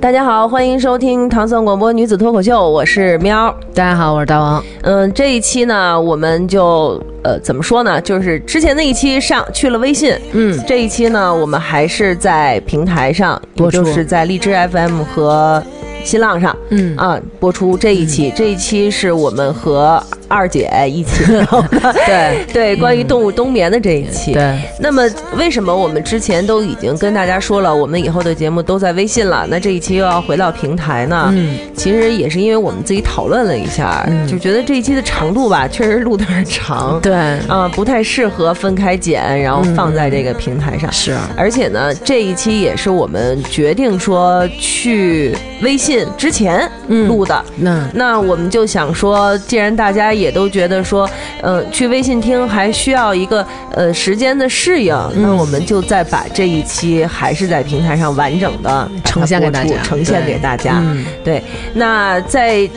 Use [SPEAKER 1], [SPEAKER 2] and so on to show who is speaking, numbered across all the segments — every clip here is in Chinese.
[SPEAKER 1] 大家好，欢迎收听唐宋广播女子脱口秀，我是喵。
[SPEAKER 2] 大家好，我是大王。
[SPEAKER 1] 嗯，这一期呢，我们就呃怎么说呢？就是之前那一期上去了微信，
[SPEAKER 2] 嗯，
[SPEAKER 1] 这一期呢，我们还是在平台上，也
[SPEAKER 2] 播出
[SPEAKER 1] 就是在荔枝 FM 和新浪上。
[SPEAKER 2] 嗯
[SPEAKER 1] 啊，播出这一期，这一期是我们和二姐一起聊 的，
[SPEAKER 2] 对
[SPEAKER 1] 对，关于动物冬眠的这一期。
[SPEAKER 2] 嗯对，
[SPEAKER 1] 那么，为什么我们之前都已经跟大家说了，我们以后的节目都在微信了？那这一期又要回到平台呢？
[SPEAKER 2] 嗯，
[SPEAKER 1] 其实也是因为我们自己讨论了一下，
[SPEAKER 2] 嗯
[SPEAKER 1] 就觉得这一期的长度吧， 确实录的有点长，
[SPEAKER 2] 对，
[SPEAKER 1] 啊、不太适合分开剪，然后放在这个平台上。
[SPEAKER 2] 是，
[SPEAKER 1] 而且呢，这一期也是我们决定说去微信之前
[SPEAKER 2] 嗯
[SPEAKER 1] 录的，
[SPEAKER 2] 那
[SPEAKER 1] 那我们就想说，既然大家也都觉得说，呃，去微信听还需要一个呃时间的适应，
[SPEAKER 2] 嗯
[SPEAKER 1] 那我们就再把这一期还是在平台上完整的
[SPEAKER 2] 呈现给大家
[SPEAKER 1] 呈现给大家。
[SPEAKER 2] 嗯，
[SPEAKER 1] 对，那在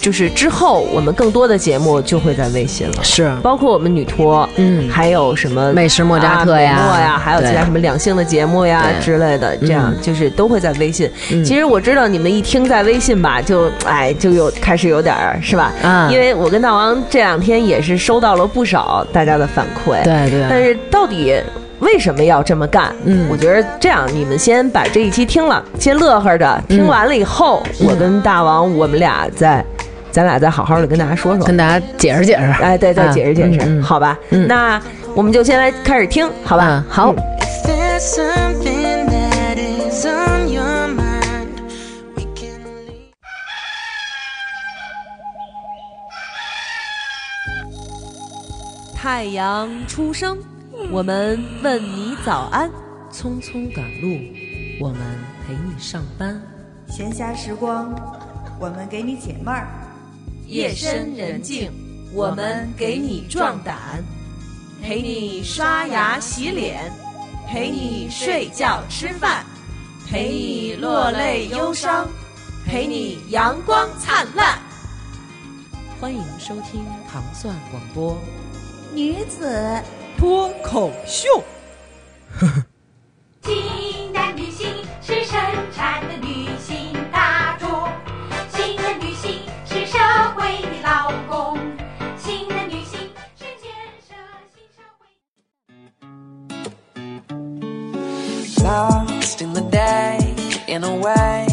[SPEAKER 1] 就是之后，我们更多的节目就会在微信了，
[SPEAKER 2] 是，
[SPEAKER 1] 包括我们女托，
[SPEAKER 2] 嗯，
[SPEAKER 1] 还有什么
[SPEAKER 2] 美食莫扎特呀，
[SPEAKER 1] 啊美墨呀，还有其他什么两性的节目呀
[SPEAKER 2] 对
[SPEAKER 1] 之类的，这样就是都会在微信。
[SPEAKER 2] 嗯
[SPEAKER 1] 其实我知道你们一听在微信吧，就哎就有开始有点儿是吧？
[SPEAKER 2] 啊
[SPEAKER 1] 因为我跟大王这两天也是收到了不少大家的反馈，
[SPEAKER 2] 对对
[SPEAKER 1] 但
[SPEAKER 2] 对，
[SPEAKER 1] 是到底。为什么要这么干？
[SPEAKER 2] 嗯
[SPEAKER 1] 我觉得这样，你们先把这一期听了，先乐呵着。听完了以后，
[SPEAKER 2] 嗯
[SPEAKER 1] 我跟大王，我们俩再，咱俩再好好的跟大家说说。
[SPEAKER 2] 跟大家解释解释。
[SPEAKER 1] 哎，对，再
[SPEAKER 2] 啊
[SPEAKER 1] 解释解释，
[SPEAKER 2] 嗯嗯嗯
[SPEAKER 1] 好吧？
[SPEAKER 2] 嗯
[SPEAKER 1] 那我们就先来开始听，好吧？
[SPEAKER 2] 嗯好
[SPEAKER 1] 嗯
[SPEAKER 3] If there's something that is on your mind, we can leave.
[SPEAKER 1] 太阳初升，我们问你早安。
[SPEAKER 2] 匆匆赶路，我们陪你上班。
[SPEAKER 4] 闲暇时光，我们给你解闷儿。
[SPEAKER 1] 夜深人静，我们给你壮胆，陪你刷牙洗脸，陪你睡觉吃饭，陪你落泪忧伤，陪你阳光灿烂。
[SPEAKER 2] 欢迎收听糖蒜广播。
[SPEAKER 4] 女子
[SPEAKER 5] 新的旅行是生产的女性大众，新的女性是社会的劳工，新的女性是建设新社会。
[SPEAKER 6] Lost in the day, in a way,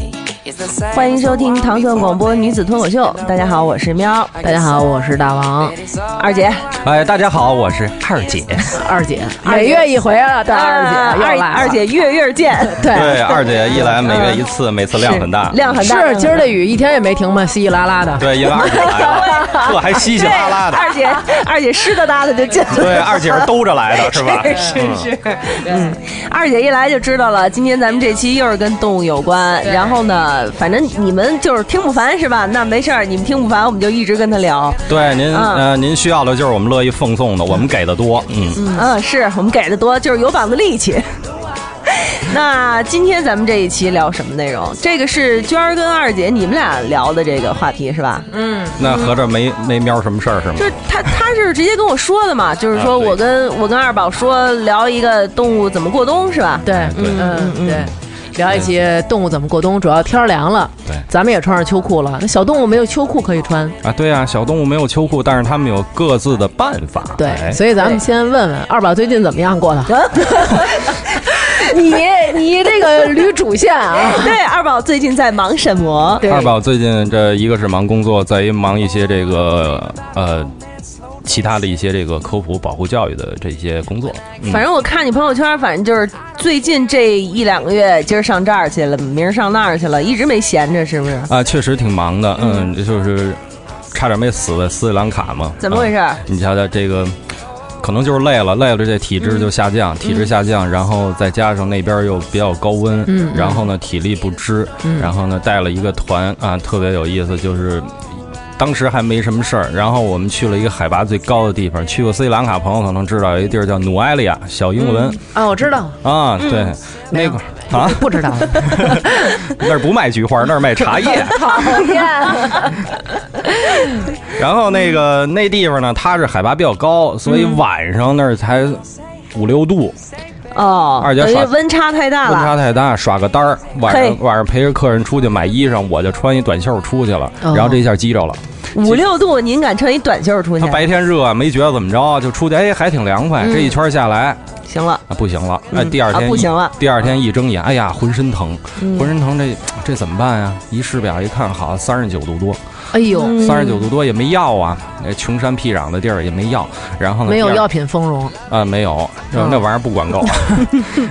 [SPEAKER 6] is the same.
[SPEAKER 1] 欢迎收听糖蒜广播女子脱口秀，大家好，我是喵。
[SPEAKER 2] 大家好，我是大王
[SPEAKER 1] 二姐，
[SPEAKER 7] 哎，大家好，我是二姐。
[SPEAKER 2] 二姐，每月一回了，大二姐又
[SPEAKER 1] 啊二
[SPEAKER 2] 来了
[SPEAKER 1] 二姐月月见，
[SPEAKER 2] 对。
[SPEAKER 7] 对，二姐一来每月一次，每次量很大。
[SPEAKER 1] 量很大。
[SPEAKER 2] 是今儿这雨一天也没停吧，稀稀拉拉的。
[SPEAKER 7] 对，因为二姐来了，这还稀稀拉拉的。
[SPEAKER 1] 二姐，二姐湿哒哒的就进来了。
[SPEAKER 7] 对，二姐是兜着来 的，是吧？
[SPEAKER 1] 是是，嗯，二姐一来就知道了。今天咱们这期又是跟动物有关，然后呢，反正你们就是听不烦是吧？那没事儿，你们听不烦，我们就一直跟他聊。
[SPEAKER 7] 对，您
[SPEAKER 1] 嗯
[SPEAKER 7] 呃，您需要的就是我们乐意奉送的，我们给的多。嗯，
[SPEAKER 1] 嗯，是我们给的多，就是有膀子力气。那今天咱们这一期聊什么内容？这个是娟儿跟二姐你们俩聊的这个话题是吧？
[SPEAKER 7] 那合着没没喵什么事儿是吗
[SPEAKER 1] 就？是他，他是直接跟我说的嘛，就是说
[SPEAKER 7] 啊对
[SPEAKER 1] 我跟我跟二宝说聊一个动物怎么过冬是吧？
[SPEAKER 2] 对，嗯对。聊一期动物怎么过冬，主要天儿凉了，
[SPEAKER 7] 对
[SPEAKER 2] 咱们也穿上秋裤了。那小动物没有秋裤可以穿，
[SPEAKER 7] 啊，对啊，小动物没有秋裤，但是它们有各自的办法。
[SPEAKER 2] 对，
[SPEAKER 7] 哎
[SPEAKER 2] 所以咱们先问问二宝最近怎么样过的？
[SPEAKER 7] 啊
[SPEAKER 2] 你你这个捋主线啊，
[SPEAKER 1] 对，二宝最近在忙什么？
[SPEAKER 2] 对
[SPEAKER 7] 二宝最近这一个是忙工作，再一忙一些这个呃其他的一些这个科普保护教育的这些工作。嗯
[SPEAKER 1] 反正我看你朋友圈，反正就是最近这一两个月，今儿上这儿去了，明儿上那儿去了，一直没闲着，是不是？
[SPEAKER 7] 啊，确实挺忙的，嗯，就是差点没死在斯里兰卡嘛。
[SPEAKER 1] 怎么回事
[SPEAKER 7] 啊你瞧瞧这个，可能就是累了，累了这体质就下降，体质下降，然后再加上那边又比较高温，
[SPEAKER 2] 嗯
[SPEAKER 7] 然后呢体力不支，然后呢带了一个团啊，特别有意思，就是。当时还没什么事儿，然后我们去了一个海拔最高的地方。去过斯里兰卡朋友可能知道，有一地儿叫努埃利亚小英文、
[SPEAKER 2] 啊，我知道，
[SPEAKER 7] 啊，对，
[SPEAKER 2] 没
[SPEAKER 7] 那
[SPEAKER 2] 有
[SPEAKER 7] 块儿啊，
[SPEAKER 2] 不知道，
[SPEAKER 7] 那儿不卖菊花，那儿卖 茶叶。
[SPEAKER 2] 讨厌，
[SPEAKER 7] 然后那个
[SPEAKER 1] 嗯
[SPEAKER 7] 那地方呢，它是海拔比较高，所以晚上那儿才五六度，
[SPEAKER 1] 哦，
[SPEAKER 7] 二姐
[SPEAKER 1] 等于
[SPEAKER 7] 耍
[SPEAKER 1] 温差太大
[SPEAKER 7] 温
[SPEAKER 1] 了，
[SPEAKER 7] 差太大，耍个单儿，晚
[SPEAKER 1] 嘿
[SPEAKER 7] 上晚上陪着客人出去买衣裳，我就穿一短袖出去了，
[SPEAKER 2] 哦
[SPEAKER 7] 然后这下激着了。
[SPEAKER 1] 五六度您敢穿一短袖出去
[SPEAKER 7] 他？白天热啊没觉得怎么着，就出去，哎，还挺凉快。
[SPEAKER 1] 嗯
[SPEAKER 7] 这一圈下来
[SPEAKER 1] 行了，
[SPEAKER 7] 啊，不行了，
[SPEAKER 1] 嗯
[SPEAKER 7] 哎，第二
[SPEAKER 1] 啊
[SPEAKER 7] 天一
[SPEAKER 1] 不行了，
[SPEAKER 7] 第二天一睁眼，哎呀，浑身疼，
[SPEAKER 1] 嗯
[SPEAKER 7] 浑身疼，这这怎么办呀？一试表一看，好，三十九度多，
[SPEAKER 2] 哎呦，
[SPEAKER 1] 嗯
[SPEAKER 7] 三十九度多也没药啊，那穷山僻壤的地儿也没药，然后呢，
[SPEAKER 2] 没有
[SPEAKER 7] 第二
[SPEAKER 2] 药品丰容，
[SPEAKER 7] 啊，没有，那
[SPEAKER 2] 嗯
[SPEAKER 7] 那玩意儿 不管够。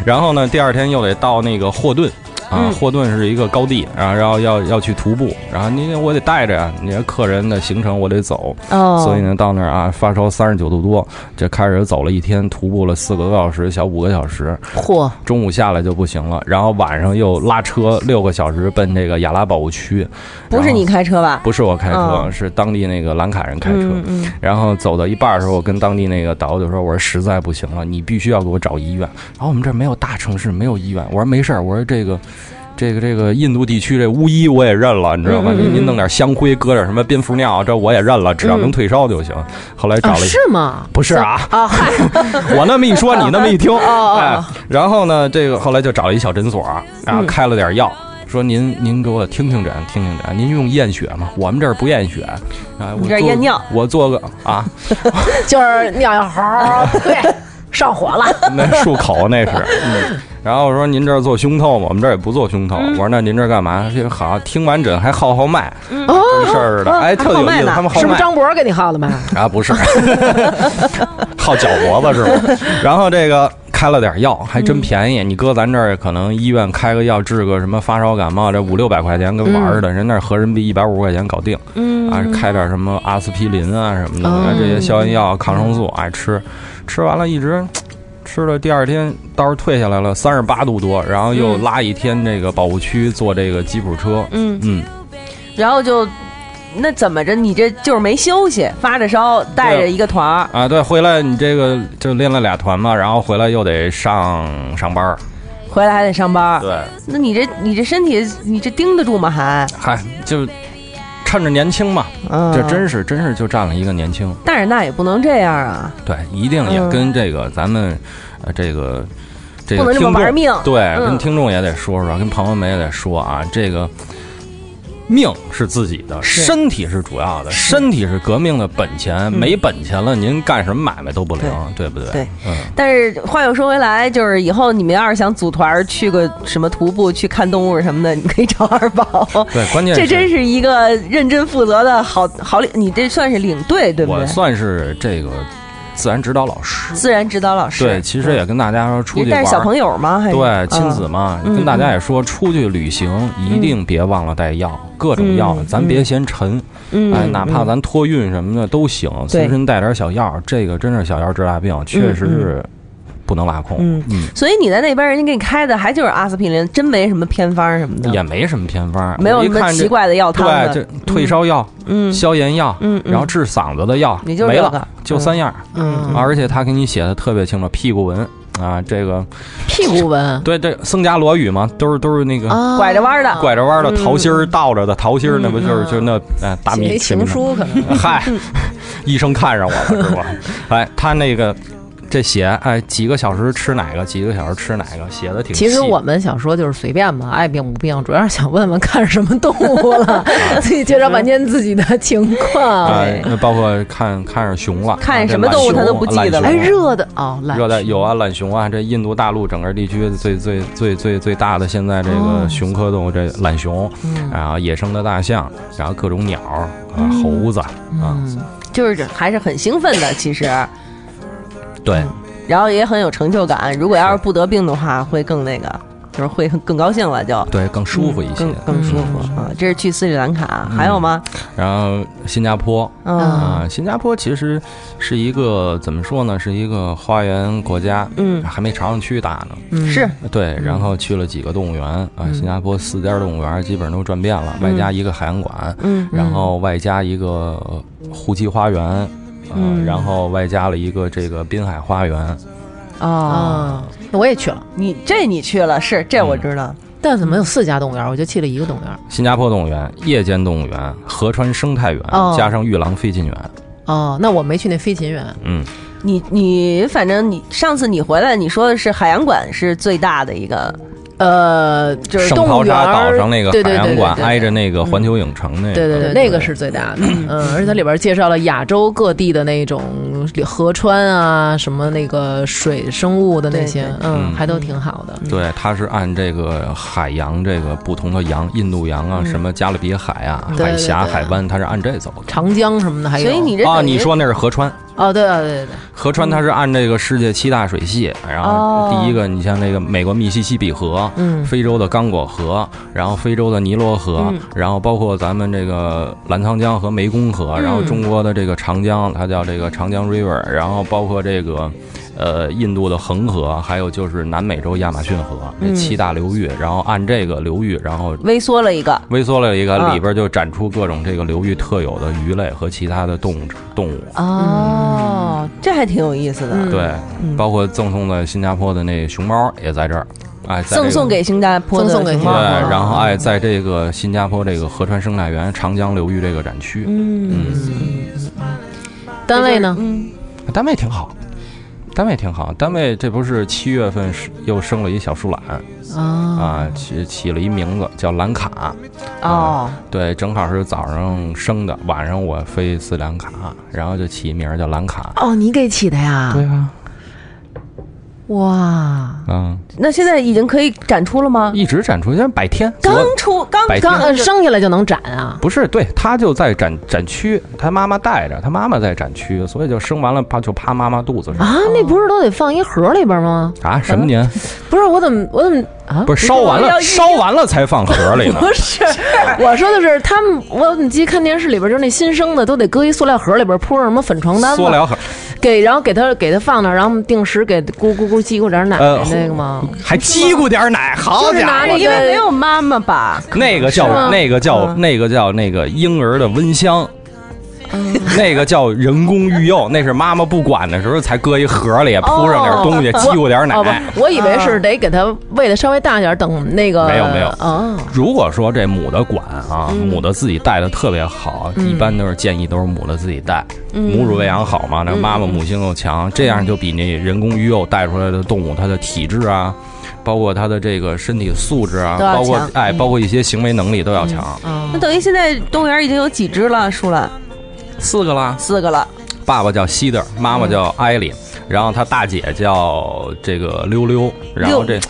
[SPEAKER 7] 然后呢，第二天又得到那个霍顿。啊，
[SPEAKER 1] 嗯
[SPEAKER 7] 霍顿是一个高地，然后然后要要去徒步，然后你我得带着呀，你这客人的行程我得走，
[SPEAKER 1] 哦，
[SPEAKER 7] 所以呢到那儿啊发烧三十九度多，这开始走了一天，徒步了四个多小时，小五个小时，
[SPEAKER 2] 嚯，
[SPEAKER 7] 中午下来就不行了，然后晚上又拉车六个小时奔这个雅拉保护区，
[SPEAKER 1] 不是
[SPEAKER 7] 然后
[SPEAKER 1] 你开车吧？
[SPEAKER 7] 不是我开车，
[SPEAKER 1] 嗯
[SPEAKER 7] 是当地那个兰卡人开车，
[SPEAKER 1] 嗯嗯，
[SPEAKER 7] 然后走到一半的时候，我跟当地那个导游就说：“我说实在不行了，你必须要给我找医院。”然后我们这儿没有大城市，没有医院。我说没事儿，我说这个。这个这个印度地区这巫医我也认了，你知道吗？
[SPEAKER 1] 嗯嗯嗯
[SPEAKER 7] 您您弄点香灰，搁点什么蝙蝠尿，这我也认了，只要
[SPEAKER 1] 嗯
[SPEAKER 7] 能退烧就行。后来找
[SPEAKER 2] 啊，
[SPEAKER 7] 了一
[SPEAKER 2] 是吗？
[SPEAKER 7] 不是啊，
[SPEAKER 2] 啊，嗨，
[SPEAKER 7] 我那么一说，你那么一 听，
[SPEAKER 1] 哦
[SPEAKER 7] 哎，然后呢，这个后来就找了一小诊所，然后开了点药，说您您给我听听诊，听听诊，您用验血吗？我们这儿不验血，啊，我
[SPEAKER 1] 你这儿
[SPEAKER 7] 做
[SPEAKER 1] 验尿，
[SPEAKER 7] 我做个啊，
[SPEAKER 2] 就是尿尿猴儿，对， 上火了，
[SPEAKER 7] 那漱口那是。嗯、然后我说您这儿做胸透吗？我们这儿也不做胸
[SPEAKER 2] 嗯
[SPEAKER 7] 透。我说那您这儿干嘛？这好，听完诊还号号脉，
[SPEAKER 2] 哦，
[SPEAKER 7] 跟事儿似的。哎，特
[SPEAKER 1] 号
[SPEAKER 7] 有意
[SPEAKER 1] 脉
[SPEAKER 7] 思，
[SPEAKER 1] 呢
[SPEAKER 7] 他们号
[SPEAKER 2] 是不
[SPEAKER 7] 脉
[SPEAKER 2] 是张博给你号 的脉？
[SPEAKER 7] 啊，不是，号脚脖子是吗？然后这个开了点药，还真便宜。你搁咱这儿可能医院开个药治个什么发烧感冒，这五六百块钱跟玩儿的，人那儿合人民币一百五十块钱搞定。嗯啊，开点什么阿司匹林啊什么的，
[SPEAKER 2] 哦
[SPEAKER 7] 这些消炎药、抗生素，哎吃，吃完了一直。吃了第二天倒是退下来了，三十八度多，然后又拉一天这个保护区坐这个吉普车，
[SPEAKER 1] 嗯
[SPEAKER 7] 嗯，
[SPEAKER 1] 然后就那怎么着？你这就是没休息，发着烧，带着一个团儿，
[SPEAKER 7] 啊，对，回来你这个就练了俩团嘛，然后回来又得上上班儿。
[SPEAKER 1] 回来还得上班。
[SPEAKER 7] 对，
[SPEAKER 1] 那你这你这身体，你这盯得住吗？还
[SPEAKER 7] 嗨，就趁着年轻嘛，
[SPEAKER 1] 嗯，
[SPEAKER 7] 这真是真是就占了一个年轻。
[SPEAKER 1] 但是那也不能这样啊，
[SPEAKER 7] 对，一定也
[SPEAKER 1] 嗯
[SPEAKER 7] 跟这个咱们呃这个这
[SPEAKER 1] 不
[SPEAKER 7] 个
[SPEAKER 1] 能这么
[SPEAKER 7] 听
[SPEAKER 1] 玩
[SPEAKER 7] 众
[SPEAKER 1] 命。
[SPEAKER 7] 对，
[SPEAKER 1] 嗯
[SPEAKER 7] 跟听众也得说说，跟朋友们也得说啊，这个。命是自己的，身体是主要的，身体是革命的本钱，没本钱了，您干什么买卖都不灵，对不对？
[SPEAKER 1] 嗯对，
[SPEAKER 7] 嗯，
[SPEAKER 1] 但是话又说回来，就是以后你们要是想组团儿去个什么徒步、去看动物什么的，你可以找二宝。
[SPEAKER 7] 对，关键
[SPEAKER 1] 这真是一个认真负责的好好领，你这算是领队对不
[SPEAKER 7] 我
[SPEAKER 1] 对？
[SPEAKER 7] 算是这个自然指导老师。
[SPEAKER 1] 自然指导老师，嗯
[SPEAKER 7] 对，其实也跟大家说出
[SPEAKER 1] 你是
[SPEAKER 7] 去
[SPEAKER 1] 带
[SPEAKER 7] 玩
[SPEAKER 1] 着
[SPEAKER 7] 儿，
[SPEAKER 1] 小朋友吗？还是
[SPEAKER 7] 对亲子嘛，
[SPEAKER 1] 嗯
[SPEAKER 7] 跟大家也说出去旅行一定别忘了带药，各种药，
[SPEAKER 1] 嗯
[SPEAKER 7] 咱别嫌沉，
[SPEAKER 1] 嗯，
[SPEAKER 7] 哎，哪怕咱托运什么的都行，随
[SPEAKER 1] 对
[SPEAKER 7] 身带点小药，这个真是小药治大病，确实是不能落空。
[SPEAKER 1] 嗯
[SPEAKER 7] 嗯，
[SPEAKER 1] 所以你在那边人家给你开的还就是阿司匹林，真没什么偏方什么的，
[SPEAKER 7] 也没什么偏方，
[SPEAKER 1] 嗯没有
[SPEAKER 7] 我一
[SPEAKER 1] 什么
[SPEAKER 7] 看这
[SPEAKER 1] 奇。怪的药汤的。
[SPEAKER 7] 对，这退烧药、
[SPEAKER 1] 嗯
[SPEAKER 7] 消炎药，
[SPEAKER 1] 嗯嗯
[SPEAKER 7] 然后治嗓子的药，
[SPEAKER 1] 你就
[SPEAKER 7] 没
[SPEAKER 1] 这
[SPEAKER 7] 了
[SPEAKER 1] 个，
[SPEAKER 7] 就三样儿。
[SPEAKER 2] 嗯，
[SPEAKER 7] 而且他给你写的特别清楚，屁股纹啊，这个
[SPEAKER 2] 屁股纹
[SPEAKER 7] 对这僧伽罗语嘛，都是都是那个
[SPEAKER 2] 啊，
[SPEAKER 1] 拐着弯儿的
[SPEAKER 7] 拐着弯
[SPEAKER 1] 嗯
[SPEAKER 7] 的桃心儿倒着的桃心儿，那不就是就那呃大
[SPEAKER 2] 写
[SPEAKER 7] 米
[SPEAKER 2] 一
[SPEAKER 7] 吃米
[SPEAKER 2] 情书可能。
[SPEAKER 7] 呢？嗨，
[SPEAKER 1] 嗯
[SPEAKER 7] 医生看上我了是吧？哎，他那个这写哎几个小时吃哪个，几个小时吃哪个，写的挺细。
[SPEAKER 2] 其实我们想说就是随便嘛，爱病不病，主要是想问问看什么动物 了，自己介绍半天自己的情况。
[SPEAKER 7] 啊
[SPEAKER 1] 对，
[SPEAKER 7] 那包括看看上熊了，
[SPEAKER 1] 看
[SPEAKER 7] 啊这
[SPEAKER 1] 什么动物他都不
[SPEAKER 7] 懒熊
[SPEAKER 1] 记得了
[SPEAKER 7] 懒
[SPEAKER 2] 哎，
[SPEAKER 7] 熊
[SPEAKER 2] 热的哦，懒
[SPEAKER 7] 热带有啊，懒熊啊，这印度大陆整个地区最最最最最大的现在这
[SPEAKER 1] 哦
[SPEAKER 7] 个熊科动物，这懒熊，
[SPEAKER 1] 嗯
[SPEAKER 7] 然后野生的大象，然后各种鸟啊、
[SPEAKER 1] 嗯
[SPEAKER 7] 猴子啊，
[SPEAKER 1] 就是还是很兴 奋的，其实，
[SPEAKER 7] 对，
[SPEAKER 1] 嗯然后也很有成就感。如果要是不得病的话，会更那个，就是会更高兴了，就
[SPEAKER 7] 对，更舒服一些
[SPEAKER 1] 嗯
[SPEAKER 7] 嗯
[SPEAKER 1] 更。更舒服啊。这是去斯里兰卡，还有吗？
[SPEAKER 7] 然后新加坡
[SPEAKER 1] 嗯
[SPEAKER 7] 啊、新加坡其实是一个怎么说呢，是一个花园国家，
[SPEAKER 1] 嗯
[SPEAKER 7] 还没朝阳区大呢。
[SPEAKER 1] 是
[SPEAKER 7] 对，然后去了几个动物园啊，
[SPEAKER 1] 嗯
[SPEAKER 7] 新加坡四家动物园基本上都转遍了，外加一个海洋馆，
[SPEAKER 1] 嗯，
[SPEAKER 7] 然后外加一个呃胡姬花园，呃
[SPEAKER 1] 嗯
[SPEAKER 7] 然后外加了一个这个滨海花园，
[SPEAKER 1] 哦，
[SPEAKER 2] 啊，那我也去了，
[SPEAKER 1] 你这你去了，是这我知道。
[SPEAKER 7] 嗯
[SPEAKER 2] 但怎么有四家动物园，我就去了一个动物园。
[SPEAKER 7] 新加坡动物园、夜间动物园、河川生态园，
[SPEAKER 2] 哦
[SPEAKER 7] 加上玉郎飞进园，
[SPEAKER 2] 哦，那我没去那飞禽园，
[SPEAKER 7] 嗯，
[SPEAKER 1] 你你反正你上次你回来，你说的是海洋馆是最大的一个，
[SPEAKER 2] 呃，就是
[SPEAKER 7] 圣
[SPEAKER 2] 动
[SPEAKER 7] 淘
[SPEAKER 2] 物园
[SPEAKER 7] 沙岛
[SPEAKER 2] 儿
[SPEAKER 7] 上那个
[SPEAKER 2] 对
[SPEAKER 7] 海
[SPEAKER 2] 对对
[SPEAKER 7] 洋
[SPEAKER 2] 对
[SPEAKER 7] 馆，
[SPEAKER 2] 对嗯
[SPEAKER 7] 挨着那个环球影城那个，
[SPEAKER 2] 对对对，那个是最大的，嗯，而且它里边介绍了亚洲各地的那种河川啊，什么那个水生物的那些
[SPEAKER 1] 对对，
[SPEAKER 2] 嗯，
[SPEAKER 7] 嗯
[SPEAKER 2] 还都挺好的。
[SPEAKER 7] 对，它是按这个海洋这个不同的洋，印度洋啊，什么加勒比海啊、
[SPEAKER 2] 嗯对
[SPEAKER 7] 海
[SPEAKER 2] 对
[SPEAKER 7] 峡、
[SPEAKER 2] 对
[SPEAKER 7] 海湾，它是按这走的。
[SPEAKER 2] 长江什么的还有。
[SPEAKER 1] 所以你这
[SPEAKER 7] 啊，
[SPEAKER 1] 等于
[SPEAKER 7] 你说那是河川，
[SPEAKER 2] 哦，对对对对，
[SPEAKER 7] 河川它是按这个世界七大水系，然后
[SPEAKER 1] 哦
[SPEAKER 7] 第一个你像那个美国密西西比河，
[SPEAKER 2] 嗯
[SPEAKER 7] 非洲的刚果河，然后非洲的尼罗河，
[SPEAKER 1] 嗯
[SPEAKER 7] 然后包括咱们这个澜沧江和湄公
[SPEAKER 1] 嗯
[SPEAKER 7] 河，然后中国的这个长江，它叫这个长江 River，然后包括这个。呃，印度的恒河，还有就是南美洲亚马逊河，
[SPEAKER 1] 嗯
[SPEAKER 7] 这七大流域，然后按这个流域，然后
[SPEAKER 1] 微缩了一个，
[SPEAKER 7] 微缩了一个，
[SPEAKER 1] 啊
[SPEAKER 7] 里边就展出各种这个流域特有的鱼类和其他的动物动物。
[SPEAKER 1] 哦，这还挺有意思的，
[SPEAKER 7] 对，
[SPEAKER 1] 嗯
[SPEAKER 7] 包括赠送的新加坡的那熊猫也在这儿，哎，在这
[SPEAKER 1] 赠
[SPEAKER 7] 个
[SPEAKER 1] 送。给新加坡的
[SPEAKER 2] 赠送给
[SPEAKER 1] 熊猫
[SPEAKER 7] 对，
[SPEAKER 2] 新加
[SPEAKER 1] 吗
[SPEAKER 2] 坡
[SPEAKER 7] 然后哎，在这个新加坡这个河川生态园长江流域这个展区，
[SPEAKER 1] 嗯
[SPEAKER 7] 嗯
[SPEAKER 2] 单位呢？
[SPEAKER 7] 单位挺好，单位挺好，单位这不是七月份是又生了一小树懒
[SPEAKER 2] 啊，
[SPEAKER 7] 啊，起起了一名字叫兰卡，
[SPEAKER 1] 嗯
[SPEAKER 7] 啊
[SPEAKER 1] 哦，
[SPEAKER 7] 对，正好是早上生的，晚上我飞斯里兰卡，然后就起名儿叫兰卡，
[SPEAKER 2] 哦，你给起的呀？
[SPEAKER 7] 对啊，
[SPEAKER 2] 哇，
[SPEAKER 7] 嗯，
[SPEAKER 1] 那现在已经可以展出了吗？
[SPEAKER 7] 一直展出，现在百天，
[SPEAKER 1] 刚
[SPEAKER 7] 昨
[SPEAKER 1] 出刚
[SPEAKER 7] 白天
[SPEAKER 2] 刚呃生下来就能展啊？
[SPEAKER 7] 不是，对他就在展展区，他妈妈带着，他妈妈在展区，所以就生完了啪就趴妈妈肚子上
[SPEAKER 2] 啊，嗯那不是都得放一盒里边吗？
[SPEAKER 7] 啊？什么年？
[SPEAKER 2] 不是，我怎么我怎么啊？
[SPEAKER 7] 不是烧完
[SPEAKER 1] 要
[SPEAKER 7] 了，
[SPEAKER 1] 预定
[SPEAKER 7] 烧完了才放盒里呢。
[SPEAKER 2] 不是，我说的是他们，我怎么记得看电视里边就是那新生的都得搁一塑料盒里边铺上什么粉床单
[SPEAKER 7] 塑
[SPEAKER 2] 吧，
[SPEAKER 7] 料盒，
[SPEAKER 2] 给然后给他给他放那儿，然后我们定时给咕咕咕叽咕点奶
[SPEAKER 7] 呃
[SPEAKER 2] 那个吗？
[SPEAKER 7] 还叽咕点奶，好
[SPEAKER 2] 就是拿
[SPEAKER 7] 家
[SPEAKER 2] 那
[SPEAKER 7] 伙！
[SPEAKER 1] 因为
[SPEAKER 2] 个
[SPEAKER 1] 没有妈妈吧？
[SPEAKER 7] 那个
[SPEAKER 2] 是吗嗯
[SPEAKER 7] 叫那个叫那个叫那个婴儿的温箱，
[SPEAKER 2] 嗯
[SPEAKER 7] 那个叫人工育幼，那是妈妈不管的时候才搁一盒里，铺上点东西，叽咕点
[SPEAKER 2] 哦
[SPEAKER 7] 奶。
[SPEAKER 2] 不，我以为是得给他喂的稍微大一点，等那个
[SPEAKER 7] 没有没有
[SPEAKER 2] 啊，
[SPEAKER 7] 如果说这母的管啊，
[SPEAKER 1] 嗯
[SPEAKER 7] 母的自己带的特别好，一般都是建议都是母的自己带，
[SPEAKER 1] 嗯
[SPEAKER 7] 母乳喂养好嘛，那妈妈母性又强，这样就比那人工育幼带出来的动物，它的体质啊，包括它的这个身体素质啊，
[SPEAKER 1] 都要
[SPEAKER 7] 包括
[SPEAKER 1] 强嗯
[SPEAKER 7] 哎，包括一些行为能力都要强。
[SPEAKER 1] 那等于现在动物园已经有几只了？树懒
[SPEAKER 7] 四个啦，
[SPEAKER 1] 四个了，
[SPEAKER 7] 爸爸叫西德，妈
[SPEAKER 1] 嗯
[SPEAKER 7] 妈叫艾莉，然后他大姐叫这个溜溜，然后这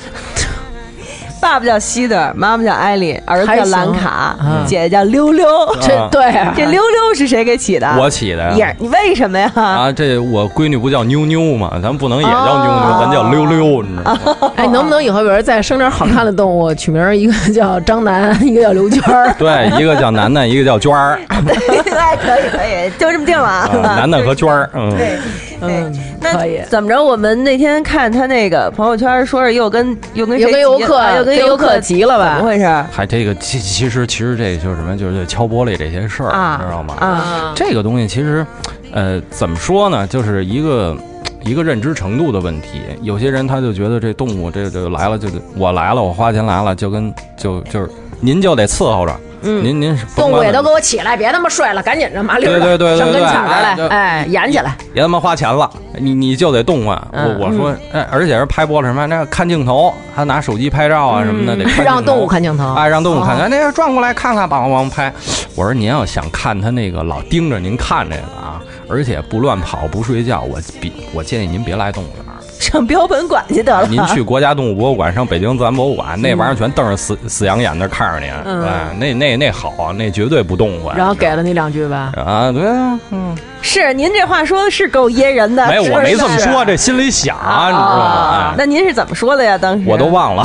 [SPEAKER 1] 爸爸叫西德，妈妈叫艾丽，儿子
[SPEAKER 2] 还
[SPEAKER 1] 叫
[SPEAKER 2] 行
[SPEAKER 1] 兰卡，
[SPEAKER 2] 嗯
[SPEAKER 1] 姐姐叫溜溜。
[SPEAKER 2] 这对
[SPEAKER 1] 这溜溜是谁给起的？
[SPEAKER 7] 我起的呀
[SPEAKER 1] 啊也你为什么呀？
[SPEAKER 7] 啊，这我闺女不叫妞妞嘛，咱不能也叫
[SPEAKER 1] 哦
[SPEAKER 7] 妞妞，咱叫溜溜，你知道吗？，
[SPEAKER 2] 哎，能不能以后比如再生点好看的动物，取名儿一个叫张楠，一个叫刘娟儿
[SPEAKER 7] 对，一个叫楠楠，一个叫娟儿，
[SPEAKER 1] 哎，可以可以，就这么定了
[SPEAKER 7] 啊
[SPEAKER 1] 啊。
[SPEAKER 7] 楠楠和娟儿，嗯，
[SPEAKER 4] 对，
[SPEAKER 2] 嗯，可以
[SPEAKER 1] 那。怎么着？我们那天看他那个朋友圈，说是又跟又跟
[SPEAKER 2] 又
[SPEAKER 1] 谁
[SPEAKER 2] 跟游
[SPEAKER 1] 急
[SPEAKER 2] 客
[SPEAKER 1] 啊又跟
[SPEAKER 2] 跟游客
[SPEAKER 1] 客
[SPEAKER 2] 急了吧
[SPEAKER 1] 怎么回事？
[SPEAKER 7] 还这个其其实其实这就是什么，就是敲玻璃这些事儿，
[SPEAKER 1] 啊
[SPEAKER 7] 知道吗？
[SPEAKER 1] 啊，
[SPEAKER 7] 这个东西其实，呃，怎么说呢，就是一个。一个认知程度的问题，有些人他就觉得这动物这这来了就得我来了，我花钱来了，就跟就就是您就得伺候着，嗯、您您是甭
[SPEAKER 2] 动物
[SPEAKER 7] 管
[SPEAKER 2] 也哎
[SPEAKER 7] 怎
[SPEAKER 2] 都
[SPEAKER 7] 么
[SPEAKER 2] 给我起来，别他妈睡了，赶紧让麻溜儿的
[SPEAKER 7] 对对对对
[SPEAKER 2] 上跟
[SPEAKER 7] 对
[SPEAKER 2] 前儿
[SPEAKER 7] 哎
[SPEAKER 2] 来
[SPEAKER 7] 对，
[SPEAKER 2] 哎，演起来。
[SPEAKER 7] 也他妈花钱了，你你就得动换。
[SPEAKER 2] 嗯
[SPEAKER 7] 我我说，哎，而且是拍玻璃什么，那看镜头，还拿手机拍照啊什么的，得看镜头
[SPEAKER 2] 嗯让动物看镜头哦
[SPEAKER 7] 哎，让动物看，哎，那个转过来看看，帮忙拍。我说您要想看他那个老盯着您看这个啊，而且不乱跑不睡觉，我比我建议您别来动物园儿。
[SPEAKER 1] 上标本馆去得了。
[SPEAKER 7] 您去国家动物博物馆，上北京自然博物馆，那
[SPEAKER 2] 嗯
[SPEAKER 7] 玩意儿全瞪着死死羊眼那看着您，哎，那那那好，那绝对不动换。
[SPEAKER 2] 然后给了你两句吧。
[SPEAKER 7] 啊，对啊，嗯。
[SPEAKER 1] 是您这话说的是够噎人的。
[SPEAKER 7] 没有，
[SPEAKER 1] 是
[SPEAKER 7] 我没这么
[SPEAKER 1] 是
[SPEAKER 7] 说，这心里想，你知道吗
[SPEAKER 2] 哦
[SPEAKER 1] 啊？
[SPEAKER 7] 哎，
[SPEAKER 1] 那您是怎么说的呀？当时
[SPEAKER 7] 我都 忘了。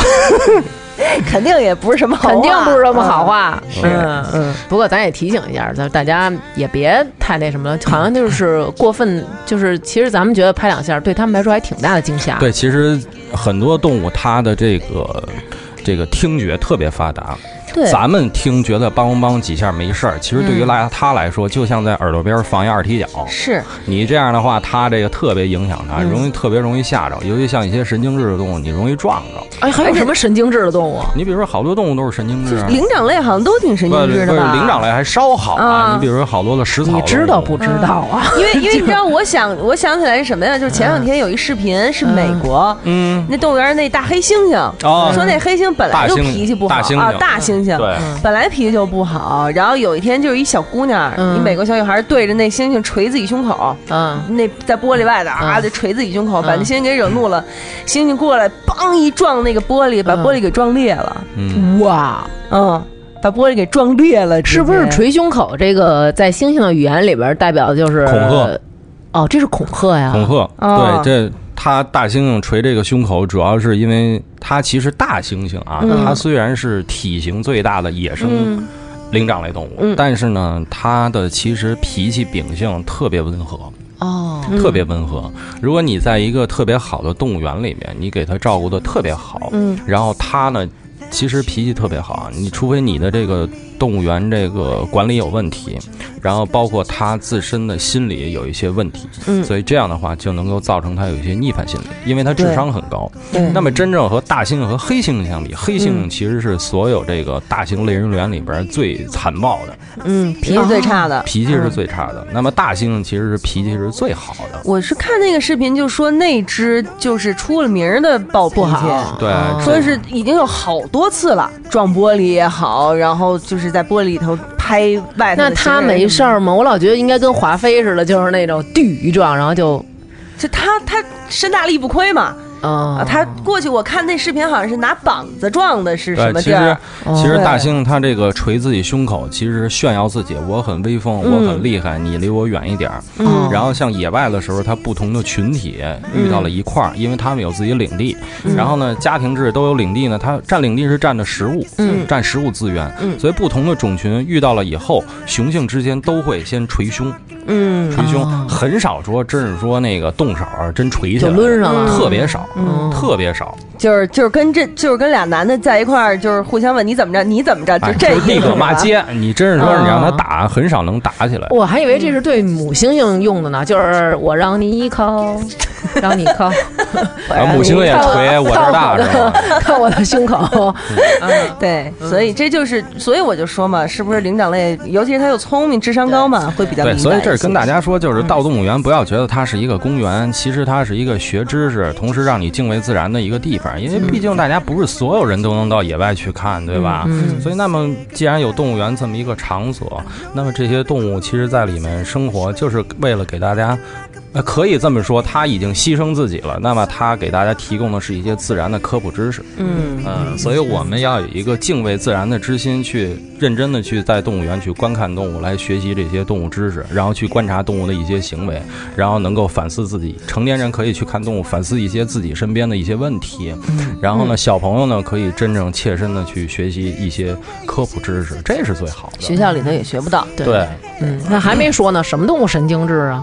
[SPEAKER 1] 肯定也不是什么好话，
[SPEAKER 2] 肯定不是什么好话，
[SPEAKER 7] 是
[SPEAKER 2] 嗯嗯。不过咱也提醒一下，咱大家也别太那什么了，好像就是过分，就是其实咱们觉得拍两下，对他们来说还挺大的惊吓。，
[SPEAKER 1] 啊
[SPEAKER 7] 对，其实很多动物它的这个这个听觉特别发达，
[SPEAKER 2] 对
[SPEAKER 7] 咱们听觉得梆梆几下没事儿，其实对于拉他来说，就像在耳朵边放一二踢脚。
[SPEAKER 1] 是
[SPEAKER 7] 你这样的话，他这个特别影响他，容易特别容易吓着，尤其像一些神经质的动物，你容易撞着。
[SPEAKER 2] 哎，还有什么神经质的动物？啊
[SPEAKER 7] 你比如说，好多动物都是神经质啊。
[SPEAKER 1] 灵长类好像都挺神
[SPEAKER 7] 不
[SPEAKER 1] 经
[SPEAKER 7] 不
[SPEAKER 1] 质
[SPEAKER 7] 是
[SPEAKER 1] 的吧？
[SPEAKER 7] 灵长类还稍好
[SPEAKER 1] 啊
[SPEAKER 7] 啊，你比如说好多的食草，
[SPEAKER 2] 你知道不？知道啊？
[SPEAKER 1] 因为因为 你知道，我想我想起来是什么呀？就是前两天有一视频是美国，
[SPEAKER 7] 啊嗯，
[SPEAKER 1] 那动物园那大黑猩猩，
[SPEAKER 7] 哦
[SPEAKER 1] 说那黑猩本来就脾气不好
[SPEAKER 7] 大猩猩嗯
[SPEAKER 1] 啊，大猩猩
[SPEAKER 7] 对，
[SPEAKER 1] 本来脾气就不好，然后有一天就是一小姑娘，
[SPEAKER 2] 嗯
[SPEAKER 1] 一美国小女孩对着那猩猩捶自己胸口，
[SPEAKER 2] 嗯，
[SPEAKER 1] 那在玻璃外头啊，
[SPEAKER 2] 嗯
[SPEAKER 1] 就捶自己胸口，把
[SPEAKER 2] 嗯
[SPEAKER 1] 那猩猩给惹怒了，猩猩过来，梆一撞那个玻璃，把
[SPEAKER 2] 嗯
[SPEAKER 1] 玻璃给撞裂了，
[SPEAKER 7] 嗯，
[SPEAKER 2] 哇，
[SPEAKER 1] 嗯，把玻璃给撞裂了，直接
[SPEAKER 2] 是不是捶胸口这个在猩猩的语言里边代表的就是
[SPEAKER 7] 恐吓？
[SPEAKER 2] 哦，这是恐吓呀！
[SPEAKER 7] 恐吓，
[SPEAKER 1] 哦
[SPEAKER 7] 对，这它大猩猩捶这个胸口，主要是因为它其实大猩猩啊，它虽然是体型最大的野生灵长类动物，但是呢，它的其实脾气秉性特别温和。
[SPEAKER 2] 哦，
[SPEAKER 7] 特别温和。如果你在一个特别好的动物园里面，你给它照顾的特别好，嗯，然后它呢，其实脾气特别好。你除非你的这个动物园这个管理有问题，然后包括它自身的心理有一些问题，嗯，所以这样的话就能够造成它有一些逆反心理，因为它智商很高。
[SPEAKER 1] 对嗯
[SPEAKER 7] 那么真正和大猩猩和黑猩猩相比，黑猩猩其实是所有这个大型类人猿里边最残暴的，
[SPEAKER 1] 嗯脾气
[SPEAKER 7] 啊
[SPEAKER 1] 最差的？
[SPEAKER 7] 脾气是最差的。那么大猩猩其实是脾气是最好的。
[SPEAKER 1] 嗯我是看那个视频就说那只就是出了名儿的暴脾
[SPEAKER 2] 不
[SPEAKER 1] 气。
[SPEAKER 2] 好，
[SPEAKER 7] 对
[SPEAKER 2] 哦
[SPEAKER 7] 这
[SPEAKER 1] 说是已经有好多次了，撞玻璃也好，然后就是在玻璃里头拍外头
[SPEAKER 2] 那
[SPEAKER 1] 的行人。
[SPEAKER 2] 他没事儿吗？我老觉得应该跟华妃似的，就是那种地一撞，然后就，
[SPEAKER 1] 就他他身大力不亏嘛。啊，
[SPEAKER 2] 嗯，
[SPEAKER 1] 他过去我看那视频好像是拿膀子撞的，是什
[SPEAKER 7] 对，
[SPEAKER 1] 么
[SPEAKER 7] 其
[SPEAKER 1] 地儿
[SPEAKER 7] 实？
[SPEAKER 2] 哦
[SPEAKER 7] 其实
[SPEAKER 1] 对
[SPEAKER 7] 大猩猩它这个捶自己胸口，其实炫耀自己，我很威风，我很厉害，你离我远一点儿。
[SPEAKER 2] 嗯
[SPEAKER 7] 然后像野外的时候，它不同的群体遇到了一块儿，因为他们有自己领地，
[SPEAKER 2] 嗯
[SPEAKER 7] 然后呢，家庭制都有领地呢，它占领地是占的食物，
[SPEAKER 2] 嗯
[SPEAKER 7] 占食物资源，所以不同的种群遇到了以后，雄性之间都会先捶胸，
[SPEAKER 1] 嗯，
[SPEAKER 7] 捶胸，
[SPEAKER 2] 哦
[SPEAKER 7] 很少说真是说那个动手儿真捶起
[SPEAKER 2] 就
[SPEAKER 7] 来，
[SPEAKER 2] 抡上了，
[SPEAKER 7] 特别少，
[SPEAKER 2] 嗯
[SPEAKER 7] 特别少。
[SPEAKER 1] 就是就是跟这就是跟俩男的在一块儿，就是互相问你怎么着，你怎么着，啊就
[SPEAKER 7] 哎，
[SPEAKER 1] 这
[SPEAKER 7] 就是
[SPEAKER 1] 意
[SPEAKER 7] 闭
[SPEAKER 1] 思
[SPEAKER 7] 口
[SPEAKER 1] 吧啊哦
[SPEAKER 7] 骂。街，你真是说你让他打，很少能打起来。
[SPEAKER 2] 我还以为这是对母猩猩用的呢，就是我让你依靠，让你 靠，哎
[SPEAKER 7] 啊，母亲也
[SPEAKER 1] 哎
[SPEAKER 7] 捶我这儿大是吧？
[SPEAKER 2] 看我的胸 口，
[SPEAKER 1] 对，
[SPEAKER 7] 嗯
[SPEAKER 1] 所以这就是，所以我就说嘛，是不是灵长类，尤其是他又聪明，智商高嘛，会比较
[SPEAKER 7] 对，
[SPEAKER 1] 敏
[SPEAKER 7] 所以
[SPEAKER 1] 感
[SPEAKER 7] 这
[SPEAKER 1] 一
[SPEAKER 7] 是跟
[SPEAKER 1] 些
[SPEAKER 7] 大家说，
[SPEAKER 1] 嗯
[SPEAKER 7] 就是到动物园不要觉得它是一个公园，其实它是一个学知识，同时让你敬畏自然的一个地方。因为毕
[SPEAKER 1] 嗯
[SPEAKER 7] 竟大家不是所有人都能到野外去看，对吧？
[SPEAKER 1] 嗯
[SPEAKER 7] 所以那么既然有动物园这么一个场所，那么这些动物其实在里面生活，就是为了给大家。呃，可以这么说，它已经牺牲自己了。那么，它给大家提供的是一些自然的科普知识。
[SPEAKER 1] 嗯，
[SPEAKER 7] 嗯，所以我们要有一个敬畏自然的之心，去认真的去在动物园去观看动物，来学习这些动物知识，然后去观察动物的一些行为，然后能够反思自己。成年人可以去看动物，反思一些自己身边的一些问题。
[SPEAKER 1] 嗯
[SPEAKER 7] 然后呢，小朋友呢可以真正切身的去学习一些科普知识，这是最好
[SPEAKER 1] 学
[SPEAKER 7] 的。
[SPEAKER 1] 校里头也学不到。
[SPEAKER 2] 对
[SPEAKER 7] 对，
[SPEAKER 2] 嗯，那还没说呢，什么动物神经质啊？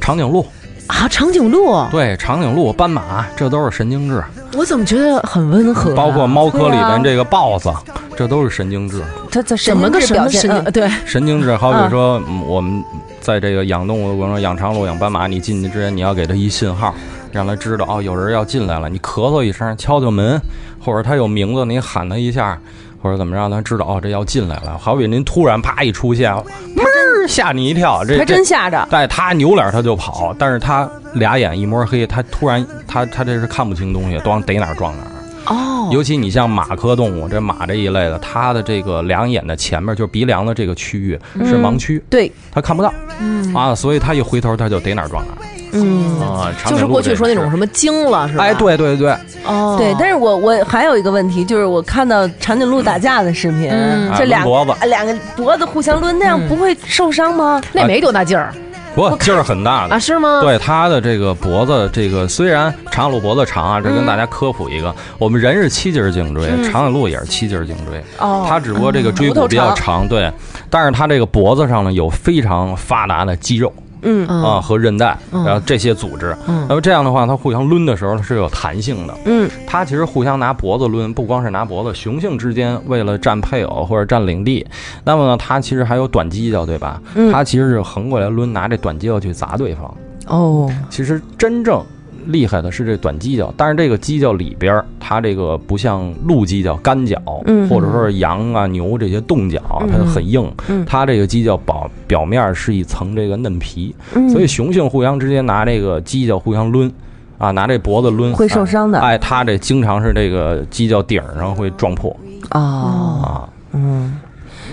[SPEAKER 7] 长颈鹿，
[SPEAKER 2] 啊，长颈鹿，
[SPEAKER 7] 对，长颈鹿、斑马，这都是神经质，
[SPEAKER 2] 我怎么觉得很温和啊？
[SPEAKER 7] 包括猫科里
[SPEAKER 1] 对啊
[SPEAKER 7] 面这个豹子，这都是神经质。
[SPEAKER 1] 他这
[SPEAKER 2] 什么个什么神
[SPEAKER 1] 呃
[SPEAKER 2] 经？对，
[SPEAKER 7] 神经质，好比说、嗯我们在这个养动物的过程中，养长鹿、养斑马，你进去之前你要给它一信号，让它知道哦，有人要进来了。你咳嗽一声，敲敲门，或者它有名字，你喊它一下，或者怎么让它知道哦，这要进来了。好比您突然啪一出现，哞儿吓你一跳，这
[SPEAKER 1] 还
[SPEAKER 7] 这
[SPEAKER 1] 真吓着。
[SPEAKER 7] 但他扭脸他就跑，但是他俩眼一摸黑，他突然他他这是看不清东西，咣逮哪儿撞哪儿。哦，尤其你像马科动物，这马这一类的，它的这个两眼的前面就是鼻梁的这个区域
[SPEAKER 2] 嗯
[SPEAKER 7] 是盲区，
[SPEAKER 1] 对，
[SPEAKER 7] 它看不到，啊，所以它一回头它就逮哪儿撞哪儿
[SPEAKER 1] 嗯，
[SPEAKER 7] 啊。长
[SPEAKER 2] 就
[SPEAKER 7] 颈
[SPEAKER 2] 是
[SPEAKER 7] 鹿
[SPEAKER 2] 过去
[SPEAKER 7] 这
[SPEAKER 2] 说那种
[SPEAKER 7] 是
[SPEAKER 2] 什么精了，是吧？
[SPEAKER 7] 哎，，对对对，
[SPEAKER 2] 哦，
[SPEAKER 1] 对，但是我我还有一个问题，就是我看到长颈鹿打架的视频，
[SPEAKER 2] 嗯
[SPEAKER 1] 这
[SPEAKER 7] 啊
[SPEAKER 1] 俩
[SPEAKER 7] 抡脖子
[SPEAKER 1] 啊两个脖子互相抡，那样不会受伤吗？
[SPEAKER 2] 那没多大劲儿
[SPEAKER 7] 不劲儿很大的
[SPEAKER 2] 啊，是吗？
[SPEAKER 7] 啊对它的这个脖子，这个虽然长颈鹿脖子长啊，这跟
[SPEAKER 2] 嗯
[SPEAKER 7] 大家科普一个，我们人是七节颈椎，长颈鹿也是七节颈椎，
[SPEAKER 1] 哦
[SPEAKER 7] 它只不过这个椎
[SPEAKER 1] 骨头
[SPEAKER 7] 骨比较
[SPEAKER 1] 长
[SPEAKER 7] 长，对，但是它这个脖子上呢有非常发达的肌肉。
[SPEAKER 1] 嗯
[SPEAKER 2] 嗯
[SPEAKER 7] 啊和韧带，
[SPEAKER 2] 嗯
[SPEAKER 7] 然后这些组织。
[SPEAKER 2] 嗯
[SPEAKER 7] 那么这样的话，它互相抡的时候是有弹性的。
[SPEAKER 1] 嗯，
[SPEAKER 7] 它其实互相拿脖子抡，不光是拿脖子，雄性之间为了占配偶或者占领地，那么呢，它其实还有短犄角，对吧？
[SPEAKER 1] 嗯
[SPEAKER 7] 它其实是横过来抡，拿这短犄角去砸对方。
[SPEAKER 1] 哦，
[SPEAKER 7] 其实真正厉害的是这短犄角，但是这个犄角里边儿，它这个不像鹿犄角干角，
[SPEAKER 1] 嗯
[SPEAKER 7] 或者说是羊啊牛这些冻角，
[SPEAKER 1] 嗯
[SPEAKER 7] 它很硬，
[SPEAKER 1] 嗯
[SPEAKER 7] 它这个犄角表表面是一层这个嫩皮，
[SPEAKER 1] 嗯
[SPEAKER 7] 所以雄性互相之间拿这个犄角互相抡，啊，拿这脖子抡
[SPEAKER 1] 会受。伤的
[SPEAKER 7] 哎，它这经常是这个犄角顶儿上会撞破
[SPEAKER 1] 哦，
[SPEAKER 7] 啊，
[SPEAKER 1] 嗯，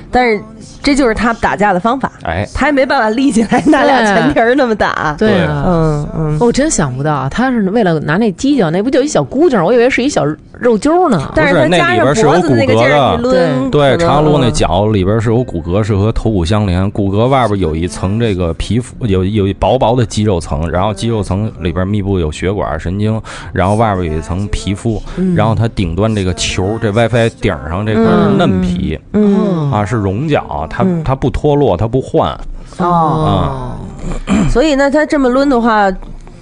[SPEAKER 1] 但是这就是他打架的方法，
[SPEAKER 7] 哎，
[SPEAKER 1] 他也没办法立起来拿俩
[SPEAKER 2] 对
[SPEAKER 1] 前蹄儿那么打。
[SPEAKER 2] 对啊。
[SPEAKER 1] 嗯嗯，
[SPEAKER 2] 我真想不到，啊他是为了拿那犄角，那不就一小姑娘？我以为是一小肉揪呢。
[SPEAKER 1] 但是他
[SPEAKER 7] 那
[SPEAKER 1] 加
[SPEAKER 7] 里
[SPEAKER 1] 上
[SPEAKER 7] 边是有
[SPEAKER 1] 脖子的那个
[SPEAKER 7] 骨骼
[SPEAKER 1] 劲儿一
[SPEAKER 7] 的
[SPEAKER 1] 抡，嗯
[SPEAKER 7] 对，
[SPEAKER 1] 可能
[SPEAKER 7] 长颈鹿那脚里边是有骨骼，是和头骨相连，骨骼外边有一层这个皮 肤，有有一薄薄的肌肉层，然后肌肉层里边密布有血管、神经，然后外边有一层皮肤，然后它顶端这个球，这 WiFi 顶上这块
[SPEAKER 1] 嗯
[SPEAKER 7] 嫩皮。
[SPEAKER 1] 嗯
[SPEAKER 2] 嗯
[SPEAKER 7] 啊，是绒角，它
[SPEAKER 1] 嗯
[SPEAKER 7] 它不脱落，它不换，
[SPEAKER 1] 哦，所以呢，他这么抡的话，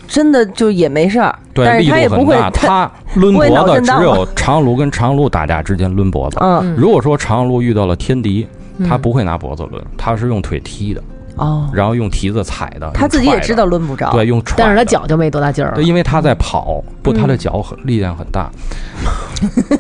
[SPEAKER 1] 真的就也没事儿，
[SPEAKER 7] 对，
[SPEAKER 1] 但
[SPEAKER 7] 力
[SPEAKER 1] 是他也
[SPEAKER 7] 度
[SPEAKER 1] 不
[SPEAKER 7] 很
[SPEAKER 1] 会
[SPEAKER 7] 大。
[SPEAKER 1] 他
[SPEAKER 7] 它抡
[SPEAKER 1] 不会脑
[SPEAKER 7] 脖子
[SPEAKER 1] 震
[SPEAKER 7] 只
[SPEAKER 1] 荡
[SPEAKER 7] 有长颈鹿跟长颈鹿打架之间抡脖子。
[SPEAKER 1] 嗯
[SPEAKER 7] 如果说长颈鹿遇到了天敌，它不会拿脖子抡，它是用腿踢的。
[SPEAKER 1] 哦，
[SPEAKER 7] 然后用蹄子踩的，
[SPEAKER 1] 他自己
[SPEAKER 7] 用
[SPEAKER 1] 也
[SPEAKER 7] 踹的
[SPEAKER 1] 知道，抡不着，
[SPEAKER 7] 对，用踹，
[SPEAKER 2] 但是他，脚就没多大劲儿
[SPEAKER 7] 对，
[SPEAKER 2] 了。
[SPEAKER 7] 因为他在跑，
[SPEAKER 1] 嗯
[SPEAKER 7] 不，他的脚很力量很大。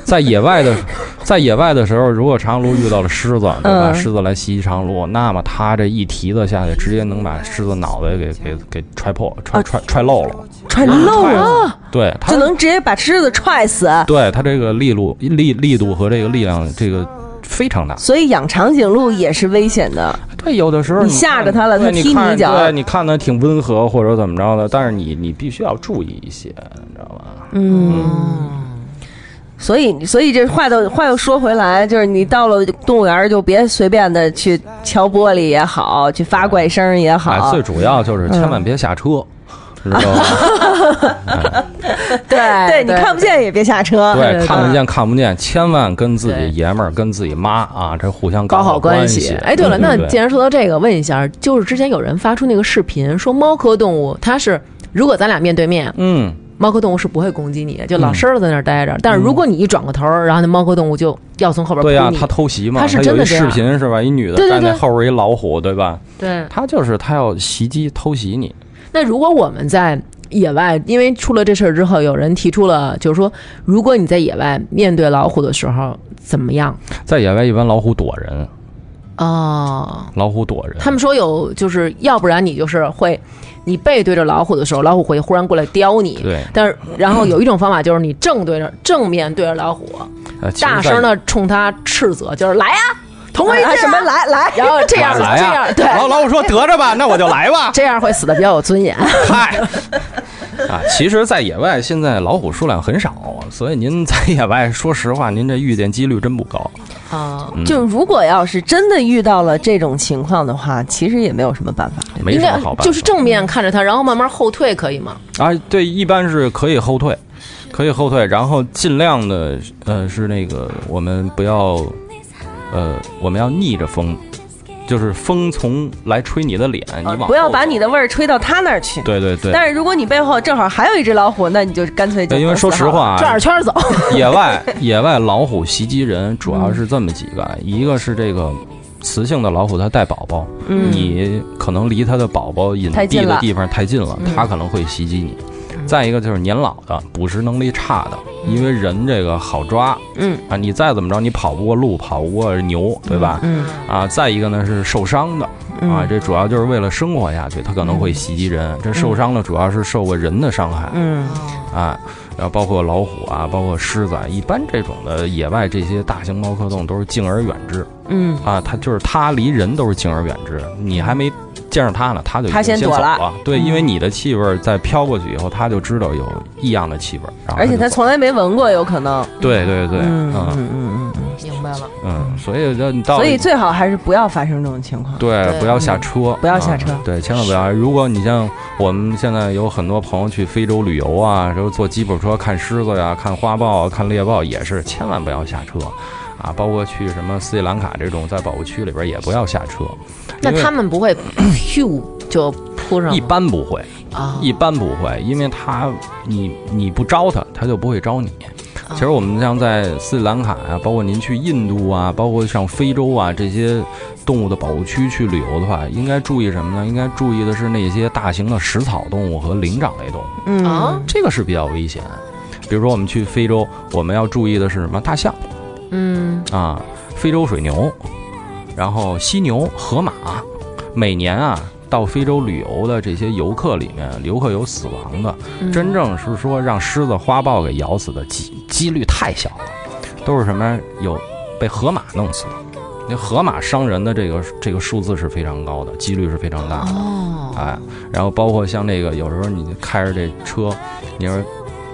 [SPEAKER 7] 在野外的， 在野外的时候，如果长颈鹿遇到了狮子，对吧？
[SPEAKER 1] 嗯
[SPEAKER 7] 狮子来袭长颈鹿，那么他这一蹄子下去，直接能把狮子脑袋给给给踹破，踹踹踹漏了。
[SPEAKER 1] 踹哦漏
[SPEAKER 7] 踹
[SPEAKER 1] 了。
[SPEAKER 7] 了，对，他
[SPEAKER 1] 就能直接把狮子踹死，
[SPEAKER 7] 对他这个力度力力度和这个力量，这个非常大。
[SPEAKER 1] 所以养长颈鹿也是危险的。
[SPEAKER 7] 对，有的时候
[SPEAKER 1] 你吓着它了
[SPEAKER 7] 对
[SPEAKER 1] 它踢你
[SPEAKER 7] 看
[SPEAKER 1] 一脚
[SPEAKER 7] 对，你看它挺温和或者怎么着的，但是你你必须要注意一些，你知道吧？
[SPEAKER 1] 所以，所以这话都话又说回来，就是你到了动物园儿就别随便的去敲玻璃也好，去发怪声也
[SPEAKER 7] 哎，
[SPEAKER 1] 好
[SPEAKER 7] 最，主要就是千
[SPEAKER 2] 嗯
[SPEAKER 7] 万别下车，知道 吧？
[SPEAKER 1] 对你看不见也别下车。
[SPEAKER 7] 对，看得见看不见，千万跟自己爷们儿、跟自己妈啊，这互相
[SPEAKER 2] 搞
[SPEAKER 7] 好
[SPEAKER 2] 好关
[SPEAKER 7] 系。嗯
[SPEAKER 2] 哎，对了，
[SPEAKER 7] 对
[SPEAKER 2] 那
[SPEAKER 7] 对
[SPEAKER 2] 既然说到这个，问一下，就是之前有人发出那个视频，说猫科动物它是，如果咱俩面对面，
[SPEAKER 7] 嗯，
[SPEAKER 2] 猫科动物是不会攻击你的，就老实儿在那儿待着。但是如果你一转过头，然后那猫科动物就要从后边
[SPEAKER 7] 对呀
[SPEAKER 2] 扑，你。
[SPEAKER 7] 他偷袭嘛，
[SPEAKER 2] 他是
[SPEAKER 7] 他
[SPEAKER 2] 真
[SPEAKER 7] 有
[SPEAKER 2] 的
[SPEAKER 7] 一
[SPEAKER 2] 这
[SPEAKER 7] 视
[SPEAKER 2] 样
[SPEAKER 7] 频是吧？一女的
[SPEAKER 2] 对对
[SPEAKER 7] 站在
[SPEAKER 2] 对
[SPEAKER 7] 后边一老虎，对吧？
[SPEAKER 2] 对，
[SPEAKER 7] 他就是他要袭击偷袭你，
[SPEAKER 2] 那如果我们在野外，因为出了这事儿之后，有人提出了，就是说，如果你在野外面对老虎的时候，怎么样？
[SPEAKER 7] 在野外一般老虎躲人，
[SPEAKER 2] 哦，
[SPEAKER 7] 老虎躲人。
[SPEAKER 2] 他们说有，就是要不然你就是会，你背对着老虎的时候，老虎会忽然过来叼你。
[SPEAKER 7] 对
[SPEAKER 2] 但是然后有一种方法就是你正对着正面对着老虎，
[SPEAKER 7] 呃其实
[SPEAKER 2] 大
[SPEAKER 7] 在
[SPEAKER 2] 声的冲它斥责，就是来呀、同归于
[SPEAKER 1] 啊
[SPEAKER 2] 尽
[SPEAKER 1] 什么
[SPEAKER 2] 啊。
[SPEAKER 1] 来来，
[SPEAKER 2] 然后这
[SPEAKER 7] 来
[SPEAKER 2] 样
[SPEAKER 7] 来啊
[SPEAKER 2] 这
[SPEAKER 7] 呀
[SPEAKER 2] 样，对，
[SPEAKER 7] 然后老虎说得着 吧，那我就来吧。
[SPEAKER 2] 这样会死的比较有尊严。
[SPEAKER 7] 嗨，啊，其实，在野外现在老虎数量很少，所以您在野外，说实话，您这遇见几率真不高。
[SPEAKER 2] 啊，
[SPEAKER 1] 就如果要是真的遇到了这种情况的话，其实也没有什么办法。
[SPEAKER 7] 没
[SPEAKER 2] 应
[SPEAKER 7] 什
[SPEAKER 2] 该
[SPEAKER 7] 么好办法，
[SPEAKER 2] 就是正面看着它，然后慢慢后退，可以吗？
[SPEAKER 7] 啊，对，一般是可以后退，可以后退，然后尽量的，呃，是那个我们不要，呃，我们要逆着风，就是风从来吹你的脸，你往
[SPEAKER 1] 不要
[SPEAKER 7] 后
[SPEAKER 1] 把
[SPEAKER 7] 走
[SPEAKER 1] 你的味儿吹到他那儿去。
[SPEAKER 7] 对对对。
[SPEAKER 1] 但是如果你背后正好还有一只老虎，那你就干脆就
[SPEAKER 7] 因为说实话，
[SPEAKER 2] 转
[SPEAKER 7] 啊
[SPEAKER 2] 着，圈儿走。
[SPEAKER 7] 野外野外老虎袭击人主要是这么几个，啊一个是这个雌性的老虎它带宝宝，你可能离它的宝宝隐
[SPEAKER 1] 嗯太近
[SPEAKER 7] 蔽的
[SPEAKER 1] 了嗯
[SPEAKER 7] 地方太近了，它可能会袭击你。再一个就是年老的，捕食能力差的，因为人这个好抓，
[SPEAKER 1] 嗯
[SPEAKER 7] 啊，你再怎么着，你跑不过鹿，跑不过牛，对吧？
[SPEAKER 1] 嗯
[SPEAKER 7] 啊，再一个呢是受伤的，啊，这主要就是为了生活下去，它可能会袭击人。这受伤的主要是受过人的伤害，
[SPEAKER 1] 嗯
[SPEAKER 7] 啊，然后包括老虎啊，包括狮子啊，一般这种的野外这些大型猫科动物都是敬而远之
[SPEAKER 1] 嗯，
[SPEAKER 7] 啊，它就是它离人都是敬而远之，你还没见着它呢，它就已
[SPEAKER 1] 它
[SPEAKER 7] 经
[SPEAKER 1] 先
[SPEAKER 7] 走
[SPEAKER 1] 躲了嗯
[SPEAKER 7] 了。对，因为你的气味儿在飘过去以后，它就知道有异样的气味儿，然后
[SPEAKER 1] 而且
[SPEAKER 7] 它
[SPEAKER 1] 他
[SPEAKER 7] 啊就走
[SPEAKER 1] 从来没闻过，有可能。
[SPEAKER 7] 对对对，
[SPEAKER 1] 嗯
[SPEAKER 7] 嗯
[SPEAKER 1] 嗯嗯嗯，
[SPEAKER 2] 明白了。
[SPEAKER 7] 嗯，所以就你到
[SPEAKER 1] 所以
[SPEAKER 7] 底
[SPEAKER 1] 最好还是不要发生这种情况。
[SPEAKER 7] 对，不要下车，
[SPEAKER 1] 嗯不要下车
[SPEAKER 7] 啊对，千万不要。如果你像我们现在有很多朋友去非洲旅游啊，然后坐吉普车看狮子呀、看花豹、啊看猎豹，也是千万不要下车啊。包括去什么斯里兰卡这种在保护区里边，也不要下车。
[SPEAKER 2] 那
[SPEAKER 7] 因为
[SPEAKER 2] 他们不会咻就扑上
[SPEAKER 7] 一
[SPEAKER 2] 吗
[SPEAKER 7] 般不会，
[SPEAKER 2] 啊，
[SPEAKER 7] 一般不会，因为他你你不招他，他就不会招你。其实我们像在斯里兰卡呀、包括您去印度啊，包括上非洲啊这些动物的保护区去旅游的话，应该注意什么呢？应该注意的是那些大型的食草动物和灵长类动物，
[SPEAKER 1] 嗯
[SPEAKER 2] 啊，
[SPEAKER 7] 这个是比较危险。比如说我们去非洲，我们要注意的是什么？大象
[SPEAKER 2] 嗯
[SPEAKER 7] 啊，非洲水牛，然后犀牛、河马，每年啊。到非洲旅游的这些游客里面，游客有死亡的，
[SPEAKER 2] 嗯
[SPEAKER 7] 真正是说让狮子、花豹给咬死的几几率太小了，都是什么呀有被河马弄死的。那河马伤人的这个这个数字是非常高的，几率是非常大的。
[SPEAKER 2] 哦，
[SPEAKER 7] 哎，然后包括像这个，有时候你开着这车，你说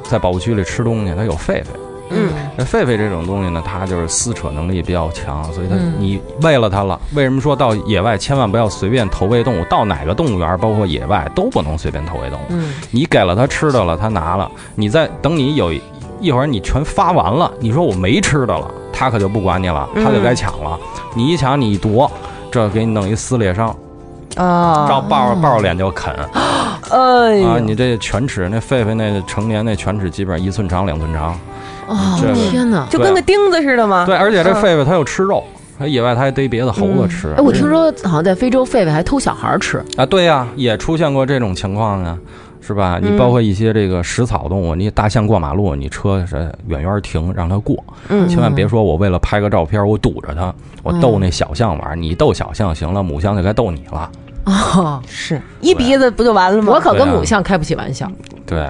[SPEAKER 7] 在保护区里吃东西，它有狒狒。
[SPEAKER 2] 嗯
[SPEAKER 7] 那狒狒这种东西呢，它就是撕扯能力比较强，所以它、
[SPEAKER 2] 嗯
[SPEAKER 7] 你喂了它了。为什么说到野外千万不要随便投喂动物？到哪个动物园，包括野外都不能随便投喂动物。
[SPEAKER 2] 嗯
[SPEAKER 7] 你给了它吃的了，它拿了，你再等你有一一会儿你全发完了，你说我没吃的了，它可就不管你了，
[SPEAKER 2] 嗯
[SPEAKER 7] 它就该抢了。你一抢，你一夺，这给你弄一撕裂伤，照
[SPEAKER 1] 啊，
[SPEAKER 7] 抱着抱着脸就啃
[SPEAKER 1] 哎
[SPEAKER 7] 啊！
[SPEAKER 1] 呦，
[SPEAKER 7] 你这犬齿，那狒狒那成年那犬齿基本上一寸长两寸长，
[SPEAKER 2] 哦
[SPEAKER 7] 嗯这个，
[SPEAKER 2] 天哪！
[SPEAKER 1] 就跟个钉子似的嘛。
[SPEAKER 7] 啊
[SPEAKER 1] 嗯
[SPEAKER 7] 对，而且这狒狒它又吃肉。它野外它还逮别的猴子吃，
[SPEAKER 2] 哎，我听说好像在非洲狒狒还偷小孩儿吃，
[SPEAKER 7] 啊，对呀、也出现过这种情况啊，是吧？你包括一些这个食草动物，你大象过马路，你车是远远停让它过，
[SPEAKER 1] 嗯
[SPEAKER 7] 千万别说我为了拍个照片，我堵着它，我逗那小象玩儿，你逗小象行了，母象就该逗你了，
[SPEAKER 2] 哦，
[SPEAKER 1] 是一鼻子不就完了吗？
[SPEAKER 2] 我可跟
[SPEAKER 7] 对啊
[SPEAKER 2] 母象开不起玩笑。
[SPEAKER 7] 对。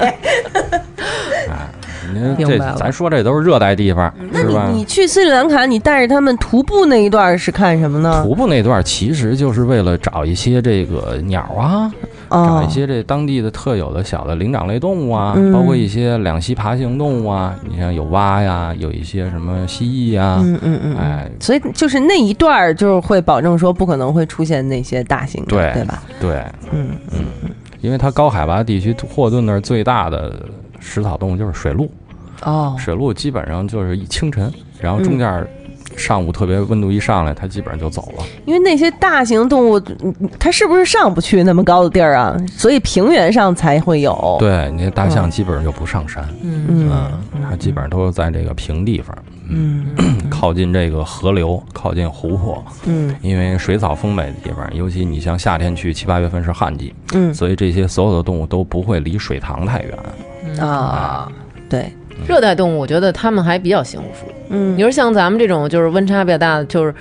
[SPEAKER 7] 哎，您
[SPEAKER 2] 明
[SPEAKER 7] 这
[SPEAKER 2] 白了
[SPEAKER 7] 咱说这都是热带地方，
[SPEAKER 1] 嗯那
[SPEAKER 7] 是
[SPEAKER 1] 你
[SPEAKER 7] 吧？
[SPEAKER 1] 你去斯里兰卡，你带着他们徒步那一段是看什么呢？
[SPEAKER 7] 徒步那段其实就是为了找一些这个鸟啊，找
[SPEAKER 1] 哦
[SPEAKER 7] 一，些这当地的特有的小的灵长类动物啊，
[SPEAKER 1] 嗯
[SPEAKER 7] 包括一些两栖爬行动物啊，你像有蛙呀，有一些什么蜥蜴呀，
[SPEAKER 1] 嗯嗯嗯，嗯
[SPEAKER 7] 啊哎，
[SPEAKER 1] 所以就是那一段儿就是会保证说不可能会出现那些大型的，
[SPEAKER 7] 对
[SPEAKER 1] 对吧？
[SPEAKER 7] 对，
[SPEAKER 1] 嗯
[SPEAKER 7] 嗯，因为它高海拔地区，霍顿那儿最大的食草动物就是水鹿，
[SPEAKER 1] 哦，嗯
[SPEAKER 7] 水鹿基本上就是一清晨，然后中间儿上午特别温度一上来，它基本上就走了。
[SPEAKER 1] 因为那些大型动物，嗯它是不是上不去那么高的地儿啊？所以平原上才会有。，
[SPEAKER 7] 对，你那大象基本上就不上山，
[SPEAKER 2] 嗯
[SPEAKER 1] 嗯
[SPEAKER 7] 它基本上都是在这个平地方，
[SPEAKER 1] 嗯
[SPEAKER 7] 靠近这个河流，靠近湖泊。
[SPEAKER 1] 嗯
[SPEAKER 7] 因为水草丰美的地方，尤其你像夏天去，七八月份是旱季，
[SPEAKER 1] 嗯
[SPEAKER 7] 所以这些所有的动物都不会离水塘太远。
[SPEAKER 1] 啊，对，
[SPEAKER 2] 热带动物，我觉得它们还比较幸福。
[SPEAKER 1] 嗯
[SPEAKER 2] 你说像咱们这种就是温差比较大的，就是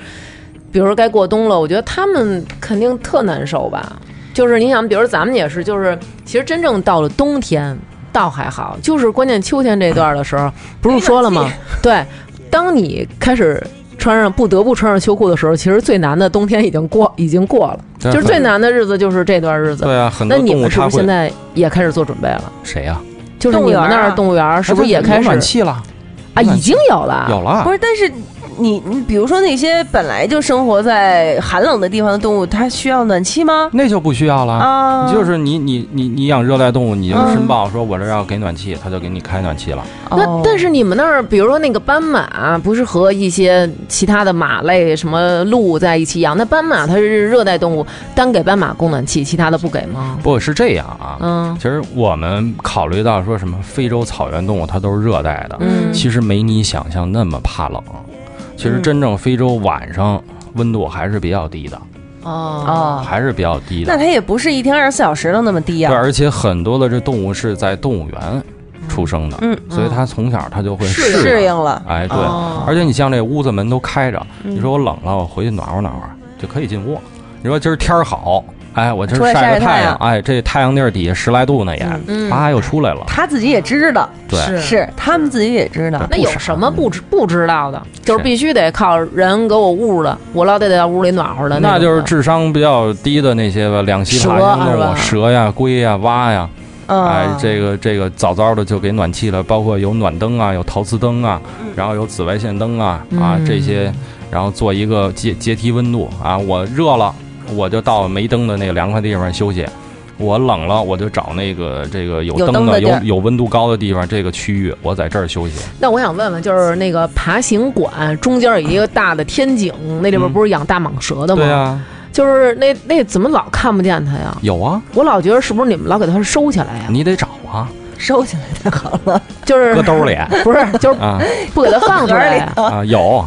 [SPEAKER 2] 比如说该过冬了，我觉得他们肯定特难受吧。就是你想，比如咱们也是，就是其实真正到了冬天倒还好，就是关键秋天这段的时候，不是说了
[SPEAKER 7] 哎
[SPEAKER 2] 吗？对，当你开始穿上不得不穿上秋裤的时候，其实最难的冬天已经过已经过了，
[SPEAKER 7] 对
[SPEAKER 2] 就是最难的日子就是这段日子。
[SPEAKER 7] 对啊，很
[SPEAKER 2] 那
[SPEAKER 7] 多
[SPEAKER 2] 你
[SPEAKER 7] 动物
[SPEAKER 2] 们是
[SPEAKER 7] 它
[SPEAKER 2] 不是
[SPEAKER 7] 会
[SPEAKER 2] 现在也开始做准备了？
[SPEAKER 7] 谁啊呀、
[SPEAKER 2] 就是你们那儿动物
[SPEAKER 7] 啊
[SPEAKER 2] 园儿是不是也开始
[SPEAKER 7] 暖气了？
[SPEAKER 2] 啊？已经有了，
[SPEAKER 7] 有了，
[SPEAKER 1] 不是，但是你你比如说那些本来就生活在寒冷的地方的动物，它需要暖气吗？
[SPEAKER 7] 那就不需要了。
[SPEAKER 1] 啊，
[SPEAKER 7] 你就是你你你你养热带动物，你就
[SPEAKER 1] 嗯
[SPEAKER 7] 申报说我这要给暖气，它就给你开暖气了。
[SPEAKER 1] 哦
[SPEAKER 2] 那但是你们那儿，比如说那个斑马，啊不是和一些其他的马类、什么鹿在一起养？那斑马它是热带动物，单给斑马供暖气，其他的不给吗？
[SPEAKER 7] 不是这样啊，
[SPEAKER 2] 嗯
[SPEAKER 7] 其实我们考虑到说什么非洲草原动物它都是热带的，
[SPEAKER 2] 嗯
[SPEAKER 7] 其实没你想象那么怕冷。
[SPEAKER 1] 嗯
[SPEAKER 7] 其实真正非洲晚上温度还是比较低的，
[SPEAKER 2] 哦
[SPEAKER 1] 哦，
[SPEAKER 7] 还是比较低的
[SPEAKER 1] 那。它也不是一天二十四小时能那么低
[SPEAKER 7] 对，
[SPEAKER 1] 啊。
[SPEAKER 7] 而且很多的这动物是在动物园出生的，
[SPEAKER 1] 嗯
[SPEAKER 7] 所以它从小它就会适
[SPEAKER 1] 适应了，
[SPEAKER 7] 哎，对，
[SPEAKER 2] 哦
[SPEAKER 7] 而且你像这屋子门都开着，
[SPEAKER 1] 嗯
[SPEAKER 7] 你说我冷了，我回去暖和暖和就可以进屋。你说今儿天儿好，哎，我今
[SPEAKER 1] 出来
[SPEAKER 7] 儿
[SPEAKER 1] 晒晒
[SPEAKER 7] 晒个
[SPEAKER 1] 太
[SPEAKER 7] 太
[SPEAKER 1] 阳
[SPEAKER 7] 阳，哎，这太阳地儿底下十来度呢也，
[SPEAKER 2] 嗯
[SPEAKER 7] 啊又出来了，
[SPEAKER 1] 它自己也知道，
[SPEAKER 7] 对，
[SPEAKER 1] 是他们自己也知道
[SPEAKER 7] 对。
[SPEAKER 2] 那有什么不知不知道的？就是必须得靠人给我捂着，我老得在屋里暖和的种的。
[SPEAKER 7] 那就是智商比较低的那些吧，两栖
[SPEAKER 2] 蛇
[SPEAKER 7] 爬行
[SPEAKER 2] 是
[SPEAKER 7] 动
[SPEAKER 2] 吧
[SPEAKER 7] 物，蛇呀、龟呀、蛙呀，哎
[SPEAKER 1] 啊，，
[SPEAKER 7] 这个这个早早的就给暖气了，包括有暖灯啊，有陶瓷灯啊，然后有紫外线灯啊啊
[SPEAKER 2] 嗯
[SPEAKER 7] 这些，然后做一个阶阶梯温度啊，我热了我就到没灯的那个凉快地方休息。我冷了，我就找那个这个有
[SPEAKER 1] 有灯
[SPEAKER 7] 灯
[SPEAKER 1] 的
[SPEAKER 7] 的、
[SPEAKER 1] 地
[SPEAKER 7] 有
[SPEAKER 1] 儿
[SPEAKER 7] 有温度高的地方，这个区域我在这儿休息。
[SPEAKER 2] 那我想问问，就是那个爬行馆中间有一个大的天井，那里边
[SPEAKER 7] 嗯
[SPEAKER 2] 不是养大蟒蛇的吗？
[SPEAKER 7] 对啊，
[SPEAKER 2] 就是那那怎么老看不见他呀？
[SPEAKER 7] 有啊，
[SPEAKER 2] 我老觉得是不是你们老给他收起来呀？
[SPEAKER 7] 你得找啊，
[SPEAKER 1] 收起来太好了。
[SPEAKER 2] 就是
[SPEAKER 7] 搁兜里
[SPEAKER 2] 不是，就是
[SPEAKER 7] 啊
[SPEAKER 2] 不给他放出来呀。
[SPEAKER 7] 啊，有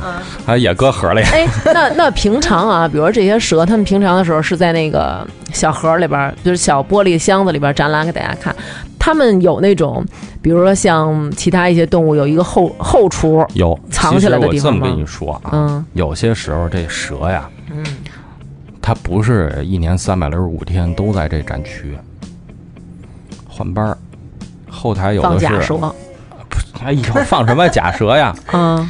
[SPEAKER 7] 啊，也搁盒里。
[SPEAKER 2] 哎，那那平常啊，比如说这些蛇，它们平常的时候是在那个小盒里边儿，就是小玻璃箱子里边儿展览给大家看。它们有那种，比如说像其他一些动物有一个后后厨，
[SPEAKER 7] 有
[SPEAKER 2] 藏起来的地方
[SPEAKER 7] 其实我这
[SPEAKER 2] 吗
[SPEAKER 7] 么跟你说啊，
[SPEAKER 2] 嗯
[SPEAKER 7] 有些时候这蛇呀，嗯，它不是一年三百六十五天都在这展区，换班儿，后台有
[SPEAKER 2] 放
[SPEAKER 7] 的
[SPEAKER 2] 假
[SPEAKER 7] 是。
[SPEAKER 2] 蛇，
[SPEAKER 7] 哎呦，放什么假蛇呀？
[SPEAKER 2] 嗯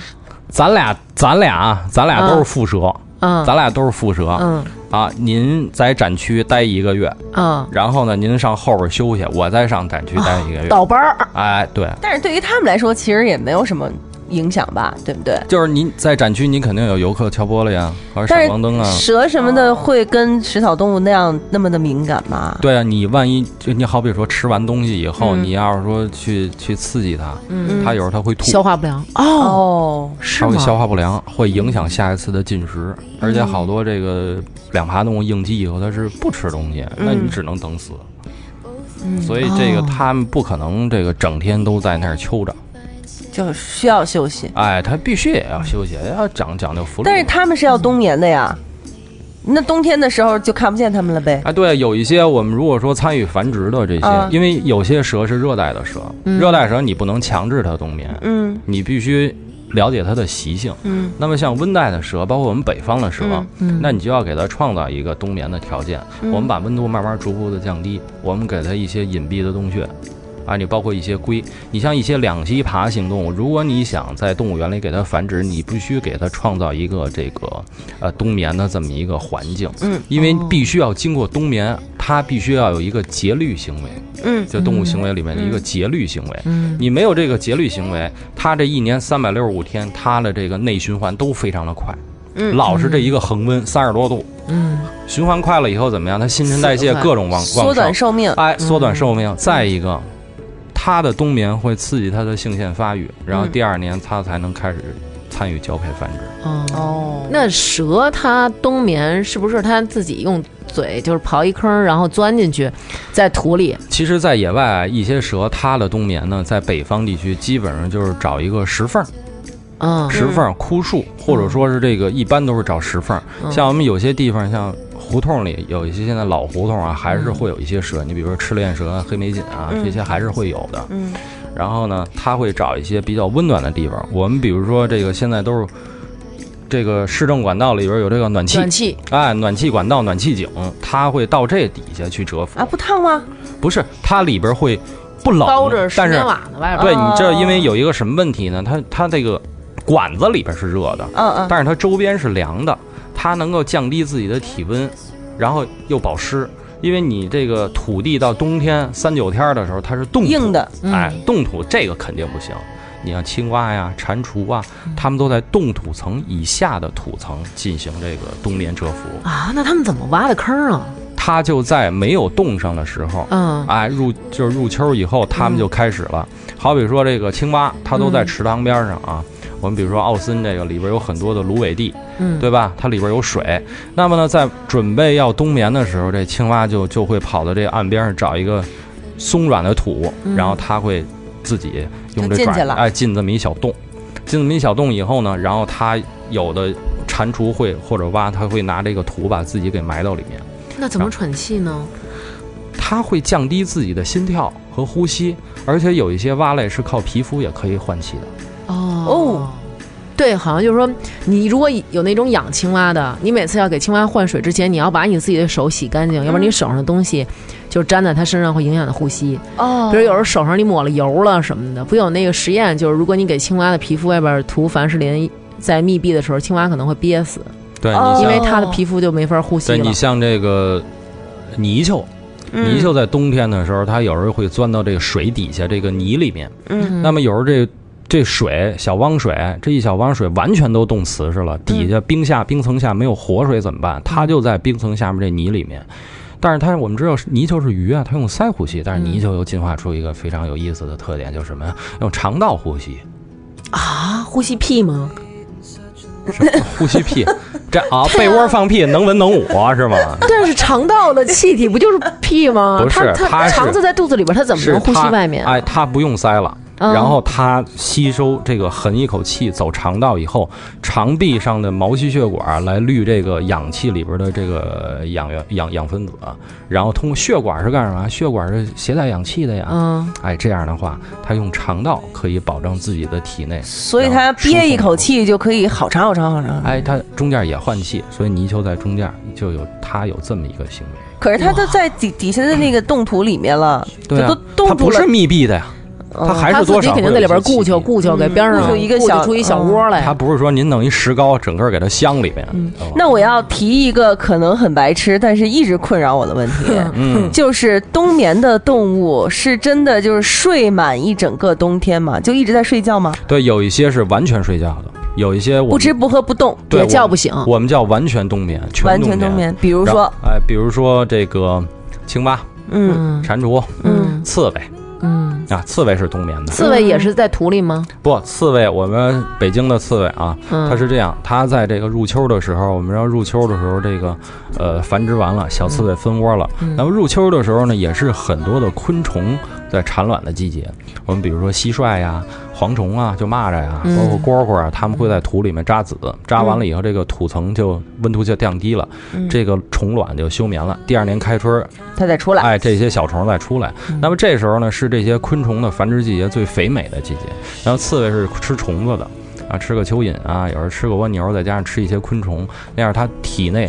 [SPEAKER 7] 咱俩，咱俩啊，咱俩都是副蛇，
[SPEAKER 2] 嗯
[SPEAKER 7] 咱俩都是副蛇、
[SPEAKER 2] 嗯
[SPEAKER 7] 啊。您在展区待一个月，
[SPEAKER 2] 嗯，啊
[SPEAKER 7] 然后呢，您上后边休息，我再上展区待一个月。
[SPEAKER 2] 倒班儿，
[SPEAKER 7] 哎，对，
[SPEAKER 1] 但是对于他们来说，其实也没有什么影响吧，对不对？
[SPEAKER 7] 就是您在展区，您肯定有游客敲玻璃啊，或者
[SPEAKER 1] 但
[SPEAKER 7] 闪
[SPEAKER 1] 是
[SPEAKER 7] 光灯啊。
[SPEAKER 1] 蛇什么的会跟食草动物那样那么的敏感吗？
[SPEAKER 7] 对啊，你万一就你好比说吃完东西以后，
[SPEAKER 2] 嗯
[SPEAKER 7] 你要是说去去刺激它，
[SPEAKER 2] 嗯
[SPEAKER 7] 它有时候它会吐，
[SPEAKER 2] 消化不良哦，
[SPEAKER 1] 哦，
[SPEAKER 2] 是
[SPEAKER 7] 它会消
[SPEAKER 2] 吗？
[SPEAKER 7] 化不良，会影响下一次的进食。而且
[SPEAKER 1] 嗯
[SPEAKER 7] 好多这个两爬动物应激以后，它是不吃东西，那
[SPEAKER 1] 嗯
[SPEAKER 7] 你只能等死。所以这个
[SPEAKER 2] 哦
[SPEAKER 7] 它们不可能这个整天都在那儿揪着，
[SPEAKER 1] 就是需要休息，
[SPEAKER 7] 哎，它必须也要休息，也要讲讲究福利。
[SPEAKER 1] 但是他们是要冬眠的呀。那冬天的时候就看不见他们了呗。
[SPEAKER 7] 啊，对，有一些我们如果说参与繁殖的这些，
[SPEAKER 1] 啊
[SPEAKER 7] 因为有些蛇是热带的蛇，热带蛇你不能强制它冬眠，
[SPEAKER 1] 嗯
[SPEAKER 7] 你必须了解它的习性。
[SPEAKER 1] 嗯，
[SPEAKER 7] 那么像温带的蛇，包括我们北方的蛇，那你就要给它创造一个冬眠的条件。
[SPEAKER 1] 嗯
[SPEAKER 7] 我们把温度慢慢逐步的降低，我们给它一些隐蔽的洞穴。啊，你包括一些龟，你像一些两栖爬行动物，如果你想在动物园里给它繁殖，你必须给它创造一个这个呃冬眠的这么一个环境。
[SPEAKER 1] 嗯，
[SPEAKER 7] 因为必须要经过冬眠，它必须要有一个节律行为。
[SPEAKER 1] 嗯，
[SPEAKER 7] 就动物行为里面的一个节律行为。
[SPEAKER 2] 嗯
[SPEAKER 7] 你没有这个节律行为，它这一年三百六十五天，它的这个内循环都非常的快，
[SPEAKER 1] 嗯
[SPEAKER 7] 老是这一个恒温三十多度，
[SPEAKER 2] 嗯，
[SPEAKER 7] 循环快了以后怎么样？它新陈代谢
[SPEAKER 2] 死得快
[SPEAKER 7] 各种旺
[SPEAKER 1] 缩
[SPEAKER 7] 旺
[SPEAKER 1] 短
[SPEAKER 7] 盛，
[SPEAKER 1] 寿嗯命。
[SPEAKER 7] 哎，缩短寿命。再一个，它的冬眠会刺激它的性腺发育，然后
[SPEAKER 1] 嗯
[SPEAKER 7] 第二年它才能开始参与交配繁殖。
[SPEAKER 2] 哦，
[SPEAKER 1] 哦，
[SPEAKER 2] 那蛇它冬眠是不是它自己用嘴就是刨一坑，然后钻进去，在土里？
[SPEAKER 7] 其实，在野外一些蛇，它的冬眠呢，在北方地区基本上就是找一个石缝儿。
[SPEAKER 2] 嗯
[SPEAKER 7] 石缝儿、枯树，或者说是这个，一般都是找石缝儿。
[SPEAKER 2] 嗯
[SPEAKER 7] 像我们有些地方，像胡同里有一些现在老胡同啊，还
[SPEAKER 2] 嗯
[SPEAKER 7] 是会有一些蛇。你比如说赤链蛇、黑眉锦啊，这些还是会有的。
[SPEAKER 1] 嗯，
[SPEAKER 7] 然后呢，它会找一些比较温暖的地方。我们比如说这个现在都是这个市政管道里边有这个暖气，
[SPEAKER 2] 暖气，
[SPEAKER 7] 哎，暖气管道、暖气井，它会到这底下去蛰伏
[SPEAKER 1] 啊，。不烫吗？
[SPEAKER 7] 不是，它里边会不冷
[SPEAKER 2] 包着，石
[SPEAKER 7] 但是
[SPEAKER 2] 棉瓦呢外边。
[SPEAKER 7] 对
[SPEAKER 1] 哦
[SPEAKER 7] 你这因为有一个什么问题呢？它它这个管子里边是热的。
[SPEAKER 1] 嗯嗯。
[SPEAKER 7] 但是它周边是凉的，它能够降低自己的体温，然后又保湿。因为你这个土地到冬天三九天的时候，它是冻土
[SPEAKER 1] 硬的，嗯
[SPEAKER 7] 哎，冻土这个肯定不行。你像青蛙呀、蟾蜍啊，
[SPEAKER 1] 嗯
[SPEAKER 7] 它们都在冻土层以下的土层进行这个冬眠蛰伏，
[SPEAKER 2] 啊，那他们怎么挖的坑啊？
[SPEAKER 7] 它就在没有冻上的时候。
[SPEAKER 2] 嗯
[SPEAKER 7] 哎，入就是入秋以后，它
[SPEAKER 1] 嗯
[SPEAKER 7] 们就开始了。好比说这个青蛙，它都在
[SPEAKER 2] 嗯
[SPEAKER 7] 池塘边上啊。我们比如说奥森这个里边有很多的芦苇地，
[SPEAKER 2] 嗯，
[SPEAKER 7] 对吧？它里边有水。那么呢，在准备要冬眠的时候，这青蛙就就会跑到这岸边上找一个松软的土，然后它会自己用
[SPEAKER 1] 嗯就
[SPEAKER 7] 这
[SPEAKER 1] 进
[SPEAKER 7] 爪
[SPEAKER 1] 去
[SPEAKER 7] 子
[SPEAKER 1] 了
[SPEAKER 7] 哎进这么一小洞，进这么一小洞以后呢，然后它有的蟾蜍会或者蛙，它会拿这个土把自己给埋到里面，
[SPEAKER 2] 那怎么喘气呢？
[SPEAKER 7] 它会降低自己的心跳和呼吸，而且有一些蛙类是靠皮肤也可以换气的。
[SPEAKER 2] 哦对，好像就是说，你如果有那种养青蛙的，你每次要给青蛙换水之前，你要把你自己的手洗干净，要
[SPEAKER 1] 嗯
[SPEAKER 2] 不然你手上的东西就粘在它身上，会影响它呼吸。
[SPEAKER 1] 哦
[SPEAKER 2] 比如有时候手上你抹了油了什么的，不有那个实验，就是如果你给青蛙的皮肤外边涂凡士林，在密闭的时候，青蛙可能会憋死，
[SPEAKER 7] 对，
[SPEAKER 1] 哦
[SPEAKER 7] 你
[SPEAKER 2] 因
[SPEAKER 7] 像
[SPEAKER 2] 为它的皮肤就没法呼吸
[SPEAKER 7] 对
[SPEAKER 2] 了嗯
[SPEAKER 7] 你。像这个泥鳅。泥鳅在冬天的时候，它有时候会钻到这个水底下这个泥里面。
[SPEAKER 1] 嗯，
[SPEAKER 7] 那么有时候这这水小汪水，这一小汪水完全都冻瓷实了，底
[SPEAKER 2] 嗯
[SPEAKER 7] 下冰下冰层下没有活水怎么办？它就在冰层下面这泥里面。但是它我们知道泥鳅是鱼啊，它用鳃呼吸，但是
[SPEAKER 2] 嗯
[SPEAKER 7] 泥鳅又进化出一个非常有意思的特点，就是什么呀？用肠道呼吸，
[SPEAKER 2] 啊，呼吸屁吗？
[SPEAKER 7] 呼吸屁，这 啊，被窝放屁能闻能捂啊是吗？
[SPEAKER 2] 但是肠道的气体不就是屁吗？
[SPEAKER 7] 不是
[SPEAKER 2] 它
[SPEAKER 7] 它
[SPEAKER 2] 它
[SPEAKER 7] 是
[SPEAKER 2] 肠子在肚子里边，它 怎么
[SPEAKER 7] 是
[SPEAKER 2] 能呼吸
[SPEAKER 7] 它
[SPEAKER 2] 外面啊？
[SPEAKER 7] 哎，它不用塞了。
[SPEAKER 2] 嗯
[SPEAKER 7] 然后它吸收这个含一口气走肠道以后，肠壁上的毛细血管来滤这个氧气里边的这个氧原氧氧分子，啊然后通过血管是干什么？血管是携带氧气的呀。
[SPEAKER 2] 嗯，
[SPEAKER 7] 哎，这样的话，它用肠道可以保证自己的体内，
[SPEAKER 1] 所以
[SPEAKER 7] 啊
[SPEAKER 1] 他憋一口气就可以好长好长好长。
[SPEAKER 7] 哎，它中间也换气，所以泥鳅在中间就有它有这么一个行为。
[SPEAKER 1] 可是他都在底底下的那个冻土里面了，嗯
[SPEAKER 7] 对
[SPEAKER 1] 这
[SPEAKER 7] 啊
[SPEAKER 1] 都，冻
[SPEAKER 7] 它
[SPEAKER 1] 住
[SPEAKER 7] 不
[SPEAKER 1] 了
[SPEAKER 7] 是。密闭的呀，它还
[SPEAKER 2] 它
[SPEAKER 7] 是
[SPEAKER 2] 自
[SPEAKER 7] 多
[SPEAKER 2] 己
[SPEAKER 7] 少
[SPEAKER 2] 肯定
[SPEAKER 7] 会
[SPEAKER 2] 在里
[SPEAKER 7] 有
[SPEAKER 2] 边
[SPEAKER 7] 一些
[SPEAKER 2] 咕
[SPEAKER 7] 气
[SPEAKER 2] 啾
[SPEAKER 7] 体嗯
[SPEAKER 2] 咕啾，给边上
[SPEAKER 1] 咕啾一个
[SPEAKER 2] 咕
[SPEAKER 1] 小
[SPEAKER 2] 出一小窝来
[SPEAKER 1] 哎
[SPEAKER 7] 它。不是说您弄一石膏，整个给它镶里面。哦
[SPEAKER 1] 嗯那我要提一个可能很白痴，但是一直困扰我的问题，
[SPEAKER 7] 嗯，
[SPEAKER 1] 就是冬眠的动物是真的就是睡满一整个冬天吗？就一直在睡觉吗？
[SPEAKER 7] 对，有一些是完全睡觉的，有一些我
[SPEAKER 1] 不
[SPEAKER 7] 们
[SPEAKER 1] 吃不喝不动，
[SPEAKER 7] 对
[SPEAKER 2] 也叫
[SPEAKER 7] 我们
[SPEAKER 2] 不醒
[SPEAKER 7] 我们叫完全冬眠，全
[SPEAKER 1] 完全冬
[SPEAKER 7] 眠。
[SPEAKER 1] 眠。比如
[SPEAKER 7] 比
[SPEAKER 1] 说，
[SPEAKER 7] 哎，比如说这个青蛙、
[SPEAKER 1] 嗯，
[SPEAKER 2] 嗯
[SPEAKER 7] 蟾蜍、
[SPEAKER 2] 嗯
[SPEAKER 7] 刺猬
[SPEAKER 2] 嗯，
[SPEAKER 7] 啊，刺猬是冬眠的。
[SPEAKER 2] 刺猬也是在土里吗？
[SPEAKER 7] 不，刺猬，我们北京的刺猬啊，
[SPEAKER 2] 嗯
[SPEAKER 7] 它是这样，它在这个入秋的时候，我们知道入秋的时候，这个呃繁殖完了，小刺猬分窝了。
[SPEAKER 2] 嗯
[SPEAKER 7] 那么入秋的时候呢，也是很多的昆虫在产卵的季节。我们比如说蟋蟀呀、蝗虫啊，就蚂蚱呀，
[SPEAKER 2] 嗯
[SPEAKER 7] 包括蝈蝈啊，它们会在土里面扎子，扎完了以后，这个土层就温度就降低了，
[SPEAKER 2] 嗯
[SPEAKER 7] 这个虫卵就休眠了。第二年开春，
[SPEAKER 1] 它再出来。嗯
[SPEAKER 7] 哎，这些小虫再出来。那么这时候呢，是这些昆虫的繁殖季节最肥美的季节。然后刺猬是吃虫子的啊，吃个蚯蚓啊，有时候吃个蜗牛，再加上吃一些昆虫，那样它体内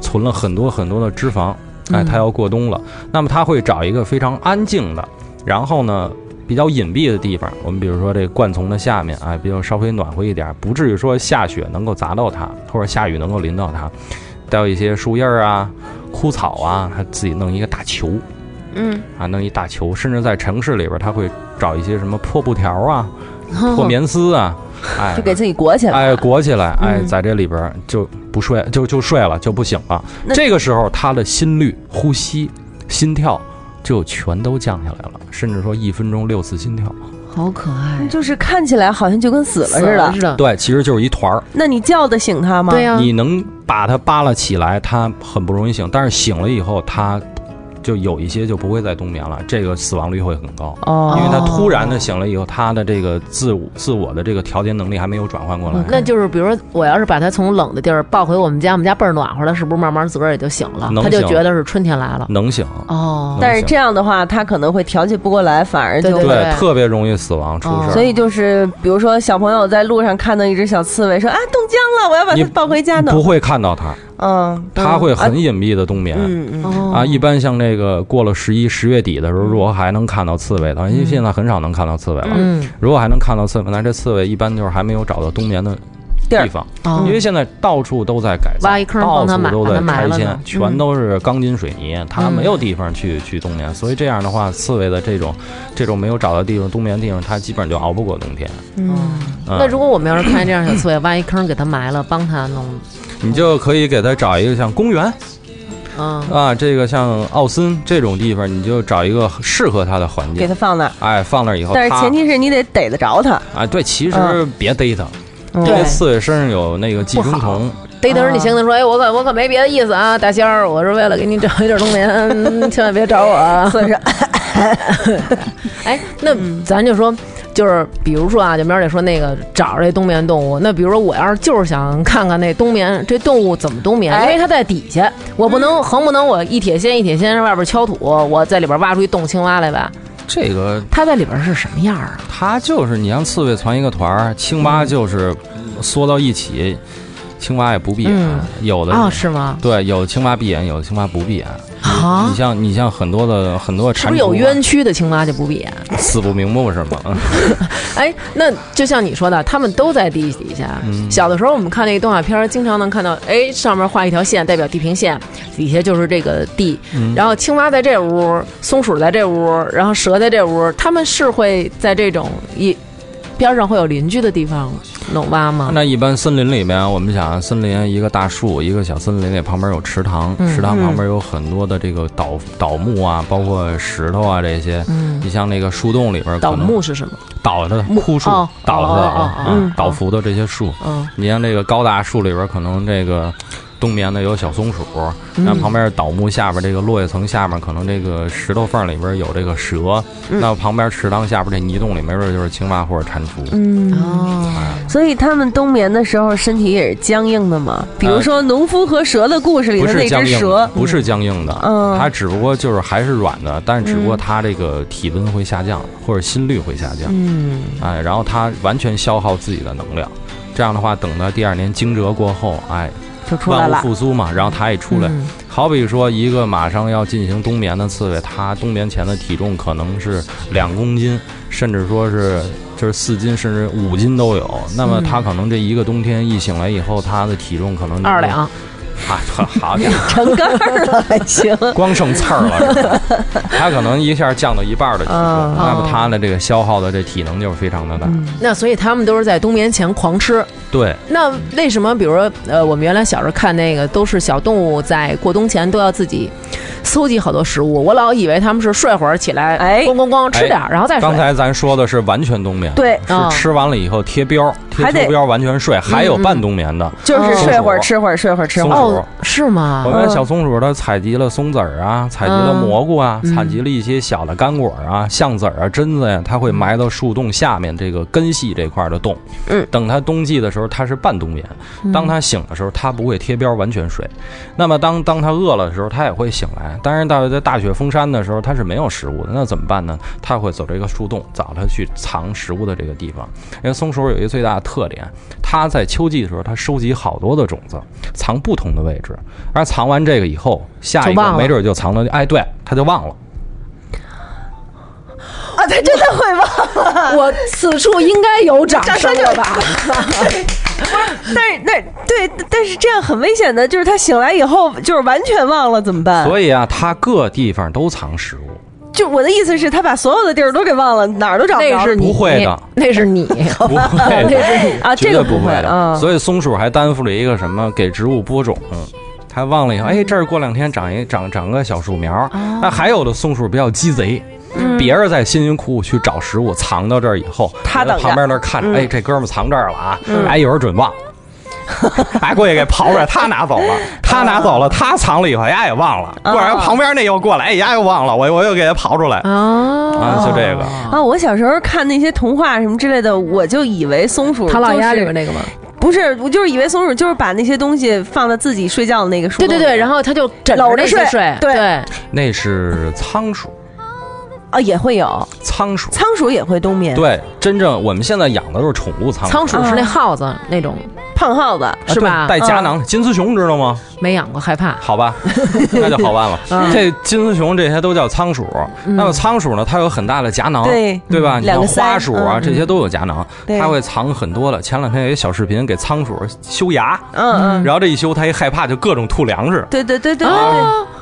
[SPEAKER 7] 存了很多很多的脂肪，
[SPEAKER 1] 嗯
[SPEAKER 7] 哎，它要过冬了。那么它会找一个非常安静的，然后呢。比较隐蔽的地方，我们比如说这灌丛的下面，哎，比较稍微暖和一点，不至于说下雪能够砸到它，或者下雨能够淋到它。到一些树叶儿啊、枯草啊，它自己弄一个大球，
[SPEAKER 1] 嗯，
[SPEAKER 7] 啊，弄一大球，甚至在城市里边，他会找一些什么破布条啊、破棉丝啊，
[SPEAKER 1] 嗯
[SPEAKER 7] 哎，
[SPEAKER 1] 就给自己裹起来。
[SPEAKER 7] 哎裹起来，哎，在这里边就不睡，就就睡了，就不醒了。
[SPEAKER 1] 那
[SPEAKER 7] 这个时候，他的心率、呼吸、心跳就全都降下来了，甚至说一分钟六次心跳。
[SPEAKER 2] 好可爱，
[SPEAKER 1] 就是看起来好像就跟嗯死了似的
[SPEAKER 2] 似，的。
[SPEAKER 7] 对，其实就是一团儿。
[SPEAKER 1] 那你叫得醒它吗？
[SPEAKER 2] 对呀，
[SPEAKER 7] 你能把它扒拉起来，它很不容易醒，但是醒了以后，它就有一些就不会再冬眠了，这个死亡率会很高。
[SPEAKER 1] 哦，
[SPEAKER 7] 因为它突然的醒了以后，它的这个自我自我的这个调节能力还没有转换过来，
[SPEAKER 2] 嗯哦那就是，比如说，我要是把它从冷的地儿抱回我们家，我们家倍儿暖和了，是不是慢慢自个儿也就醒了？
[SPEAKER 7] 能
[SPEAKER 2] 它就
[SPEAKER 7] 醒
[SPEAKER 2] 觉得是春天来了。
[SPEAKER 7] 能醒。
[SPEAKER 2] 哦，
[SPEAKER 1] 但是这样的话，它可能会调节不过来，反而就
[SPEAKER 2] 对
[SPEAKER 7] 对，特别容易死亡出
[SPEAKER 2] 哦
[SPEAKER 7] 事儿。
[SPEAKER 1] 所以就是，比如说小朋友在路上看到一只小刺猬，说啊冻僵了，我要把
[SPEAKER 7] 你
[SPEAKER 1] 它抱回家呢
[SPEAKER 7] 不。会看到它，
[SPEAKER 1] 嗯，
[SPEAKER 7] 它会很隐蔽的冬眠。
[SPEAKER 1] 嗯嗯，
[SPEAKER 2] 啊哦嗯
[SPEAKER 7] 啊，一般像这个过了十一、十月底的时候，如果还能看到刺猬的话，因为现在很少能看到刺猬了。
[SPEAKER 2] 嗯
[SPEAKER 7] 如果还能看到刺猬，那这刺猬一般就是还没有找到冬眠的
[SPEAKER 1] 地儿
[SPEAKER 7] 地方，
[SPEAKER 2] 哦
[SPEAKER 7] 因为现在到处都在改造，
[SPEAKER 2] 挖一坑
[SPEAKER 7] 到
[SPEAKER 2] 帮它埋
[SPEAKER 7] 处都
[SPEAKER 2] 把
[SPEAKER 7] 在
[SPEAKER 2] 它埋
[SPEAKER 7] 拆
[SPEAKER 2] 了
[SPEAKER 7] 迁
[SPEAKER 2] 呢，嗯
[SPEAKER 7] 全都是钢筋水泥，它没有地方去去冬眠，所以这样的话，刺猬的这种这种没有找到地方冬眠地方，它基本就熬不过冬天。嗯
[SPEAKER 2] 那如果我们要是看见这样小刺猬，挖一坑给它埋了，帮它弄，
[SPEAKER 7] 你就可以给它找一个像公园
[SPEAKER 2] 嗯，
[SPEAKER 7] 啊，这个像奥森这种地方，你就找一个适合它的环
[SPEAKER 1] 给
[SPEAKER 7] 境
[SPEAKER 1] 它，放那儿。
[SPEAKER 7] 哎，放那儿以后，
[SPEAKER 1] 但是
[SPEAKER 7] 它
[SPEAKER 1] 前提是你得逮得着它。
[SPEAKER 7] 啊，对，其实
[SPEAKER 1] 嗯
[SPEAKER 7] 别逮它，
[SPEAKER 1] 嗯
[SPEAKER 7] 因为刺猬身上有那个寄生
[SPEAKER 2] 不好
[SPEAKER 7] 虫，
[SPEAKER 2] 逮头儿你
[SPEAKER 7] 啊
[SPEAKER 2] 先跟他说，哎，我可我可没别的意思啊，大仙儿，我是为了给你找一点冬眠，嗯 千万别找我啊。
[SPEAKER 1] 刺猬说
[SPEAKER 2] 哎，那咱就说，就是比如说啊，就苗姐说那个找着这冬眠动物，那比如说我要是就是想看看那冬眠这动物怎么冬眠，因为它在底下，我不能横不能我一铁锨一铁锨外边敲土，我在里边挖出一洞青蛙来吧？
[SPEAKER 7] 这个
[SPEAKER 2] 它在里边是什么样啊？
[SPEAKER 7] 它就是你让刺猬攒一个团儿，青蛙就是缩到一起，青蛙也不闭眼，
[SPEAKER 2] 嗯
[SPEAKER 7] 有的
[SPEAKER 2] 啊、是吗？
[SPEAKER 7] 对，有青蛙闭眼，有的青蛙不闭眼。
[SPEAKER 2] 啊
[SPEAKER 7] 你，像你像很多的很多
[SPEAKER 2] 是不
[SPEAKER 7] 蟾蜍啊
[SPEAKER 2] 是有冤屈的青蛙就不比？
[SPEAKER 7] 死不瞑目是吗？
[SPEAKER 2] 哎，那就像你说的，他们都在地底下。
[SPEAKER 7] 嗯
[SPEAKER 2] 小的时候，我们看那个动画片儿，经常能看到，哎，上面画一条线代表地平线，底下就是这个地。
[SPEAKER 7] 嗯
[SPEAKER 2] 然后青蛙在这屋，松鼠在这屋，然后蛇在这屋，他们是会在这种一边上会有邻居的地方能挖吗？
[SPEAKER 7] 那一般森林里面，我们想森林一个大树，一个小森林里旁边有池塘，
[SPEAKER 2] 嗯
[SPEAKER 7] 池塘旁边有很多的这个倒倒木啊，包括石头啊这些。
[SPEAKER 2] 嗯，
[SPEAKER 7] 你像那个树洞里边可能
[SPEAKER 2] 倒木是什么？
[SPEAKER 7] 倒的枯树
[SPEAKER 2] 哦，
[SPEAKER 7] 倒
[SPEAKER 2] 哦
[SPEAKER 7] 的
[SPEAKER 2] 哦
[SPEAKER 7] 啊
[SPEAKER 2] 哦哦
[SPEAKER 7] 啊，倒伏的这些树。
[SPEAKER 2] 嗯，
[SPEAKER 7] 你像这个高大树里边，可能这个冬眠的有小松鼠，
[SPEAKER 2] 嗯
[SPEAKER 7] 那旁边倒木下边这个落叶层下面，可能这个石头缝里边有这个蛇，
[SPEAKER 2] 嗯
[SPEAKER 7] 那旁边池塘下边这泥洞里没准就是青蛙或者蟾蜍。
[SPEAKER 1] 嗯，
[SPEAKER 2] 哦，
[SPEAKER 1] 所以他们冬眠的时候身体也是僵硬的嘛。比如说农夫和蛇的故事里
[SPEAKER 7] 嗯不
[SPEAKER 1] 的
[SPEAKER 7] 是
[SPEAKER 1] 那
[SPEAKER 7] 僵
[SPEAKER 1] 只
[SPEAKER 7] 硬
[SPEAKER 1] 蛇
[SPEAKER 7] 的，，不是僵硬的，
[SPEAKER 1] 嗯
[SPEAKER 7] 它只不过就是还是软的，但是只不过它这个体温会下降，或者心率会下降，
[SPEAKER 2] 嗯，
[SPEAKER 7] 哎，然后它完全消耗自己的能量。这样的话，等到第二年惊蛰过后，哎，
[SPEAKER 1] 就出来
[SPEAKER 7] 万物
[SPEAKER 1] 了。
[SPEAKER 7] 复苏嘛，然后它一出来，
[SPEAKER 2] 嗯
[SPEAKER 7] 好比说一个马上要进行冬眠的刺猬，它冬眠前的体重可能是两公斤，甚至说是就是四斤，甚至五斤都有。那
[SPEAKER 1] 嗯
[SPEAKER 7] 么它可能这一个冬天一醒来以后，它的体重可能
[SPEAKER 2] 二两，
[SPEAKER 7] 啊，好好家伙
[SPEAKER 1] 成杆儿了还行，
[SPEAKER 7] 光剩刺儿了是吧， 它可能一下降到一半儿的体重，
[SPEAKER 1] 嗯
[SPEAKER 7] 那么它的这个消耗的这体能就是非常的大。
[SPEAKER 2] 那所以他们都是在冬眠前狂吃。
[SPEAKER 7] 对，
[SPEAKER 2] 那为什么，比如说，呃，我们原来小时候看那个，都是小动物在过冬前都要自己搜集好多食物，我老以为他们是睡会儿起来，
[SPEAKER 1] 哎
[SPEAKER 2] 咣咣咣吃点儿，然后再睡
[SPEAKER 7] 哎刚。才咱说的是完全冬眠，
[SPEAKER 1] 对啊
[SPEAKER 2] 嗯
[SPEAKER 7] 是吃完了以后贴标，贴
[SPEAKER 1] 还得嗯
[SPEAKER 7] 出标完全睡，还有半冬眠的。
[SPEAKER 1] 就是睡会儿
[SPEAKER 7] 松鼠
[SPEAKER 1] 吃会儿睡会儿吃会
[SPEAKER 7] 松
[SPEAKER 1] 儿。
[SPEAKER 7] 鼠
[SPEAKER 2] 哦，是吗
[SPEAKER 7] 我？们小松鼠它采集了松子儿啊，采集了
[SPEAKER 2] 嗯
[SPEAKER 7] 蘑菇啊，采集了一些小的干果啊、橡子儿啊、榛子呀，它会埋到树洞下面这个根系这块儿的洞。
[SPEAKER 1] 嗯，
[SPEAKER 7] 等它冬季的时候，它是半冬眠。
[SPEAKER 2] 嗯
[SPEAKER 7] 当它醒的时候，它不会贴标完全睡。那么当当它饿了的时候，它也会醒来。当然，到在大雪封山的时候，它是没有食物的，那怎么办呢？它会走这个树洞，找它去藏食物的这个地方。因为松鼠有一个最大的特点，它在秋季的时候，它收集好多的种子，藏不同的位置。而藏完这个以后，下一
[SPEAKER 2] 就忘
[SPEAKER 7] 个
[SPEAKER 2] 了
[SPEAKER 7] 没准就藏到，哎，对，它就忘了。
[SPEAKER 1] 啊，他真的会忘。
[SPEAKER 2] 我此处应该有掌声了吧？
[SPEAKER 1] 但是那对，但是这样很危险的，就是他醒来以后就是完全忘了怎么
[SPEAKER 2] 嗯
[SPEAKER 1] 办？
[SPEAKER 7] 所以啊，它各地方都藏食物，
[SPEAKER 1] 就我的意思是，他把所有的地儿都给忘了，哪儿都找不着。
[SPEAKER 2] 那是你，
[SPEAKER 7] 不会的，
[SPEAKER 2] 那是 你，
[SPEAKER 7] 不会
[SPEAKER 2] 那
[SPEAKER 7] 的。
[SPEAKER 2] 是你。
[SPEAKER 1] 啊，
[SPEAKER 7] 绝
[SPEAKER 1] 这个
[SPEAKER 7] 对不
[SPEAKER 1] 会
[SPEAKER 7] 的。
[SPEAKER 1] 啊。
[SPEAKER 7] 所以松鼠还担负了一个什么给植物播种，嗯，它忘了以后，
[SPEAKER 1] 嗯
[SPEAKER 7] 哎，这儿过两天长一长长个小树苗。
[SPEAKER 1] 哦
[SPEAKER 7] 那还有的松鼠比较鸡贼，
[SPEAKER 1] 嗯
[SPEAKER 7] 别人在辛辛苦苦去找食物藏到这儿以后，
[SPEAKER 1] 它
[SPEAKER 7] 在
[SPEAKER 1] 等着嗯
[SPEAKER 7] 旁边那儿看着，哎，这哥们儿藏这儿了啊，哎，有人准 忘。哎，过去给刨出来，他拿走了，
[SPEAKER 1] 嗯
[SPEAKER 7] 他拿走了，他藏了以后，丫也忘了。过来，旁边那又过来，哎，丫又忘了，我我又给他刨出来啊，
[SPEAKER 1] 嗯
[SPEAKER 2] 啊
[SPEAKER 7] 就这个。
[SPEAKER 1] 啊，我小时候看那些童话什么之类的，我就以为松鼠、就是、
[SPEAKER 2] 唐老鸭里面那个吗？
[SPEAKER 1] 不是，我就是以为松鼠就是把那些东西放在自己睡觉的那个树
[SPEAKER 2] 对
[SPEAKER 1] 洞里。
[SPEAKER 2] 对
[SPEAKER 7] 嗯
[SPEAKER 2] 对，然后他就枕
[SPEAKER 1] 搂着
[SPEAKER 2] 那些
[SPEAKER 1] 睡
[SPEAKER 2] 睡，
[SPEAKER 1] 对
[SPEAKER 2] 对，
[SPEAKER 7] 那是仓鼠，
[SPEAKER 1] 啊也会有
[SPEAKER 7] 仓鼠。
[SPEAKER 1] 仓鼠也会冬眠，
[SPEAKER 7] 对，真正我们现在养的都是宠物仓
[SPEAKER 2] 仓鼠是那耗子那种，
[SPEAKER 1] 胖耗子
[SPEAKER 7] 啊
[SPEAKER 2] 是吧？
[SPEAKER 1] 嗯
[SPEAKER 7] 带家囊，金丝熊知道吗？
[SPEAKER 2] 没养过，害怕。
[SPEAKER 7] 好吧，那就好办了。
[SPEAKER 1] 嗯
[SPEAKER 7] 这金丝熊这些都叫仓鼠，那么仓鼠呢，它有很大的夹囊，
[SPEAKER 1] 对
[SPEAKER 7] 对吧？你
[SPEAKER 1] 两
[SPEAKER 7] 像
[SPEAKER 1] 个
[SPEAKER 7] 花鼠啊，
[SPEAKER 1] 腮嗯
[SPEAKER 7] 这些都有夹囊，
[SPEAKER 1] 对
[SPEAKER 7] 它会藏很多的。前两天有一小视频给仓鼠修牙，
[SPEAKER 1] 嗯嗯，
[SPEAKER 7] 然后这一修它一害怕就各种吐粮食
[SPEAKER 1] 对对对对对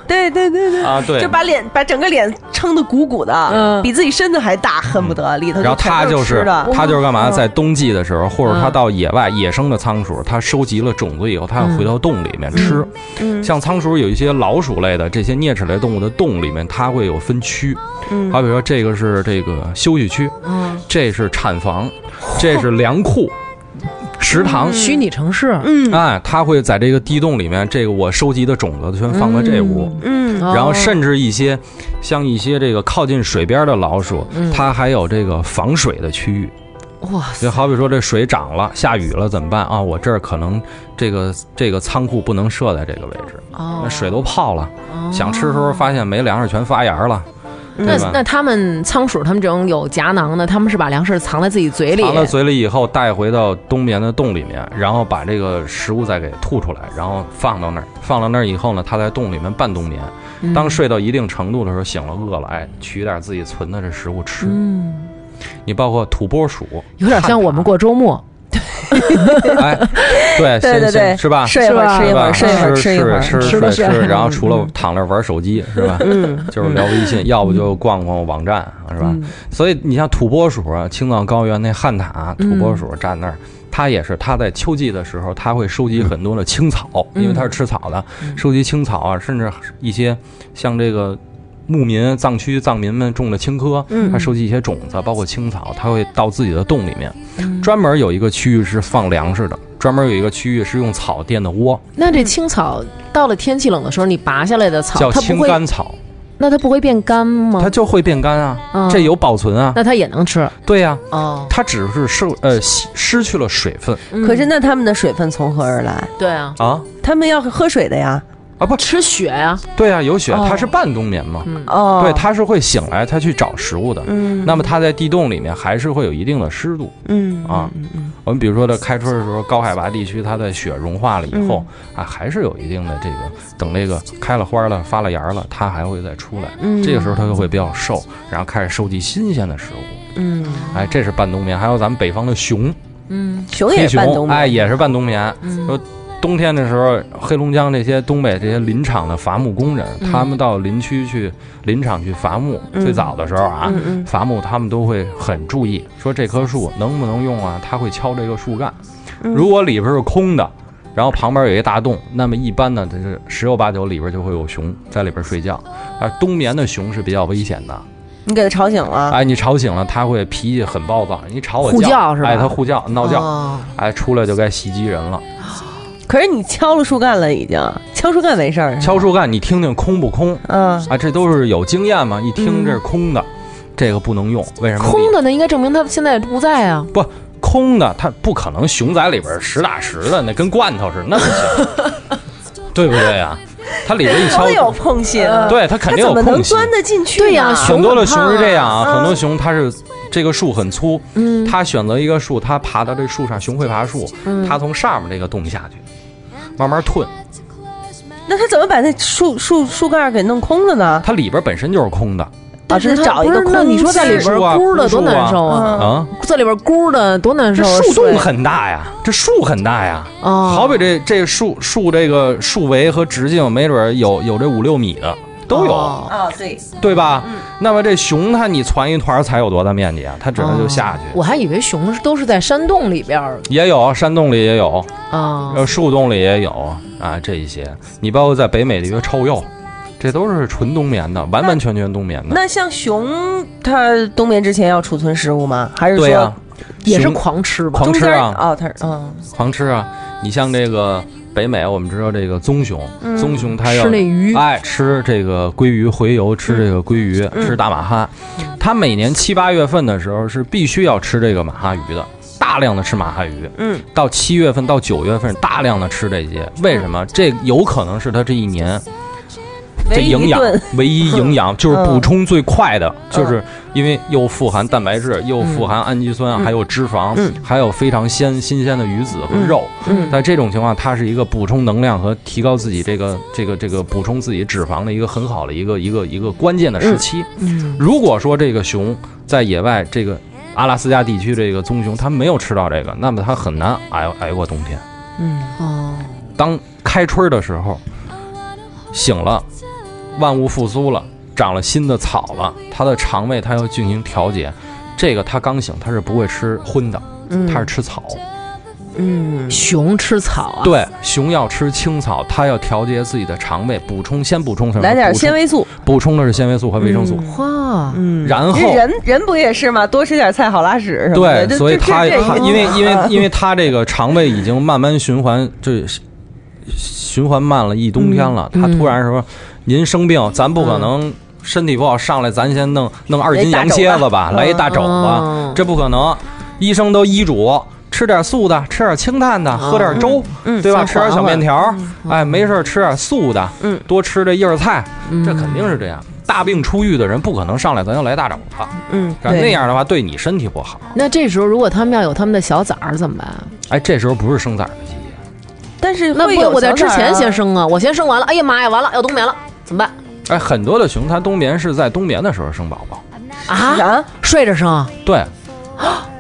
[SPEAKER 1] 对对对对
[SPEAKER 7] 啊，对
[SPEAKER 1] 嗯就。把脸把整个脸撑得鼓鼓的，
[SPEAKER 2] 嗯
[SPEAKER 1] 比自己身子还大，恨不得里头
[SPEAKER 7] 然后
[SPEAKER 1] 全
[SPEAKER 7] 它
[SPEAKER 1] 都
[SPEAKER 7] 就是
[SPEAKER 1] 吃
[SPEAKER 7] 是
[SPEAKER 1] 的，嗯
[SPEAKER 7] 它就是干嘛？在冬季的时候，或者它
[SPEAKER 2] 嗯
[SPEAKER 7] 到野外野生的仓鼠，它收集了种子以后，它
[SPEAKER 1] 嗯
[SPEAKER 7] 要回到洞里面吃。像仓鼠有一些老鼠类的这些啮齿类动物的洞里面，它会有分区。好比说这个是这个休息区，
[SPEAKER 2] 嗯，
[SPEAKER 7] 这是产房，这是粮库、食堂。
[SPEAKER 2] 虚拟城市，
[SPEAKER 1] 嗯
[SPEAKER 7] 哎，它会在这个地洞里面，这个我收集的种子全放到这屋。
[SPEAKER 1] 嗯
[SPEAKER 7] 然后
[SPEAKER 2] 哦
[SPEAKER 7] 甚至一些，像一些这个靠近水边的老鼠，它还有这个防水的区域。
[SPEAKER 2] 哇塞，
[SPEAKER 7] 就好比说这水涨了，下雨了怎么办啊？我这儿可能这个这个仓库不能设在这个位置，
[SPEAKER 2] 哦
[SPEAKER 7] 那水都泡了，想吃的时候发现没粮食全发芽了，
[SPEAKER 2] 那
[SPEAKER 7] 对吧？
[SPEAKER 2] 那他们仓鼠，他们这种有夹囊的，他们是把粮食藏在自己嘴里，
[SPEAKER 7] 藏到嘴里以后带回到冬眠的洞里面，然后把这个食物再给吐出来，然后放到那儿，放到那儿以后呢，它在洞里面半冬眠。当睡到一定程度的时候，醒了饿了，哎，取点自己存的这食物吃。
[SPEAKER 2] 嗯，
[SPEAKER 7] 你包括土拨鼠，
[SPEAKER 2] 有点像我们过周末，
[SPEAKER 7] 哎，对
[SPEAKER 1] 对对
[SPEAKER 7] 先
[SPEAKER 1] 对，
[SPEAKER 7] 先是吧？嗯
[SPEAKER 1] 睡一会儿，
[SPEAKER 2] 是吧
[SPEAKER 1] 吃一会儿，
[SPEAKER 7] 吧？
[SPEAKER 1] 睡一会儿，
[SPEAKER 7] 吃
[SPEAKER 1] 一会儿。
[SPEAKER 7] 吃
[SPEAKER 2] 吃
[SPEAKER 7] 睡
[SPEAKER 2] 的
[SPEAKER 7] 吃，
[SPEAKER 2] 睡
[SPEAKER 7] 然
[SPEAKER 1] 嗯
[SPEAKER 7] 后除了躺那儿玩手机是吧？嗯， 就是聊微信，要不就逛逛网站是
[SPEAKER 1] 嗯
[SPEAKER 7] 吧？所以你像土拨鼠啊，青藏高原那旱獭，土
[SPEAKER 1] 嗯
[SPEAKER 7] 拨鼠站那儿。它也是，它在秋季的时候，它会收
[SPEAKER 1] 嗯
[SPEAKER 7] 集很多的青草，因为它是吃草的，收集青草啊，甚至一些像这个牧民、藏区藏民们种的青稞，
[SPEAKER 1] 嗯
[SPEAKER 7] 它收集一些种子，包括青草，它会到自己的洞里面，
[SPEAKER 1] 嗯
[SPEAKER 7] 专门有一个区域是放粮食的，专门有一个区域是用草垫的窝，
[SPEAKER 2] 那这青草到了天气冷的时候，你拔下来的草，
[SPEAKER 7] 叫
[SPEAKER 2] 它不
[SPEAKER 7] 青
[SPEAKER 2] 会，
[SPEAKER 7] 甘草，
[SPEAKER 2] 那它不会变干吗？
[SPEAKER 7] 它就会变干啊
[SPEAKER 2] 嗯，
[SPEAKER 7] 这有保存啊，
[SPEAKER 2] 那它也能吃
[SPEAKER 7] 对呀、
[SPEAKER 2] 哦。
[SPEAKER 7] 它只是受呃吸失去了水分
[SPEAKER 2] 嗯
[SPEAKER 1] 可是那他们的水分从何而来？
[SPEAKER 2] 对啊，
[SPEAKER 7] 啊
[SPEAKER 1] 他们要喝水的呀。
[SPEAKER 7] 啊不，
[SPEAKER 2] 吃雪呀，
[SPEAKER 7] 对呀、有雪，
[SPEAKER 2] 哦
[SPEAKER 7] 它是半冬眠嘛，
[SPEAKER 1] 哦，
[SPEAKER 7] 对，它是会醒来，它去找食物的。嗯，那么它在地洞里面还是会有一定的湿度
[SPEAKER 1] 嗯
[SPEAKER 7] 啊。我们比如说在开春的时候，高海拔地区，它的雪融化了以后
[SPEAKER 2] 嗯
[SPEAKER 7] 啊，还是有一定的这个，等这个开了花了、发了芽了，它还会再出
[SPEAKER 2] 嗯
[SPEAKER 7] 来。
[SPEAKER 1] 嗯
[SPEAKER 7] 这个时候它就会比较瘦，然后开始收集新鲜的食物。
[SPEAKER 1] 嗯，
[SPEAKER 7] 哎，这是半冬眠。还有咱们北方的熊，
[SPEAKER 1] 熊
[SPEAKER 7] 黑
[SPEAKER 1] 也是
[SPEAKER 7] 熊，
[SPEAKER 1] 半冬
[SPEAKER 7] 哎，
[SPEAKER 1] 眠。
[SPEAKER 7] 也是半冬眠。说冬天的时候，黑龙江这些东北这些林场的伐木工人，他们到林区去林场去伐木，最早的时候啊，
[SPEAKER 1] 嗯
[SPEAKER 7] 伐木他们都会很注意，说这棵树能不能用啊？他会敲这个树干，如果里边是空的。然后旁边有一大洞，那么一般呢，它是十有八九里边就会有熊在里边睡觉，而冬眠的熊是比较危险的，
[SPEAKER 1] 你给它吵醒了，
[SPEAKER 7] 哎，你吵醒了，它会脾气很暴躁，你吵我
[SPEAKER 2] 呼叫是吧
[SPEAKER 7] 哎，它呼叫闹觉，
[SPEAKER 2] 哦
[SPEAKER 7] 哎，出来就该袭击人了。
[SPEAKER 1] 可是你敲了树干了，已经敲树干没事儿。啊
[SPEAKER 7] 敲树干，你听听空不空
[SPEAKER 1] 嗯，
[SPEAKER 7] 啊？这都是有经验嘛，一听这是空的，这个不能用，为什么？
[SPEAKER 2] 空的那应该证明它现在不在啊。
[SPEAKER 7] 不空的，它不可能熊仔里边实打实的，那跟罐头似的，那不行，对不对啊？它里边一敲
[SPEAKER 1] 都，有空隙了，
[SPEAKER 7] 对它肯
[SPEAKER 1] 它
[SPEAKER 7] 定有
[SPEAKER 1] 怎么
[SPEAKER 7] 空
[SPEAKER 1] 能
[SPEAKER 7] 隙。
[SPEAKER 1] 钻得进去呢？
[SPEAKER 2] 对呀熊
[SPEAKER 7] 很多的
[SPEAKER 2] 很胖
[SPEAKER 7] 熊
[SPEAKER 2] 啊
[SPEAKER 7] 是这样啊，很多熊它是这个树很粗，
[SPEAKER 2] 嗯
[SPEAKER 7] 它选择一个树，它爬到这树上，熊会爬树，
[SPEAKER 2] 嗯
[SPEAKER 5] 嗯
[SPEAKER 7] 它从上面这个洞下去，慢慢吞，
[SPEAKER 1] 那它怎么把那树树树干儿给弄空了呢？
[SPEAKER 7] 它里边本身就是空的
[SPEAKER 1] 啊，这是找一
[SPEAKER 2] 不
[SPEAKER 1] 个
[SPEAKER 2] 是，
[SPEAKER 1] 空隙。
[SPEAKER 2] 那你说在里边
[SPEAKER 7] 树啊
[SPEAKER 2] 咕的
[SPEAKER 7] 树
[SPEAKER 2] 多
[SPEAKER 7] 啊
[SPEAKER 2] 难受啊！
[SPEAKER 7] 啊。
[SPEAKER 2] 在里边咕的多难
[SPEAKER 7] 这
[SPEAKER 2] 受啊！
[SPEAKER 7] 树
[SPEAKER 2] 睡
[SPEAKER 7] 洞很大呀，这树很大呀，
[SPEAKER 2] 哦
[SPEAKER 7] 好比这这树树这个树围和直径，没准儿有有这五六米的都有，
[SPEAKER 2] 哦
[SPEAKER 1] 啊，对，
[SPEAKER 7] 对吧？那么这熊它你攒一团儿才有多大面积啊？它只能就下去。
[SPEAKER 2] 哦我还以为熊是都是在山洞里边儿
[SPEAKER 7] 也有山洞里也有，
[SPEAKER 2] 啊
[SPEAKER 7] 呃，树洞里也有啊，这一些，你包括在北美的一个臭鼬，这都是纯冬眠的，完完全全冬眠的。
[SPEAKER 1] 那像熊，它冬眠之前要储存食物吗？还是
[SPEAKER 7] 对呀、
[SPEAKER 1] 说
[SPEAKER 2] 也是
[SPEAKER 7] 熊
[SPEAKER 2] 狂吃吧？
[SPEAKER 7] 狂
[SPEAKER 1] 中
[SPEAKER 7] 吃
[SPEAKER 1] 间儿
[SPEAKER 7] 啊，
[SPEAKER 1] 哦，它是嗯，
[SPEAKER 7] 狂吃啊！你像这个北美，我们知道这个棕熊，
[SPEAKER 1] 嗯
[SPEAKER 7] 棕熊它要
[SPEAKER 2] 吃那鱼
[SPEAKER 7] 哎，吃这个鲑鱼洄游，吃这个鲑鱼，吃大马哈。它每年七八月份的时候是必须要吃这个马哈鱼的，大量的吃马哈鱼。
[SPEAKER 1] 嗯，
[SPEAKER 7] 到七月份到九月份大量的吃这些，为什么？这有可能是它这一年这
[SPEAKER 1] 唯一
[SPEAKER 7] 营
[SPEAKER 1] 一
[SPEAKER 7] 养 嗯
[SPEAKER 1] 顿
[SPEAKER 7] 唯一营养就是补充最快的，就是因为又富含蛋白质，又富含氨基酸，还有脂肪，还有非常鲜新鲜的鱼子和肉。在这种情况，它是一个补充能量和提高自己这个这个这个补充自己脂肪的一个很好的一个一个一个关键的时期。如果说这个熊在野外这个。阿拉斯加地区这个棕熊，它没有吃到这个，那么它很难挨挨过冬天。
[SPEAKER 1] 嗯
[SPEAKER 2] 哦，
[SPEAKER 7] 当开春的时候，醒了，万物复苏了，长了新的草了，它的肠胃它要进行调节。这个它刚醒，它是不会吃荤的，
[SPEAKER 1] 嗯
[SPEAKER 7] 它是吃草。
[SPEAKER 2] 熊吃草啊？
[SPEAKER 7] 对，熊要吃青草，它要调节自己的肠胃，补充先补充什么？
[SPEAKER 1] 来点
[SPEAKER 7] 补充
[SPEAKER 1] 纤，维素。
[SPEAKER 7] 补充的是纤维素和维生素。
[SPEAKER 2] 哇，
[SPEAKER 7] 然后
[SPEAKER 1] 这人人不也是吗？多吃点菜好拉屎什么的。
[SPEAKER 7] 对，
[SPEAKER 1] 这
[SPEAKER 7] 所以
[SPEAKER 1] 这
[SPEAKER 7] 它
[SPEAKER 1] 这
[SPEAKER 7] 它
[SPEAKER 1] 这
[SPEAKER 7] 因为因为因为它这个肠胃已经慢慢循环，这循环慢了一冬天了，它突然说您生病，咱不可能。身体不好上来，咱先弄弄二斤羊蝎子吧，来一大肘
[SPEAKER 2] 嗯
[SPEAKER 7] 子，这不可能。医生都医嘱，吃点素的，吃点清淡的，喝点粥，对吧？
[SPEAKER 2] 先
[SPEAKER 7] 吃点小
[SPEAKER 2] 缓缓
[SPEAKER 7] 面条儿，哎，没事儿吃点素的，多吃这叶儿菜，这肯定是这样。大病初愈的人不可能上来咱就来大肘子，
[SPEAKER 1] 嗯，
[SPEAKER 7] 然后
[SPEAKER 1] 对
[SPEAKER 7] 那样的话对你身体不好。
[SPEAKER 2] 那这时候如果他们要有他们的小崽儿怎么办？
[SPEAKER 7] 哎，这时候不是生崽儿的季节，
[SPEAKER 1] 但是
[SPEAKER 2] 那
[SPEAKER 1] 会
[SPEAKER 2] 不
[SPEAKER 1] 有
[SPEAKER 2] 我在
[SPEAKER 1] 小
[SPEAKER 2] 之
[SPEAKER 1] 崽儿
[SPEAKER 2] 前
[SPEAKER 1] 啊
[SPEAKER 2] 先生啊，我先生完了，哎呀妈呀，完了要冬眠了，怎么办
[SPEAKER 7] 哎，很多的熊它冬眠是在冬眠的时候生宝宝，
[SPEAKER 2] 啊？
[SPEAKER 1] 啊，
[SPEAKER 2] 睡着生啊？
[SPEAKER 7] 对，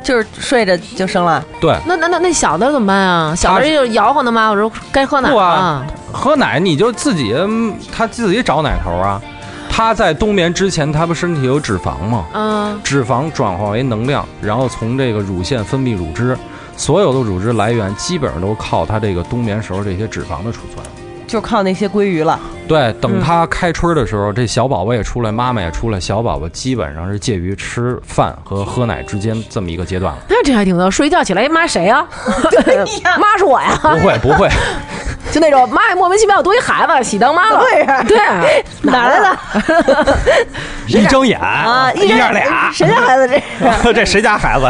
[SPEAKER 1] 就是睡着就生了。
[SPEAKER 7] 对，
[SPEAKER 2] 那那那那小的怎么办啊？小的
[SPEAKER 7] 他
[SPEAKER 2] 就摇晃他妈，我说该喝奶
[SPEAKER 7] 不
[SPEAKER 2] 了
[SPEAKER 7] 啊。喝奶你就自己嗯他自己找奶头啊。他在冬眠之前，他不身体有脂肪吗？
[SPEAKER 2] 嗯，
[SPEAKER 7] 脂肪转化为能量，然后从这个乳腺分泌乳汁。所有的乳汁来源基本上都靠它这个冬眠时候这些脂肪的储存。
[SPEAKER 1] 就靠那些鲑鱼了，
[SPEAKER 7] 对，等它开春的时候，这小宝宝也出来，妈妈也出来，小宝宝基本上是介于吃饭和喝奶之间这么一个阶段了。
[SPEAKER 2] 那这还挺逗。睡觉起来，哎妈谁呀、妈是我呀，
[SPEAKER 7] 不会，不会，
[SPEAKER 2] 就那种妈莫名其妙多一孩子，喜当妈了。对呀、对啊、
[SPEAKER 1] 哪啊来的
[SPEAKER 7] 一睁眼
[SPEAKER 1] 啊？
[SPEAKER 7] 一
[SPEAKER 1] 人
[SPEAKER 7] 样俩，
[SPEAKER 1] 谁家孩子这？
[SPEAKER 7] 这谁家孩子？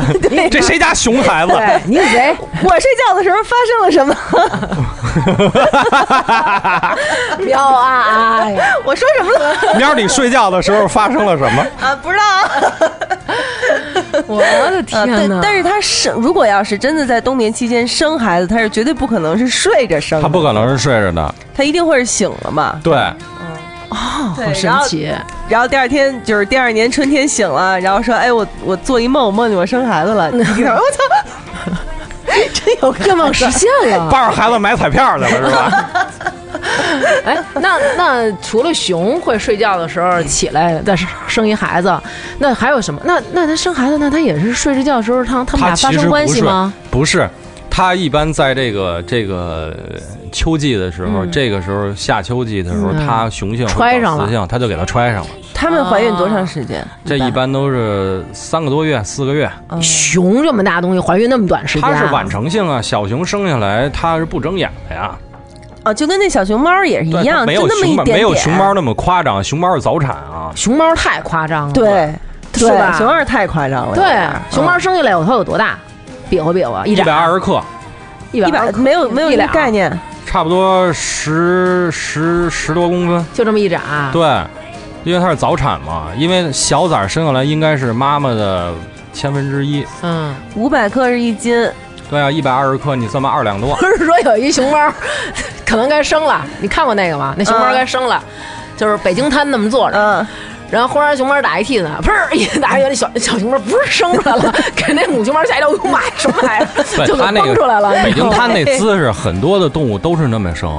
[SPEAKER 7] 这谁家熊孩子？
[SPEAKER 1] 对，你是谁？我睡觉的时候发生了什么？
[SPEAKER 2] 喵啊！哎呀，
[SPEAKER 1] 我说什么了？
[SPEAKER 7] 喵儿，你睡觉的时候发生了什么？
[SPEAKER 1] 啊，不知道啊。
[SPEAKER 2] 我的
[SPEAKER 1] 啊，
[SPEAKER 2] 天
[SPEAKER 1] 但
[SPEAKER 2] 哪！
[SPEAKER 1] 但是他生，如果要是真的在冬眠期间生孩子，他是绝对不可能是睡着生的，
[SPEAKER 7] 他不可能是睡着的。
[SPEAKER 1] 他一定会是醒了嘛。
[SPEAKER 7] 对，
[SPEAKER 1] 对
[SPEAKER 2] 好神
[SPEAKER 1] 然后
[SPEAKER 2] 奇，
[SPEAKER 1] 然后第二天就是第二年春天醒了，然后说：“哎，我我做一梦，我梦见我生孩子 了。”你一看，哦我操，真有
[SPEAKER 2] 愿望实现 了。
[SPEAKER 7] 抱着孩子买彩票去了是吧？
[SPEAKER 2] 哎，那那除了熊会睡觉的时候起来再生一孩子，那还有什么？那那他生孩子，那他也是睡着觉的时候，他他们
[SPEAKER 7] 他
[SPEAKER 2] 俩发
[SPEAKER 7] 其实
[SPEAKER 2] 生
[SPEAKER 7] 不
[SPEAKER 2] 关系
[SPEAKER 7] 是
[SPEAKER 2] 吗？？
[SPEAKER 7] 不是，他一般在这个这个秋季的时候，这个时候夏秋季的时候，
[SPEAKER 2] 嗯
[SPEAKER 7] 他雄性
[SPEAKER 2] 揣
[SPEAKER 7] 会搞
[SPEAKER 2] 上了
[SPEAKER 7] 雌性，他就给他揣上了。
[SPEAKER 1] 他们怀孕多长时间？
[SPEAKER 7] 这一般都是三个多月、四个月。
[SPEAKER 2] 哦
[SPEAKER 1] 嗯
[SPEAKER 2] 熊这么大东西怀孕那么短时间啊，
[SPEAKER 7] 嗯它是晚成性啊，小熊生下来它是不睁眼的呀，
[SPEAKER 1] 哦，就跟那小熊猫也是
[SPEAKER 7] 对
[SPEAKER 1] 一样，
[SPEAKER 7] 它没
[SPEAKER 1] 就
[SPEAKER 7] 有
[SPEAKER 1] 那么
[SPEAKER 7] 熊
[SPEAKER 1] 一
[SPEAKER 7] 猫
[SPEAKER 1] 点点，
[SPEAKER 7] 没有熊猫那么夸张，熊猫是早产啊。
[SPEAKER 2] 熊猫太夸张了，
[SPEAKER 1] 对
[SPEAKER 2] 是
[SPEAKER 1] 对
[SPEAKER 2] 吧
[SPEAKER 1] 熊猫太夸张了，
[SPEAKER 2] 对，熊
[SPEAKER 1] 嗯
[SPEAKER 2] 猫生下来有它有多大？比划比划，一
[SPEAKER 7] 一百
[SPEAKER 2] 百
[SPEAKER 7] 二十克，
[SPEAKER 2] 一
[SPEAKER 1] 一百
[SPEAKER 2] 百
[SPEAKER 1] 没有没有
[SPEAKER 2] 一
[SPEAKER 1] 这个
[SPEAKER 2] 两
[SPEAKER 1] 概念，
[SPEAKER 7] 差不多十十十多公分。
[SPEAKER 2] 就这么一眨，
[SPEAKER 7] 对，因为它是早产嘛，因为小崽儿生下来应该是妈妈的千分之一。
[SPEAKER 2] 嗯，
[SPEAKER 1] 五百克是一斤，
[SPEAKER 7] 对啊，一百二十克，你算吧，二 两多。
[SPEAKER 2] 不是说有一熊猫 可能该生了，你看过那个吗？那熊
[SPEAKER 7] 嗯
[SPEAKER 2] 猫该生了，就是北京滩那么坐着，
[SPEAKER 1] 嗯，
[SPEAKER 2] 然后忽然熊猫打一嚏呢，砰儿一打一那小小熊猫不是生出来了， 给那母熊猫吓一跳，哟妈呀，什么玩意儿，
[SPEAKER 7] 对
[SPEAKER 2] 就给
[SPEAKER 7] 它那
[SPEAKER 2] 崩出来了
[SPEAKER 7] 个北京滩那姿势，很多的动物都是那么生，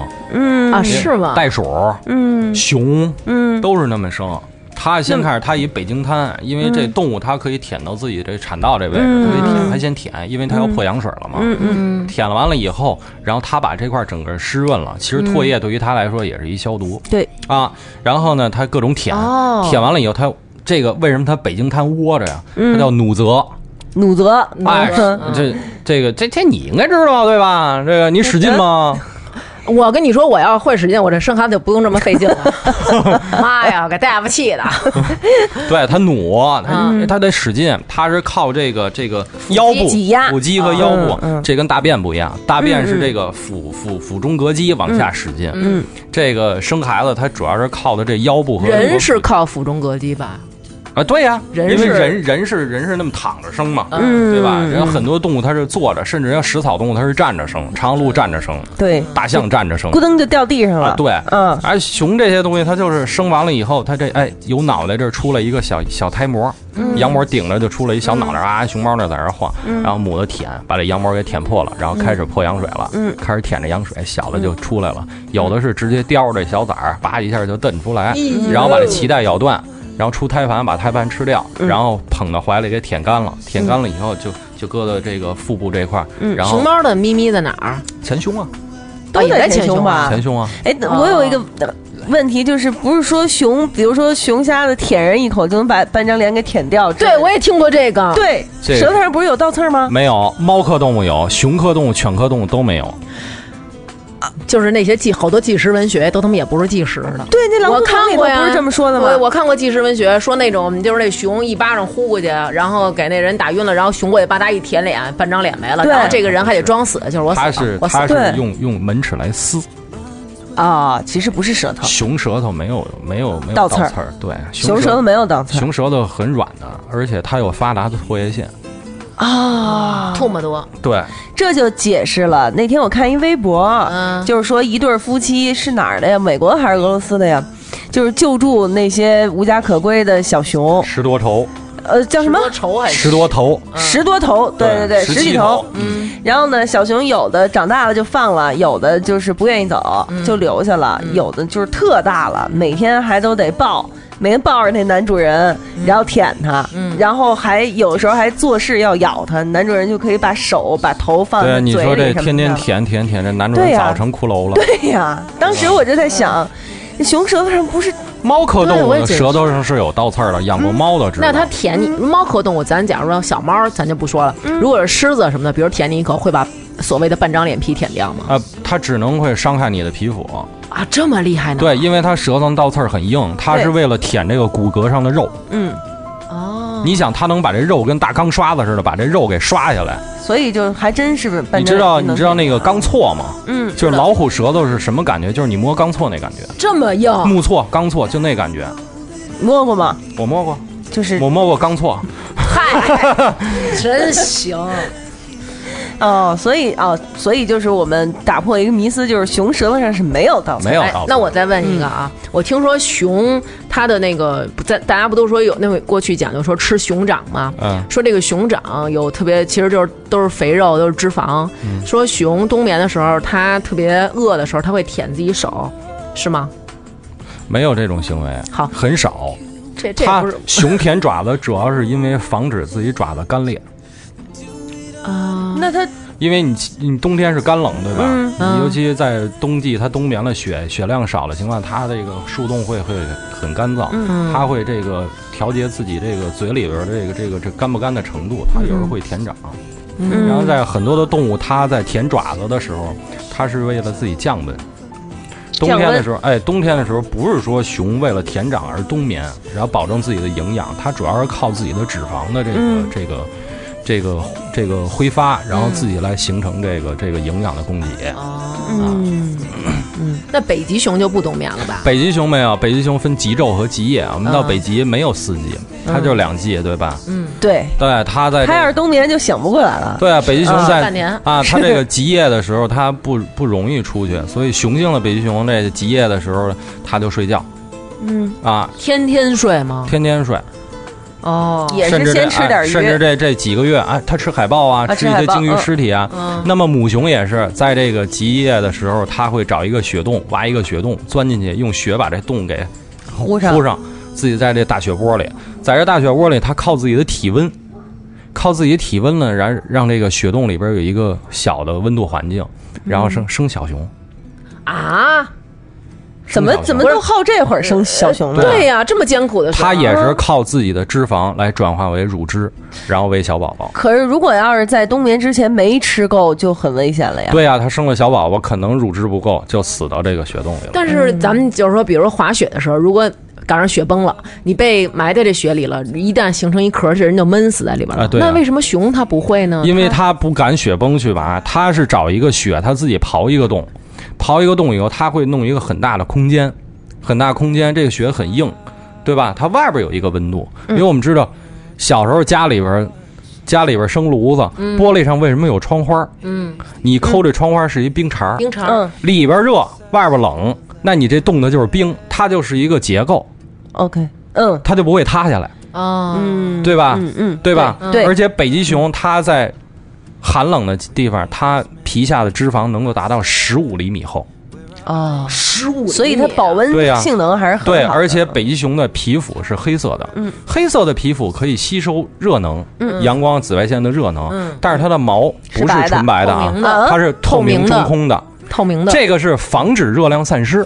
[SPEAKER 2] 啊，是吗？
[SPEAKER 7] 袋鼠、
[SPEAKER 1] 嗯
[SPEAKER 7] 熊
[SPEAKER 1] 嗯，
[SPEAKER 7] 都是那么生。它先开始，它以北京滩，因为
[SPEAKER 2] 嗯
[SPEAKER 7] 这动物它可以舔到自己这产道这位置，可以舔，它先舔，因为它要破羊水了嘛。
[SPEAKER 2] 嗯，
[SPEAKER 7] 舔了完了以后，然后它把这块整个湿润了。其实
[SPEAKER 2] 嗯
[SPEAKER 7] 唾液对于它来说也是一消毒。
[SPEAKER 1] 对
[SPEAKER 7] 啊，然后呢，它各种舔，
[SPEAKER 2] 哦
[SPEAKER 7] 舔完了以后，它这个为什么它北京滩窝着呀？
[SPEAKER 2] 嗯
[SPEAKER 7] 它叫努泽。
[SPEAKER 1] 努嗯责，
[SPEAKER 7] 哎，这这个这这你应该知道对吧？这个你使劲吗？
[SPEAKER 2] 我跟你说，我要会使劲，我这生孩子就不用这么费劲了。 妈呀，给大夫气的，
[SPEAKER 7] 对它努，它它得使劲，它是靠这个这个腰部
[SPEAKER 1] 挤压
[SPEAKER 7] 腹肌和腰部
[SPEAKER 1] 嗯嗯，
[SPEAKER 7] 这跟大便不一样，大便是这个腹腹腹中膈肌往下使劲。嗯，这个生孩子它主要是靠的这腰部和
[SPEAKER 2] 人是靠腹中膈肌吧？
[SPEAKER 7] 啊，对呀、
[SPEAKER 2] 人
[SPEAKER 7] 因为
[SPEAKER 2] 是
[SPEAKER 7] 人人是人是那么躺着生嘛，
[SPEAKER 1] 嗯
[SPEAKER 7] 对吧？人家很多动物它是坐着，甚至要食草动物它是站着生，长颈鹿站着生，
[SPEAKER 1] 对，
[SPEAKER 7] 大象站着生
[SPEAKER 1] 咕。噔就掉地上
[SPEAKER 7] 啊
[SPEAKER 1] 了，，
[SPEAKER 7] 对，
[SPEAKER 1] 嗯
[SPEAKER 7] 而熊这些东西，它就是生完了以后，它这哎有脑袋这儿出来一个小小胎膜，
[SPEAKER 2] 嗯
[SPEAKER 7] 羊膜顶着就出来一小脑袋啊，熊猫那在那儿晃，然后母的舔，把这羊膜给舔破了，然后
[SPEAKER 2] 嗯
[SPEAKER 7] 开始破羊水了，开始舔着羊水，小的就出来了，有的是直接叼着这小崽儿，叭一下就蹬出
[SPEAKER 2] 哎
[SPEAKER 7] 来，然后把这脐带咬断，然后出胎盘把胎盘吃掉，
[SPEAKER 2] 嗯
[SPEAKER 7] 然后捧到怀里给舔干了，舔干了以后就就搁到这个腹部这块儿，然后
[SPEAKER 2] 嗯熊猫的咪咪在哪儿？
[SPEAKER 7] 前胸啊，
[SPEAKER 1] 都
[SPEAKER 2] 啊也
[SPEAKER 1] 在
[SPEAKER 2] 在
[SPEAKER 1] 前
[SPEAKER 2] 前
[SPEAKER 1] 胸
[SPEAKER 2] 胸
[SPEAKER 1] 吧
[SPEAKER 2] 啊
[SPEAKER 7] 前胸啊，
[SPEAKER 1] 哎，我有一个
[SPEAKER 2] 哦
[SPEAKER 1] 呃问题，就是不是说熊，比如说熊瞎子舔人一口就能把半张脸给舔掉之类
[SPEAKER 2] 对，
[SPEAKER 1] 的？
[SPEAKER 2] 我也听过这个。
[SPEAKER 1] 对，
[SPEAKER 7] 啊这个
[SPEAKER 1] 舌头上不是有倒刺儿吗？
[SPEAKER 7] 没有，猫科动物有，熊科动物、犬科动物都没有。
[SPEAKER 2] 就是那些纪好多纪实文学都他妈也不是纪实的。
[SPEAKER 1] 对，那
[SPEAKER 2] 我
[SPEAKER 1] 狼图腾
[SPEAKER 2] 看
[SPEAKER 1] 里头
[SPEAKER 2] 过呀，
[SPEAKER 1] 不是这么说的吗？
[SPEAKER 2] 我我看过纪实文学，说那种就是那熊一巴掌呼过去，然后给那人打晕了，然后熊过去吧嗒一舔脸，半张脸没了，
[SPEAKER 1] 对
[SPEAKER 2] 然后这个人还得装死，就是我死
[SPEAKER 7] 它
[SPEAKER 2] 了，
[SPEAKER 7] 是
[SPEAKER 2] 我死
[SPEAKER 7] 它
[SPEAKER 2] 了。
[SPEAKER 7] 是
[SPEAKER 1] 对
[SPEAKER 7] 用用门齿来撕，
[SPEAKER 1] 啊，其实不是舌头，
[SPEAKER 7] 熊舌头没有没有没有
[SPEAKER 1] 倒
[SPEAKER 7] 刺
[SPEAKER 1] 刺儿
[SPEAKER 7] 儿，对，
[SPEAKER 1] 熊舌
[SPEAKER 7] 舌
[SPEAKER 1] 头没有倒刺儿
[SPEAKER 7] 熊舌头很软的，而且它有发达的唾液腺，
[SPEAKER 1] 啊。
[SPEAKER 2] 唾沫多，
[SPEAKER 7] 对，
[SPEAKER 1] 这就解释了。那天我看一微博，
[SPEAKER 2] 嗯
[SPEAKER 1] 就是说一对夫妻是哪儿的呀？美国还是俄罗斯的呀？就是救助那些无家可归的小熊，
[SPEAKER 7] 十多头，
[SPEAKER 1] 呃叫什么
[SPEAKER 2] 十多愁还
[SPEAKER 7] 十多头，
[SPEAKER 1] 十多头，嗯对对对，
[SPEAKER 7] 十
[SPEAKER 1] 十几
[SPEAKER 7] 头
[SPEAKER 1] 头。，嗯然后呢，小熊有的长大了就放了，有的就是不愿意走就留下了，有的就是特大了，每天还都得抱，每天抱着那男主人，然后舔他，然后还有时候还做事要咬他，男主人就可以把手把头放在
[SPEAKER 7] 对，啊
[SPEAKER 1] 嗯
[SPEAKER 7] 你
[SPEAKER 1] 嘴
[SPEAKER 7] 说这
[SPEAKER 1] 里什
[SPEAKER 7] 天
[SPEAKER 1] 么
[SPEAKER 7] 天
[SPEAKER 1] 的。
[SPEAKER 7] 舔舔舔，这男主人
[SPEAKER 1] 对呀啊
[SPEAKER 7] 早成骷髅了。
[SPEAKER 1] 对呀，当时我就在想，这熊舌头上不是
[SPEAKER 7] 猫科
[SPEAKER 2] 对
[SPEAKER 7] 动物
[SPEAKER 2] 我也
[SPEAKER 7] 的
[SPEAKER 2] 觉得
[SPEAKER 7] 舌头上是有倒刺儿的，养
[SPEAKER 1] 嗯
[SPEAKER 7] 过猫的知道。
[SPEAKER 2] 那它舔你，猫科动物，咱假如说小猫，咱就不说了。
[SPEAKER 1] 嗯
[SPEAKER 2] 如果是狮子什么的，比如舔你一口，会把所谓的半张脸皮舔掉吗？
[SPEAKER 7] 啊，它只能会伤害你的皮肤。
[SPEAKER 2] 啊，这么厉害呢？
[SPEAKER 7] 对，因为它舌头上倒刺儿很硬，它
[SPEAKER 1] 嗯对
[SPEAKER 7] 是为了舔这个骨骼上的肉。
[SPEAKER 1] 嗯，
[SPEAKER 2] 哦，
[SPEAKER 7] 你想，它能把这肉跟大钢刷子似的把这肉给刷下来。
[SPEAKER 1] 所以就还真是
[SPEAKER 7] 你知道你知道那个钢锉吗？
[SPEAKER 1] 嗯，
[SPEAKER 7] 就是老虎舌头是什么感觉？就是你摸钢锉那感觉，
[SPEAKER 2] 这么硬，
[SPEAKER 1] 哦
[SPEAKER 7] 木锉、钢锉就那感觉。
[SPEAKER 1] 摸过吗？
[SPEAKER 7] 我摸过，
[SPEAKER 1] 就是
[SPEAKER 7] 我摸过钢锉。
[SPEAKER 2] 嗨，真行。
[SPEAKER 1] 哦，所以哦，所以就是我们打破一个迷思，就是熊舌头上是没有倒刺，
[SPEAKER 7] 没有
[SPEAKER 2] 哎
[SPEAKER 7] 倒刺
[SPEAKER 2] 那我再问一个啊，我听说熊它的那个不在，大家不都说有那个过去讲究说吃熊掌吗？
[SPEAKER 7] 嗯
[SPEAKER 2] 说这个熊掌有特别，其实就是都是肥肉，都是脂肪。
[SPEAKER 7] 嗯
[SPEAKER 2] 说熊冬眠的时候，它特别饿的时候，它会舔自己手，是吗？
[SPEAKER 7] 没有这种行为，
[SPEAKER 2] 好
[SPEAKER 7] 很少。
[SPEAKER 2] 这这也
[SPEAKER 7] 它
[SPEAKER 2] 不是
[SPEAKER 7] 熊舔爪子主要是因为防止自己爪子干裂，
[SPEAKER 2] 啊、
[SPEAKER 1] 那它
[SPEAKER 7] 因为你你冬天是干冷对吧？
[SPEAKER 1] 嗯
[SPEAKER 7] 你尤其在冬季，它冬眠了雪，雪量少了情况下，它这个树洞会会很干燥，
[SPEAKER 2] 嗯
[SPEAKER 7] 它会这个调节自己这个嘴里边儿这个这个这干不干的程度，它有时
[SPEAKER 2] 嗯
[SPEAKER 7] 候会舔掌。然后在很多的动物，它在舔爪子的时候，它是为了自己降温。冬天的时候，哎，冬天的时候不是说熊为了舔掌而冬眠，然后保证自己的营养，它主要是靠自己的脂肪的这个、这个这个这个挥发，然后自己来形成这个这个营养的供给。
[SPEAKER 2] 那北极熊就不冬眠了吧？
[SPEAKER 7] 北极熊没有，北极熊分极昼和极夜，我们到
[SPEAKER 2] 嗯
[SPEAKER 7] 北极没有四季，它就两季，对吧？
[SPEAKER 1] 对，
[SPEAKER 7] 对，它在这
[SPEAKER 1] 它要是冬眠就醒不过来 了。
[SPEAKER 7] 对啊，北极熊
[SPEAKER 2] 啊
[SPEAKER 7] 在
[SPEAKER 2] 半年
[SPEAKER 7] 啊，它这个极夜的时候，它不不容易出去，所以雄性的北极熊这极夜的时候，它就睡觉。嗯啊，
[SPEAKER 2] 天天睡吗？
[SPEAKER 7] 天天睡，
[SPEAKER 2] 哦，
[SPEAKER 1] 也
[SPEAKER 7] 甚
[SPEAKER 1] 是
[SPEAKER 7] 至这
[SPEAKER 1] 先吃点
[SPEAKER 7] 哎甚至
[SPEAKER 1] 鱼，
[SPEAKER 7] 这这几个月啊，它吃海豹啊，
[SPEAKER 1] 啊
[SPEAKER 7] 吃
[SPEAKER 1] 吃
[SPEAKER 7] 一
[SPEAKER 1] 海
[SPEAKER 7] 些
[SPEAKER 1] 豹
[SPEAKER 7] 鲸鱼
[SPEAKER 1] 嗯
[SPEAKER 7] 尸体啊。那么母熊也是在这个极夜的时候，它会找一个雪洞，挖一个雪洞，钻进去，用雪把这洞给
[SPEAKER 1] 糊上
[SPEAKER 7] 铺上，自己在这大雪窝里，在这大雪窝里，它靠自己的体温，靠自己体温呢，然让这个雪洞里边有一个小的温度环境，然后
[SPEAKER 1] 嗯
[SPEAKER 7] 生生小熊。
[SPEAKER 2] 啊，
[SPEAKER 1] 怎么
[SPEAKER 7] 生小熊啊
[SPEAKER 1] 怎么都好这会儿生小熊呢？
[SPEAKER 2] 对呀、这么艰苦的事儿，
[SPEAKER 7] 它也是靠自己的脂肪来转化为乳汁，然后喂小宝宝。
[SPEAKER 1] 可是如果要是在冬眠之前没吃够，就很危险了呀。
[SPEAKER 7] 对呀、它生了小宝宝，可能乳汁不够，就死到这个雪洞里了。
[SPEAKER 2] 但是咱们就是说，比如说滑雪的时候，如果赶上雪崩了，你被埋在这雪里了，一旦形成一壳，这人就闷死在里边了。
[SPEAKER 7] 啊对啊
[SPEAKER 2] 那为什么熊它不会呢？
[SPEAKER 7] 因为它不敢雪崩去玩，它是找一个雪，它自己刨一个洞，刨一个洞以后，它会弄一个很大的空间，很大空间，这个雪很硬，对吧？它外边有一个温度，因为我们知道小时候家里边。家里边生炉子，玻璃上为什么有窗花？嗯，你抠这窗花是一冰碴儿，
[SPEAKER 2] 冰碴儿、
[SPEAKER 1] 嗯
[SPEAKER 7] 里边热，外边冷，那你这冻的就是冰，它就是一个结构，
[SPEAKER 1] ，OK，嗯
[SPEAKER 7] 它就不会塌下来，
[SPEAKER 2] 啊，
[SPEAKER 1] 嗯，
[SPEAKER 7] 对吧？
[SPEAKER 1] 嗯嗯，
[SPEAKER 7] 对吧？
[SPEAKER 1] 对
[SPEAKER 7] 而且北极熊它在寒冷的地方，它皮下的脂肪能够达到十五厘米厚。
[SPEAKER 1] 哦，
[SPEAKER 2] 十五，
[SPEAKER 1] 所以它保温
[SPEAKER 7] 对呀
[SPEAKER 1] 性能还是很好
[SPEAKER 7] 对，
[SPEAKER 1] 的。
[SPEAKER 7] 而且北极熊的皮肤是黑色的，嗯，黑色的皮肤可以吸收热能，阳光、紫外线的热能，但是它的毛不是纯白的啊
[SPEAKER 2] 是白的透明，嗯
[SPEAKER 1] 的
[SPEAKER 7] 它是透明中空的，
[SPEAKER 2] 透明的，
[SPEAKER 7] 这个是防止热量散失。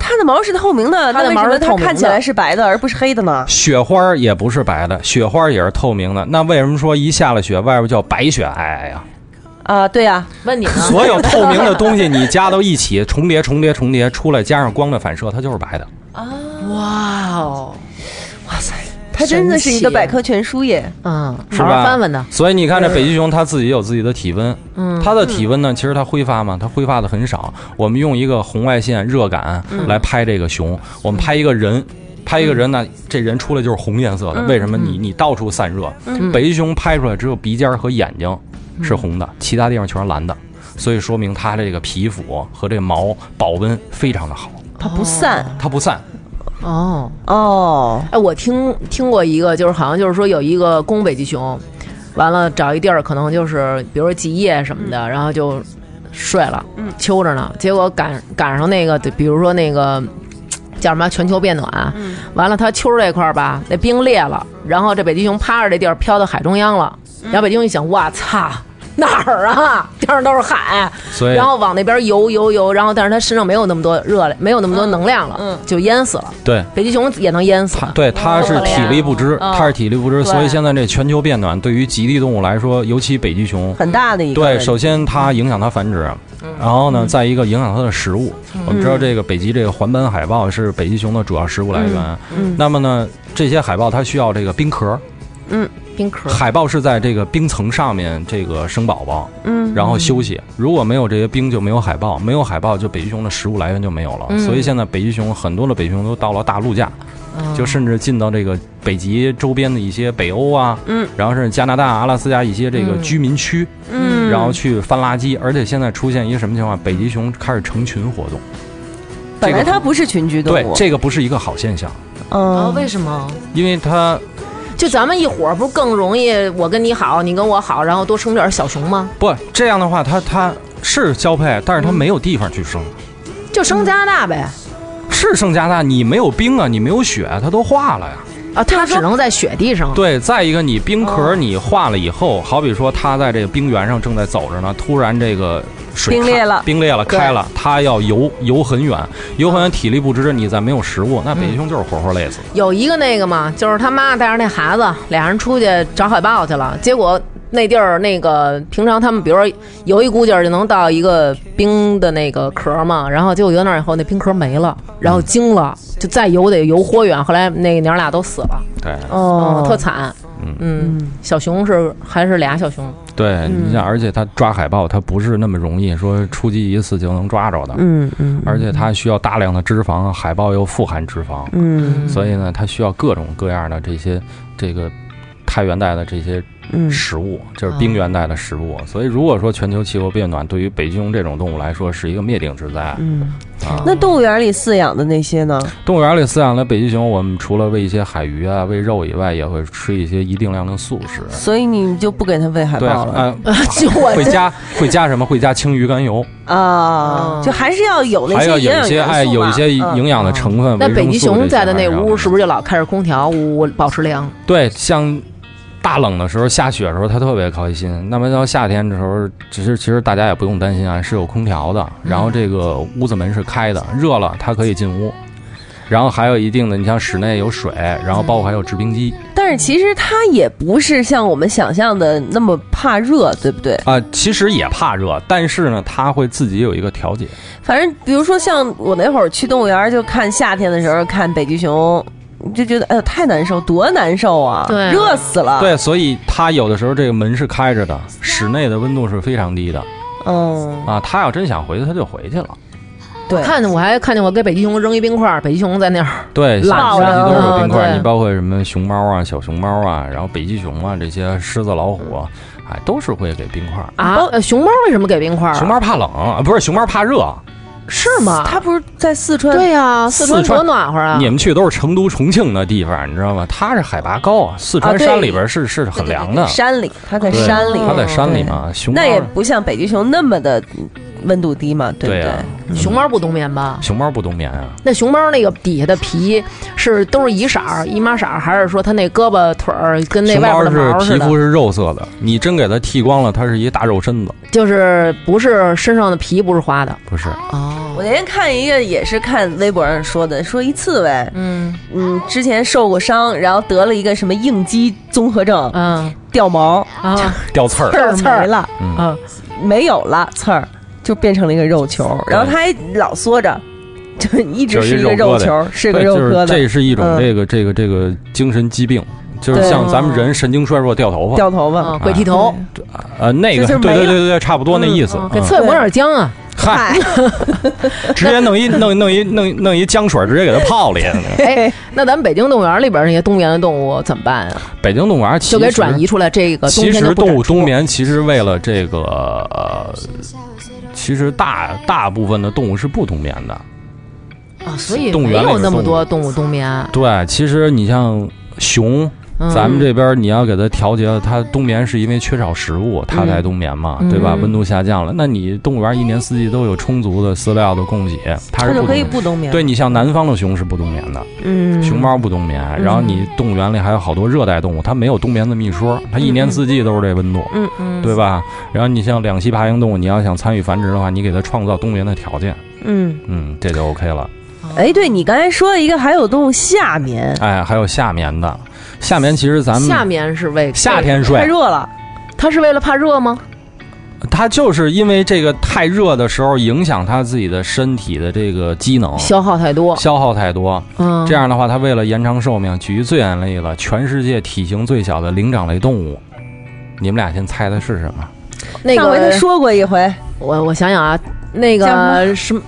[SPEAKER 1] 它的毛是透明的，
[SPEAKER 2] 它的
[SPEAKER 1] 那为
[SPEAKER 2] 毛
[SPEAKER 1] 什么
[SPEAKER 2] 是透
[SPEAKER 1] 它
[SPEAKER 2] 明
[SPEAKER 1] 看起
[SPEAKER 2] 的
[SPEAKER 1] 来是白的而不是黑的呢？
[SPEAKER 7] 雪花儿也不是白的，雪花儿也是透明的。那为什么说一下了雪，外边叫白雪皑皑呀？
[SPEAKER 1] 啊，对呀，
[SPEAKER 2] 问你呢？
[SPEAKER 7] 所有透明的东西你加到一起，重叠、重叠、重叠出来，加上光的反射，它就是白的。
[SPEAKER 2] 哇哦，
[SPEAKER 1] 它真的是一个
[SPEAKER 2] 神
[SPEAKER 7] 啊
[SPEAKER 2] 奇
[SPEAKER 1] 百科全书耶。
[SPEAKER 2] 嗯，
[SPEAKER 7] 是
[SPEAKER 2] 好好
[SPEAKER 7] 吧？
[SPEAKER 2] 翻嗯翻它。
[SPEAKER 7] 所以你看，这北极熊它自己有自己的体温，嗯，它的体温呢，其实它挥发嘛，它挥发的很少。我们用一个红外线热感
[SPEAKER 2] 嗯
[SPEAKER 7] 来拍这个熊，我们拍一个人。拍一个人呢，
[SPEAKER 2] 嗯
[SPEAKER 7] 这人出来就是红颜色的，为什么你你到处散热？
[SPEAKER 2] 嗯
[SPEAKER 7] 北极熊拍出来只有鼻尖儿和眼睛是红的，其他地方全是蓝的，所以说明它这个皮肤和这毛保温非常的好，
[SPEAKER 1] 它不散，
[SPEAKER 7] 它不散。
[SPEAKER 2] 哦，
[SPEAKER 1] 哦，
[SPEAKER 2] 哎，我听听过一个，就是好像就是说有一个公北极熊，完了找一地儿，可能就是比如说极夜什么的，然后就睡了，嗯，秋着呢，结果赶赶上那个，比如说那个。叫什么？全球变暖，完了，它秋儿这块儿吧，那冰裂了，然后这北极熊趴着这地儿飘到海中央了，然后北极熊一想，哇操，哪儿啊？ 边上都是海，
[SPEAKER 7] 所以
[SPEAKER 2] 然后往那边游游游，然后但是它身上没有那么多热量，没有那么多能量了，就淹死了。
[SPEAKER 7] 对
[SPEAKER 2] 北极熊也能淹死
[SPEAKER 7] 它，
[SPEAKER 1] 啊
[SPEAKER 7] 对它是体力不支，它是体力不支，所以现在这全球变暖对于极地动物来说，尤其北极熊，
[SPEAKER 1] 很大的一个嗯
[SPEAKER 7] 对，首先它影响它繁殖，然后呢，再一个影响它的食物。我们知道这个北极这个环斑海豹是北极熊的主要食物来源。
[SPEAKER 1] 嗯
[SPEAKER 7] 那么呢，这些海豹它需要这个冰壳，
[SPEAKER 2] 冰
[SPEAKER 1] 嗯
[SPEAKER 2] 壳。
[SPEAKER 7] 海豹是在这个冰层上面这个生宝宝，嗯，然后休息。如果没有这些冰，就没有海豹，没有海豹，就北极熊的食物来源就没有了。
[SPEAKER 1] 嗯
[SPEAKER 7] 所以现在北极熊很多的北极熊都到了大陆架，
[SPEAKER 2] 嗯
[SPEAKER 7] 就甚至进到这个北极周边的一些北欧啊，嗯，然后甚至加拿大、阿拉斯加一些这个居民区，嗯，然后去翻垃圾。而且现在出现一个什么情况？北极熊开始成群活动，
[SPEAKER 1] 本来
[SPEAKER 7] 这个
[SPEAKER 1] 它不是群居动
[SPEAKER 7] 对
[SPEAKER 1] 物，
[SPEAKER 7] 这个不是一个好现象，
[SPEAKER 2] 哦，
[SPEAKER 1] 嗯，
[SPEAKER 2] 为什么？
[SPEAKER 7] 因为它
[SPEAKER 2] 就咱们一伙儿不更容易我跟你好，你跟我好，然后多生点小熊吗？
[SPEAKER 7] 不这样的话，它它是交配，但是它没有地方去生。
[SPEAKER 2] 就生加拿大呗。
[SPEAKER 7] 是圣加拿大，你没有冰啊，你没有雪，它都化了呀。
[SPEAKER 2] 啊，它只能在雪地上。
[SPEAKER 7] 对，再一个，你冰
[SPEAKER 1] 哦
[SPEAKER 7] 壳你化了以后，好比说它在这个冰原上正在走着呢，突然这个水
[SPEAKER 1] 冰
[SPEAKER 7] 开
[SPEAKER 1] 裂了
[SPEAKER 7] 冰裂了，
[SPEAKER 2] 对
[SPEAKER 7] 开了，它要游游很远，游很远体力不支，你再没有食物，那
[SPEAKER 1] 嗯
[SPEAKER 7] 北极熊就是活活累死。
[SPEAKER 2] 有一个那个嘛，就是他妈带着那孩子，俩人出去找海豹去了，结果那地儿那个平常他们比如说游一股劲儿就能到一个冰的那个壳嘛，然后结果游那儿以后那冰壳没了，然后惊了，就再游得游豁远，后来那个娘俩都死了，
[SPEAKER 7] 对
[SPEAKER 2] 嗯
[SPEAKER 1] 哦，
[SPEAKER 2] 特惨。嗯，小熊是还是俩小熊，
[SPEAKER 7] 对，
[SPEAKER 1] 嗯
[SPEAKER 7] 你想，而且它抓海豹，它不是那么容易说出击一次就能抓着的，
[SPEAKER 1] 嗯嗯
[SPEAKER 7] 而且它需要大量的脂肪，海豹又富含脂肪，
[SPEAKER 1] 嗯
[SPEAKER 7] 所以呢，它需要各种各样的这些这个太原带的这些
[SPEAKER 1] 嗯，
[SPEAKER 7] 食物，就是
[SPEAKER 2] 哦
[SPEAKER 7] 冰原带的食物。所以如果说全球气候变暖对于北极熊这种动物来说是一个灭顶之灾，
[SPEAKER 1] 嗯
[SPEAKER 7] 啊，
[SPEAKER 1] 那动物园里饲养的那些呢？
[SPEAKER 7] 动物园里饲养的北极熊，我们除了喂一些海鱼啊、喂肉以外，也会吃一些一定量的素食。
[SPEAKER 1] 所以你就不给它喂海
[SPEAKER 7] 对
[SPEAKER 1] 豹
[SPEAKER 7] 啊，
[SPEAKER 1] 啊了
[SPEAKER 7] 呃 会加会加什么？会加青鱼肝油，
[SPEAKER 2] 哦
[SPEAKER 1] 啊？就还是要有那
[SPEAKER 7] 还要
[SPEAKER 1] 些营
[SPEAKER 7] 有一
[SPEAKER 1] 养
[SPEAKER 7] 些哎，
[SPEAKER 1] 元素
[SPEAKER 7] 有一
[SPEAKER 1] 嘛嗯
[SPEAKER 7] 些营养的成分。
[SPEAKER 2] 那
[SPEAKER 7] 维
[SPEAKER 2] 北
[SPEAKER 7] 生
[SPEAKER 2] 极
[SPEAKER 7] 素
[SPEAKER 2] 熊
[SPEAKER 7] 这
[SPEAKER 2] 在的
[SPEAKER 7] 些
[SPEAKER 2] 那
[SPEAKER 7] 玩意儿啊
[SPEAKER 2] 屋是不是就老开着空调，屋保持凉？
[SPEAKER 7] 对，像大冷的时候、下雪的时候，它特别开心。那么到夏天的时候，只是其实大家也不用担心啊，是有空调的，然后这个屋子门是开的，热了它可以进屋。然后还有一定的，你像室内有水，然后包括还有制冰机
[SPEAKER 1] 但是其实它也不是像我们想象的那么怕热，对不对？
[SPEAKER 7] 啊、其实也怕热，但是呢，它会自己有一个调节。
[SPEAKER 1] 反正比如说像我那会儿去动物园儿，就看夏天的时候看北极熊，就觉得哎呦太难受，多难受啊！
[SPEAKER 2] 对啊
[SPEAKER 1] 热死了。，
[SPEAKER 7] 对，所以它有的时候这个门是开着的，室内的温度是非常低的
[SPEAKER 1] 嗯，
[SPEAKER 7] 啊。它要真想回去，它就回去了。
[SPEAKER 1] 对，啊
[SPEAKER 2] 看见我还看见我给北极熊扔一冰块儿，北极熊在那儿。
[SPEAKER 7] 对，夏
[SPEAKER 1] 老
[SPEAKER 7] 夏季
[SPEAKER 1] 人
[SPEAKER 7] 都是
[SPEAKER 2] 啊
[SPEAKER 7] 有冰块儿，
[SPEAKER 2] 对
[SPEAKER 7] 你包括什么熊猫啊、小熊猫啊，然后北极熊啊这些狮子、老虎，啊，哎，都是会给冰块儿。
[SPEAKER 2] 啊，呃熊猫为什么给冰块儿啊？
[SPEAKER 7] 熊猫怕冷，啊不是熊猫怕热。
[SPEAKER 2] 是吗？
[SPEAKER 1] 它不是在四川？
[SPEAKER 2] 对呀、四
[SPEAKER 7] 四
[SPEAKER 2] 川
[SPEAKER 7] 川
[SPEAKER 2] 多暖和啊！
[SPEAKER 7] 你们去都是成都、重庆的地方，你知道吗？它是海拔高啊，四川
[SPEAKER 1] 啊对
[SPEAKER 7] 山里边是是很凉的，
[SPEAKER 1] 山里，它在
[SPEAKER 7] 对
[SPEAKER 1] 山里，
[SPEAKER 7] 它在山里嘛。熊猫
[SPEAKER 1] 那也不像北极熊那么的温度低嘛，对不
[SPEAKER 7] 对啊，
[SPEAKER 2] 熊猫不冬眠吧？
[SPEAKER 7] 熊猫不冬眠啊，
[SPEAKER 2] 那熊猫那个底下的皮是都是一色儿、姨妈色儿，还是说它那胳膊腿儿跟那
[SPEAKER 7] 熊
[SPEAKER 2] 外
[SPEAKER 7] 猫
[SPEAKER 2] 边的
[SPEAKER 7] 是
[SPEAKER 2] 毛似
[SPEAKER 7] 皮
[SPEAKER 2] 的
[SPEAKER 7] 肤？是肉色的，你真给它剃光了，它是一大肉身子，
[SPEAKER 2] 就是不是身上的皮不是花的
[SPEAKER 7] 不是。
[SPEAKER 1] 我
[SPEAKER 2] 哦，
[SPEAKER 1] 那天看一个也是看微博上说的，说一刺猬，
[SPEAKER 2] 嗯
[SPEAKER 1] 嗯，之前受过伤，然后得了一个什么应激综合症，
[SPEAKER 2] 嗯
[SPEAKER 1] 掉毛，
[SPEAKER 2] 啊
[SPEAKER 7] 掉刺儿，
[SPEAKER 1] 儿
[SPEAKER 2] 刺儿
[SPEAKER 1] 没了，
[SPEAKER 2] 嗯，
[SPEAKER 1] 没有了刺儿，就变成了一个肉球，然后它还老缩着，就一直是一个肉球，是个
[SPEAKER 7] 对，
[SPEAKER 1] 肉
[SPEAKER 7] 就是
[SPEAKER 1] 疙瘩，
[SPEAKER 7] 这是一种
[SPEAKER 1] 嗯
[SPEAKER 7] 这个这个这个精神疾病，就是
[SPEAKER 1] 对
[SPEAKER 7] 像咱们人神经衰弱掉头发，
[SPEAKER 1] 掉头发。
[SPEAKER 2] 嗯鬼剃头，
[SPEAKER 7] 呃，那个
[SPEAKER 1] 就
[SPEAKER 7] 对
[SPEAKER 1] 是没
[SPEAKER 7] 对对
[SPEAKER 1] 了
[SPEAKER 7] 对对，差不多那意思。
[SPEAKER 2] 嗯
[SPEAKER 7] 嗯
[SPEAKER 2] 给刺猬抹点姜啊，
[SPEAKER 7] 嗨，直接弄一弄弄一弄弄一姜水，直接给它泡 里。
[SPEAKER 2] 哎，那咱们北京动物园里边那些冬眠的动物怎么办啊？
[SPEAKER 7] 北京动物园其实
[SPEAKER 2] 就给转移。出来，这个冬
[SPEAKER 7] 其
[SPEAKER 2] 天
[SPEAKER 7] 实
[SPEAKER 2] 就不
[SPEAKER 7] 动
[SPEAKER 2] 展
[SPEAKER 7] 物
[SPEAKER 2] 出
[SPEAKER 7] 冬眠，其实为了这个，呃，其实大大部分的动物是不冬眠的，
[SPEAKER 2] 啊，所以
[SPEAKER 7] 动物
[SPEAKER 2] 没
[SPEAKER 7] 园里
[SPEAKER 2] 有
[SPEAKER 7] 边
[SPEAKER 2] 那么
[SPEAKER 7] 动物
[SPEAKER 2] 多动物冬眠。啊
[SPEAKER 7] 对，其实你像熊，
[SPEAKER 2] 嗯
[SPEAKER 7] 咱们这边你要给它调节了，它冬眠是因为缺少食物，它才冬眠嘛，对吧？
[SPEAKER 2] 嗯
[SPEAKER 7] 温度下降了，那你动物园一年四季都有充足的饲料的供给，它
[SPEAKER 1] 它
[SPEAKER 7] 是
[SPEAKER 1] 就
[SPEAKER 7] 不
[SPEAKER 1] 可
[SPEAKER 7] 冬
[SPEAKER 1] 以
[SPEAKER 7] 眠。
[SPEAKER 1] 不冬眠。
[SPEAKER 7] 对你像南方的熊是不冬眠的，
[SPEAKER 1] 嗯，
[SPEAKER 7] 熊猫不冬眠，然后你动物园里还有好多热带动物，它没有冬眠这么一说，它一年四季都是这温度，
[SPEAKER 2] 嗯嗯，
[SPEAKER 7] 对吧？然后你像两栖爬行动物，你要想参与繁殖的话，你给它创造冬眠的条件，
[SPEAKER 1] 嗯，
[SPEAKER 7] 嗯，这就 OK 了。
[SPEAKER 1] 哎，对你刚才说一个，还有动物夏眠，
[SPEAKER 7] 哎，还有夏眠的，夏眠其实咱
[SPEAKER 2] 夏
[SPEAKER 7] 们
[SPEAKER 2] 眠是为
[SPEAKER 7] 夏，天
[SPEAKER 1] 太
[SPEAKER 7] 睡，
[SPEAKER 1] 热了，
[SPEAKER 2] 它是为了怕热吗？
[SPEAKER 7] 它就是因为这个太热的时候影响它自己的身体的这个机能，
[SPEAKER 2] 消耗太多，
[SPEAKER 7] 消耗太多。
[SPEAKER 2] 嗯，
[SPEAKER 7] 这样的话，它为了延长寿命，举一最严例了，全世界体型最小的灵长类动物，你们俩先猜猜是什么？
[SPEAKER 2] 那
[SPEAKER 1] 上回他
[SPEAKER 2] 个
[SPEAKER 1] 说过一回，
[SPEAKER 2] 我我想想啊，那
[SPEAKER 1] 叫什
[SPEAKER 2] 个什么。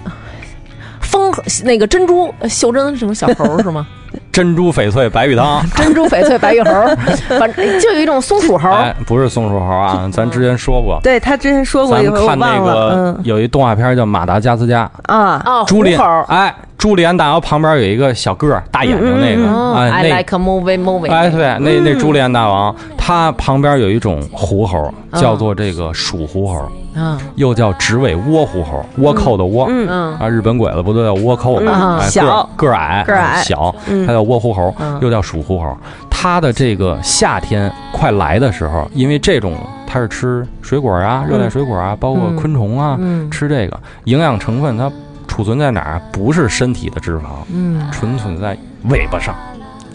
[SPEAKER 2] 风那个珍珠呃袖珍什么小猴儿是 吗？
[SPEAKER 7] 珍珠翡翠白 玉汤。
[SPEAKER 2] 珍珠翡翠白玉猴儿，反正就有一种松鼠猴儿，
[SPEAKER 7] 哎，不是松鼠 猴啊，咱之前说过，
[SPEAKER 1] 对他之前说过
[SPEAKER 7] 咱
[SPEAKER 1] 一
[SPEAKER 7] 们
[SPEAKER 1] 回，我
[SPEAKER 7] 看那
[SPEAKER 1] 忘了
[SPEAKER 7] 个，有一动画片叫《马达加斯加》，
[SPEAKER 1] 嗯啊，
[SPEAKER 2] 嗯哦，
[SPEAKER 7] 朱
[SPEAKER 2] 狐
[SPEAKER 7] 莉
[SPEAKER 2] 猴儿，
[SPEAKER 7] 哎，朱莉安大姚旁边有一个小个儿，大眼睛那
[SPEAKER 2] 嗯
[SPEAKER 7] 个，哎，
[SPEAKER 2] ，I
[SPEAKER 7] 那
[SPEAKER 2] like movie movie，
[SPEAKER 7] 哎，对，那
[SPEAKER 1] 嗯
[SPEAKER 7] 那朱莉安大王，它旁边有一种狐猴，
[SPEAKER 2] 嗯
[SPEAKER 7] 叫做这个鼠狐猴，
[SPEAKER 2] 嗯
[SPEAKER 7] 又叫直尾倭狐猴，倭寇的倭。
[SPEAKER 1] 嗯
[SPEAKER 2] 嗯
[SPEAKER 7] 啊，日本鬼子不都叫倭寇
[SPEAKER 2] 嗯
[SPEAKER 7] 吗？哎
[SPEAKER 1] 小
[SPEAKER 7] 个儿个儿矮，哎
[SPEAKER 1] 个儿矮
[SPEAKER 7] 小，
[SPEAKER 1] 嗯
[SPEAKER 7] 它叫倭狐猴
[SPEAKER 2] 嗯，
[SPEAKER 7] 又叫鼠狐猴。它的这个夏天快来的时候，因为这种它是吃水果啊，热带水果啊，包括
[SPEAKER 2] 嗯
[SPEAKER 7] 昆虫啊，
[SPEAKER 2] 嗯
[SPEAKER 7] 吃这个营养成分它储存在哪儿？啊不是身体的脂肪，
[SPEAKER 2] 嗯，
[SPEAKER 7] 纯存在尾巴上。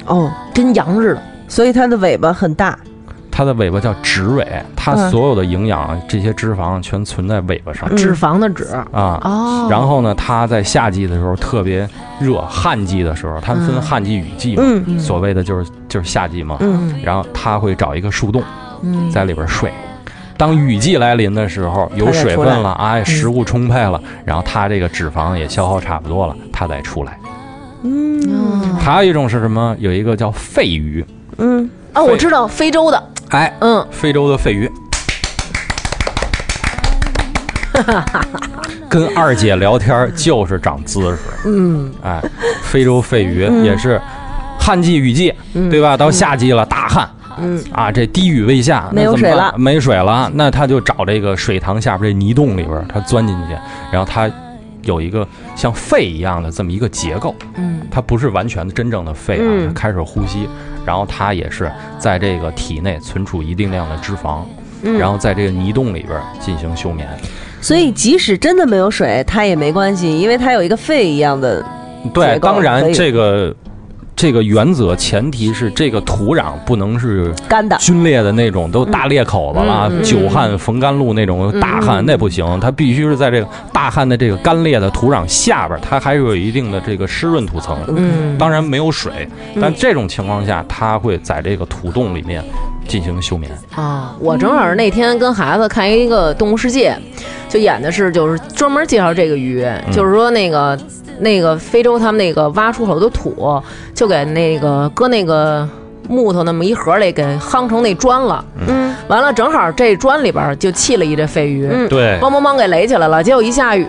[SPEAKER 1] 哦，
[SPEAKER 2] 跟羊似的，
[SPEAKER 1] 所以它的尾巴很大，
[SPEAKER 7] 它的尾巴叫脂尾，它
[SPEAKER 1] 嗯
[SPEAKER 7] 所有的营养这些脂肪全存在尾巴上
[SPEAKER 1] 嗯
[SPEAKER 2] 脂肪的脂
[SPEAKER 7] 啊。
[SPEAKER 2] 哦，
[SPEAKER 7] 然后呢，它在夏季的时候特别热，旱季的时候，它们分
[SPEAKER 2] 嗯
[SPEAKER 7] 旱季、雨季嘛，
[SPEAKER 1] 嗯
[SPEAKER 7] 所谓的就是就是夏季嘛。
[SPEAKER 1] 嗯，
[SPEAKER 7] 然后它会找一个树洞
[SPEAKER 2] 嗯
[SPEAKER 7] 在里边睡。当雨季来临的时候，有
[SPEAKER 1] 它再
[SPEAKER 7] 水
[SPEAKER 1] 出
[SPEAKER 7] 分
[SPEAKER 1] 来嗯
[SPEAKER 7] 了，哎，食物充沛了，然后它这个脂肪也消耗差不多了，它再出来。
[SPEAKER 2] 嗯
[SPEAKER 7] 还有一种是什么？有一个叫肺鱼，
[SPEAKER 1] 嗯，
[SPEAKER 2] 啊，我知道非洲的，
[SPEAKER 7] 哎，
[SPEAKER 2] 嗯，
[SPEAKER 7] 非洲的肺 鱼。跟二姐聊天儿就是长姿势，嗯，哎，非洲肺鱼也是旱季、雨季，对吧？到夏季了，大旱，嗯啊，这低雨未下，那
[SPEAKER 1] 没有
[SPEAKER 7] 怎么
[SPEAKER 1] 水
[SPEAKER 7] 办
[SPEAKER 1] 了
[SPEAKER 7] 没水了，那他就找这个水塘下边这泥洞里边儿，他钻进去，然后他有一个像肺一样的这么一个结构，
[SPEAKER 2] 嗯，
[SPEAKER 7] 它不是完全的真正的肺啊，
[SPEAKER 1] 嗯
[SPEAKER 7] 它开始呼吸，然后它也是在这个体内存储一定量的脂肪，
[SPEAKER 1] 嗯
[SPEAKER 7] 然后在这个泥洞里边进行休眠。
[SPEAKER 1] 所以即使真的没有水，它也没关系，因为它有一个肺一样的，
[SPEAKER 7] 对，
[SPEAKER 1] 结构
[SPEAKER 7] 当
[SPEAKER 1] 可
[SPEAKER 7] 然
[SPEAKER 1] 以
[SPEAKER 7] 这个这个原则前提是这个土壤不能是
[SPEAKER 1] 干的，
[SPEAKER 7] 皲裂的那种，都大裂口子了，
[SPEAKER 2] 嗯嗯嗯嗯
[SPEAKER 7] 久旱逢甘露那种大旱、那不行，它必须是在这个大旱的这个干裂的土壤下边，它还有一定的这个湿润土层。
[SPEAKER 2] 嗯
[SPEAKER 7] 当然没有水，但这种情况下，它会在这个土洞里面进行休眠。
[SPEAKER 2] 啊，我正好那天跟孩子看一个《动物世界》，就演的是就是专门介绍这个鱼，
[SPEAKER 7] 嗯
[SPEAKER 2] 就是说那个那个非洲他们那个挖出好多土，就给那个搁那个木头那么一盒里给夯成那砖了，嗯，完了正好这砖里边儿就砌了一这肺鱼，嗯，
[SPEAKER 7] 对
[SPEAKER 2] 梆梆梆给垒起来了，结果一下雨。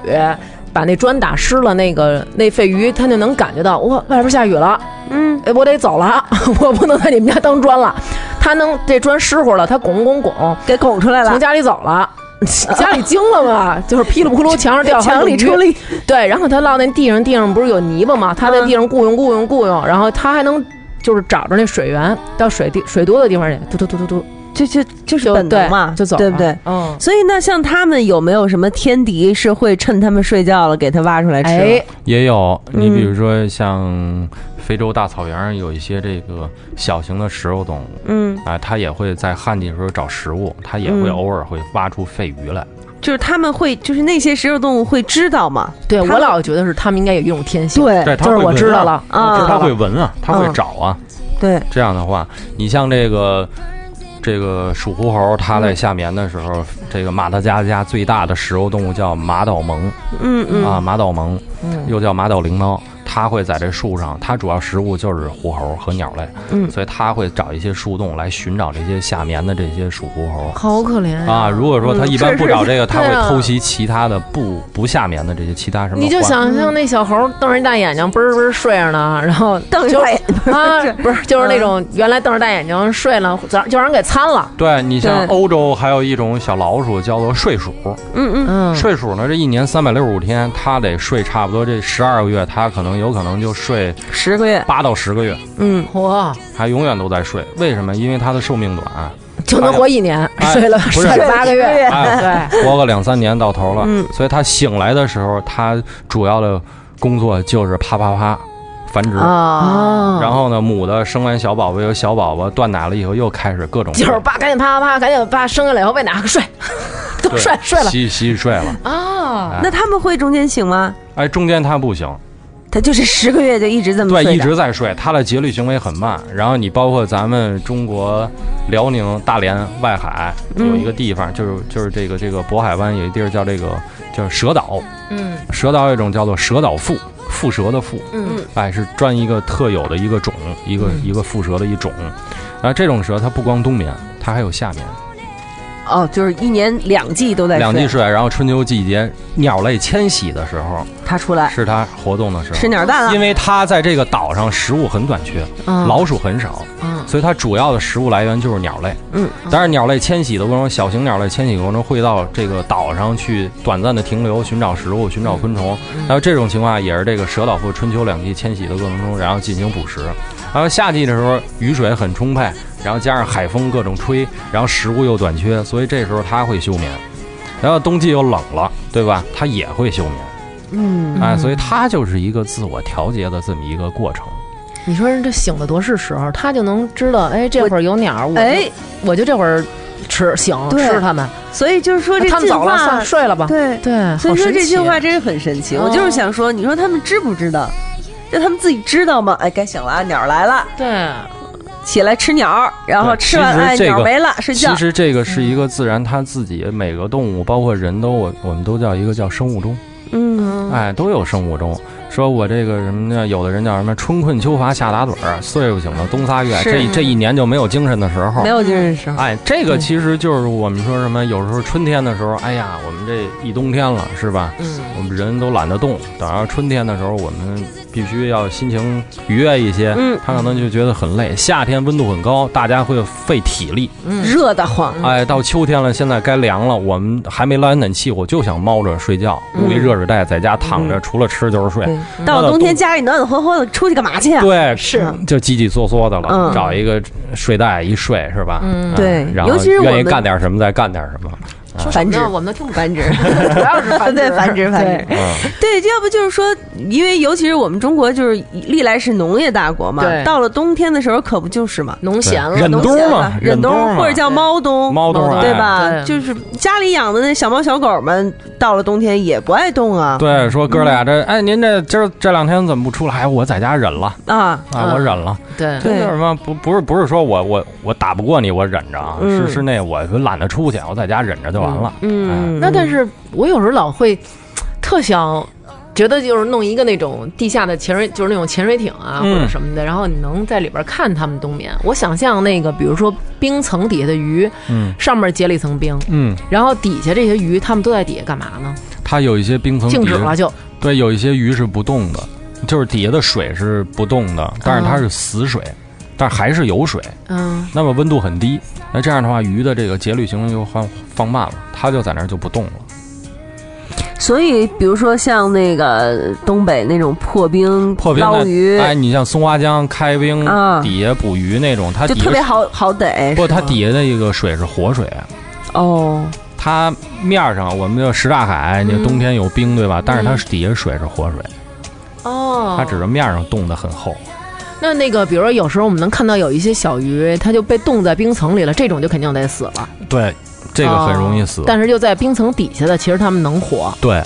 [SPEAKER 2] 把那砖打湿了，那个那肺鱼它就能感觉到，哇，外边下雨了，嗯，我得走了， 我不能在你们家当砖了。它能这砖湿乎了，它拱拱拱，
[SPEAKER 1] 给拱出来
[SPEAKER 2] 从
[SPEAKER 1] 了，
[SPEAKER 2] 家里走了。 家里惊了 吧？就是噼里扑噜，墙上掉好几
[SPEAKER 1] 墙
[SPEAKER 2] 种
[SPEAKER 1] 里出
[SPEAKER 2] 鱼
[SPEAKER 1] 了一，嗯
[SPEAKER 2] 对，然后它落那地上，地上不是有泥巴吗？它在地上雇佣雇佣雇佣，然后它还能就是找着那水源，到水地水多的地方去，嘟嘟嘟嘟嘟，
[SPEAKER 1] 就就就是
[SPEAKER 2] 就
[SPEAKER 1] 本
[SPEAKER 2] 对
[SPEAKER 1] 能嘛，
[SPEAKER 2] 就走了，
[SPEAKER 1] 对不对？
[SPEAKER 2] 嗯，
[SPEAKER 1] 所以那像他们有没有什么天敌是会趁他们睡觉了给它挖出来吃的？
[SPEAKER 2] 哎，
[SPEAKER 7] 也有，你比如说像非洲大草原上有一些这个小型的食肉动物
[SPEAKER 1] 嗯，
[SPEAKER 7] 啊，它也会在旱季的时候找食物，它也
[SPEAKER 2] 嗯
[SPEAKER 7] 会偶尔会挖出肺鱼来。
[SPEAKER 1] 就是他们会，就是那些食肉动物会知道嘛？
[SPEAKER 2] 对
[SPEAKER 1] 它
[SPEAKER 2] 我老觉得是他们应该有一种天性，
[SPEAKER 1] 对
[SPEAKER 7] 对，它
[SPEAKER 2] 就是
[SPEAKER 7] 会
[SPEAKER 2] 我
[SPEAKER 7] 闻
[SPEAKER 2] 知道
[SPEAKER 7] 啊
[SPEAKER 2] 了，
[SPEAKER 1] 啊
[SPEAKER 2] 我知
[SPEAKER 7] 它
[SPEAKER 2] 道
[SPEAKER 7] 会
[SPEAKER 2] 了，
[SPEAKER 7] 闻啊，它会
[SPEAKER 1] 嗯
[SPEAKER 7] 找啊。
[SPEAKER 1] 对，
[SPEAKER 7] 这样的话，你像这个。这个鼠狐猴，它在夏眠的时
[SPEAKER 1] 嗯
[SPEAKER 7] 候，这个马达加斯加最大的食肉动物叫马岛虻，
[SPEAKER 1] 嗯嗯嗯
[SPEAKER 7] 啊，马岛虻，又叫马岛翎猫，它会在这树上，它主要食物就是狐猴和鸟类，
[SPEAKER 1] 嗯
[SPEAKER 7] 所以它会找一些树洞来寻找这些下眠的这些属狐猴。
[SPEAKER 2] 好可怜
[SPEAKER 7] 啊，如果说它
[SPEAKER 1] 嗯
[SPEAKER 7] 一般
[SPEAKER 1] 是
[SPEAKER 7] 不
[SPEAKER 1] 是
[SPEAKER 7] 找这个，它
[SPEAKER 2] 对
[SPEAKER 7] 会
[SPEAKER 2] 啊
[SPEAKER 7] 偷袭其他的
[SPEAKER 1] 嗯
[SPEAKER 7] 不不下眠的这些其他什么花。
[SPEAKER 2] 你就想象那小猴瞪着一大眼睛，嘣儿嘣儿睡着呢，然 后
[SPEAKER 1] 瞪着
[SPEAKER 2] 就
[SPEAKER 1] 大眼睛
[SPEAKER 2] 啊
[SPEAKER 1] 睡，
[SPEAKER 2] 不是，就是那种原来瞪着大眼睛睡了，早上就让人给参了。
[SPEAKER 7] 对你
[SPEAKER 1] 对
[SPEAKER 7] 像欧洲还有一种小老鼠叫做睡鼠，
[SPEAKER 1] 嗯嗯，
[SPEAKER 2] 嗯，
[SPEAKER 7] 睡鼠呢这一年三百六十五天，它得睡差不多这十二个月，它可能有可能就睡
[SPEAKER 1] 十个月，
[SPEAKER 2] 啊
[SPEAKER 7] 八到十个月，
[SPEAKER 1] 嗯，
[SPEAKER 2] 哇，
[SPEAKER 7] 它永远都在睡。为什么？因为它的寿命短，
[SPEAKER 2] 就能活一年，
[SPEAKER 7] 哎
[SPEAKER 2] 睡了
[SPEAKER 7] 不
[SPEAKER 2] 十
[SPEAKER 7] 是
[SPEAKER 2] 八个月，
[SPEAKER 7] 哎，活个两三年到头了。
[SPEAKER 1] 嗯
[SPEAKER 7] 所以它醒来的时候，它主要的工作就是啪啪啪繁殖。
[SPEAKER 2] 啊。
[SPEAKER 7] 然后呢，母的生完小宝宝，有小宝宝断奶了以后，又开始各种
[SPEAKER 2] 就是啪，赶紧啪啪啪，赶紧啪，生下来以后喂奶睡，都
[SPEAKER 7] 对
[SPEAKER 2] 睡睡了
[SPEAKER 7] 洗洗睡了。
[SPEAKER 2] 啊！
[SPEAKER 1] 那他们会中间醒吗？
[SPEAKER 7] 哎，中间它不行，
[SPEAKER 1] 他就是十个月就一直这么
[SPEAKER 7] 对，
[SPEAKER 1] 睡
[SPEAKER 7] 一
[SPEAKER 1] 着
[SPEAKER 7] 直在睡，它的节律行为很慢。然后你包括咱们中国辽宁、大连、外海有一个地方，就是就是这个这个渤海湾有一地儿叫这个叫蛇岛，
[SPEAKER 2] 嗯
[SPEAKER 7] 蛇岛有一种叫做蛇岛蝮，蝮蛇的蝮，
[SPEAKER 2] 嗯
[SPEAKER 7] 哎，是专一个特有的一个种，一个、一个蝮蛇的一种。然后这种蛇它不光冬眠，它还有夏眠，
[SPEAKER 1] 哦，就是一年两季都在
[SPEAKER 7] 两季睡，然后春秋季节鸟类迁徙的时候
[SPEAKER 1] 他出来
[SPEAKER 7] 是它活动的时候
[SPEAKER 1] 吃。鸟蛋了
[SPEAKER 7] 因。为它在这个岛上食物很短缺，
[SPEAKER 2] 嗯
[SPEAKER 7] 老鼠很少，
[SPEAKER 2] 嗯
[SPEAKER 7] 所以它主要的食物来源就是鸟类。
[SPEAKER 1] 嗯，
[SPEAKER 7] 但是鸟类迁徙的过程中，小型鸟类迁徙过程中会到这个岛上去短暂的停留，寻找食物、寻找昆虫。
[SPEAKER 1] 嗯
[SPEAKER 7] 还有这种情况也是这个蛇岛或春秋两季迁徙的过程中，然后进行捕食。然后夏季的时候雨水很充沛，然后加上海风各种吹，然后食物又短缺，所以这时候它会休眠。然后冬季又冷了，对吧？它也会休眠。嗯，哎，所以它就是一个自我调节的这么一个过程。
[SPEAKER 2] 你说人这醒的多是时候，他就能知道，哎，这会儿有鸟，我就
[SPEAKER 1] 哎，
[SPEAKER 2] 我就这会儿吃醒
[SPEAKER 1] 对
[SPEAKER 2] 吃它们，
[SPEAKER 1] 所以就是说这
[SPEAKER 2] 他们
[SPEAKER 1] 进
[SPEAKER 2] 走
[SPEAKER 1] 化
[SPEAKER 2] 了，算睡了吧。
[SPEAKER 1] 对，
[SPEAKER 2] 对，
[SPEAKER 1] 所以说
[SPEAKER 2] 好神
[SPEAKER 1] 这
[SPEAKER 2] 奇啊
[SPEAKER 1] 句话真是很神奇。
[SPEAKER 2] 哦
[SPEAKER 1] 我就是想说，你说他们知不知道？就他们自己知道吗？哎，该醒了啊，鸟儿来了，
[SPEAKER 2] 对，
[SPEAKER 1] 起来吃鸟儿，然后
[SPEAKER 7] 对
[SPEAKER 1] 吃完
[SPEAKER 7] 其实
[SPEAKER 1] 哎，
[SPEAKER 7] 这个
[SPEAKER 1] 鸟儿没了，睡觉
[SPEAKER 7] 其。实这个
[SPEAKER 1] 嗯
[SPEAKER 7] 是一个自然，它自己每个动物，包括人都，我我们都叫一个叫生物钟，
[SPEAKER 1] 嗯，
[SPEAKER 7] 哎，都有生物钟。说我这个什么呢？有的人叫什么春困秋乏夏打盹儿，岁数醒了冬仨月，
[SPEAKER 1] 是
[SPEAKER 7] 这这一年就没有精神的时候
[SPEAKER 1] 没。有精神时候。
[SPEAKER 7] 哎，这个其实就是我们说什么，有时候春天的时候，哎呀，我们这一冬天了，是吧？
[SPEAKER 2] 嗯，
[SPEAKER 7] 我们人都懒得动，等到春天的时候，我们必须要心情愉悦一些。
[SPEAKER 1] 嗯，
[SPEAKER 7] 他可能就觉得很累。夏天温度很高，大家会费体力，
[SPEAKER 2] 嗯
[SPEAKER 1] 嗯热得慌，
[SPEAKER 7] 哎，到秋天了，现在该凉了，我们还没拉完暖气，我就想猫着睡觉，
[SPEAKER 1] 嗯
[SPEAKER 7] 捂一热水袋，在家躺着，除了吃就是睡。
[SPEAKER 2] 嗯
[SPEAKER 1] 到了冬天家里暖暖和和的，出去干嘛去啊？
[SPEAKER 7] 对，是就叽叽嗦嗦的了，
[SPEAKER 1] 嗯
[SPEAKER 7] 找一个睡袋一睡是吧？嗯，
[SPEAKER 1] 对
[SPEAKER 7] 然后
[SPEAKER 1] 尤其是我
[SPEAKER 7] 愿
[SPEAKER 1] 们
[SPEAKER 7] 意干点什么再干点什么。
[SPEAKER 1] 繁殖
[SPEAKER 2] 那我们听繁殖， 主要是繁殖，
[SPEAKER 1] 对繁殖繁殖
[SPEAKER 2] 对
[SPEAKER 7] 嗯，
[SPEAKER 1] 对，要不就是说，因为尤其是我们中国，就是历来是农业大国嘛
[SPEAKER 2] 对，
[SPEAKER 1] 到了冬天的时候，可不就是嘛，
[SPEAKER 2] 农闲了，
[SPEAKER 7] 忍
[SPEAKER 1] 农
[SPEAKER 7] 冬
[SPEAKER 1] 闲
[SPEAKER 7] 嘛
[SPEAKER 1] 了
[SPEAKER 7] 忍
[SPEAKER 1] 忍冬
[SPEAKER 7] 冬嘛
[SPEAKER 1] 或者叫猫冬，
[SPEAKER 7] 猫冬
[SPEAKER 1] 对
[SPEAKER 7] 哎
[SPEAKER 1] 吧？
[SPEAKER 2] 对
[SPEAKER 1] 就是家里养的那小猫小狗们，到了冬天也不爱动啊，
[SPEAKER 7] 对，说哥俩这，哎，您这今儿这两天怎么不出来？哎我在家忍了，
[SPEAKER 1] 啊，
[SPEAKER 7] 啊，我
[SPEAKER 2] 嗯
[SPEAKER 7] 忍了。
[SPEAKER 2] 对
[SPEAKER 1] 对
[SPEAKER 7] 这叫什么？不，不是，不是说我我我打不过你，我忍着啊，
[SPEAKER 1] 嗯
[SPEAKER 7] 是是那我懒得出去，我在家忍着就完了。
[SPEAKER 1] 嗯，
[SPEAKER 2] 那但是我有时候老会特想。觉得就是弄一个那种地下的潜水，就是那种潜水艇啊或
[SPEAKER 7] 嗯
[SPEAKER 2] 者什么的，然后你能在里边看它们冬眠。我想象那个，比如说冰层底下的鱼，
[SPEAKER 7] 嗯
[SPEAKER 2] 上面结了一层冰，
[SPEAKER 7] 嗯，
[SPEAKER 2] 然后底下这些鱼，它们都在底下干嘛呢？
[SPEAKER 7] 它有一些冰层
[SPEAKER 2] 静止
[SPEAKER 7] 底
[SPEAKER 2] 了就，
[SPEAKER 7] 对，有一些鱼是不动的，就是底下的水是不动的，
[SPEAKER 1] 嗯
[SPEAKER 7] 但是它是死水，但还是有水。
[SPEAKER 2] 嗯
[SPEAKER 7] 那么温度很低，那这样的话，鱼的这个节律行为就放放慢了，它就在那儿就不动了。
[SPEAKER 1] 所以比如说像那个东北那种破冰
[SPEAKER 7] 破冰
[SPEAKER 1] 捞
[SPEAKER 7] 呢
[SPEAKER 1] 鱼，
[SPEAKER 7] 哎，你像松花江开冰、
[SPEAKER 1] 啊
[SPEAKER 7] 底下捕鱼那种，它
[SPEAKER 1] 就
[SPEAKER 7] 底
[SPEAKER 1] 特别
[SPEAKER 7] 下
[SPEAKER 1] 好好逮，
[SPEAKER 7] 不，
[SPEAKER 1] 是
[SPEAKER 7] 它
[SPEAKER 1] 吗
[SPEAKER 7] 底下的一个水是活水，
[SPEAKER 1] 哦，
[SPEAKER 7] 它面儿上我们叫什刹海，你冬天有冰对吧？但是它底下水是活水，
[SPEAKER 2] 嗯哦
[SPEAKER 7] 它只是面儿上冻得很厚。
[SPEAKER 2] 那那个，比如说有时候我们能看到有一些小鱼，它就被冻在冰层里了，这种就肯定得死了。
[SPEAKER 7] 对，这个很容易死。
[SPEAKER 2] 哦但哦是就在冰层底下的，其实它们能活。
[SPEAKER 7] 对，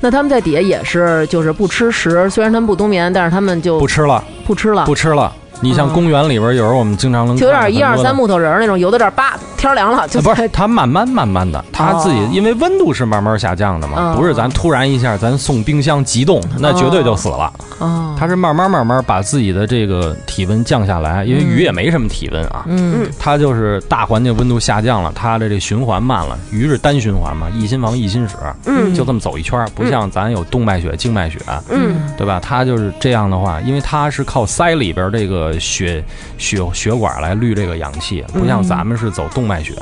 [SPEAKER 2] 那它们在底下也是，就是不吃食，虽然它们不冬眠，但是它们就
[SPEAKER 7] 不吃了。
[SPEAKER 2] 不吃了，
[SPEAKER 7] 不吃了。你像公园里边，有时候我们经常能
[SPEAKER 2] 嗯就有点
[SPEAKER 7] 看
[SPEAKER 2] 一
[SPEAKER 7] 到
[SPEAKER 2] 二
[SPEAKER 7] 很多的啊
[SPEAKER 2] 三木头人儿那种，游到这儿叭天凉了就
[SPEAKER 7] 不是，它慢慢慢慢的，它自己
[SPEAKER 2] 哦
[SPEAKER 7] 因为温度是慢慢下降的嘛，
[SPEAKER 2] 嗯
[SPEAKER 7] 不是咱突然一下咱送冰箱急冻，那绝对就死了。
[SPEAKER 2] 啊，
[SPEAKER 7] 它是慢慢慢慢把自己的这个体温降下来，因为鱼也没什么体温啊，
[SPEAKER 2] 嗯
[SPEAKER 7] 它就是大环境温度下降了，它的这循环慢了，鱼是单循环嘛，一心房一心室，
[SPEAKER 1] 嗯
[SPEAKER 7] 就这么走一圈儿，不像咱有动脉血、静脉血，
[SPEAKER 1] 嗯
[SPEAKER 7] 对吧？它就是这样的话，因为它是靠鳃里边这个血血血管来滤这个氧气，不像咱们是走动脉血。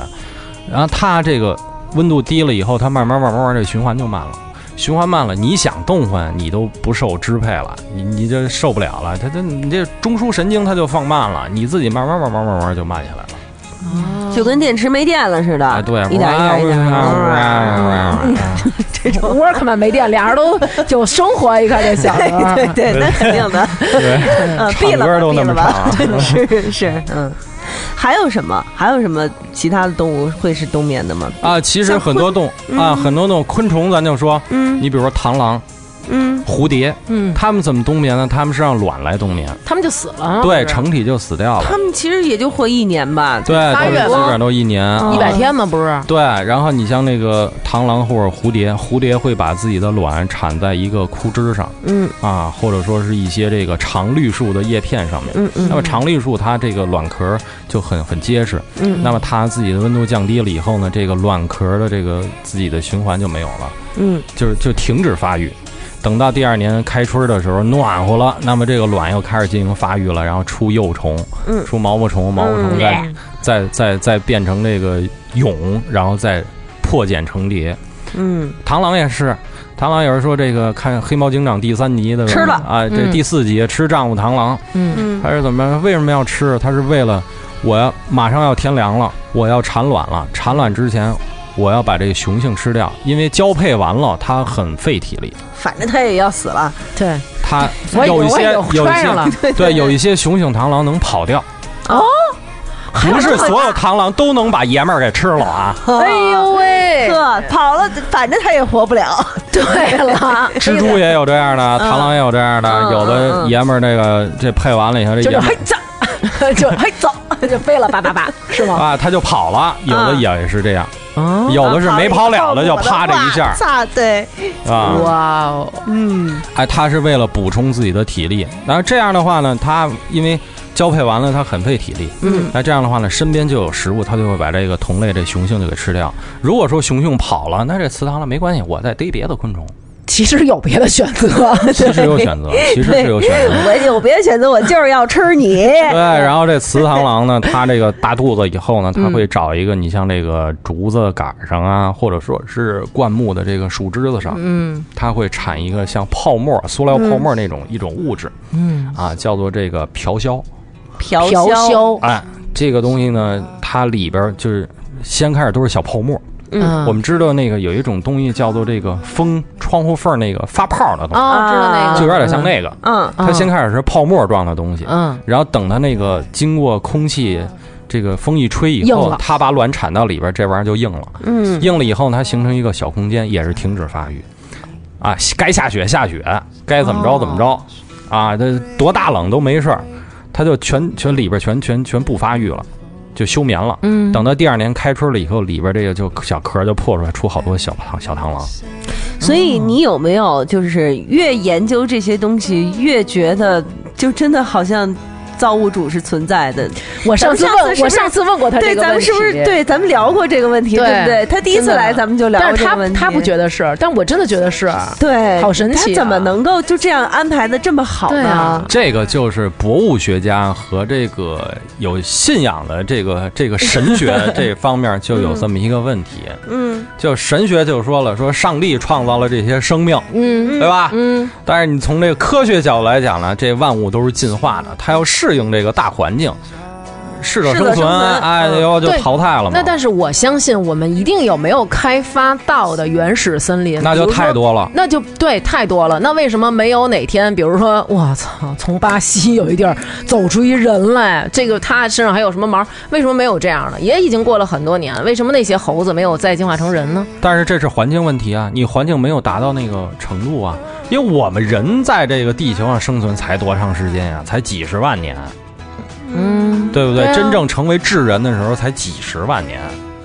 [SPEAKER 7] 然后它这个温度低了以后，它慢慢慢慢慢慢这循环就慢了。循环慢了，你想动换你都不受支配了，你你这受不了了，它它你这中枢神经它就放慢了，你自己慢慢慢慢慢慢就慢下来了。
[SPEAKER 1] 就跟电池没电了似
[SPEAKER 7] 哎，
[SPEAKER 1] 的，
[SPEAKER 7] 对，
[SPEAKER 1] 啊一点一点一啊点。
[SPEAKER 7] 啊
[SPEAKER 2] ，workman 没电，俩人都 就生活一块就行了。
[SPEAKER 1] 对对，那肯定 的，
[SPEAKER 7] 对，
[SPEAKER 1] 嗯，
[SPEAKER 7] 唱
[SPEAKER 1] 闭了吧，
[SPEAKER 7] 歌都
[SPEAKER 1] 闭
[SPEAKER 7] 那
[SPEAKER 1] 了
[SPEAKER 7] 么
[SPEAKER 1] 吧，
[SPEAKER 7] 唱啊
[SPEAKER 1] 是是，嗯。还有什么？还有什么其他的动物会是冬眠的吗？
[SPEAKER 7] 啊，其实很多动啊，很多动物昆虫，咱就说，
[SPEAKER 1] 嗯
[SPEAKER 7] 你比如说螳螂、
[SPEAKER 1] 嗯，
[SPEAKER 7] 蝴蝶，
[SPEAKER 2] 嗯，
[SPEAKER 7] 它们怎么冬眠呢？它们是让卵来冬眠，
[SPEAKER 2] 他们就死了，
[SPEAKER 7] 对，
[SPEAKER 2] 不是
[SPEAKER 7] 成体就死掉了
[SPEAKER 1] 它。们其实也就活一年吧。
[SPEAKER 7] 对，
[SPEAKER 2] 仨
[SPEAKER 7] 它
[SPEAKER 2] 月
[SPEAKER 7] 们基
[SPEAKER 2] 吗
[SPEAKER 7] 本上都一年，
[SPEAKER 1] 哦
[SPEAKER 2] 一百
[SPEAKER 7] 啊。
[SPEAKER 2] 天嘛，不是？
[SPEAKER 7] 对，然后你像那个螳螂或者蝴蝶，蝴蝶会把自己的卵产在一个枯枝上，
[SPEAKER 1] 嗯
[SPEAKER 7] 啊，或者说是一些这个常绿树的叶片上面。
[SPEAKER 1] 嗯嗯
[SPEAKER 7] 那么常绿树它这个卵壳就很很结实，
[SPEAKER 1] 嗯
[SPEAKER 7] 那么它自己的温度降低了以后呢，这个卵壳的这个自己的循环就没有了，
[SPEAKER 1] 嗯，
[SPEAKER 7] 就是就停止发育。等到第二年开春的时候暖和了，那么这个卵又开始进行发育了，然后出幼虫，
[SPEAKER 1] 嗯
[SPEAKER 7] 出毛毛虫，毛毛虫
[SPEAKER 1] 嗯
[SPEAKER 7] 再、再再再变成这个蛹，然后再破茧成蝶。
[SPEAKER 1] 嗯
[SPEAKER 7] 螳螂也是，螳螂有人说这个看《黑猫警长》第三集的时候
[SPEAKER 1] 吃了
[SPEAKER 7] 啊，这
[SPEAKER 2] 嗯
[SPEAKER 7] 第四集吃丈夫螳螂，
[SPEAKER 2] 嗯
[SPEAKER 1] 嗯
[SPEAKER 7] 它是怎么样？为什么要吃？它是为了我要马上要天凉了，我要产卵了。产卵之前，我要把这个雄性吃掉，因为交配完了它很费体力。
[SPEAKER 1] 反正它也要死了。
[SPEAKER 2] 对，
[SPEAKER 7] 它
[SPEAKER 2] 我
[SPEAKER 7] 有一
[SPEAKER 2] 有我
[SPEAKER 7] 些
[SPEAKER 2] 有
[SPEAKER 7] 有一
[SPEAKER 2] 穿 上了
[SPEAKER 7] 些，对有一些雄性螳螂能跑掉。
[SPEAKER 2] 哦，
[SPEAKER 7] 不是所有螳螂都能把爷们儿给吃了啊！
[SPEAKER 2] 哎呦喂，
[SPEAKER 1] 呵，跑了，反正它也活不了。
[SPEAKER 2] 对了，
[SPEAKER 7] 蜘蛛也有这样的，螳螂也有这样的，
[SPEAKER 1] 嗯
[SPEAKER 7] 有的爷们儿这个这配完了以后，这
[SPEAKER 2] 就
[SPEAKER 7] 爷
[SPEAKER 2] 是
[SPEAKER 7] 们
[SPEAKER 1] 哎
[SPEAKER 2] 嘿
[SPEAKER 7] 儿
[SPEAKER 2] 走，就嘿走，就飞了，叭叭叭，是吗？
[SPEAKER 7] 啊他就跑了，有的
[SPEAKER 1] 嗯
[SPEAKER 7] 也是这样，
[SPEAKER 2] 啊，
[SPEAKER 7] 有的是没跑了的就趴着一
[SPEAKER 1] 哇
[SPEAKER 7] 下
[SPEAKER 1] 擦，对，
[SPEAKER 7] 啊。
[SPEAKER 2] 哇哦，
[SPEAKER 1] 嗯
[SPEAKER 7] 哎，它是为了补充自己的体力。然后这样的话呢，它因为交配完了，它很费体力。
[SPEAKER 1] 嗯，
[SPEAKER 7] 那这样的话呢，身边就有食物，它就会把这个同类这雄性就给吃掉。如果说雄性跑了，那这雌螳螂没关系，我再逮别的昆虫。
[SPEAKER 2] 其实有别的选择，
[SPEAKER 7] 其实有选择，其实是有选择。
[SPEAKER 1] 我有别的选择，我就是要吃你。
[SPEAKER 7] 对，然后这雌螳螂呢，它这个大肚子以后呢，它会找一个你像这个竹子杆上啊，或者说是灌木的这个树枝子上，
[SPEAKER 2] 嗯，
[SPEAKER 7] 它会产一个像泡沫、塑料泡沫那种、一种物质，嗯啊，叫做这个飘消。
[SPEAKER 1] 嫖
[SPEAKER 2] 调
[SPEAKER 1] 消，
[SPEAKER 2] 消，
[SPEAKER 7] 哎，这个东西呢，它里边儿就是先开始都是小泡沫。
[SPEAKER 2] 嗯
[SPEAKER 7] 我们知道那个有一种东西叫做这个风窗户缝儿那个发泡的东西，
[SPEAKER 2] 哦，知道那个，
[SPEAKER 7] 就有点像那个。
[SPEAKER 1] 嗯
[SPEAKER 2] 嗯
[SPEAKER 7] 它先开始是泡沫状的东西，
[SPEAKER 2] 嗯
[SPEAKER 7] 然后等它那个经过空气这个风一吹以
[SPEAKER 2] 硬
[SPEAKER 7] 后
[SPEAKER 2] 了，
[SPEAKER 7] 它把卵产到里边儿，这玩意儿就硬了。
[SPEAKER 1] 嗯
[SPEAKER 7] 硬了以后呢，它形成一个小空间，也是停止发育。啊，该下雪下雪，该怎么着怎么
[SPEAKER 2] 哦
[SPEAKER 7] 着，啊，这多大冷都没事儿，它就全全里边全全全不发育了，就休眠了。
[SPEAKER 2] 嗯，
[SPEAKER 7] 等到第二年开春了以后，里边这个就小壳就破出来，出好多小螳小螳螂。
[SPEAKER 1] 所以你有没有就是越研究这些东西，越觉得就真的好像造物主是存在的？
[SPEAKER 2] 我上次
[SPEAKER 1] 咱们上次是
[SPEAKER 2] 问我
[SPEAKER 1] 不是
[SPEAKER 2] 上次问过他呃这
[SPEAKER 1] 对，
[SPEAKER 2] 个
[SPEAKER 1] 咱
[SPEAKER 2] 问
[SPEAKER 1] 们
[SPEAKER 2] 题
[SPEAKER 1] 是不是？对？咱们聊过这个问题，
[SPEAKER 2] 对
[SPEAKER 1] 对不对？他第一次
[SPEAKER 2] 真的
[SPEAKER 1] 来，咱们就聊
[SPEAKER 2] 但
[SPEAKER 1] 过
[SPEAKER 2] 是
[SPEAKER 1] 这个
[SPEAKER 2] 他
[SPEAKER 1] 问题。
[SPEAKER 2] 他不觉得是，啊但我真的觉得是，
[SPEAKER 1] 对，
[SPEAKER 2] 好神奇啊
[SPEAKER 1] 他怎么能够就这样安排的这么好
[SPEAKER 2] 对啊
[SPEAKER 1] 呢？
[SPEAKER 7] 这个就是博物学家和这个有信仰的这个这个 神学这方面就有这么一个问题，
[SPEAKER 1] 嗯
[SPEAKER 7] 就神学就说了，说上帝创造了这些生命，
[SPEAKER 2] 嗯
[SPEAKER 7] 对吧？
[SPEAKER 2] 嗯
[SPEAKER 7] 但是你从这个科学角度来讲呢，这万物都是进化的，它要适应这个大环境，适者
[SPEAKER 1] 适者生
[SPEAKER 7] 生存，
[SPEAKER 1] 存
[SPEAKER 7] 哎，
[SPEAKER 1] 嗯
[SPEAKER 7] 然后就
[SPEAKER 2] 对
[SPEAKER 7] 淘汰了嘛
[SPEAKER 2] 那。但是我相信，我们一定有没有开发到的原始森林，
[SPEAKER 7] 那就
[SPEAKER 2] 比如说
[SPEAKER 7] 太多了
[SPEAKER 2] 那就对太多了。那为什么没有哪天，比如说，我操，从巴西有一地儿走出一人来，这个他身上还有什么毛？为什么没有这样的？也已经过了很多年，为什么那些猴子没有再进化成人呢？
[SPEAKER 7] 但是这是环境问题啊，你环境没有达到那个程度啊，因为我们啊人在这个地球上生存才多长时间呀、才几十万年，
[SPEAKER 2] 嗯
[SPEAKER 7] 对不对？
[SPEAKER 2] 对啊
[SPEAKER 7] 真正成为智人的时候才几十万年，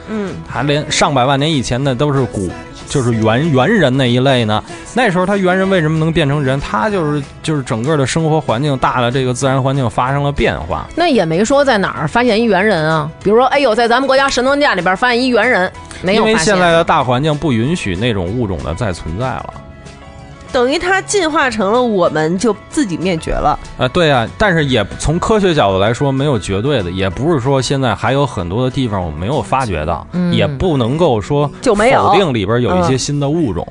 [SPEAKER 1] 嗯，
[SPEAKER 7] 他连上百万年以前的都是古，就是猿猿人那一类呢。那时候他猿人为什么能变成人？他就是就是整个的生活环境大了，这个自然环境发生了变化。
[SPEAKER 2] 那也没说在哪儿发现一猿人啊，比如说，哎呦，在咱们国家神农架里边发现一猿人，没有
[SPEAKER 7] 因为
[SPEAKER 2] 发
[SPEAKER 7] 现在的大环境不允许那种物种的再存在了。
[SPEAKER 1] 等于它进化成了，我们就自己灭绝了。
[SPEAKER 7] 啊、对啊，但是也从科学角度来说，没有绝对的，也不是说现在还有很多的地方我们没有发掘到，
[SPEAKER 2] 嗯
[SPEAKER 7] 也不能够说
[SPEAKER 1] 就没有
[SPEAKER 7] 否定里边有一些
[SPEAKER 1] 嗯
[SPEAKER 7] 新的物种，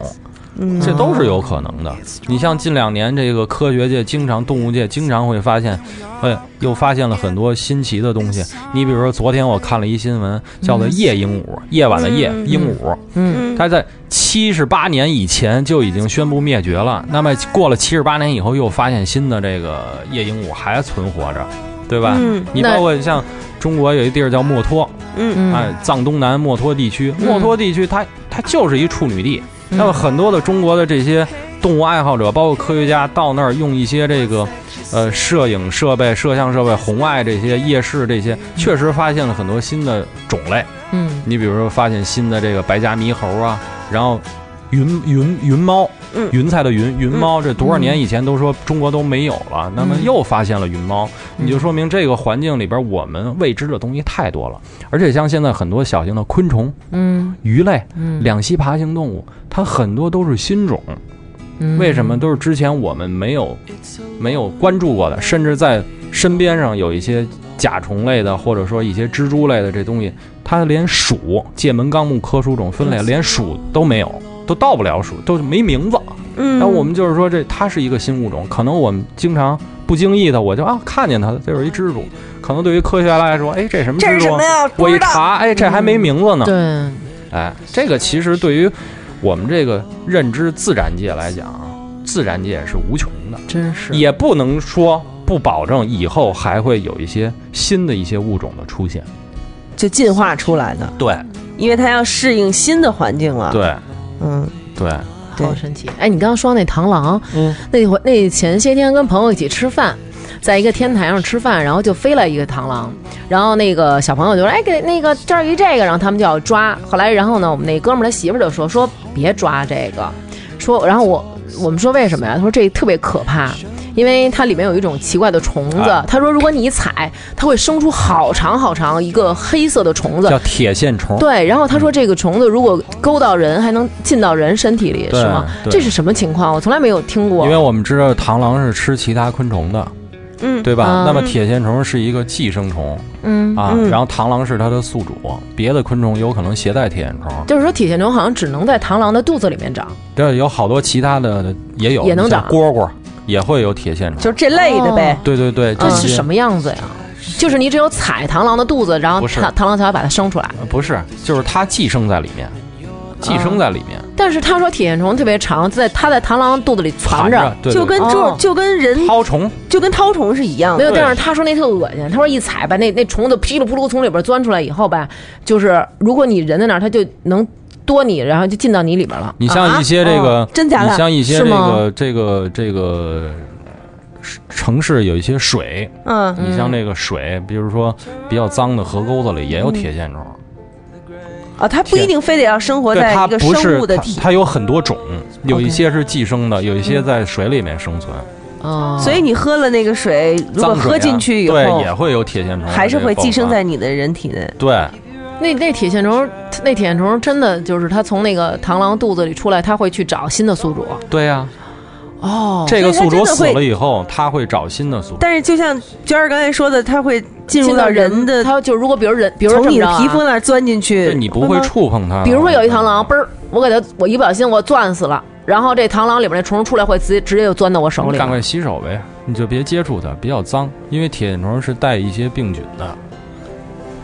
[SPEAKER 1] 嗯
[SPEAKER 7] 这都是有可能的。你像近两年这个科学界经常、动物界经常会发现，哎，又发现了很多新奇的东西。你比如说，昨天我看了一新闻，叫做夜鹦鹉，夜晚的夜
[SPEAKER 1] 嗯
[SPEAKER 7] 鹦鹉，
[SPEAKER 2] 嗯，
[SPEAKER 1] 嗯
[SPEAKER 7] 它在七十八年以前就已经宣布灭绝了。那么过了七十八年以后，又发现新的这个夜鹦鹉还存活着，对吧？
[SPEAKER 1] 嗯
[SPEAKER 7] 你
[SPEAKER 2] 那
[SPEAKER 7] 包括像中国有一地儿叫墨脱，
[SPEAKER 1] 嗯
[SPEAKER 2] 嗯
[SPEAKER 7] 哎，藏东南墨脱地区，
[SPEAKER 2] 嗯
[SPEAKER 7] 墨脱地区它它就是一处女地。
[SPEAKER 2] 嗯
[SPEAKER 7] 那么很多的中国的这些动物爱好者，包括科学家，到那儿用一些这个呃摄影设备、摄像设备、红外这些、夜视这些，确实发现了很多新的种类。
[SPEAKER 2] 嗯
[SPEAKER 7] 你比如说发现新的这个白颊猕猴啊，然后云云云猫
[SPEAKER 1] 嗯，
[SPEAKER 7] 云彩的云云猫，这多少年以前都说中国都没有了，那么
[SPEAKER 2] 嗯
[SPEAKER 7] 又发现了云猫，
[SPEAKER 2] 嗯
[SPEAKER 7] 你就说明这个环境里边我们未知的东西太多了，而且像现在很多小型的昆虫、
[SPEAKER 2] 嗯
[SPEAKER 7] 鱼类、
[SPEAKER 2] 嗯，
[SPEAKER 7] 两栖爬行动物，它很多都是新种，
[SPEAKER 2] 嗯
[SPEAKER 7] 为什么？都是之前我们没有没有关注过的，甚至在身边上有一些甲虫类的，或者说一些蜘蛛类的这东西，它连属界门纲目科属种分类连属都没有，都到不了属，都没名字。
[SPEAKER 1] 嗯
[SPEAKER 7] 那我们就是说这它是一个新物种，可能我们经常不经意的我就啊看见它了，这是一蜘蛛，可能对于科学家来说，哎，这什么
[SPEAKER 1] 这是
[SPEAKER 7] 蜘
[SPEAKER 1] 什
[SPEAKER 7] 蛛
[SPEAKER 1] 么
[SPEAKER 7] 啊？
[SPEAKER 1] 呀？嗯
[SPEAKER 7] 我
[SPEAKER 1] 不
[SPEAKER 7] 一
[SPEAKER 1] 知道。
[SPEAKER 7] 查，哎，这还没名字呢。
[SPEAKER 2] 对，
[SPEAKER 7] 哎，这个其实对于我们这个认知自然界来讲啊，自然界是无穷的，
[SPEAKER 2] 真是
[SPEAKER 7] 也不能说不保证以后还会有一些新的一些物种的出现。
[SPEAKER 1] 就进化出来的，
[SPEAKER 7] 对
[SPEAKER 1] 因为它要适应新的环境了。，
[SPEAKER 7] 对
[SPEAKER 1] 嗯，
[SPEAKER 7] 对，
[SPEAKER 2] 好神奇。哎，你刚刚说那螳螂，
[SPEAKER 7] 嗯，
[SPEAKER 2] 那会那前些天跟朋友一起吃饭，在一个天台上吃饭，然后就飞来一个螳螂，然后那个小朋友就说：“哎，给那个这儿一这个。”然后他们就要抓。后来，然后呢，我们那哥们儿他媳妇儿就说：“说别抓这个。”说，然后我我们说为什么呀？他说这特别可怕。因为它里面有一种奇怪的虫子，
[SPEAKER 7] 啊
[SPEAKER 2] 他说如果你一踩，它会生出好长好长一个黑色的虫子，
[SPEAKER 7] 叫铁线虫。
[SPEAKER 2] 对，然后他说这个虫子如果勾到人，还能进到人身体里，
[SPEAKER 7] 对
[SPEAKER 2] 是吗？
[SPEAKER 7] 对
[SPEAKER 2] 这是什么情况？我从来没有听过
[SPEAKER 7] 因。为我们知道螳螂是吃其他昆虫的，
[SPEAKER 1] 嗯
[SPEAKER 7] 对吧？
[SPEAKER 2] 嗯
[SPEAKER 7] 那么铁线虫是一个寄生虫
[SPEAKER 2] 嗯，
[SPEAKER 7] 啊，
[SPEAKER 1] 嗯
[SPEAKER 7] 然后螳螂是它的宿主，别的昆虫有可能携带铁线虫，
[SPEAKER 2] 就是说铁线虫好像只能在螳螂的肚子里面长。
[SPEAKER 7] 对，有好多其他的也有，
[SPEAKER 2] 也能
[SPEAKER 7] 像
[SPEAKER 2] 长
[SPEAKER 7] 蝈蝈也会有铁线虫。
[SPEAKER 1] 就是这类的
[SPEAKER 2] 哦
[SPEAKER 1] 呗。
[SPEAKER 7] 对对对，
[SPEAKER 2] 这是
[SPEAKER 7] 些
[SPEAKER 2] 什么样子呀？就是你只有踩螳螂的肚子，然后
[SPEAKER 7] 不是
[SPEAKER 2] 螳螳螂才会把它生出来。
[SPEAKER 7] 呃不是，就是它寄生在里面，寄生在里
[SPEAKER 1] 啊
[SPEAKER 7] 面，
[SPEAKER 2] 但是他说铁线虫特别长，在它在螳螂肚子里藏
[SPEAKER 7] 盘
[SPEAKER 2] 着，，
[SPEAKER 7] 对
[SPEAKER 1] 就
[SPEAKER 7] 对
[SPEAKER 1] 跟
[SPEAKER 2] 哦
[SPEAKER 1] 就就跟人
[SPEAKER 7] 对绦虫，
[SPEAKER 1] 就跟绦虫是一样
[SPEAKER 2] 没
[SPEAKER 1] 的，
[SPEAKER 2] 有。
[SPEAKER 7] 对
[SPEAKER 2] 但是他说那特恶心，他说一踩吧，那那虫子噼里扑噜从里边钻出来以后吧，就是如果你人在那儿，它就能多你，然后就进到你里边了。
[SPEAKER 7] 你像一些这个，
[SPEAKER 1] 啊哦真假
[SPEAKER 7] 你
[SPEAKER 1] 的？
[SPEAKER 7] 像一些
[SPEAKER 2] 是
[SPEAKER 7] 这
[SPEAKER 2] 吗
[SPEAKER 7] 个这个这个是城市有一些水，
[SPEAKER 1] 嗯，
[SPEAKER 7] 你像这个水，比如说比较脏的河沟子里
[SPEAKER 1] 嗯
[SPEAKER 7] 也有铁线虫，
[SPEAKER 1] 啊，它不一定非得要生活
[SPEAKER 7] 对
[SPEAKER 1] 在
[SPEAKER 7] 它
[SPEAKER 1] 一个
[SPEAKER 7] 不
[SPEAKER 1] 生
[SPEAKER 7] 是
[SPEAKER 1] 物的
[SPEAKER 7] 它
[SPEAKER 1] 体，嗯
[SPEAKER 7] 它有很多种，有一
[SPEAKER 2] OK
[SPEAKER 7] 些是寄生的，有一些在水里面生存，
[SPEAKER 2] 哦，
[SPEAKER 1] 所以你喝了那个水，如果
[SPEAKER 7] 脏水
[SPEAKER 1] 喝
[SPEAKER 7] 啊
[SPEAKER 1] 进去以
[SPEAKER 7] 对
[SPEAKER 1] 后，
[SPEAKER 7] 也会有铁线虫，
[SPEAKER 1] 还是会寄生
[SPEAKER 7] 在
[SPEAKER 1] 在你的人体内。
[SPEAKER 7] 对。
[SPEAKER 2] 那那铁线虫，那铁线虫真的就是它从那个螳螂肚子里出来，它会去找新的宿主。
[SPEAKER 7] 对呀、
[SPEAKER 2] 哦，
[SPEAKER 7] 这个
[SPEAKER 1] 所以它
[SPEAKER 7] 宿
[SPEAKER 1] 真
[SPEAKER 7] 主
[SPEAKER 1] 的
[SPEAKER 7] 死
[SPEAKER 1] 会
[SPEAKER 7] 了以后，它会找新的宿主。
[SPEAKER 1] 但是就像娟儿刚才说的，它会进入
[SPEAKER 2] 进到
[SPEAKER 1] 到人的，
[SPEAKER 2] 它就如果比如人，比如说
[SPEAKER 1] 从你
[SPEAKER 2] 这
[SPEAKER 1] 的
[SPEAKER 2] 么着啊
[SPEAKER 1] 皮肤，那儿钻进去嗯
[SPEAKER 7] 对，你不会
[SPEAKER 1] 吗
[SPEAKER 7] 触碰它。
[SPEAKER 2] 比如说有一螳螂，嘣儿，我给它，我一不小心我钻死了，然后这螳螂里边那虫出来会直接直接就钻到我手里
[SPEAKER 7] 赶快
[SPEAKER 2] 了。
[SPEAKER 7] 洗手呗，你就别接触它，比较脏，因为铁线虫是带一些病菌的。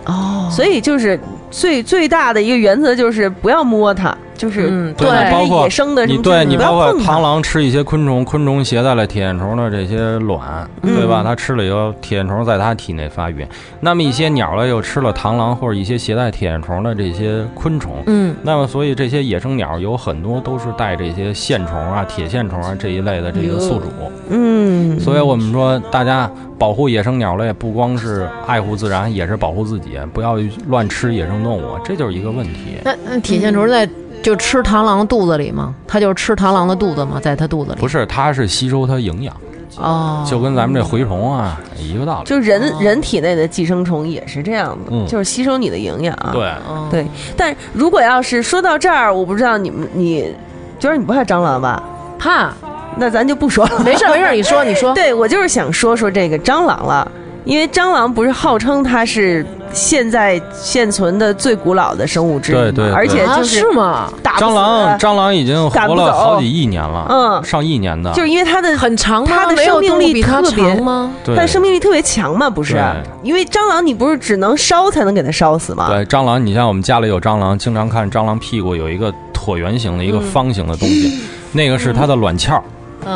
[SPEAKER 2] 哦，
[SPEAKER 1] 哦所以就是最最大的一个原则就是不要摸它，就是
[SPEAKER 2] 嗯
[SPEAKER 1] 不管它
[SPEAKER 2] 对
[SPEAKER 7] 包
[SPEAKER 1] 是
[SPEAKER 7] 括
[SPEAKER 1] 野生的什么
[SPEAKER 7] 你
[SPEAKER 1] 之类的，
[SPEAKER 7] 对你
[SPEAKER 1] 不要
[SPEAKER 7] 包括
[SPEAKER 1] 碰它
[SPEAKER 7] 螳螂吃一些昆虫，昆虫携带了铁线虫的这些卵，
[SPEAKER 1] 嗯
[SPEAKER 7] 对吧？它吃了以后，铁线虫在它体内发育。那么一些鸟类又吃了螳螂或者一些携带铁线虫的这些昆虫，
[SPEAKER 2] 嗯，
[SPEAKER 7] 那么所以这些野生鸟有很多都是带这些线虫啊、铁线虫啊这一类的这个宿主。
[SPEAKER 1] 嗯，
[SPEAKER 7] 所以我们说，大家保护野生鸟类，不光是爱护自然，也是保护自己，不要乱吃野生动物，这就是一个问题。
[SPEAKER 2] 那那铁线虫在就吃螳螂肚子里吗？它就是吃螳螂的肚子吗？在它肚子里？
[SPEAKER 7] 不是，它是吸收它营养，
[SPEAKER 2] 哦，
[SPEAKER 7] 就跟咱们这蛔虫啊一个道理。
[SPEAKER 1] 就人人体内的寄生虫也是这样的，
[SPEAKER 7] 哦嗯
[SPEAKER 1] 就是吸收你的营养。啊
[SPEAKER 7] 对，
[SPEAKER 2] 哦
[SPEAKER 1] 对，但如果要是说到这儿，我不知道你们你，就是你不怕蟑螂吧？
[SPEAKER 2] 怕
[SPEAKER 1] 那咱就不说了。
[SPEAKER 2] 没事儿没事儿，你说你说，
[SPEAKER 1] 对我就是想说说这个蟑螂了，因为蟑螂不是号称它是现在现存的最古老的生物之一嘛，
[SPEAKER 7] 对对对
[SPEAKER 1] 而且
[SPEAKER 2] 啊
[SPEAKER 1] 就是
[SPEAKER 2] 吗？
[SPEAKER 1] 打不死
[SPEAKER 7] 蟑螂蟑螂已经
[SPEAKER 1] 赶
[SPEAKER 7] 活
[SPEAKER 1] 不
[SPEAKER 7] 了
[SPEAKER 1] 走
[SPEAKER 7] 好几亿年了，
[SPEAKER 1] 嗯
[SPEAKER 7] 上亿年的，
[SPEAKER 1] 就是因为它的
[SPEAKER 2] 很长吗？
[SPEAKER 1] 它的
[SPEAKER 2] 没
[SPEAKER 1] 生
[SPEAKER 2] 有
[SPEAKER 1] 命
[SPEAKER 2] 动物
[SPEAKER 1] 力
[SPEAKER 2] 比它
[SPEAKER 1] 特别
[SPEAKER 2] 长吗？
[SPEAKER 7] 对
[SPEAKER 1] 它的生命力特别强嘛，不是
[SPEAKER 7] 对？
[SPEAKER 1] 因为蟑螂你不是只能烧才能给它烧死吗？
[SPEAKER 7] 对，蟑螂，你像我们家里有蟑螂，经常看蟑螂屁股有一个椭圆形的
[SPEAKER 1] 嗯
[SPEAKER 7] 一个方形的东西， 那个是它的卵鞘，
[SPEAKER 2] 嗯
[SPEAKER 1] 嗯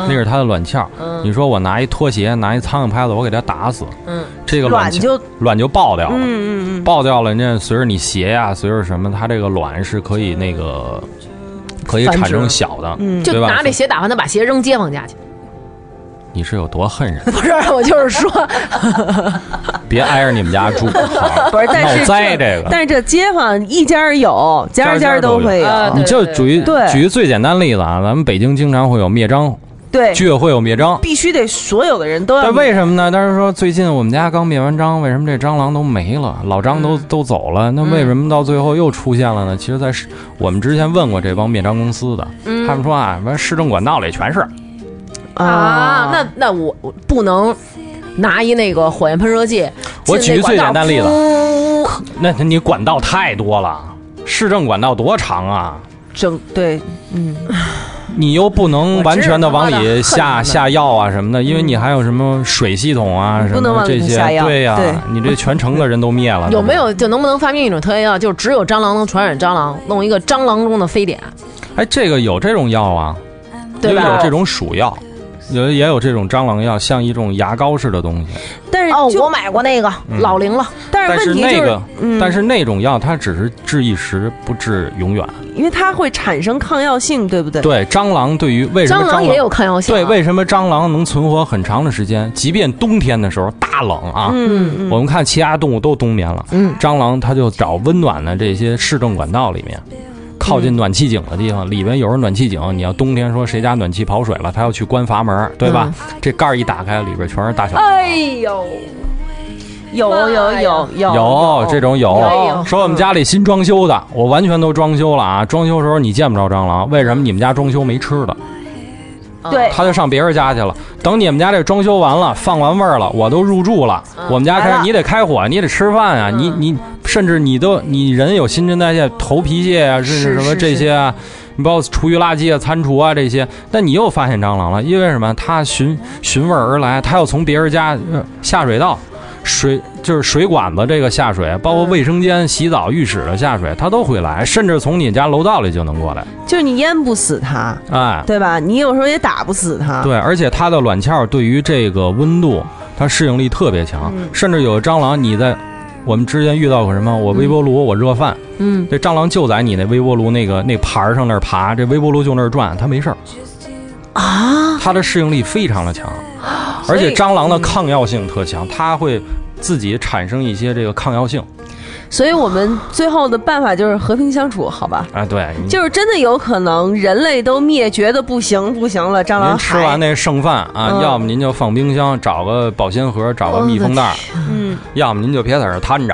[SPEAKER 7] 那是它的卵鞘。你说我拿一拖鞋，拿一苍蝇拍子，我给它打死，
[SPEAKER 2] 嗯，
[SPEAKER 7] 这个
[SPEAKER 1] 卵
[SPEAKER 7] 卵
[SPEAKER 1] 就
[SPEAKER 7] 鞘卵就爆掉了，
[SPEAKER 1] 嗯 嗯嗯，
[SPEAKER 7] 爆掉了，人家随着你鞋呀、随着什么，它这个卵是可以那个可以
[SPEAKER 2] 繁殖
[SPEAKER 7] 产生小的，
[SPEAKER 1] 嗯
[SPEAKER 2] 就
[SPEAKER 7] 对吧
[SPEAKER 2] 拿这鞋打完，它把鞋扔街坊家去。
[SPEAKER 7] 你是有多恨人？
[SPEAKER 2] 不是，我就是说，
[SPEAKER 7] 别挨着你们家住，好
[SPEAKER 1] 不是，但
[SPEAKER 7] 闹
[SPEAKER 1] 是
[SPEAKER 7] 灾这个
[SPEAKER 1] 但是这街坊一家儿有，家儿
[SPEAKER 7] 家
[SPEAKER 1] 儿
[SPEAKER 7] 儿
[SPEAKER 1] 都
[SPEAKER 7] 都有
[SPEAKER 1] 会
[SPEAKER 2] 啊
[SPEAKER 7] 你就举一
[SPEAKER 1] 对
[SPEAKER 7] 举一最简单例子啊，咱们北京经常会有灭蟑，
[SPEAKER 1] 对，
[SPEAKER 7] 居委会有灭蟑，
[SPEAKER 1] 必须得所有的人都要
[SPEAKER 7] 但为什么呢？但是说最近我们家刚灭完蟑，为什么这蟑螂都没了，老张都、都走了？那为什么到最后又出现了呢？其实在，市我们之前问过这帮灭蟑公司的，他们说啊，完市政管道里全是，
[SPEAKER 2] 啊，那那我我不能拿一那个火焰喷射器。
[SPEAKER 7] 我
[SPEAKER 2] 进
[SPEAKER 7] 举
[SPEAKER 2] 那管
[SPEAKER 7] 最简
[SPEAKER 2] 道
[SPEAKER 7] 单例子啊
[SPEAKER 2] 噗
[SPEAKER 7] 那你管道太多了，市政管道多长啊？
[SPEAKER 1] 整对，嗯，
[SPEAKER 7] 你又不能完全的往
[SPEAKER 2] 我知道
[SPEAKER 7] 里
[SPEAKER 2] 他妈
[SPEAKER 7] 下
[SPEAKER 2] 的
[SPEAKER 7] 下药啊什么的，因为你还有什么水系统
[SPEAKER 2] 嗯
[SPEAKER 7] 啊什
[SPEAKER 1] 不能
[SPEAKER 7] 么
[SPEAKER 1] 往里
[SPEAKER 7] 这些
[SPEAKER 1] 下药，
[SPEAKER 7] 对呀、
[SPEAKER 1] 对
[SPEAKER 7] 你这全城的人都灭了，
[SPEAKER 2] 有没？有就能不能发明一种特效药，就只有蟑螂能传染蟑螂，弄一个蟑螂中的非典，
[SPEAKER 7] 哎，这个有这种药啊，
[SPEAKER 2] 对
[SPEAKER 7] 因为有
[SPEAKER 2] 吧？
[SPEAKER 7] 这种鼠药，有也有这种蟑螂药，像一种牙膏似的东西。
[SPEAKER 1] 但是
[SPEAKER 2] 哦，
[SPEAKER 1] 就
[SPEAKER 2] 我买过那个，
[SPEAKER 7] 嗯
[SPEAKER 2] 老龄了。
[SPEAKER 1] 但
[SPEAKER 7] 但
[SPEAKER 1] 是
[SPEAKER 7] 是
[SPEAKER 1] 问题
[SPEAKER 7] 那
[SPEAKER 1] 就是嗯
[SPEAKER 7] 个，，
[SPEAKER 2] 嗯
[SPEAKER 7] 但是那种药它只是治一时，不治永远。
[SPEAKER 1] 因为它会产生抗药性，对不对？
[SPEAKER 7] 对，蟑螂对于为什么
[SPEAKER 2] 蟑
[SPEAKER 7] 蟑
[SPEAKER 2] 螂也有抗药性啊、
[SPEAKER 7] 对，为什么蟑螂能存活很长的时间？即便冬天的时候大冷啊，
[SPEAKER 1] 嗯，
[SPEAKER 7] 我们看其他动物都冬眠了，
[SPEAKER 2] 嗯
[SPEAKER 7] 蟑螂它就找温暖的这些市政管道里面。靠近暖气井的地方，里边有人暖气井，你要冬天说谁家暖气跑水了，他要去关阀门，对吧？这盖儿一打开，里边全是大小蟑螂。
[SPEAKER 1] 有有有哦有
[SPEAKER 7] 有这种有
[SPEAKER 2] 有，
[SPEAKER 7] 说我们家里新装修的，我完全都装修了啊！装修时候你见不着蟑螂，为什么？你们家装修没吃的，
[SPEAKER 1] 对
[SPEAKER 7] 他就上别人家去了。等你们家这装修完了，放完味儿了，我都入住了，我们家
[SPEAKER 1] 来嗯
[SPEAKER 7] 开
[SPEAKER 1] 了嗯
[SPEAKER 7] 始你得开火，你得吃饭啊，你你甚至你都你人有新陈代谢，头皮屑啊，甚
[SPEAKER 1] 是
[SPEAKER 7] 至什么
[SPEAKER 1] 是
[SPEAKER 7] 这些啊。你包括厨余垃圾啊、餐厨啊这些，那你又发现蟑螂了，因为什么？它寻寻味儿而来，它要从别人家呃下水道、水就是水管子这个下水，包括卫生间、洗澡、浴室的下水，它都会来，甚至从你家楼道里就能过来。
[SPEAKER 1] 就是你淹不死它，
[SPEAKER 7] 哎，
[SPEAKER 1] 对吧？你有时候也打不死它。
[SPEAKER 7] 对，而且它的卵鞘对于这个温度，它适应力特别强，
[SPEAKER 1] 嗯
[SPEAKER 7] 甚至有的蟑螂你在。我们之前遇到过什么？我微波炉，我热饭，
[SPEAKER 2] 嗯，
[SPEAKER 7] 这蟑螂就在你那微波炉那个那盘儿上那儿爬，这微波炉就那儿转，它没事儿。啊，它的适应力非常的强，
[SPEAKER 1] 啊
[SPEAKER 7] 而且蟑螂的
[SPEAKER 1] 嗯
[SPEAKER 7] 抗药性特强，它会自己产生一些这个抗药性。
[SPEAKER 1] 所以我们最后的办法就是和平相处，好吧？
[SPEAKER 7] 啊，对，你
[SPEAKER 1] 就是真的有可能人类都灭绝的不行不行了，蟑螂
[SPEAKER 7] 您吃完
[SPEAKER 1] 还
[SPEAKER 7] 那剩饭啊，
[SPEAKER 1] 嗯哦
[SPEAKER 7] 要么您就放冰箱，找个保鲜盒，找个密封袋儿，
[SPEAKER 1] 嗯
[SPEAKER 7] 要么您就别在这儿摊着。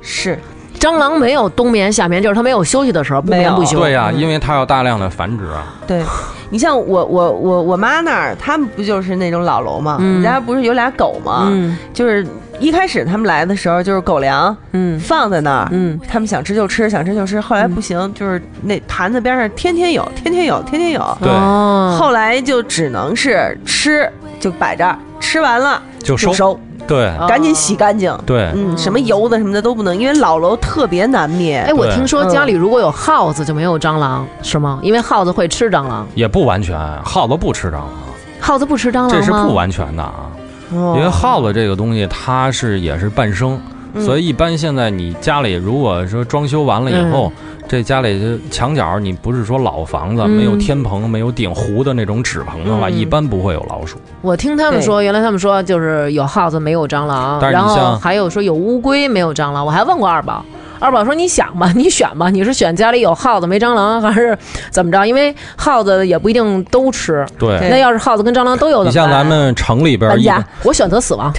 [SPEAKER 1] 是
[SPEAKER 2] 蟑螂没有冬眠夏眠，就是它没有嗯休息的时候，不
[SPEAKER 1] 没有
[SPEAKER 2] 眠不休。
[SPEAKER 7] 对呀、因为它要大量的繁殖啊。
[SPEAKER 1] 对。你像我我我我妈那儿，他们不就是那种老楼吗？我们家不是有俩狗吗？
[SPEAKER 2] 嗯
[SPEAKER 1] 就是一开始他们来的时候，就是狗粮
[SPEAKER 2] 嗯
[SPEAKER 1] 放在那儿，
[SPEAKER 2] 嗯，
[SPEAKER 1] 他们想吃就吃，想吃就吃。后来不行，就是那盘子边上天天有，天天有，天天有。
[SPEAKER 7] 对，
[SPEAKER 2] 哦，
[SPEAKER 1] 后来就只能是吃，就摆这儿，吃完了
[SPEAKER 7] 就
[SPEAKER 1] 就
[SPEAKER 7] 收
[SPEAKER 1] 收。
[SPEAKER 7] 对
[SPEAKER 2] 哦
[SPEAKER 1] 赶紧洗干净。
[SPEAKER 7] 对，
[SPEAKER 1] 嗯，什么油的什么的都不能，因为老楼特别难灭
[SPEAKER 2] 哎，。我
[SPEAKER 7] 对
[SPEAKER 2] 听说
[SPEAKER 1] 嗯
[SPEAKER 2] 家里如果有耗子就没有蟑螂，是吗？因为耗子会吃蟑螂，
[SPEAKER 7] 也不完全，耗子不吃蟑螂，
[SPEAKER 2] 耗子不吃蟑螂吗？
[SPEAKER 7] 这是不完全的啊。因为
[SPEAKER 1] 哦
[SPEAKER 7] 耗子这个东西，它是也是伴生，
[SPEAKER 1] 嗯
[SPEAKER 7] 所以一般现在你家里如果说装修完了以后，这家里就墙角你不是说老房子、
[SPEAKER 2] 嗯
[SPEAKER 7] 没有天棚、没有顶糊的那种纸棚的话，
[SPEAKER 2] 嗯
[SPEAKER 7] 一般不会有老鼠。
[SPEAKER 2] 我听他们说，原来他们说就是有耗子没有蟑螂，
[SPEAKER 7] 但是
[SPEAKER 2] 然
[SPEAKER 7] 你
[SPEAKER 2] 后
[SPEAKER 7] 像
[SPEAKER 2] 还有说有乌龟没有蟑螂。我还问过二宝，二宝说你想吧，你选吧，你是选家里有耗子没蟑螂，还是怎么着？因为耗子也不一定都吃，
[SPEAKER 7] 对，
[SPEAKER 1] 对
[SPEAKER 2] 那要是耗子跟蟑螂都有
[SPEAKER 7] 你
[SPEAKER 2] 怎么办？
[SPEAKER 7] 像咱们城里边
[SPEAKER 1] 搬
[SPEAKER 7] 一
[SPEAKER 1] 家
[SPEAKER 7] 般，
[SPEAKER 2] 我选择死亡，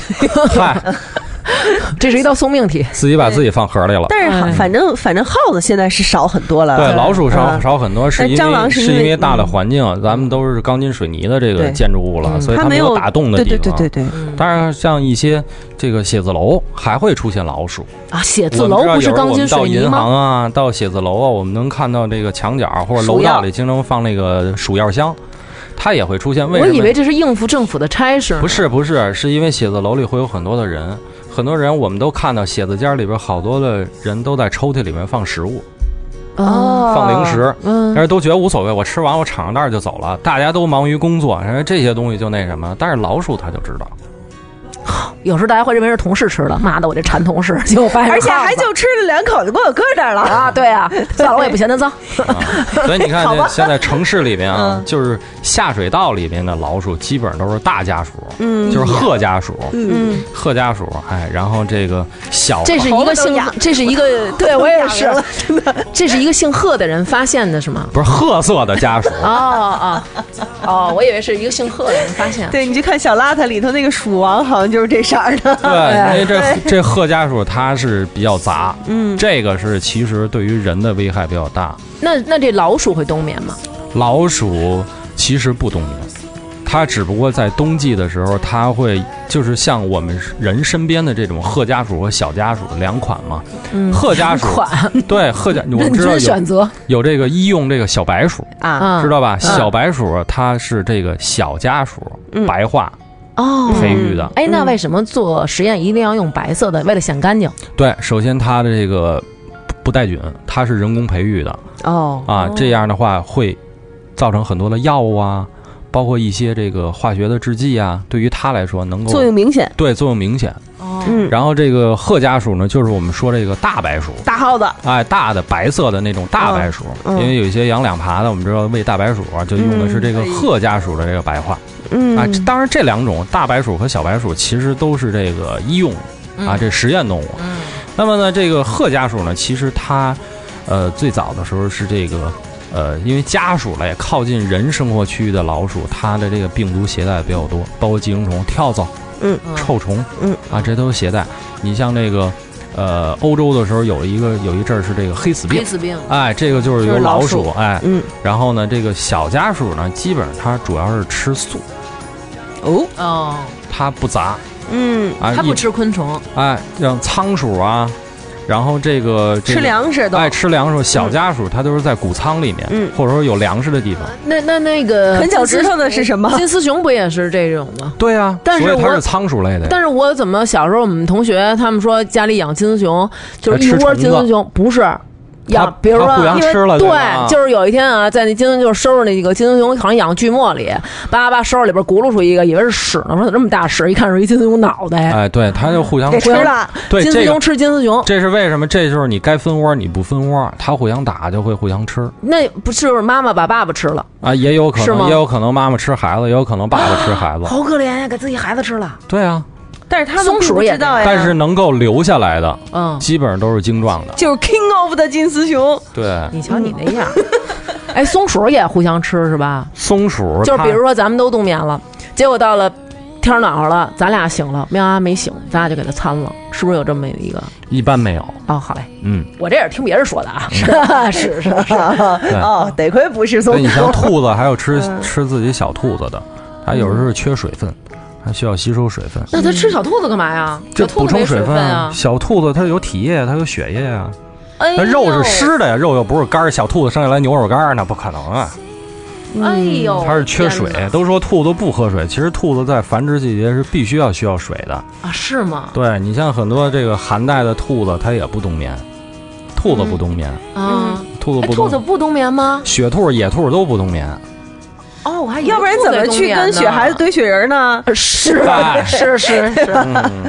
[SPEAKER 7] 嗨，
[SPEAKER 2] 这是一道送命题。
[SPEAKER 7] 自己把自己放盒里了。
[SPEAKER 1] 但是好
[SPEAKER 2] 哎
[SPEAKER 1] 反正反正耗子现在是少很多了。
[SPEAKER 7] 对，老鼠少
[SPEAKER 1] 嗯
[SPEAKER 7] 少很多，是因
[SPEAKER 1] 蟑
[SPEAKER 7] 为
[SPEAKER 1] 螂是因为
[SPEAKER 7] 因为大的环境，咱们都是钢筋水泥的这个
[SPEAKER 1] 对
[SPEAKER 7] 建筑物了，
[SPEAKER 2] 嗯
[SPEAKER 7] 所以它
[SPEAKER 1] 没
[SPEAKER 7] 没
[SPEAKER 1] 有
[SPEAKER 7] 打洞的
[SPEAKER 1] 对
[SPEAKER 7] 地
[SPEAKER 1] 对
[SPEAKER 7] 方。
[SPEAKER 1] 对对对，
[SPEAKER 7] 当然，像一些这个写字楼还会出现老鼠。
[SPEAKER 2] 啊，写字
[SPEAKER 7] 我们
[SPEAKER 2] 楼
[SPEAKER 7] 知道
[SPEAKER 2] 不是
[SPEAKER 7] 有时候
[SPEAKER 2] 钢
[SPEAKER 7] 我
[SPEAKER 2] 筋
[SPEAKER 7] 们到
[SPEAKER 2] 水泥
[SPEAKER 7] 银
[SPEAKER 2] 吗？
[SPEAKER 7] 行啊，到写字楼啊，我们能看到这个墙角或者楼
[SPEAKER 1] 鼠药
[SPEAKER 7] 道里经常放那个鼠药箱，它也会出现。为
[SPEAKER 2] 我
[SPEAKER 7] 什么？
[SPEAKER 2] 以为这是应付政府的差事呢，
[SPEAKER 7] 不是不是，是因为写字楼里会有很多的人，很多人我们都看到写字间里边好多的人都在抽屉里面放食物，
[SPEAKER 2] 哦，
[SPEAKER 7] 放零食。
[SPEAKER 2] 嗯
[SPEAKER 7] 但是都觉得无所谓，我吃完我敞着袋儿就走了。大家都忙于工作，然后这些东西就那什么。但是老鼠它就知道，
[SPEAKER 2] 有时候大家会认为是同事吃的，妈的，我这馋同 事，结果发现
[SPEAKER 1] 而
[SPEAKER 2] 是
[SPEAKER 1] 且
[SPEAKER 2] 耗
[SPEAKER 1] 还
[SPEAKER 2] 子
[SPEAKER 1] 就吃了两口就给我搁这儿了。
[SPEAKER 2] 啊，对 啊，算了，我也不嫌它脏。
[SPEAKER 7] 所以你看
[SPEAKER 1] 好吧，
[SPEAKER 7] 现在城市里面啊，就是下水道里面的老鼠，基本上都是大家鼠，
[SPEAKER 1] 嗯
[SPEAKER 7] 就是褐家鼠，
[SPEAKER 1] 嗯，
[SPEAKER 7] 褐家鼠，哎，然后这个小，
[SPEAKER 2] 这是一个姓，这是一个，对我 也是，这是一个姓贺的人发现的，是吗？
[SPEAKER 7] 不是褐色的家鼠，
[SPEAKER 2] 哦 哦 哦，我以为是一个姓贺的人发现。
[SPEAKER 1] 对，你去看小邋遢里头那个鼠王，好像就是这色儿的。
[SPEAKER 7] 对，因为这这褐家鼠它是比较杂，嗯，这个是其实对于人的危害比较大。
[SPEAKER 2] 那那这老鼠会冬眠 吗？
[SPEAKER 7] 老鼠其实不冬眠，它只不过在冬季的时候，它会就是像我们人身边的这种褐家鼠和小家鼠两款嘛。
[SPEAKER 2] 嗯
[SPEAKER 7] 褐家鼠
[SPEAKER 2] 款
[SPEAKER 7] 对褐家，我
[SPEAKER 2] 任
[SPEAKER 7] 们知道
[SPEAKER 2] 君
[SPEAKER 7] 有
[SPEAKER 2] 选择
[SPEAKER 7] 有这个医用这个小白鼠，
[SPEAKER 1] 啊，
[SPEAKER 2] 啊，
[SPEAKER 7] 知道吧？小白鼠它是这个小家鼠
[SPEAKER 2] 嗯
[SPEAKER 7] 白化
[SPEAKER 2] 哦。
[SPEAKER 7] 培育的。
[SPEAKER 2] 哎，那为什么做实验一定要用白色的？为了显干净。
[SPEAKER 7] 对，首先它的这个不不带菌，它是人工培育的。
[SPEAKER 1] 哦，
[SPEAKER 7] 啊，这样的话会造成很多的药物啊，包括一些这个化学的制剂啊，对于它来说能够
[SPEAKER 1] 作用明显。
[SPEAKER 7] 对作用明显。
[SPEAKER 2] 哦
[SPEAKER 1] 嗯，
[SPEAKER 7] 然后这个褐家鼠呢，就是我们说这个大白鼠。
[SPEAKER 1] 大耗子，
[SPEAKER 7] 哎，大的白色的那种大白鼠，
[SPEAKER 1] 嗯嗯
[SPEAKER 7] 因为有一些养两爬的，我们知道喂大白鼠啊，就用的是这个褐家鼠的这个白化、啊。这
[SPEAKER 1] 嗯，
[SPEAKER 7] 当然，这两种大白鼠和小白鼠其实都是这个医用啊，这实验动物。那么呢，这个褐家鼠呢，其实它，呃，最早的时候是这个，呃，因为家鼠类靠近人生活区域的老鼠，它的这个病毒携带比较多，包括寄生虫、跳蚤、
[SPEAKER 1] 嗯
[SPEAKER 7] 臭虫，
[SPEAKER 1] 嗯
[SPEAKER 7] 啊，这都是携带。你像这个，呃，欧洲的时候有一个有一阵儿是这个黑死病
[SPEAKER 2] 黑。死病
[SPEAKER 7] 哎，这个就是
[SPEAKER 1] 就是
[SPEAKER 7] 由
[SPEAKER 1] 老
[SPEAKER 7] 老
[SPEAKER 1] 鼠
[SPEAKER 7] 鼠，哎，
[SPEAKER 1] 嗯，
[SPEAKER 7] 然后呢，这个小家鼠呢，基本上它主要是吃素，
[SPEAKER 1] 哦，
[SPEAKER 2] 哦，
[SPEAKER 7] 它不杂
[SPEAKER 1] 嗯，
[SPEAKER 7] 啊，
[SPEAKER 2] 它
[SPEAKER 7] 一
[SPEAKER 2] 不吃昆虫，
[SPEAKER 7] 哎，像仓鼠啊，然后这个、这
[SPEAKER 1] 吃
[SPEAKER 7] 个、
[SPEAKER 1] 粮食都
[SPEAKER 7] 爱哎吃粮食，小家属它都是在谷仓里面，
[SPEAKER 1] 嗯
[SPEAKER 7] 或者说有粮食的地方。
[SPEAKER 2] 那那那个哎
[SPEAKER 1] 啃脚趾头的是什么？
[SPEAKER 2] 金丝熊不也是这种吗？
[SPEAKER 7] 对啊，
[SPEAKER 2] 但是
[SPEAKER 7] 所以它
[SPEAKER 2] 我
[SPEAKER 7] 是仓鼠类的呀。
[SPEAKER 2] 但是我怎么小时候我们同学他们说家里养金丝熊，就是一
[SPEAKER 7] 吃
[SPEAKER 2] 窝
[SPEAKER 7] 虫子
[SPEAKER 2] 金丝熊，不是。养
[SPEAKER 7] 它，
[SPEAKER 2] 比如说，
[SPEAKER 7] 它互相
[SPEAKER 2] 因为
[SPEAKER 7] 吃了对吧
[SPEAKER 2] 对，就是有一天啊，在那金丝就是收拾那个金丝熊，好像养锯末里，叭叭叭收拾里边轱辘出一个，以为是屎呢，我说怎么这么大屎？一看是一金丝熊脑袋，
[SPEAKER 7] 哎，对，它就互相
[SPEAKER 1] 给吃
[SPEAKER 7] 吃。
[SPEAKER 1] 了，
[SPEAKER 7] 对
[SPEAKER 2] 金丝
[SPEAKER 7] 这
[SPEAKER 2] 熊
[SPEAKER 7] 个，
[SPEAKER 2] 吃金丝熊，
[SPEAKER 7] 这是为什么？这就是你该分窝你不分窝，它互相打就会互相吃
[SPEAKER 2] 那不是妈妈把爸爸吃了，
[SPEAKER 7] 啊，也有可
[SPEAKER 2] 是吗啊
[SPEAKER 7] 能，也有可能妈妈吃孩子，也有可能爸爸吃孩子。
[SPEAKER 2] 好可怜呀，给自己孩子吃了，
[SPEAKER 7] 对啊，
[SPEAKER 1] 但是他们
[SPEAKER 2] 松鼠
[SPEAKER 1] 不
[SPEAKER 2] 也
[SPEAKER 1] 知道呀。
[SPEAKER 7] 但是能够留下来的，
[SPEAKER 2] 嗯，
[SPEAKER 7] 基本上都是精壮的。
[SPEAKER 1] 就是 King of 的金丝熊，
[SPEAKER 7] 对，
[SPEAKER 2] 你瞧你那样， 哎，松鼠也互相吃是吧？
[SPEAKER 7] 松鼠
[SPEAKER 2] 就是
[SPEAKER 7] 它
[SPEAKER 2] 比如说咱们都冬眠了，结果到了天儿暖和了，咱俩醒了，喵啊没醒，咱俩就给它参了，是不是有这么一个？
[SPEAKER 7] 一般没有，
[SPEAKER 2] 哦，好嘞，
[SPEAKER 7] 嗯。
[SPEAKER 2] 我这也是听别人说的啊， 是是是，
[SPEAKER 7] 嗯
[SPEAKER 1] 哦，得亏不是
[SPEAKER 7] 所
[SPEAKER 1] 松
[SPEAKER 7] 以你
[SPEAKER 1] 鼠
[SPEAKER 7] 像。兔子，还有吃吃自己小兔子的，它有时候是缺水分，它需要吸收水分，
[SPEAKER 2] 那它吃小兔子干嘛呀？
[SPEAKER 7] 就
[SPEAKER 2] 小兔
[SPEAKER 7] 补
[SPEAKER 2] 子没
[SPEAKER 7] 充
[SPEAKER 2] 水
[SPEAKER 7] 分
[SPEAKER 2] 啊，
[SPEAKER 7] 小兔子它有体液，它有血液啊，
[SPEAKER 2] 哎
[SPEAKER 7] 那
[SPEAKER 2] 呦
[SPEAKER 7] 肉是湿的呀，肉又不是干儿。小兔子生下来牛肉干儿，那不可能啊！
[SPEAKER 2] 哎呦，
[SPEAKER 7] 它是缺
[SPEAKER 2] 天
[SPEAKER 7] 水
[SPEAKER 2] 哪，
[SPEAKER 7] 都说兔子不喝水，其实兔子在繁殖季节是必须要需要水的。
[SPEAKER 2] 啊？是吗？
[SPEAKER 7] 对你像很多这个寒带的兔子，它也不冬眠，兔子不冬眠，
[SPEAKER 2] 啊，
[SPEAKER 7] 兔子
[SPEAKER 2] 哎
[SPEAKER 7] 不
[SPEAKER 2] 兔
[SPEAKER 7] 冬
[SPEAKER 2] 子不冬眠吗？
[SPEAKER 7] 雪兔、野兔都不冬眠，
[SPEAKER 2] 哦，我还以为
[SPEAKER 1] 要不然
[SPEAKER 2] 兔
[SPEAKER 1] 怎
[SPEAKER 2] 在
[SPEAKER 1] 么
[SPEAKER 2] 冬
[SPEAKER 1] 去
[SPEAKER 2] 眠
[SPEAKER 1] 跟
[SPEAKER 2] 呢
[SPEAKER 1] 雪 孩子？堆雪人呢？
[SPEAKER 2] 是
[SPEAKER 7] 哎
[SPEAKER 2] 是是 是，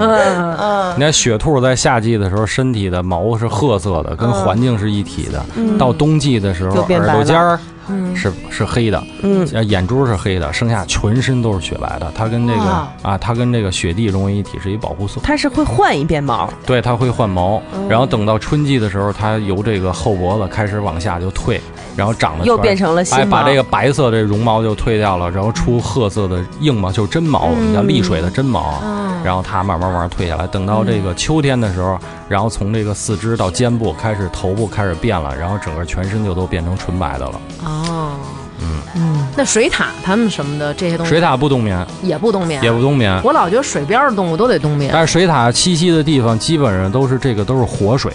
[SPEAKER 2] 嗯，
[SPEAKER 7] 你看雪兔在夏季的时候，身体的毛是褐色的，跟环境是一体的；到冬季的时候
[SPEAKER 2] 嗯就，变白
[SPEAKER 7] 耳朵尖儿
[SPEAKER 2] 嗯
[SPEAKER 7] 是是黑的，啊呃
[SPEAKER 1] 嗯，
[SPEAKER 7] 眼珠是黑的，剩下全身都是雪白的。它跟这个
[SPEAKER 2] 哇
[SPEAKER 7] 啊，它跟这个雪地融为一体，是一保护色。
[SPEAKER 1] 它是会换一遍毛，
[SPEAKER 7] 对，它会换毛，
[SPEAKER 2] 嗯
[SPEAKER 7] 然后等到春季的时候，它由这个后脖子开始往下就退，然后长得
[SPEAKER 1] 又
[SPEAKER 7] 全
[SPEAKER 1] 变成了新
[SPEAKER 7] 哎，把
[SPEAKER 1] 毛
[SPEAKER 7] 这个白色这绒毛就退掉了，然后出褐色的硬毛，就真毛，我们叫沥水的真毛。啊然后它慢慢慢慢退下来，等到这个秋天的时候，然后从这个四肢到肩部开始，头部开始变了，然后整个全身就都变成纯白的了。
[SPEAKER 2] 哦，嗯，那水獭它们什么的这些东西
[SPEAKER 7] 水獭不冬眠，
[SPEAKER 2] 也不冬眠，
[SPEAKER 7] 也不冬眠，
[SPEAKER 2] 我老觉得水边儿的动物都得冬眠。
[SPEAKER 7] 但是水獭栖息的地方基本上都是这个都是活水，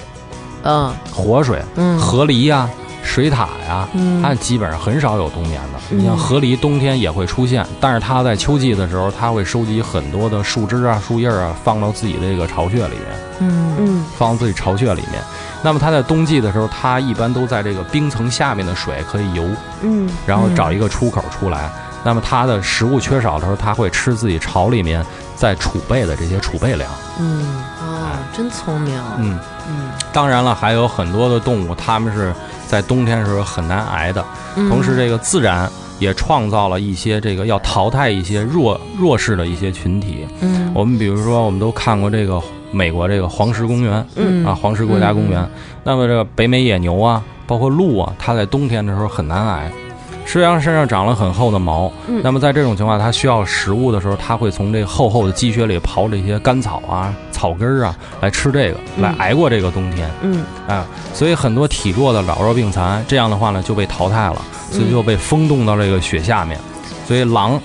[SPEAKER 2] 嗯
[SPEAKER 7] 活水，
[SPEAKER 2] 嗯
[SPEAKER 7] 河狸呀、水獭呀，它基本上很少有冬眠的。
[SPEAKER 2] 嗯
[SPEAKER 7] 你像河狸，冬天也会出现，但是它在秋季的时候，它会收集很多的树枝啊、树叶啊，放到自己这个巢穴里面，
[SPEAKER 2] 嗯
[SPEAKER 1] 嗯，
[SPEAKER 7] 放到自己巢穴里面。那么它在冬季的时候，它一般都在这个冰层下面的水可以游，
[SPEAKER 1] 嗯，
[SPEAKER 7] 然后找一个出口出来。那么它的食物缺少的时候，它会吃自己巢里面在储备的这些储备粮。
[SPEAKER 2] 嗯，哦，真聪明。
[SPEAKER 7] 嗯，当然了，还有很多的动物，它们是在冬天的时候很难挨的。同时，这个自然也创造了一些这个要淘汰一些弱弱势的一些群体。
[SPEAKER 2] 嗯
[SPEAKER 7] 我们比如说，我们都看过这个美国这个黄石公园，嗯啊，黄石国家公园。那么这个北美野牛啊，包括鹿啊，它在冬天的时候很难挨。虽然身上长了很厚的毛，那么在这种情况下，它需要食物的时候，它会从这厚厚的积雪里刨这些干草啊、草根儿啊来吃这个，来挨过这个冬天。
[SPEAKER 1] 嗯，
[SPEAKER 7] 啊，所以很多体弱的老弱病残，这样的话呢就被淘汰了，所以就被封冻到这个雪下面。所以狼，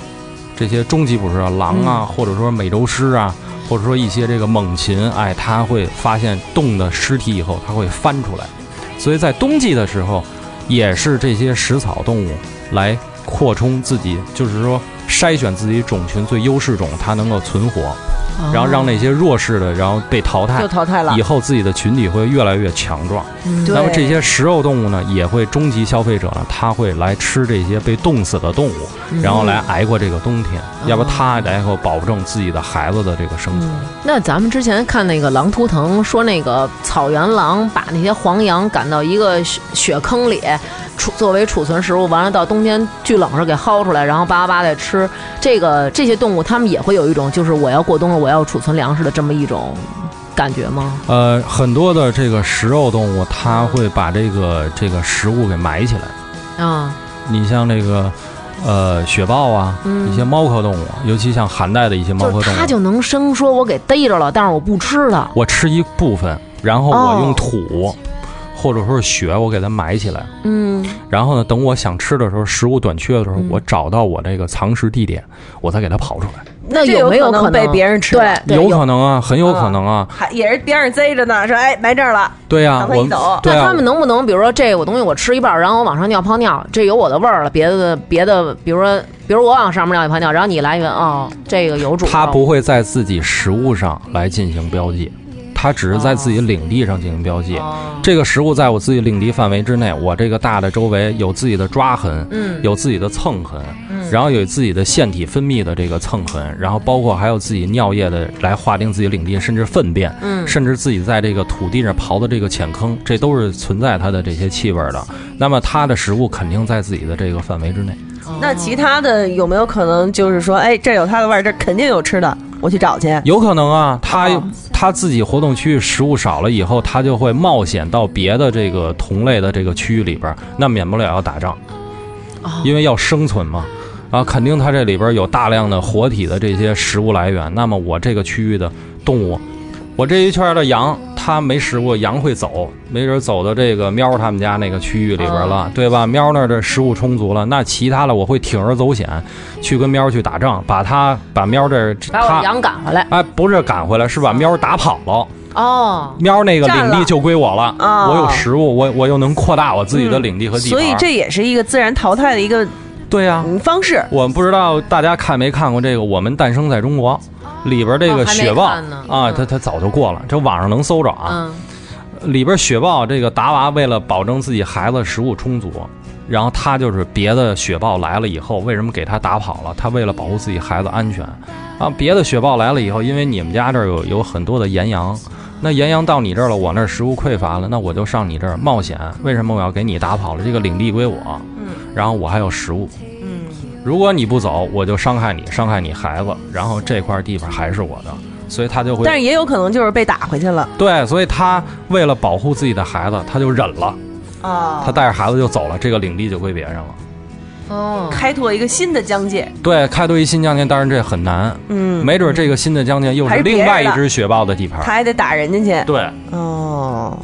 [SPEAKER 7] 这些中级捕食啊，狼啊，或者说美洲狮啊，或者说一些这个猛禽，哎，它会发现冻的尸体以后，它会翻出来。所以在冬季的时候，也是这些食草动物来扩充自己，就是说筛选自己种群最优势种，它能够存活，然后让那些弱势的，然后被淘汰
[SPEAKER 1] 就。淘汰了
[SPEAKER 7] 以。后自己的群体会越来越强壮，
[SPEAKER 1] 对
[SPEAKER 7] 那么这些食肉动物呢，也会终极消费者呢，他会来吃这些被冻死的动物，
[SPEAKER 2] 嗯
[SPEAKER 7] 然后来挨过这个冬天，要不他来后保证自己的孩子的这个生存。
[SPEAKER 2] 那咱们之前看那个《狼图腾》，说那个草原狼把那些黄羊赶到一个雪雪坑里，储作为储存食物，完了到冬天巨冷时候给薅出来，然后叭叭叭再吃。这个这些动物，它们也会有一种就是我要过冬了，我要储存粮食的这么一种感觉吗？
[SPEAKER 7] 呃，很多的这个食肉动物，它会把这个这个食物给埋起来。
[SPEAKER 2] 啊，
[SPEAKER 7] 你像这个，呃，雪豹啊，一些猫科动物，尤其像寒带的一些猫
[SPEAKER 2] 嗯就
[SPEAKER 7] 科
[SPEAKER 2] 是
[SPEAKER 7] 动
[SPEAKER 2] 它
[SPEAKER 7] 物，
[SPEAKER 2] 就能生说我给逮着了，但是我不吃了。
[SPEAKER 7] 我吃一部分，然后
[SPEAKER 2] 哦
[SPEAKER 7] 我用土、或者说是雪，我给它埋起来。
[SPEAKER 2] 嗯，
[SPEAKER 7] 然后呢，等我想吃的时候，食物短缺的时候，我找到我这个藏食地点，我再给它刨出来。
[SPEAKER 2] 那
[SPEAKER 1] 这
[SPEAKER 2] 有没
[SPEAKER 1] 有
[SPEAKER 2] 可能
[SPEAKER 1] 被别人吃了
[SPEAKER 2] 对，对
[SPEAKER 7] 有可能啊，很有可能啊，
[SPEAKER 1] 还也是边上贼着呢，说哎埋这儿了，
[SPEAKER 7] 对呀、
[SPEAKER 1] 赶快
[SPEAKER 7] 我
[SPEAKER 1] 一走
[SPEAKER 7] 对
[SPEAKER 2] 那
[SPEAKER 7] 啊
[SPEAKER 2] 他，们能不能，比如说这我东西我吃一半儿，然后我往上尿泡尿，这有我的味儿了，别的别的，比如说比如我往上面尿一泡尿，然后你来一闻，哦，这个有主。
[SPEAKER 7] 它不，会在自己食物上来进行标记，它只
[SPEAKER 2] 哦
[SPEAKER 7] 是在自己领地上进行标记。这个食物在我自己领地范围之内，我这个大的周围有自己的抓痕，
[SPEAKER 2] 嗯
[SPEAKER 7] 有自己的蹭痕，然后有自己的腺体分泌的这个蹭痕，然后包括还有自己尿液的来划定自己领地，甚至粪便，
[SPEAKER 2] 嗯
[SPEAKER 7] 甚至自己在这个土地上刨的这个浅坑，这都是存在它的这些气味的。那么它的食物肯定在自己的这个范围之内。
[SPEAKER 1] 那其他的有没有可能就是说，哎，这儿有它的味儿，这儿肯定有吃的，我去找去。
[SPEAKER 7] 有可能啊，他
[SPEAKER 1] 哦
[SPEAKER 7] 他自己活动区域食物少了以后，他就会冒险到别的这个同类的这个区域里边儿，那免不了要打仗，因为要生存嘛。啊，肯定它这里边有大量的活体的这些食物来源。那么我这个区域的动物，我这一圈儿的羊，它没食物，羊会走，没准儿走到这个喵儿他们家那个区域里边儿了，对吧？喵儿那儿的食物充足了，那其他的我会铤而走险，去跟喵儿去打仗，把它把喵儿这儿
[SPEAKER 2] 把我
[SPEAKER 7] 它
[SPEAKER 2] 的羊赶回来。
[SPEAKER 7] 哎，不是赶回来，
[SPEAKER 2] 啊
[SPEAKER 7] 是把喵儿打跑了，
[SPEAKER 2] 哦，
[SPEAKER 7] 喵儿那个
[SPEAKER 1] 占
[SPEAKER 7] 领地
[SPEAKER 1] 了
[SPEAKER 7] 就归我了，
[SPEAKER 1] 啊
[SPEAKER 2] 嗯
[SPEAKER 7] 我有食物，我我又能扩大我自己的领地和地盘。
[SPEAKER 1] 所以这也是一个自然淘汰的一个
[SPEAKER 7] 对呀、
[SPEAKER 1] 嗯方式。
[SPEAKER 7] 我们不知道大家看没看过这个《我们诞生在中国》里边这
[SPEAKER 2] 哦
[SPEAKER 7] 个
[SPEAKER 2] 还没
[SPEAKER 7] 雪豹
[SPEAKER 2] 看呢
[SPEAKER 7] 啊，
[SPEAKER 2] 嗯
[SPEAKER 7] 它它早就过了，这网上能搜着啊。
[SPEAKER 2] 嗯，
[SPEAKER 7] 里边雪豹这个达娃为了保证自己孩子食物充足，然后他就是别的雪豹来了以后，为什么给他打跑了？他为了保护自己孩子安全啊。别的雪豹来了以后，因为你们家这儿有有很多的岩羊。那岩羊到你这儿了，我那儿食物匮乏了，那我就上你这儿冒险。为什么我要给你打跑了？这个领地归我，嗯，然后我还有食物，如果你不走，我就伤害你，伤害你孩子，然后这块地方还是我的，所以他就会。
[SPEAKER 1] 但是也有可能就是被打回去了
[SPEAKER 7] 对，所以他为了保护自己的孩子，他就忍了，
[SPEAKER 1] 啊
[SPEAKER 7] 他带着孩子就走了，这个领地就归别人了。
[SPEAKER 2] 哦，
[SPEAKER 1] 开拓一个新的疆界，
[SPEAKER 7] 对，开拓一新疆界，当然这很难，
[SPEAKER 1] 嗯，
[SPEAKER 7] 没准这个新的疆界又
[SPEAKER 1] 还
[SPEAKER 7] 是
[SPEAKER 1] 是别
[SPEAKER 7] 另
[SPEAKER 1] 人
[SPEAKER 7] 外一
[SPEAKER 1] 的
[SPEAKER 7] 只雪豹的地盘
[SPEAKER 1] 他。还得打人家去。
[SPEAKER 7] 对
[SPEAKER 1] 哦，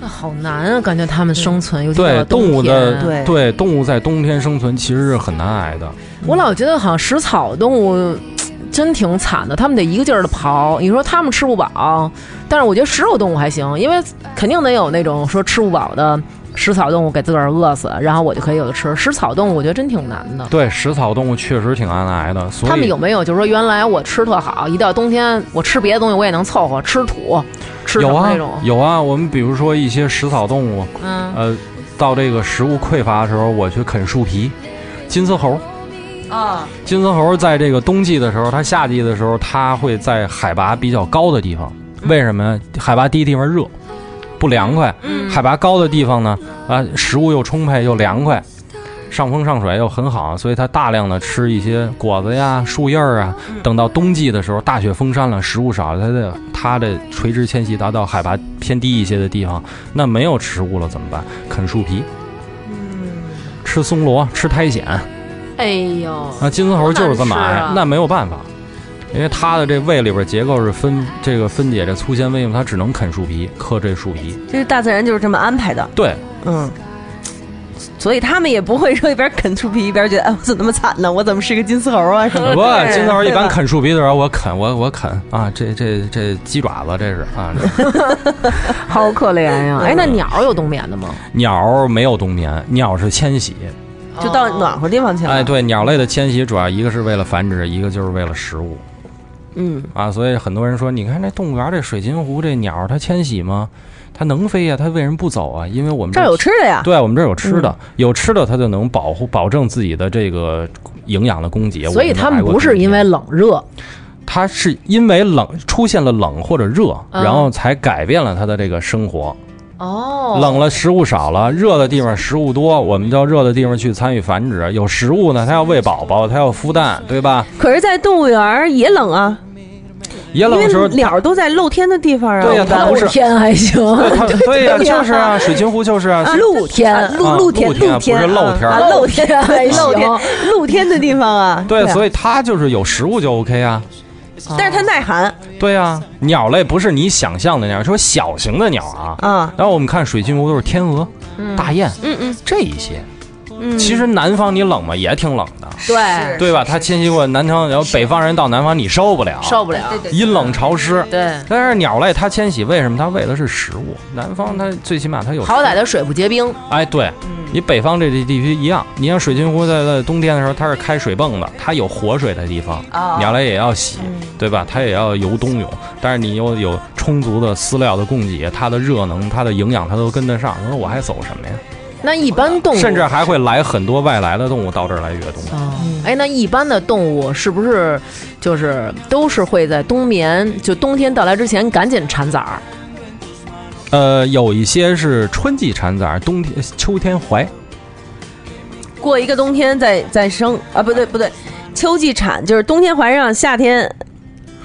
[SPEAKER 2] 那好难啊，感觉它们生存，尤其到
[SPEAKER 7] 对
[SPEAKER 2] 了，
[SPEAKER 7] 动物的
[SPEAKER 2] 冬天
[SPEAKER 1] 对
[SPEAKER 7] 对动物在冬天生存其实是很难挨的。
[SPEAKER 2] 我老觉得好像食草动物真挺惨的，它们得一个劲儿的刨。你说它们吃不饱，但是我觉得食肉动物还行，因为肯定得有那种说吃不饱的食草动物给自个儿饿死，然后我就可以有的吃。食草动物我觉得真挺难的。
[SPEAKER 7] 对，食草动物确实挺难挨的，所以
[SPEAKER 2] 它们有没有就是说原来我吃特好，一到冬天我吃别的东西我也能凑合，吃土，吃什
[SPEAKER 7] 有
[SPEAKER 2] 么
[SPEAKER 7] 啊
[SPEAKER 2] 那种？
[SPEAKER 7] 有啊，我们比如说一些食草动物，
[SPEAKER 2] 嗯，
[SPEAKER 7] 呃，到这个食物匮乏的时候，我去啃树皮。金丝猴，
[SPEAKER 1] 啊，
[SPEAKER 7] 金丝猴在这个冬季的时候，它夏季的时候，它会在海拔比较高的地方。为什么呀？海拔低的地方热，不凉快；海拔高的地方呢，啊，食物又充沛又凉快，上风上水又很好，所以它大量的吃一些果子呀、树叶儿啊。等到冬季的时候，大雪封山了，食物少了，它的它的垂直迁徙达到海拔偏低一些的地方，那没有食物了怎么办？啃树皮，嗯吃松萝，吃苔藓。
[SPEAKER 2] 哎呦，
[SPEAKER 7] 啊，金丝猴就是这么
[SPEAKER 2] 好难
[SPEAKER 7] 矮，
[SPEAKER 2] 吃啊
[SPEAKER 7] 那没有办法，因为它的这胃里边结构是分这个分解这粗纤维嘛，它只能啃树皮，嗑这树皮。
[SPEAKER 1] 这是大自然就是这么安排的，
[SPEAKER 7] 对，
[SPEAKER 1] 嗯。所以他们也不会说一边啃树皮一边觉得，哎，我怎么那么惨呢？我怎么是个金丝猴啊？哎什么的
[SPEAKER 7] 不，金丝猴一
[SPEAKER 1] 对吧
[SPEAKER 7] 般啃树皮的时候，我啃我我啃啊，这这这鸡爪子这是啊， 这
[SPEAKER 2] 好可怜呀！哎，那鸟儿有冬眠的吗？
[SPEAKER 7] 鸟儿没有冬眠，鸟是迁徙。
[SPEAKER 1] 就到暖和地方去了。
[SPEAKER 7] 哎，，对，鸟类的迁徙主要一个是为了繁殖，一个就是为了食物。
[SPEAKER 1] 嗯，
[SPEAKER 7] 啊，所以很多人说，你看这动物园这水琴湖这鸟儿，它迁徙吗？它能飞呀、它为什么不走啊？因为我们
[SPEAKER 1] 这儿有吃的呀。
[SPEAKER 7] 对，我们这儿有吃的，
[SPEAKER 2] 嗯
[SPEAKER 7] 有吃的它就能保护保证自己的这个营养的供给。
[SPEAKER 2] 所以
[SPEAKER 7] 哎我能
[SPEAKER 2] 它们
[SPEAKER 7] 挨过
[SPEAKER 2] 不
[SPEAKER 7] 冬
[SPEAKER 2] 是
[SPEAKER 7] 天
[SPEAKER 2] 因为，冷热，
[SPEAKER 7] 它是因为冷出现了冷或者热，
[SPEAKER 2] 嗯
[SPEAKER 7] 然后才改变了它的这个生活。
[SPEAKER 2] 哦
[SPEAKER 7] 冷了食物少了，热的地方食物多，我们到热的地方去参与繁殖。有食物呢，它要喂宝宝，它要孵蛋，对吧？
[SPEAKER 1] 可是，在动物园儿也冷啊，
[SPEAKER 7] 也哎冷
[SPEAKER 1] 因
[SPEAKER 7] 的时候
[SPEAKER 1] 为。鸟儿都在露天的地方啊。
[SPEAKER 7] 对呀
[SPEAKER 1] 一般
[SPEAKER 7] 它不是
[SPEAKER 2] 天还行，
[SPEAKER 7] 对它对呀、就是啊，水清湖就是啊，
[SPEAKER 2] 露
[SPEAKER 1] 啊
[SPEAKER 2] 天
[SPEAKER 1] 露
[SPEAKER 7] 啊
[SPEAKER 1] 露天
[SPEAKER 7] 露天
[SPEAKER 1] 露天
[SPEAKER 7] 不是露天哎
[SPEAKER 1] 啊，露天
[SPEAKER 2] 露天还行
[SPEAKER 1] 露天露天的地方啊。
[SPEAKER 7] 对，
[SPEAKER 1] 啊
[SPEAKER 7] 所以它就是有食物就 OK 啊。
[SPEAKER 1] 但是它耐寒
[SPEAKER 7] 对啊，鸟类不是你想象的那样，说小型的鸟啊，
[SPEAKER 1] 啊。
[SPEAKER 7] 然后我们看水晶湖都是天鹅、大雁，嗯嗯，这一些。其实南方你冷吗？也挺冷的，
[SPEAKER 2] 对
[SPEAKER 7] 对吧？它迁徙过南方，然后北方人到南方你受不了，
[SPEAKER 2] 受不了，
[SPEAKER 7] 阴冷潮湿。
[SPEAKER 2] 对，
[SPEAKER 7] 但是鸟类它迁徙，为什么它为的是食物？南方它最起码它有食物
[SPEAKER 2] 嗯好歹它嗯水不结冰，
[SPEAKER 7] 哎，对你北方这地地区一样，你像水晶湖在在冬天的时候，它是开水泵的，它有活水的地方，
[SPEAKER 1] 啊
[SPEAKER 2] 哦
[SPEAKER 7] 鸟类也要洗，
[SPEAKER 2] 嗯
[SPEAKER 7] 对吧？它也要游冬泳，但是你又有充足的饲料的供给，它的热能、它的营养，它都跟得上。那我还走什么呀？
[SPEAKER 2] 那一般动物
[SPEAKER 7] 甚至还会来很多外来的动物到这儿来越冬。
[SPEAKER 2] 哦
[SPEAKER 1] 嗯
[SPEAKER 2] 哎，那一般的动物是不是就是都是会在冬眠，就冬天到来之前赶紧产崽儿？
[SPEAKER 7] 呃，有一些是春季产崽儿，冬天、秋天怀。
[SPEAKER 1] 过一个冬天再再生啊，不对不对，秋季产就是冬天怀上，夏天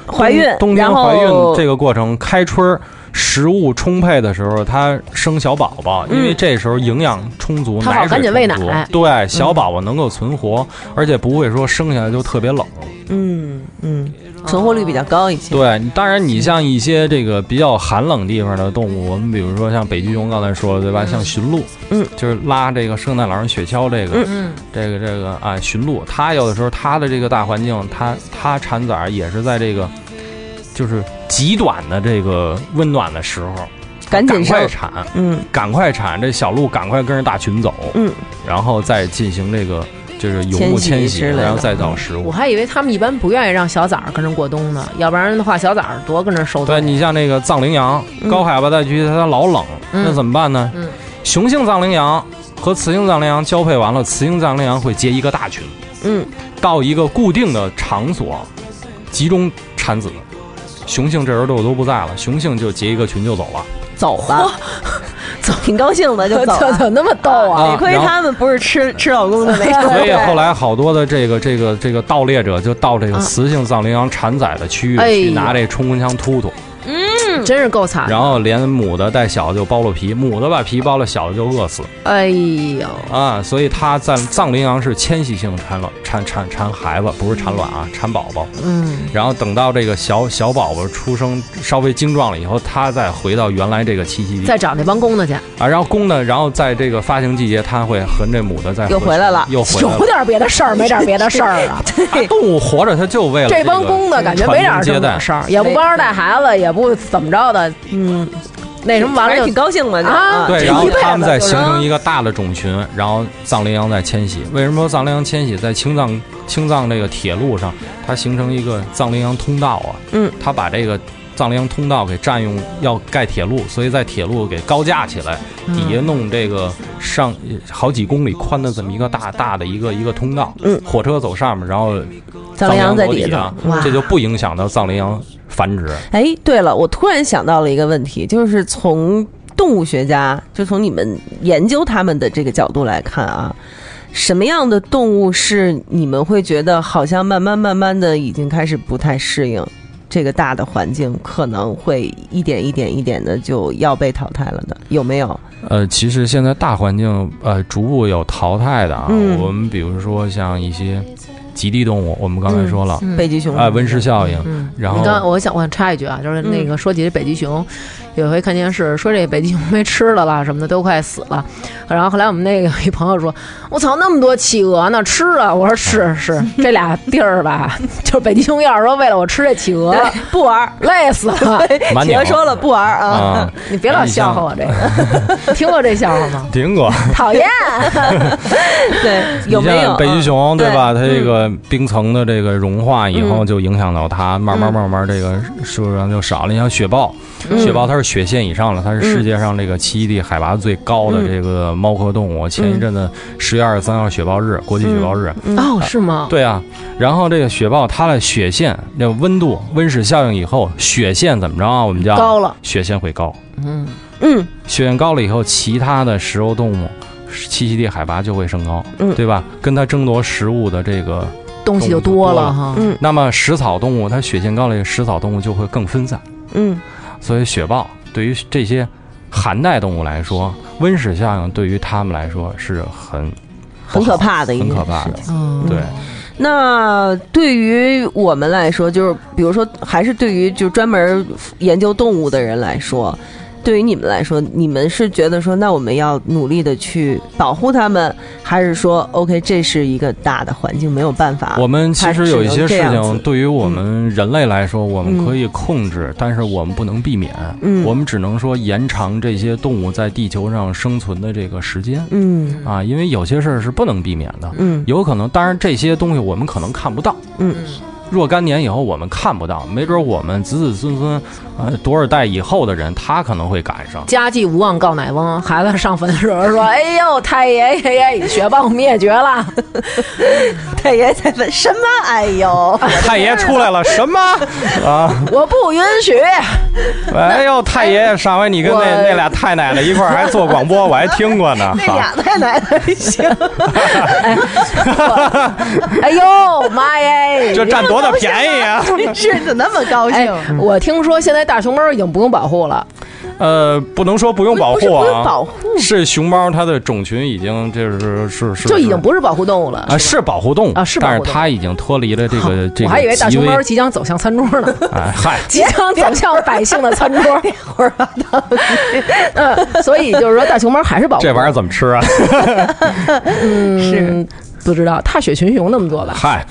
[SPEAKER 1] 怀孕，
[SPEAKER 7] 冬天
[SPEAKER 1] 然后
[SPEAKER 7] 怀孕这个过程，开春儿食物充沛的时候，它生小宝宝，因为这时候营养充足，
[SPEAKER 2] 它嗯好
[SPEAKER 7] 奶水
[SPEAKER 2] 赶紧喂
[SPEAKER 7] 充足
[SPEAKER 2] 奶
[SPEAKER 7] 对，小宝宝能够存活，而且不会说生下来就特别冷。
[SPEAKER 1] 嗯嗯，存活率比较高一些。
[SPEAKER 7] 对，当然你像一些这个比较寒冷地方的动物，我们比如说像北极熊，刚才说的对吧？像驯鹿，
[SPEAKER 1] 嗯，
[SPEAKER 7] 就是拉这个圣诞老人雪橇这个，
[SPEAKER 2] 嗯，
[SPEAKER 7] 这个这个啊，驯鹿，它有的时候它的这个大环境，它它产崽儿也是在这个就是极短的这个温暖的时候，
[SPEAKER 1] 赶紧
[SPEAKER 7] 赶
[SPEAKER 1] 生
[SPEAKER 7] 快产，
[SPEAKER 1] 嗯
[SPEAKER 7] 赶快产，这小鹿赶快跟着大群走，
[SPEAKER 1] 嗯，
[SPEAKER 7] 然后再进行这个。就是永不
[SPEAKER 1] 迁
[SPEAKER 7] 迁
[SPEAKER 1] 徙
[SPEAKER 7] 徙，
[SPEAKER 1] 之类的
[SPEAKER 7] 然后再造食
[SPEAKER 2] 我
[SPEAKER 7] 物。
[SPEAKER 2] 还以为他们一般不愿意让小崽儿跟人过冬呢，要不然的话，小崽儿多跟人受冻
[SPEAKER 7] 对。你像那个藏羚羊，高海拔地区它老冷，
[SPEAKER 2] 嗯
[SPEAKER 7] 那怎么办呢？
[SPEAKER 2] 嗯
[SPEAKER 7] 雄性藏羚羊和雌性藏羚羊交配完了，雌性藏羚羊会结一个大群，
[SPEAKER 1] 嗯，
[SPEAKER 7] 到一个固定的场所集中产子。雄性这时候都都不在了，雄性就结一个群就走了。
[SPEAKER 1] 走吧，
[SPEAKER 2] 嚯
[SPEAKER 1] 挺高兴的 就走
[SPEAKER 2] 怎
[SPEAKER 1] 了。
[SPEAKER 2] 么那么逗啊？
[SPEAKER 7] 啊
[SPEAKER 1] 得亏
[SPEAKER 7] 然后
[SPEAKER 1] 他们不是吃吃老公的那种，
[SPEAKER 7] 所以 后 来好多的这个这个这个盗猎者就到这个雌性藏羚羊产崽的区域
[SPEAKER 2] 嗯哎啊
[SPEAKER 7] 去
[SPEAKER 2] 呦
[SPEAKER 7] 拿这冲锋枪突突，
[SPEAKER 2] 嗯
[SPEAKER 1] 嗯
[SPEAKER 2] 真是够惨的。
[SPEAKER 7] 然后连母的带小的就剥了皮，母的把皮剥了，小的就饿死
[SPEAKER 2] 哎呦，
[SPEAKER 7] 啊。所以它在藏羚羊是迁徙性产卵产产产孩子，不是产卵啊，产宝宝。
[SPEAKER 2] 嗯，
[SPEAKER 7] 然后等到这个小小宝宝出生稍微精壮了以后，它再回到原来这个栖息地
[SPEAKER 2] 再找那帮公的去，
[SPEAKER 7] 啊。然后公呢，然后在这个发情季节，它会和这母的再
[SPEAKER 1] 又回来了
[SPEAKER 7] 又 回来了
[SPEAKER 2] 有。点别的事儿，没点别的事儿啊。
[SPEAKER 7] 啊动物活着它就为了
[SPEAKER 2] 这
[SPEAKER 7] 个
[SPEAKER 2] 帮公的感觉没点
[SPEAKER 7] 传宗
[SPEAKER 2] 正
[SPEAKER 7] 接代
[SPEAKER 2] 经。事儿，也不帮着带孩子，也不怎么着的，嗯，那什么完
[SPEAKER 1] 反
[SPEAKER 7] 哎
[SPEAKER 1] 正
[SPEAKER 2] 了就
[SPEAKER 1] 挺高兴的就
[SPEAKER 2] 啊
[SPEAKER 7] 对，
[SPEAKER 2] 这
[SPEAKER 7] 然后
[SPEAKER 2] 一辈子
[SPEAKER 7] 他们再
[SPEAKER 2] 就
[SPEAKER 7] 形
[SPEAKER 2] 是
[SPEAKER 7] 成一个大的种群，然后藏羚羊在迁徙。为什么说藏羚羊迁徙在青藏青藏这个铁路上，它形成一个藏羚羊通道啊？
[SPEAKER 1] 嗯，
[SPEAKER 7] 它把这个藏羚羊通道给占用，要盖铁路，所以在铁路给高架起来，底下弄这个上好几公里宽的这么一个大大的一个一个通道。
[SPEAKER 1] 嗯，
[SPEAKER 7] 火车走上面，然后
[SPEAKER 1] 藏羚羊在
[SPEAKER 7] 走
[SPEAKER 1] 底头
[SPEAKER 7] 下。
[SPEAKER 2] 哇
[SPEAKER 7] 这就不影响到藏羚羊繁殖。
[SPEAKER 1] 哎，对了，我突然想到了一个问题，就是从动物学家，就从你们研究它们的这个角度来看啊，什么样的动物是你们会觉得好像慢慢慢慢的已经开始不太适应这个大的环境，可能会一点一点一点的就要被淘汰了的？有没有？
[SPEAKER 7] 呃，其实现在大环境呃逐步有淘汰的啊。
[SPEAKER 1] 嗯
[SPEAKER 7] 我们比如说像一些极地动物，我们刚才说了，
[SPEAKER 2] 嗯
[SPEAKER 1] 北极熊
[SPEAKER 7] 啊、温室效应。
[SPEAKER 2] 嗯，
[SPEAKER 7] 然
[SPEAKER 2] 你刚
[SPEAKER 7] 后
[SPEAKER 2] 我想我插一句啊，就是那个说起这北极熊，有一回看电视说这北极熊没吃的了，什么的都快死了。然后后来我们那个一朋友说：“我操，那么多企鹅呢，吃啊！”我说：“是是，这俩地儿吧， 就是北极熊要是说为了我吃这企鹅，
[SPEAKER 1] 对不玩儿，
[SPEAKER 2] 累死 了。
[SPEAKER 7] 蛮
[SPEAKER 1] 企鹅
[SPEAKER 7] 鸟
[SPEAKER 1] 说了不玩儿啊，
[SPEAKER 7] 啊，
[SPEAKER 2] 你别老笑话我这个， 听过这笑话吗？
[SPEAKER 7] 听过，
[SPEAKER 2] 讨厌。
[SPEAKER 1] 对，有
[SPEAKER 7] 你
[SPEAKER 1] 没有
[SPEAKER 7] 像北极
[SPEAKER 1] 嗯嗯
[SPEAKER 7] 熊
[SPEAKER 1] 对
[SPEAKER 7] 对吧？它这个冰层的这个融化以后，就影响到它，慢
[SPEAKER 1] 嗯
[SPEAKER 7] 慢慢慢这个数量就少了。你像雪豹，雪豹它是雪线以上了，
[SPEAKER 1] 嗯
[SPEAKER 7] 它是世界上这个栖息地海拔最高的这个猫科动物。
[SPEAKER 1] 嗯
[SPEAKER 7] 前一阵子十月二十三号雪豹日，国际雪豹日，
[SPEAKER 2] 哦，是吗？
[SPEAKER 7] 对啊，然后这个雪豹它的雪线那温度温室效应以后，雪线怎么着啊？我们叫
[SPEAKER 2] 高了，
[SPEAKER 7] 雪线会高，
[SPEAKER 2] 嗯，
[SPEAKER 1] 嗯
[SPEAKER 7] 雪线高了以后，其他的食肉动物栖息地海拔就会升高，
[SPEAKER 1] 嗯
[SPEAKER 7] 对吧？跟它争夺食物的这个，
[SPEAKER 2] 东西就多了哈。
[SPEAKER 1] 嗯
[SPEAKER 7] 那么食草动物它雪线高了以后，食草动物就会更分散，
[SPEAKER 1] 嗯
[SPEAKER 7] 所以雪豹对于这些寒带动物来说，温室效应对于它们来说是很
[SPEAKER 1] 很可怕的一
[SPEAKER 7] 很
[SPEAKER 1] 个
[SPEAKER 7] 可怕的，
[SPEAKER 2] 嗯，
[SPEAKER 7] 对。
[SPEAKER 1] 那对于我们来说，就是比如说，还是对于就专门研究动物的人来说，对于你们来说，你们是觉得说，那我们要努力的去保护它们，还是说，OK，这是一个大的环境，没有办法？
[SPEAKER 7] 我们其实有一些
[SPEAKER 1] 它只
[SPEAKER 7] 事
[SPEAKER 1] 啊能这样
[SPEAKER 7] 情
[SPEAKER 1] 子
[SPEAKER 7] 对于我们人类来说，我
[SPEAKER 1] 嗯
[SPEAKER 7] 们可以控制，但是我们不能避免。
[SPEAKER 1] 嗯
[SPEAKER 7] 我们只能说延长这些动物在地球上生存的这个时间
[SPEAKER 1] 嗯
[SPEAKER 7] 啊，因为有些事儿是不能避免的。
[SPEAKER 1] 嗯
[SPEAKER 7] 有可能，当然这些东西我们可能看不到。
[SPEAKER 1] 嗯，
[SPEAKER 7] 若干年以后我们看不到，没准我们子子孙孙，呃，多少代以后的人，他可能会赶上。
[SPEAKER 2] 家祭无忘告乃翁，孩子上坟的时候说：“哎呦，太爷爷哎爷，雪豹灭绝 了。
[SPEAKER 1] 太爷在问什么？哎 呦，
[SPEAKER 7] 太爷出来了，什么啊？
[SPEAKER 2] 我不允许。
[SPEAKER 7] 哎呦，太爷爷，上回你跟那
[SPEAKER 2] 我
[SPEAKER 7] 那俩太奶奶一块儿还做广播，我还听过 呢。
[SPEAKER 1] 那俩哎太奶奶行，
[SPEAKER 2] 哎呦妈耶！
[SPEAKER 7] 这占多大便宜 啊！
[SPEAKER 1] 是怎么那么高
[SPEAKER 2] 哎，
[SPEAKER 7] 嗯
[SPEAKER 2] 我听说现在大熊猫已经不用保护了，
[SPEAKER 7] 呃，不能说不用保
[SPEAKER 1] 不是
[SPEAKER 7] 护
[SPEAKER 1] 不
[SPEAKER 7] 啊，
[SPEAKER 1] 用保护，
[SPEAKER 7] 是熊猫它的种群已经就是是是
[SPEAKER 2] 就已经不是保护动物了
[SPEAKER 7] 啊。是保护动物
[SPEAKER 2] 啊是保护
[SPEAKER 7] 但
[SPEAKER 2] 动
[SPEAKER 7] 是
[SPEAKER 2] 物
[SPEAKER 7] 它已经脱离了这
[SPEAKER 2] 好
[SPEAKER 7] 个这个。
[SPEAKER 2] 我还以为大熊猫即将走向餐桌呢，
[SPEAKER 7] 哎 嗨，
[SPEAKER 2] 即将走向百姓的餐桌。 嗯，所以就是说，大熊猫还是保护。
[SPEAKER 7] 这玩意儿怎么吃啊？
[SPEAKER 2] 嗯，
[SPEAKER 8] 不知道踏雪寻熊那么做吧？
[SPEAKER 7] 嗨，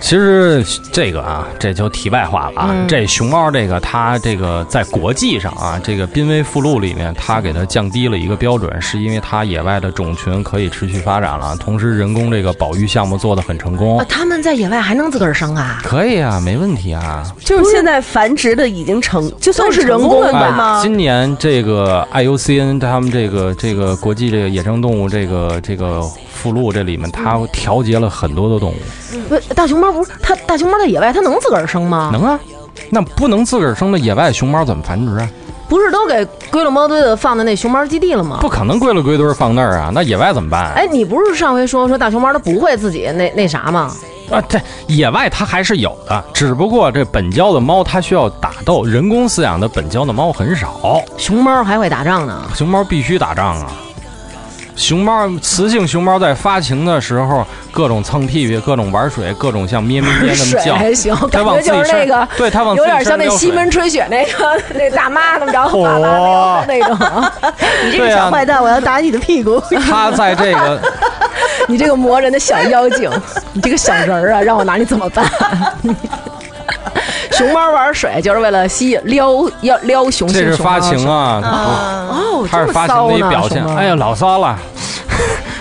[SPEAKER 7] 其实这个啊，这就题外话了啊。这熊猫这个，它这个在国际上啊，这个濒危附录里面，它给它降低了一个标准，是因为它野外的种群可以持续发展了，同时人工这个保育项目做得很成功
[SPEAKER 2] 啊，。他们在野外还能自个儿生啊？
[SPEAKER 7] 可以啊，没问题啊。
[SPEAKER 1] 就是现在繁殖的已经成，就算
[SPEAKER 8] 都是人
[SPEAKER 1] 成功
[SPEAKER 8] 工
[SPEAKER 1] 了
[SPEAKER 8] 的
[SPEAKER 1] 对
[SPEAKER 8] 吧
[SPEAKER 1] 吗？
[SPEAKER 7] 哎今年这个 IUCN 他们这个这个国际这个野生动物这个这个附录这里面，它调节了很多的动物。
[SPEAKER 2] 不，大熊猫不是它，大熊猫在野外它能自个儿生吗？
[SPEAKER 7] 能啊，那不能自个儿生的野外熊猫怎么繁殖啊？
[SPEAKER 2] 不是都给归了猫堆的放在那熊猫基地了吗？
[SPEAKER 7] 不可能归了归堆儿放那儿啊，那野外怎么办啊？
[SPEAKER 2] 哎，你不是上回说说大熊猫它不会自己那那啥吗？
[SPEAKER 7] 啊，这野外它还是有的，只不过这本郊的猫它需要打斗，人工饲养的本郊的猫很少，
[SPEAKER 2] 熊猫还会打仗呢。
[SPEAKER 7] 熊猫必须打仗啊。熊猫，雌性熊猫在发情的时候，各种蹭屁屁，各种玩水，各种像咩咩咩那 么
[SPEAKER 8] 水
[SPEAKER 7] 叫，
[SPEAKER 8] 还行，
[SPEAKER 7] 它
[SPEAKER 8] 感
[SPEAKER 7] 往
[SPEAKER 8] 觉
[SPEAKER 7] 自己
[SPEAKER 8] 就是那
[SPEAKER 7] 身，
[SPEAKER 8] 个，
[SPEAKER 7] 对它往自
[SPEAKER 8] 有
[SPEAKER 7] 己
[SPEAKER 8] 点
[SPEAKER 7] 身
[SPEAKER 8] 像
[SPEAKER 7] 上
[SPEAKER 8] 那
[SPEAKER 7] 撩
[SPEAKER 8] 西
[SPEAKER 7] 水
[SPEAKER 8] 门吹雪那个那大妈那么着，哗啦溜 达那种。
[SPEAKER 1] 你这
[SPEAKER 7] 对
[SPEAKER 1] 个
[SPEAKER 7] 啊
[SPEAKER 1] 小坏蛋，我要打你的屁股！
[SPEAKER 7] 它在这个
[SPEAKER 8] 你这个磨人的小妖精，你这个小人儿啊，让我拿你怎么 办？熊猫玩水就是为了吸引撩要撩 雄性熊
[SPEAKER 7] 这是
[SPEAKER 8] 猫，
[SPEAKER 7] 发情啊，
[SPEAKER 8] 哦，
[SPEAKER 7] 它是
[SPEAKER 8] 这么
[SPEAKER 7] 发情
[SPEAKER 8] 骚
[SPEAKER 7] 的一
[SPEAKER 8] 呢
[SPEAKER 7] 表
[SPEAKER 8] 熊
[SPEAKER 7] 现。
[SPEAKER 8] 猫
[SPEAKER 7] 哎呀，老骚了。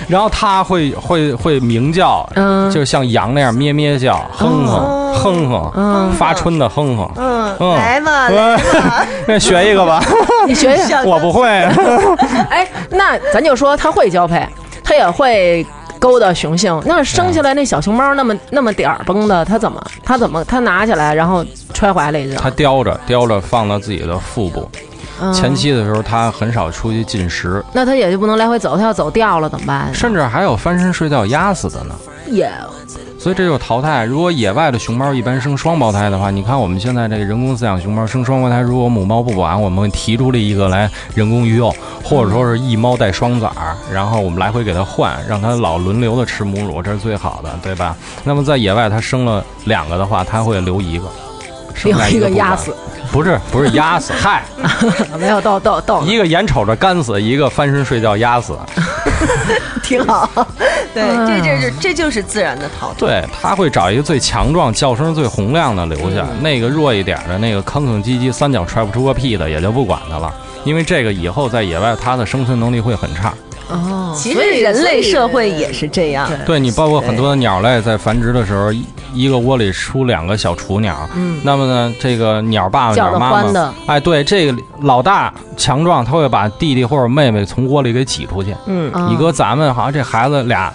[SPEAKER 7] 然后它会会会鸣叫，
[SPEAKER 2] 嗯
[SPEAKER 7] 就像羊那样咩咩叫，哼哼哼哼，发春的哼哼。
[SPEAKER 1] 嗯
[SPEAKER 7] 嗯
[SPEAKER 1] 来嘛，
[SPEAKER 7] 嗯， 那学一个吧，
[SPEAKER 8] 你学学，
[SPEAKER 7] 我不会。
[SPEAKER 2] 哎，那咱就说它会交配，它也会勾搭雄性。那生下来那小熊猫那么那么点儿崩的，它怎么它怎么它拿起来然后揣怀里去？
[SPEAKER 7] 它叼着叼着放到自己的腹部，
[SPEAKER 2] 嗯
[SPEAKER 7] 前期的时候它很少出去进食，
[SPEAKER 2] 那它也就不能来回走，它要走掉了怎么办？
[SPEAKER 7] 甚至还有翻身睡觉压死的呢。
[SPEAKER 2] 也
[SPEAKER 7] 所以这就是淘汰。如果野外的熊猫一般生双胞胎的话，你看我们现在这个人工饲养熊猫生双胞胎，如果母猫不保安，我们会提出了一个来人工育幼，或者说是一猫带双崽儿，然后我们来回给它换，让它老轮流的吃母乳，这是最好的，对吧？那么在野外它生了两个的话，它会留一个，剩
[SPEAKER 8] 有
[SPEAKER 7] 下
[SPEAKER 8] 一
[SPEAKER 7] 个
[SPEAKER 8] 个
[SPEAKER 7] 不管
[SPEAKER 8] 压死，，
[SPEAKER 7] 不是不是压死，嗨，
[SPEAKER 8] 没有逗逗逗，
[SPEAKER 7] 一个眼瞅着干死，一个翻身睡觉压死，
[SPEAKER 1] 挺好。对，
[SPEAKER 2] 嗯
[SPEAKER 1] 这这是这就是自然的淘汰。
[SPEAKER 7] 对，他会找一个最强壮、叫声最洪亮的留下，
[SPEAKER 2] 嗯
[SPEAKER 7] 那个弱一点的，那个吭吭唧唧、三脚踹不出个屁的，也就不管他了。因为这个以后在野外，它的生存能力会很差。
[SPEAKER 2] 哦，
[SPEAKER 1] 其实人类社会也是这样，
[SPEAKER 7] 对你，包括很多的鸟类在繁殖的时候，一一个窝里出两个小雏鸟，
[SPEAKER 2] 嗯，
[SPEAKER 7] 那么呢，这个鸟爸爸、
[SPEAKER 2] 叫
[SPEAKER 7] 鸟
[SPEAKER 2] 得
[SPEAKER 7] 妈
[SPEAKER 2] 欢
[SPEAKER 7] 妈
[SPEAKER 2] 的，
[SPEAKER 7] 哎，对，这个老大强壮，他会把弟弟或者妹妹从窝里给挤出去。
[SPEAKER 1] 嗯，
[SPEAKER 2] 啊
[SPEAKER 7] 你搁咱们好像这孩子俩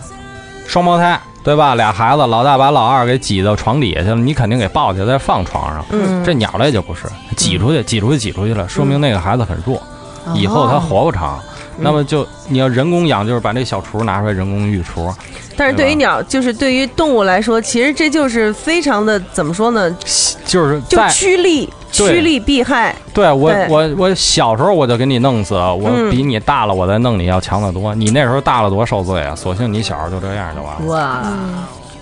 [SPEAKER 7] 双胞胎对吧？俩孩子，老大把老二给挤到床底下去了，你肯定给抱起来再放床上。
[SPEAKER 2] 嗯
[SPEAKER 7] 这鸟类就不是挤出去，挤出去，挤出去了，说明
[SPEAKER 1] 嗯
[SPEAKER 7] 那个孩子很弱，
[SPEAKER 1] 哦
[SPEAKER 7] 以后
[SPEAKER 2] 嗯
[SPEAKER 7] 他活不长。那么就你要人工养，就是把这小雏拿出来人工育雏，
[SPEAKER 1] 但是对
[SPEAKER 7] 对
[SPEAKER 1] 于
[SPEAKER 7] 吧
[SPEAKER 1] 鸟，就是对于动物来说，其实这就是非常的怎么说呢？
[SPEAKER 7] 就是
[SPEAKER 1] 就
[SPEAKER 7] 在
[SPEAKER 1] 趋利，
[SPEAKER 7] 对
[SPEAKER 1] 趋利避害。
[SPEAKER 7] 对我
[SPEAKER 1] 对
[SPEAKER 7] 我我小时候我就给你弄死，我
[SPEAKER 1] 嗯
[SPEAKER 7] 比你大了我再弄你要强得多。你那时候大了多受罪啊！索性你小时候就这样就完了。
[SPEAKER 2] 哇，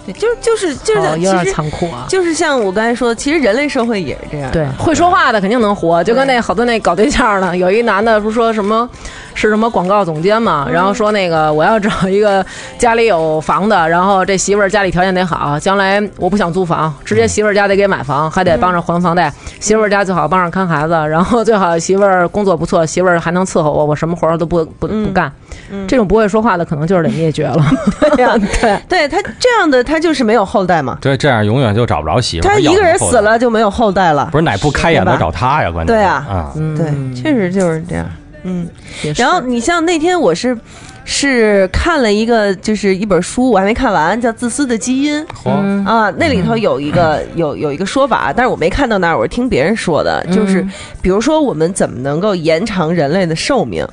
[SPEAKER 1] 对，就是就是就是，
[SPEAKER 2] 哦有
[SPEAKER 1] 其
[SPEAKER 2] 点
[SPEAKER 1] 实
[SPEAKER 2] 残酷啊。
[SPEAKER 1] 就是像我刚才说，其实人类社会也是这样。
[SPEAKER 2] 对，会说话的肯定能活，就跟那好多那搞对象的，有一男的不是说什么是什么广告总监嘛，然后说那个我要找一个家里有房的，然后这媳妇儿家里条件得好，将来我不想租房，直接媳妇儿家得给买房，还得帮着还房贷，媳妇儿家最好帮着看孩子，然后最好媳妇儿工作不错，媳妇儿还能伺候我，我什么活儿都不不不干，这种不会说话的可能就是得灭绝了，
[SPEAKER 1] 对呀
[SPEAKER 2] 对，
[SPEAKER 1] 对他这样的，他就是没有后代嘛。
[SPEAKER 7] 这这样永远就找不着媳妇儿。
[SPEAKER 1] 他
[SPEAKER 7] 还咬
[SPEAKER 1] 一个人
[SPEAKER 7] 不透
[SPEAKER 1] 死了就没有后代了
[SPEAKER 7] 不。是哪部开眼的
[SPEAKER 1] 吧
[SPEAKER 7] 找他呀？关键
[SPEAKER 1] 对啊
[SPEAKER 7] 啊，
[SPEAKER 1] 对，确实就是这样。嗯，
[SPEAKER 2] 也嗯是
[SPEAKER 1] 然后你像那天我是是看了一个，就是一本书，我还没看完，叫《自私的基因》。
[SPEAKER 2] 嗯
[SPEAKER 7] 嚯，
[SPEAKER 1] 啊，那里头有一个有有一个说法，啊但是我没看到那儿，我是听别人说的，
[SPEAKER 2] 嗯
[SPEAKER 1] 就是比如说我们怎么能够延长人类的寿命，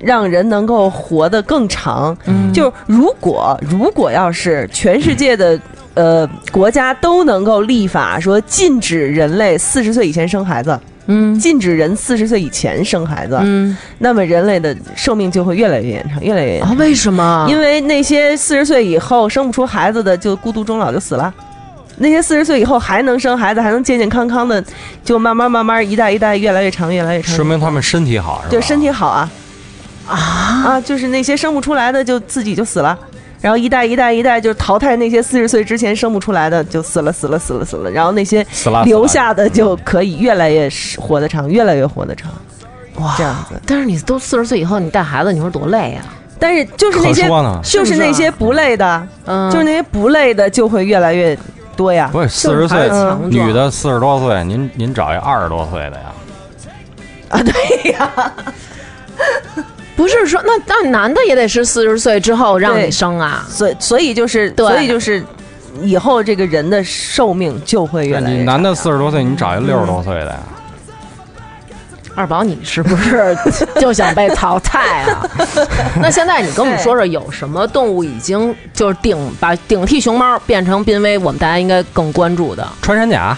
[SPEAKER 1] 让人能够活得更长？
[SPEAKER 2] 嗯
[SPEAKER 1] 就是如果如果要是全世界的。呃，国家都能够立法说禁止人类四十岁以前生孩子，
[SPEAKER 2] 嗯
[SPEAKER 1] 禁止人四十岁以前生孩子，
[SPEAKER 2] 嗯
[SPEAKER 1] 那么人类的寿命就会越来越延长，越来越延长。
[SPEAKER 2] 啊，为什么？
[SPEAKER 1] 因为那些四十岁以后生不出孩子的，就孤独终老就死了。那些四十岁以后还能生孩子，还能健健康康的，就慢慢慢慢一代一代越来越长，越来越长。
[SPEAKER 7] 说明他们身体好是吧？
[SPEAKER 1] 对身体好啊啊啊！就是那些生不出来的，就自己就死了。然后一代一代一代就淘汰那些四十岁之前生不出来的，就死了死了死了死了，然后那些
[SPEAKER 7] 死啦死啦
[SPEAKER 1] 留下的就可以越来越活得长，越来越活得长，
[SPEAKER 2] 哇
[SPEAKER 1] 这样子。
[SPEAKER 2] 但是你都四十岁以后，你带孩子，你说多累啊呀、
[SPEAKER 1] 但是就是那些
[SPEAKER 7] 可说呢
[SPEAKER 1] 就是那些不累的，
[SPEAKER 2] 嗯
[SPEAKER 1] 就是那些不累的就会越来越多呀。
[SPEAKER 7] 不是四十岁
[SPEAKER 2] 还是强壮
[SPEAKER 7] 女的四十多岁，您您找一二十多岁的呀？
[SPEAKER 1] 啊，对呀，
[SPEAKER 2] 不是说那那男的也得是四十岁之后让
[SPEAKER 1] 对
[SPEAKER 2] 你生啊？
[SPEAKER 1] 所以所以就是
[SPEAKER 2] 对
[SPEAKER 1] 所以就是以后这个人的寿命就会越来
[SPEAKER 7] 你
[SPEAKER 1] 越
[SPEAKER 7] 男的四十多岁，你找一六十多岁的呀？
[SPEAKER 2] 二宝，你是不是 就想被淘汰 啊？那现在你跟我们说说，有什么动物已经就是顶把顶替熊猫变成濒危，我们大家应该更关注的
[SPEAKER 7] 穿山甲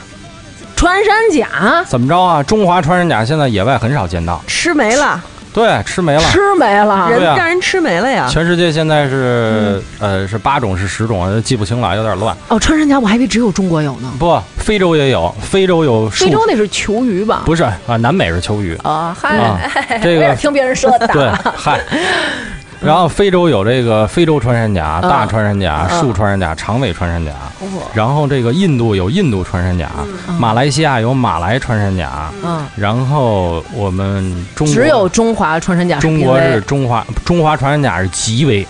[SPEAKER 2] 穿山甲
[SPEAKER 7] 怎么着啊？中华穿山甲现在野外很少见到，
[SPEAKER 1] 吃没了，
[SPEAKER 7] 对，吃没了。
[SPEAKER 2] 吃没了，
[SPEAKER 1] 人
[SPEAKER 7] 对啊
[SPEAKER 1] 让人吃没了呀。
[SPEAKER 7] 全世界现在是、呃是八种是十种，呃记不清了，有点乱。
[SPEAKER 2] 哦，穿山甲我还以为只有中国有呢。
[SPEAKER 7] 不，非洲也有，非洲有数
[SPEAKER 2] 非洲那是球鱼吧？
[SPEAKER 7] 不是啊、南美是球鱼
[SPEAKER 2] 啊，嗨，
[SPEAKER 7] 啊，这
[SPEAKER 2] 我也
[SPEAKER 7] 个
[SPEAKER 2] 是听别人说的。
[SPEAKER 7] 对，嗨。 然后非洲有这个非洲穿山甲、大穿山甲、
[SPEAKER 2] 嗯哦
[SPEAKER 7] 树穿山甲、长尾穿山甲，然后这个印度有印度穿山甲，马来西亚有马来穿山甲，
[SPEAKER 2] 嗯，
[SPEAKER 7] 然后我们中国
[SPEAKER 2] 只有中华穿山甲
[SPEAKER 7] 中国
[SPEAKER 2] 濒
[SPEAKER 7] 是
[SPEAKER 2] 危
[SPEAKER 7] 中华中华穿山甲是极危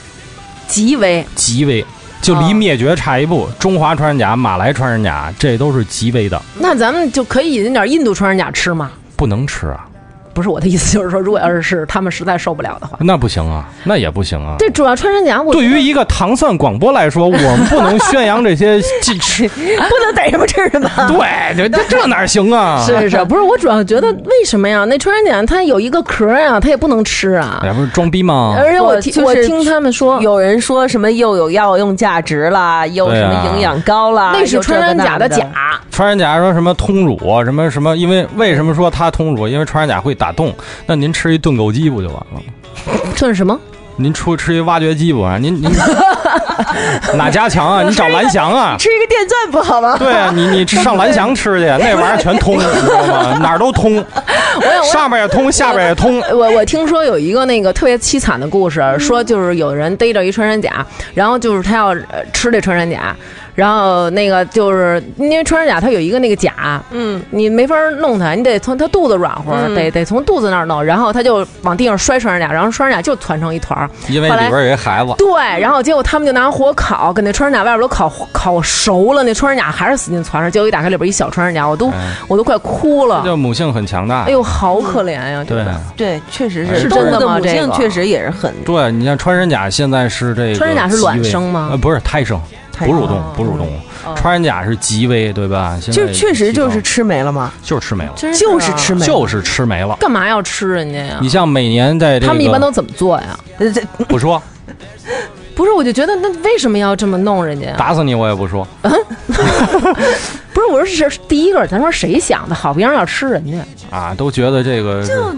[SPEAKER 2] 极危，
[SPEAKER 7] 极危，就离灭绝差一
[SPEAKER 2] 嗯
[SPEAKER 7] 步。中华穿山甲、马来穿山甲这都是极危的，
[SPEAKER 2] 那咱们就可以引进点印度穿山甲吃吗？
[SPEAKER 7] 不能吃啊，
[SPEAKER 2] 不是我的意思，就是说，如果要是是他们实在受不了的话，
[SPEAKER 7] 那不行啊，那也不行啊。
[SPEAKER 2] 这主要穿山甲我
[SPEAKER 7] 对于一个糖蒜广播来说，我们不能宣扬这 些禁吃，
[SPEAKER 1] 不能逮什么吃什 么。
[SPEAKER 7] 对，这这这哪 行啊？
[SPEAKER 2] 是是是，不是我主要觉得为什么呀？那穿山甲它有一个壳呀，它也不能吃啊。
[SPEAKER 7] 哎，不是装逼吗？
[SPEAKER 2] 而且我
[SPEAKER 1] 我
[SPEAKER 2] 听
[SPEAKER 1] 就是
[SPEAKER 2] 我听他们说，
[SPEAKER 1] 有人说什么又有药用价值啦，又什
[SPEAKER 7] 对啊
[SPEAKER 1] 么营养高啦，
[SPEAKER 2] 那是
[SPEAKER 1] 又这
[SPEAKER 2] 穿
[SPEAKER 1] 个
[SPEAKER 2] 山
[SPEAKER 1] 那
[SPEAKER 2] 甲的
[SPEAKER 1] 个
[SPEAKER 2] 甲，
[SPEAKER 7] 穿山甲说什么通乳，啊什么什么，因为为什么说它通乳？因为穿山甲会打洞。那您吃一炖狗鸡不就完了？
[SPEAKER 2] 这是什么？
[SPEAKER 7] 您出吃一挖掘机不完？您 您哪家强啊？你找蓝翔啊？
[SPEAKER 1] 吃一个电钻不好吗？
[SPEAKER 7] 对啊，你 你上蓝翔吃去，那玩意儿全通，你知道吗？哪儿都通，上边也通，下边 也通。
[SPEAKER 2] 我我听说有一个那个特别凄惨的故事，说就是有人逮着一穿山甲，然后就是他要呃吃这穿山甲，然后那个就是因为穿山甲它有一个那个甲，嗯，你没法弄它，你得从它肚子软和，得得从肚子那儿弄，然后它就往地上摔穿山甲，然后穿山甲就团成一团儿，
[SPEAKER 7] 因为
[SPEAKER 2] 后来
[SPEAKER 7] 里边有一孩子，
[SPEAKER 2] 对，然后结果他们就拿火烤，给那穿山甲外边都烤烤熟了，那穿山甲还是死劲攒着，结果一打开里边一小穿山甲，我都、
[SPEAKER 7] 哎
[SPEAKER 2] 我都快哭了，
[SPEAKER 7] 就母性很强大。
[SPEAKER 2] 哎呦，好可怜呀、觉
[SPEAKER 7] 对
[SPEAKER 2] 得
[SPEAKER 7] 啊。
[SPEAKER 1] 对，确实
[SPEAKER 7] 哎
[SPEAKER 1] 是
[SPEAKER 7] 真
[SPEAKER 1] 动
[SPEAKER 7] 的
[SPEAKER 1] 物的
[SPEAKER 2] 吗
[SPEAKER 1] 母
[SPEAKER 2] 这
[SPEAKER 1] 性
[SPEAKER 2] 个
[SPEAKER 1] 确实也是很
[SPEAKER 7] 对你像穿山甲，现在是这个
[SPEAKER 2] 穿山甲是卵
[SPEAKER 7] 极危
[SPEAKER 2] 生吗
[SPEAKER 7] 呃，不是胎生，
[SPEAKER 1] 胎
[SPEAKER 7] 哺乳动
[SPEAKER 2] 哦
[SPEAKER 7] 物，哺乳动物。
[SPEAKER 2] 哦
[SPEAKER 7] 穿山甲是极危，对吧？现在
[SPEAKER 1] 就确实就是
[SPEAKER 7] 西
[SPEAKER 1] 吃没了嘛，
[SPEAKER 7] 方就是吃没了，
[SPEAKER 2] 真
[SPEAKER 1] 就
[SPEAKER 2] 啊
[SPEAKER 1] 是吃没了，
[SPEAKER 7] 就是吃没了。
[SPEAKER 2] 干嘛要吃人家呀
[SPEAKER 7] 你？像每年在这个，
[SPEAKER 2] 他们一般都怎么做呀？
[SPEAKER 1] 呃这
[SPEAKER 7] 不说
[SPEAKER 2] 不是，我就觉得那为什么要这么弄人家呀？
[SPEAKER 7] 打死你我也不说。
[SPEAKER 2] 不是，我说是第一个，咱说谁想的，好不让要吃人家，
[SPEAKER 7] 啊，都觉得这个是
[SPEAKER 1] 就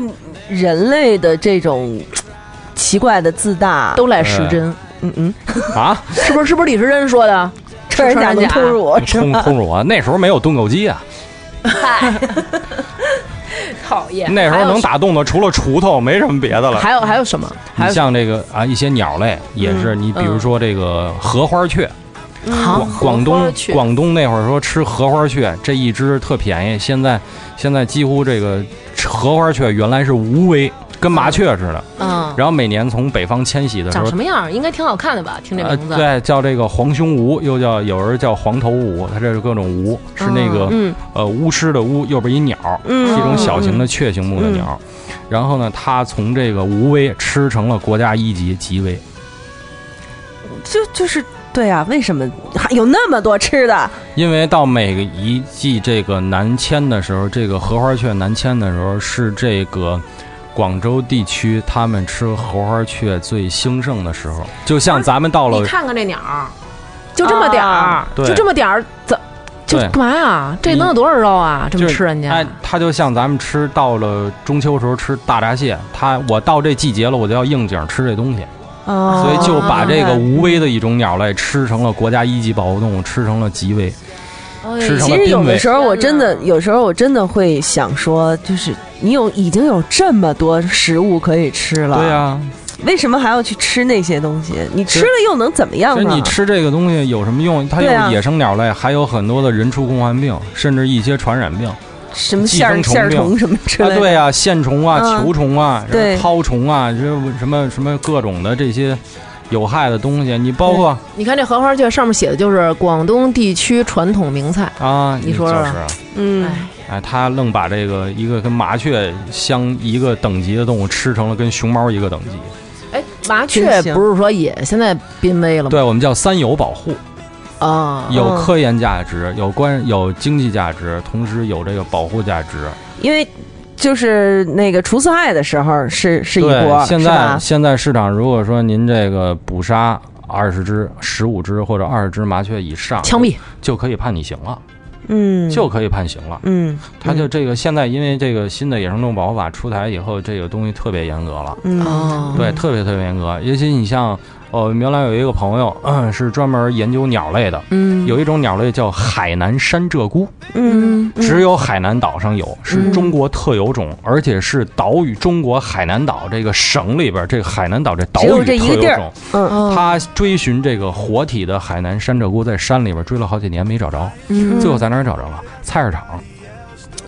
[SPEAKER 1] 人类的这种奇怪的自大，
[SPEAKER 2] 都赖时珍，
[SPEAKER 7] 哎
[SPEAKER 1] 嗯嗯，
[SPEAKER 7] 啊，
[SPEAKER 2] 是不是？是不是李时珍说的？
[SPEAKER 1] 穿山甲能通
[SPEAKER 2] 穿山甲
[SPEAKER 1] 乳是
[SPEAKER 7] 通
[SPEAKER 1] 吧？
[SPEAKER 7] 通乳啊，那时候没有炖狗鸡啊，
[SPEAKER 2] 讨厌
[SPEAKER 7] 那时候能打洞的除了锄头没什么别的了。
[SPEAKER 2] 还有还有什么？还
[SPEAKER 7] 你
[SPEAKER 2] 有嗯
[SPEAKER 7] 像这个啊，一些鸟类也是，你比如说这个荷花雀，
[SPEAKER 2] 好
[SPEAKER 7] 广广东
[SPEAKER 2] 去
[SPEAKER 7] 广东那会儿说吃荷花雀，这一只特便宜。现在现在几乎这个荷花雀原来是无危，跟麻雀似的。
[SPEAKER 2] 嗯，
[SPEAKER 7] 然后每年从北方迁徙的时
[SPEAKER 2] 长
[SPEAKER 7] 候
[SPEAKER 2] 什，么样儿？应该挺好看的吧？听这
[SPEAKER 7] 呃，
[SPEAKER 2] 名字，
[SPEAKER 7] 对，叫这个黄胸鹀，又叫有人叫黄头鹀，它这是各种鹀，是那个、
[SPEAKER 2] 嗯
[SPEAKER 7] 呃巫师的巫，右边一鸟，
[SPEAKER 1] 嗯
[SPEAKER 7] 是一种小型的雀形
[SPEAKER 2] 嗯
[SPEAKER 7] 目的鸟。然后呢，它从这个无危吃成了国家一级极危。
[SPEAKER 1] 就就是对啊，为什么还有那么多吃的？
[SPEAKER 7] 因为到每个一季这个南迁的时候，这个荷花雀南迁的时候是这个广州地区他们吃荷花雀最兴盛的时候，就像咱们到了
[SPEAKER 2] 你看看这鸟儿，就这么点儿
[SPEAKER 1] 啊，
[SPEAKER 7] 对
[SPEAKER 2] 就这么点儿，怎就
[SPEAKER 7] 对
[SPEAKER 2] 干嘛呀？这
[SPEAKER 7] 你
[SPEAKER 2] 能有多少肉啊？这么
[SPEAKER 7] 就是
[SPEAKER 2] 吃人家
[SPEAKER 7] 哎？，它就像咱们吃到了中秋时候吃大闸蟹，它我到这季节了，我就要应景吃这东西，
[SPEAKER 1] 哦
[SPEAKER 7] 所以就把这个无危的一种鸟类吃成了国家一级保护动物，吃成了极危。
[SPEAKER 2] 哦
[SPEAKER 7] 吃成
[SPEAKER 1] 其
[SPEAKER 7] 了
[SPEAKER 1] 实
[SPEAKER 7] 濒
[SPEAKER 1] 有的
[SPEAKER 7] 危
[SPEAKER 1] 时候我真的
[SPEAKER 2] 天，哪
[SPEAKER 1] 有时候我真的会想说，就是你有已经有这么多食物可以吃了，
[SPEAKER 7] 对呀、啊
[SPEAKER 1] 为什么还要去吃那些东西？你吃了又能怎么样啊
[SPEAKER 7] 其实
[SPEAKER 1] 呢
[SPEAKER 7] 你？吃这个东西有什么用？它又
[SPEAKER 1] 对啊
[SPEAKER 7] 是野生鸟类，还有很多的人畜共患病，甚至一些传染病。
[SPEAKER 1] 什么
[SPEAKER 7] 寄
[SPEAKER 1] 线儿
[SPEAKER 7] 生虫
[SPEAKER 1] 线儿
[SPEAKER 7] 病
[SPEAKER 1] 虫什么之
[SPEAKER 7] 啊
[SPEAKER 1] 类，的？
[SPEAKER 7] 对啊，线虫啊、
[SPEAKER 1] 嗯
[SPEAKER 7] 球虫啊、什
[SPEAKER 1] 对
[SPEAKER 7] 么绦虫啊，这什么什么各种的这些有害的东西，你包括
[SPEAKER 2] 你看这荷花雀上面写的就是广东地区传统名菜，
[SPEAKER 7] 啊，
[SPEAKER 2] 你说
[SPEAKER 7] 就
[SPEAKER 2] 说
[SPEAKER 7] 是啊，
[SPEAKER 1] 嗯，
[SPEAKER 2] 哎，
[SPEAKER 7] 哎，他愣把这个一个跟麻雀相一个等级的动物吃成了跟熊猫一个等级，
[SPEAKER 2] 哎，麻雀
[SPEAKER 1] 真行
[SPEAKER 2] 不是说也现在濒危了吗？
[SPEAKER 7] 对我们叫三有保护，
[SPEAKER 2] 啊，
[SPEAKER 7] 有
[SPEAKER 1] 嗯
[SPEAKER 7] 科研价值，有关有经济价值，同时有这个保护价值。
[SPEAKER 1] 因为就是那个除四害的时候是是一波，
[SPEAKER 7] 对，现
[SPEAKER 1] 是
[SPEAKER 7] 在
[SPEAKER 1] 吧？
[SPEAKER 7] 现在市场如果说您这个捕杀二十只、十五只或者二十只麻雀以上，
[SPEAKER 2] 枪毙，
[SPEAKER 7] 就可以判你刑了，
[SPEAKER 1] 嗯，
[SPEAKER 7] 就可以判刑了。
[SPEAKER 1] 嗯
[SPEAKER 7] 他就这个现在因为这个新的野生动物保护法出台以后，这个东西特别严格了，
[SPEAKER 1] 嗯
[SPEAKER 2] 哦，
[SPEAKER 7] 对，特别特别严格。尤其你像呃，原来有一个朋友、嗯是专门研究鸟类的，
[SPEAKER 2] 嗯，
[SPEAKER 7] 有一种鸟类叫海南山鹧鸪，
[SPEAKER 1] 嗯
[SPEAKER 7] 只有海南岛上有，是中国特有种，而且是岛屿中国海南岛这个省里边儿这个海南岛这岛
[SPEAKER 1] 只有
[SPEAKER 7] 屿特
[SPEAKER 1] 这一个
[SPEAKER 7] 有
[SPEAKER 1] 地儿
[SPEAKER 7] 种。
[SPEAKER 1] 嗯
[SPEAKER 2] 哦
[SPEAKER 7] 他追寻这个活体的海南山鹧鸪，在山里边追了好几年没找着，
[SPEAKER 2] 嗯
[SPEAKER 7] 最后在哪儿找着了？菜市场。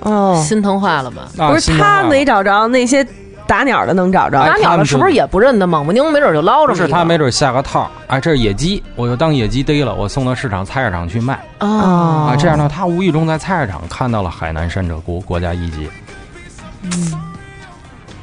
[SPEAKER 1] 哦，
[SPEAKER 2] 心疼坏了吧？
[SPEAKER 7] 啊
[SPEAKER 1] 不是
[SPEAKER 7] 新疆
[SPEAKER 1] 他
[SPEAKER 7] 啊
[SPEAKER 1] 没找着，那些打鸟的能找着
[SPEAKER 7] 哎。
[SPEAKER 2] 打
[SPEAKER 7] 他
[SPEAKER 2] 鸟
[SPEAKER 7] 们
[SPEAKER 2] 了
[SPEAKER 7] 就是
[SPEAKER 2] 不是也不认得？蒙不丁没准就捞着
[SPEAKER 7] 不
[SPEAKER 2] 一
[SPEAKER 7] 是
[SPEAKER 2] 个
[SPEAKER 7] 他没准下个套，哎，这是野鸡，我就当野鸡逮了，我送到市场菜市场去卖
[SPEAKER 2] 啊，
[SPEAKER 7] 啊。这样呢，他无意中在菜市场看到了海南山鹧鸪国家一级。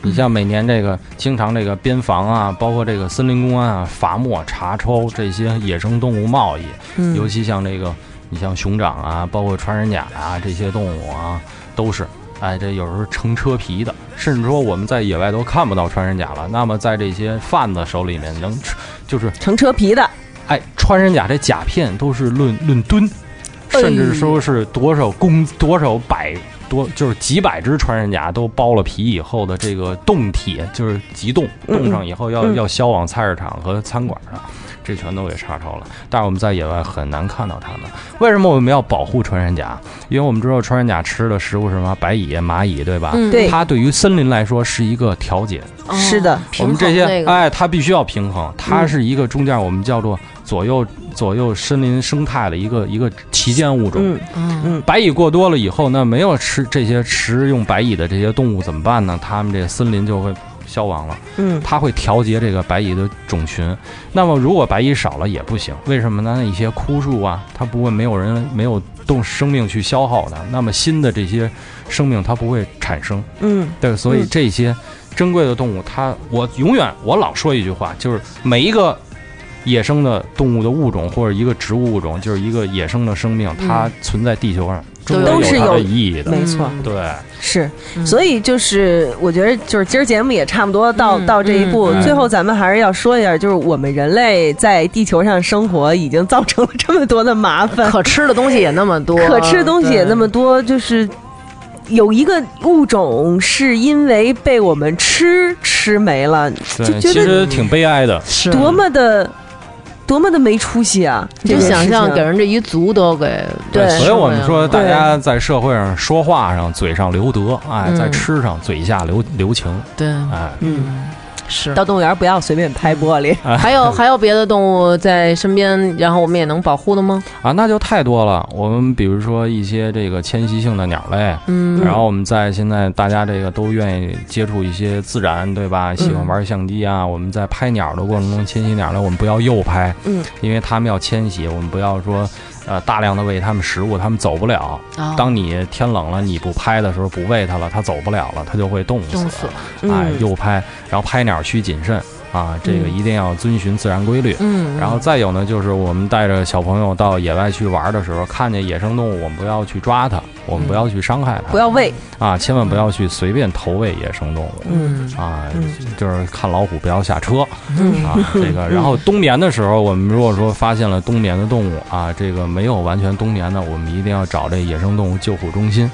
[SPEAKER 7] 你像每年这个，经常这个边防啊，包括这个森林公安啊、罚没、查抽这些野生动物贸易，
[SPEAKER 2] 嗯
[SPEAKER 7] 尤其像这个，你像熊掌啊，包括穿山甲啊这些动物啊，都是，哎，这有时候成车皮的，甚至说我们在野外都看不到穿山甲了。那么在这些贩子手里面能吃，就是
[SPEAKER 1] 成车皮的，
[SPEAKER 7] 哎，穿山甲这甲片都是论论吨，
[SPEAKER 2] 哎
[SPEAKER 7] 甚至说是多少公多少百多，就是几百只穿山甲都剥了皮以后的这个冻铁，就是急冻
[SPEAKER 2] 嗯
[SPEAKER 7] 冻上以后要、要销往菜市场和餐馆上，这全都给查抄了。但是我们在野外很难看到它们。为什么我们要保护穿山甲？因为我们知道穿山甲吃的食物是什么，白蚁、蚂蚁，对吧？
[SPEAKER 2] 嗯
[SPEAKER 1] 对
[SPEAKER 7] 它对于森林来说是一个调节，
[SPEAKER 2] 哦
[SPEAKER 1] 是的
[SPEAKER 7] 我们这
[SPEAKER 2] 平
[SPEAKER 7] 些
[SPEAKER 2] 衡那个
[SPEAKER 7] 哎，它必须要平衡，它是一个中间我们叫做左右左右森林生态的一个一个旗舰物种。
[SPEAKER 1] 嗯，
[SPEAKER 2] 嗯
[SPEAKER 7] 白蚁过多了以后，那没有吃这些食用白蚁的这些动物怎么办呢？它们这森林就会消亡了。
[SPEAKER 1] 嗯，
[SPEAKER 7] 它会调节这个白蚁的种群。那么如果白蚁少了也不行，为什么呢？那一些枯树啊，它不会没有人没有动生命去消耗它，那么新的这些生命它不会产生。
[SPEAKER 1] 嗯，
[SPEAKER 7] 对，所以
[SPEAKER 1] 嗯
[SPEAKER 7] 这些珍贵的动物，它我永远我老说一句话，就是每一个野生的动物的物种或者一个植物物种，就是一个野生的生命，
[SPEAKER 1] 嗯
[SPEAKER 7] 它存在地球上，
[SPEAKER 2] 都
[SPEAKER 7] 中国
[SPEAKER 1] 都是
[SPEAKER 7] 它
[SPEAKER 1] 有
[SPEAKER 7] 的意义的。
[SPEAKER 1] 没错，
[SPEAKER 2] 嗯
[SPEAKER 7] 对，
[SPEAKER 1] 是，
[SPEAKER 2] 嗯
[SPEAKER 1] 所以就是我觉得就是今儿节目也差不多到
[SPEAKER 2] 嗯
[SPEAKER 1] 到这一步
[SPEAKER 7] 嗯，嗯
[SPEAKER 1] 最后咱们还是要说一下，就是我们人类在地球上生活已经造成了这么多的麻烦，
[SPEAKER 2] 可吃的东西也那么多，
[SPEAKER 1] 可吃的东西也那么多，
[SPEAKER 2] 多，
[SPEAKER 1] 就是有一个物种是因为被我们吃吃没了，就
[SPEAKER 7] 对，
[SPEAKER 1] 觉
[SPEAKER 7] 其
[SPEAKER 1] 得
[SPEAKER 7] 实挺悲哀的。
[SPEAKER 2] 是
[SPEAKER 1] 多么的多么的没出息啊！
[SPEAKER 2] 你就
[SPEAKER 1] 这件
[SPEAKER 2] 想
[SPEAKER 1] 事
[SPEAKER 2] 象
[SPEAKER 1] 情
[SPEAKER 2] 给人这一族都给
[SPEAKER 1] 对
[SPEAKER 7] 所以我们说，
[SPEAKER 1] 对
[SPEAKER 7] 大家在社会上说话上嘴上留德，哎，
[SPEAKER 2] 嗯
[SPEAKER 7] 在吃上嘴下留留情，
[SPEAKER 2] 对
[SPEAKER 7] 哎，
[SPEAKER 1] 嗯，
[SPEAKER 2] 是。
[SPEAKER 1] 到动物园不要随便拍玻璃。
[SPEAKER 2] 还有还有别的动物在身边，然后我们也能保护的吗？
[SPEAKER 7] 啊，那就太多了。我们比如说一些这个迁徙性的鸟类，
[SPEAKER 2] 嗯，
[SPEAKER 7] 然后我们在现在大家这个都愿意接触一些自然，对吧？喜
[SPEAKER 2] 嗯
[SPEAKER 7] 欢玩相机啊。我们在拍鸟的过程中，迁徙鸟类我们不要诱拍，
[SPEAKER 1] 嗯，
[SPEAKER 7] 因为它们要迁徙，我们不要说呃大量的喂它们食物，它们走不了。
[SPEAKER 2] 哦
[SPEAKER 7] 当你天冷了，你不拍的时候，不喂它了，它走不了了，它就会冻死
[SPEAKER 2] 冻死了
[SPEAKER 7] 哎，
[SPEAKER 1] 嗯
[SPEAKER 7] 诱拍，然后拍鸟需谨慎啊，这个一定要遵循自然规律。
[SPEAKER 2] 嗯，
[SPEAKER 7] 然后再有呢，就是我们带着小朋友到野外去玩的时候，看见野生动物，我们不要去抓它，我
[SPEAKER 2] 嗯
[SPEAKER 7] 们不要去伤害它，
[SPEAKER 1] 不要喂，
[SPEAKER 7] 啊，千万不要去随便投喂野生动物
[SPEAKER 2] 嗯
[SPEAKER 7] 啊
[SPEAKER 1] 嗯，
[SPEAKER 7] 就是看老虎不要下车
[SPEAKER 2] 嗯
[SPEAKER 7] 啊。这个，然后冬眠的时候，我们如果说发现了冬眠的动物啊，这个没有完全冬眠的，我们一定要找这野生动物救护中心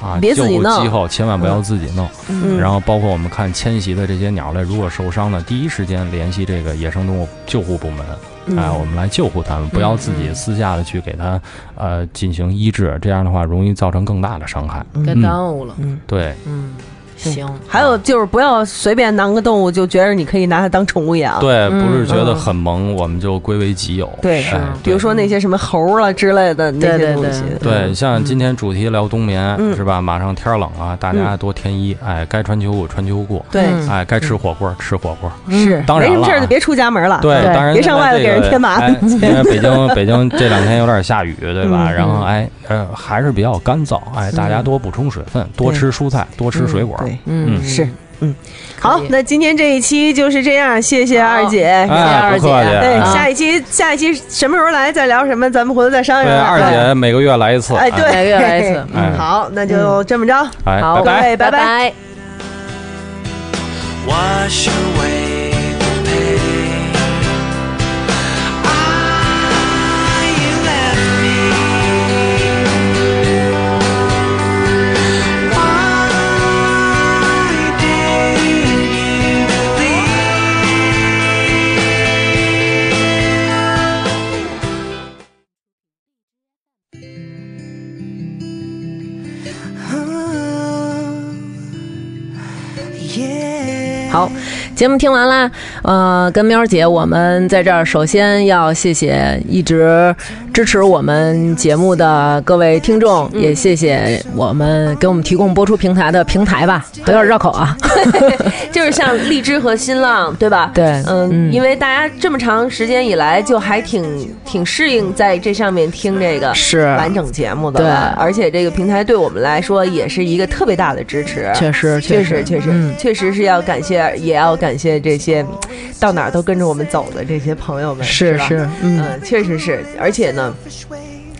[SPEAKER 7] 啊，
[SPEAKER 1] 别
[SPEAKER 7] 救
[SPEAKER 1] 自己
[SPEAKER 7] 护
[SPEAKER 1] 弄
[SPEAKER 7] 机构千万不要自己弄。
[SPEAKER 1] 嗯
[SPEAKER 7] 然后包括我们看迁徙的这些鸟类，如果受伤了，第一时间联系这个野生动物救护部门，
[SPEAKER 1] 嗯
[SPEAKER 7] 哎，我们来救护它们，不要自己私下的去给它呃进行医治，这样的话容易造成更大的伤害。
[SPEAKER 2] 该
[SPEAKER 7] 嗯
[SPEAKER 2] 耽误了，
[SPEAKER 7] 对，
[SPEAKER 2] 嗯，行，
[SPEAKER 9] 还有就是不要随便拿个动物就觉得你可以拿它当宠物
[SPEAKER 1] 啊
[SPEAKER 9] 养。
[SPEAKER 7] 对，
[SPEAKER 2] 嗯
[SPEAKER 7] 不是觉得很萌，我们就归为己有。
[SPEAKER 9] 对
[SPEAKER 7] 哎
[SPEAKER 9] 比如说嗯那些什么猴啊之类的那些
[SPEAKER 2] 对对
[SPEAKER 9] 东
[SPEAKER 2] 对
[SPEAKER 9] 西。
[SPEAKER 7] 对，像今天主题聊冬眠
[SPEAKER 9] 嗯
[SPEAKER 7] 是吧？马上天儿冷啊，大家多添衣，哎，该穿秋裤穿秋裤，
[SPEAKER 9] 对
[SPEAKER 2] 嗯
[SPEAKER 7] 哎，该吃火锅吃火锅。
[SPEAKER 9] 是
[SPEAKER 7] 当
[SPEAKER 9] 嗯
[SPEAKER 7] 然
[SPEAKER 9] 没什么
[SPEAKER 7] 了
[SPEAKER 9] 事儿就
[SPEAKER 7] 啊
[SPEAKER 9] 别出家门了。
[SPEAKER 7] 对，
[SPEAKER 2] 对
[SPEAKER 7] 当然
[SPEAKER 9] 别上外头给人添麻烦 嗯
[SPEAKER 7] 烦。哎因为北京北京这两天有点下雨，对吧？然后哎呃还是比较干燥，哎，大家多补充水分，多吃蔬菜，多吃水果。
[SPEAKER 9] 嗯对，
[SPEAKER 2] 嗯
[SPEAKER 7] 嗯
[SPEAKER 9] 是，嗯，
[SPEAKER 2] 可以
[SPEAKER 9] 好，那今天这一期就是这样，谢谢二姐。
[SPEAKER 7] 哎，不客气。
[SPEAKER 2] 啊
[SPEAKER 9] 对，
[SPEAKER 7] 哎
[SPEAKER 9] 下一期下一期什么时候来再聊什么，咱们回头再商
[SPEAKER 7] 对，
[SPEAKER 9] 量。
[SPEAKER 7] 二，姐每个月来一次。
[SPEAKER 9] 哎，对，
[SPEAKER 2] 每个月来一次
[SPEAKER 7] 哎
[SPEAKER 9] 嗯好，那就这么着，
[SPEAKER 7] 哎，
[SPEAKER 2] 好
[SPEAKER 7] 拜
[SPEAKER 9] 各
[SPEAKER 7] 拜。
[SPEAKER 9] 位，拜。
[SPEAKER 2] 拜。
[SPEAKER 6] wash away the pain. Ah, you left me. Why did you leave? Yeah.
[SPEAKER 2] 好，节目听完啦，呃，跟喵姐，我们在这儿首先要谢谢一直支持我们节目的各位听众，也谢谢我们给我们提供播出平台的平台吧，有点绕口啊。
[SPEAKER 1] 就是像荔枝和新浪，对吧？
[SPEAKER 2] 对
[SPEAKER 1] 嗯，
[SPEAKER 2] 嗯
[SPEAKER 1] 因为大家这么长时间以来，就还挺挺适应在这上面听这个
[SPEAKER 2] 是
[SPEAKER 1] 完整节目的了，
[SPEAKER 2] 对
[SPEAKER 1] 而且这个平台对我们来说也是一个特别大的支持，
[SPEAKER 2] 确实，
[SPEAKER 1] 确
[SPEAKER 2] 实，
[SPEAKER 1] 确实、
[SPEAKER 2] 嗯
[SPEAKER 1] 确实是要感谢，也要感谢这些到哪儿都跟着我们走的这些朋友们，
[SPEAKER 2] 是
[SPEAKER 1] 吧
[SPEAKER 2] 是，
[SPEAKER 1] 嗯、
[SPEAKER 2] 嗯，
[SPEAKER 1] 确实是，而且呢，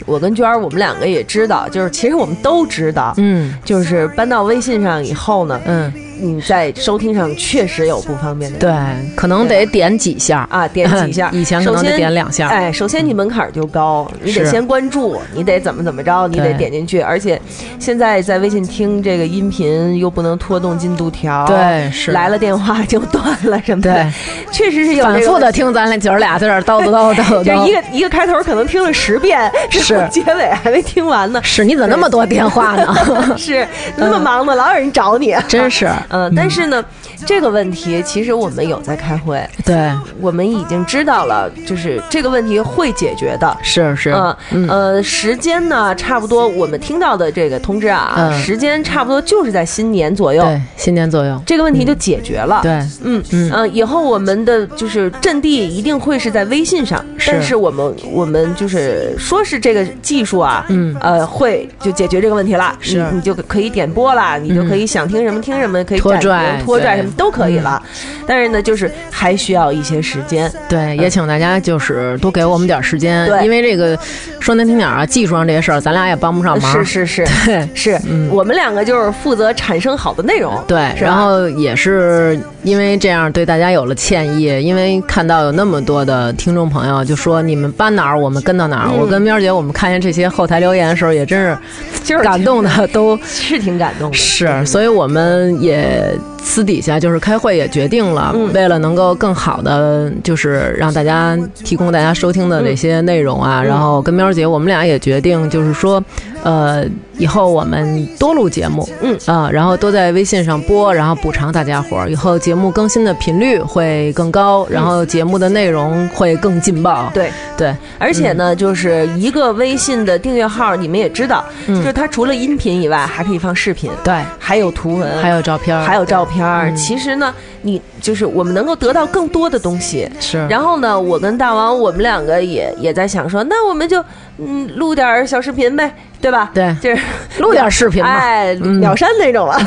[SPEAKER 1] 我跟娟儿我们两个也知道，就是其实我们都知道，
[SPEAKER 2] 嗯
[SPEAKER 1] 就是搬到微信上以后呢，
[SPEAKER 2] 嗯，
[SPEAKER 1] 你在收听上确实有不方便的地方
[SPEAKER 2] 对，可能得点几下，
[SPEAKER 1] 啊，点几下，
[SPEAKER 2] 以前可能
[SPEAKER 1] 首
[SPEAKER 2] 得
[SPEAKER 1] 先
[SPEAKER 2] 点两下，嗯
[SPEAKER 1] 哎，首先你门槛儿就高，你得
[SPEAKER 2] 是
[SPEAKER 1] 先关注，你得怎么怎么着，你得
[SPEAKER 2] 对
[SPEAKER 1] 点进去。而且现在在微信听这个音频又不能拖动进度条，
[SPEAKER 2] 对是
[SPEAKER 1] 来了电话就断了什么的，
[SPEAKER 2] 对，
[SPEAKER 1] 确实是有
[SPEAKER 2] 反
[SPEAKER 1] 这个
[SPEAKER 2] 复的
[SPEAKER 1] 问题。
[SPEAKER 2] 听咱俩姐儿俩在这儿叨叨叨叨
[SPEAKER 1] 就是
[SPEAKER 2] 叨
[SPEAKER 1] 一。个一个开头可能听了十遍，然后
[SPEAKER 2] 是，
[SPEAKER 1] 结尾还没听完呢
[SPEAKER 2] 是，你怎么那么多电话呢？
[SPEAKER 1] 是那么忙的，老有人找你。
[SPEAKER 2] 真是，
[SPEAKER 1] 嗯，但是呢，这个问题其实我们有在开会，
[SPEAKER 2] 对，
[SPEAKER 1] 我们已经知道了，就是这个问题会解决的。
[SPEAKER 2] 是是，
[SPEAKER 1] 嗯呃，时间呢，差不多我们听到的这个通知啊，
[SPEAKER 2] 嗯
[SPEAKER 1] 时间差不多就是在新年左右，
[SPEAKER 2] 对，新年左右，
[SPEAKER 1] 这个问题就解决了。
[SPEAKER 2] 对，
[SPEAKER 1] 嗯
[SPEAKER 2] 嗯
[SPEAKER 1] 呃以后我们的就是阵地一定会是在微信上，
[SPEAKER 2] 是
[SPEAKER 1] 但是我们我们就是说是这个技术啊，
[SPEAKER 2] 嗯
[SPEAKER 1] 呃，会就解决这个问题了，
[SPEAKER 2] 是嗯
[SPEAKER 1] 你你就可以点播啦，你就可以想听什么听什么，可以
[SPEAKER 2] 拖
[SPEAKER 1] 暂停
[SPEAKER 2] 拽嗯
[SPEAKER 1] 拖拽
[SPEAKER 2] 对
[SPEAKER 1] 什么都可以了。但是呢，就是还需要一些时间，
[SPEAKER 2] 对，也请大家就是多给我们点儿时间，
[SPEAKER 1] 对
[SPEAKER 2] 因为这个说难听点儿啊，技术上这些事儿咱俩也帮不啊上忙。
[SPEAKER 1] 是是是。
[SPEAKER 2] 对
[SPEAKER 1] 是、
[SPEAKER 2] 嗯
[SPEAKER 1] 我们两个就是负责产生好的内容，
[SPEAKER 2] 对，
[SPEAKER 1] 是吧
[SPEAKER 2] 然后也是因为这样对大家有了歉意，因为看到有那么多的听众朋友就说你们搬哪儿我们跟到哪儿，我跟喵姐我们看见这些后台留言的时候也真是
[SPEAKER 1] 就是
[SPEAKER 2] 感动的都。
[SPEAKER 1] 是挺感动的，
[SPEAKER 2] 是，所以我们也私底下就是开会也决定了，
[SPEAKER 1] 嗯
[SPEAKER 2] 为了能够更好的就是让大家提供大家收听的这些内容啊，
[SPEAKER 1] 嗯
[SPEAKER 2] 然后跟喵姐我们俩也决定就是说，呃，以后我们多录节目，
[SPEAKER 1] 嗯
[SPEAKER 2] 啊，然后多在微信上播，然后补偿大家伙儿，以后节目更新的频率会更高，然后节目的内容会更劲爆，
[SPEAKER 1] 对。
[SPEAKER 2] 对
[SPEAKER 1] 而且呢，
[SPEAKER 2] 嗯
[SPEAKER 1] 就是一个微信的订阅号，你们也知道，就是它除了音频以外，还可以放视频，
[SPEAKER 2] 嗯对，
[SPEAKER 1] 还有图文，
[SPEAKER 2] 还有照片儿，
[SPEAKER 1] 还有照片儿。
[SPEAKER 2] 嗯
[SPEAKER 1] 其实呢，你就是我们能够得到更多的东西。
[SPEAKER 2] 是，
[SPEAKER 1] 然后呢，我跟大王，我们两个也也在想说，那我们就嗯录点儿小视频呗，对吧？
[SPEAKER 2] 对
[SPEAKER 1] 就是
[SPEAKER 2] 录点视频吧，
[SPEAKER 1] 哎，
[SPEAKER 2] 嗯
[SPEAKER 1] 秒删那 种了。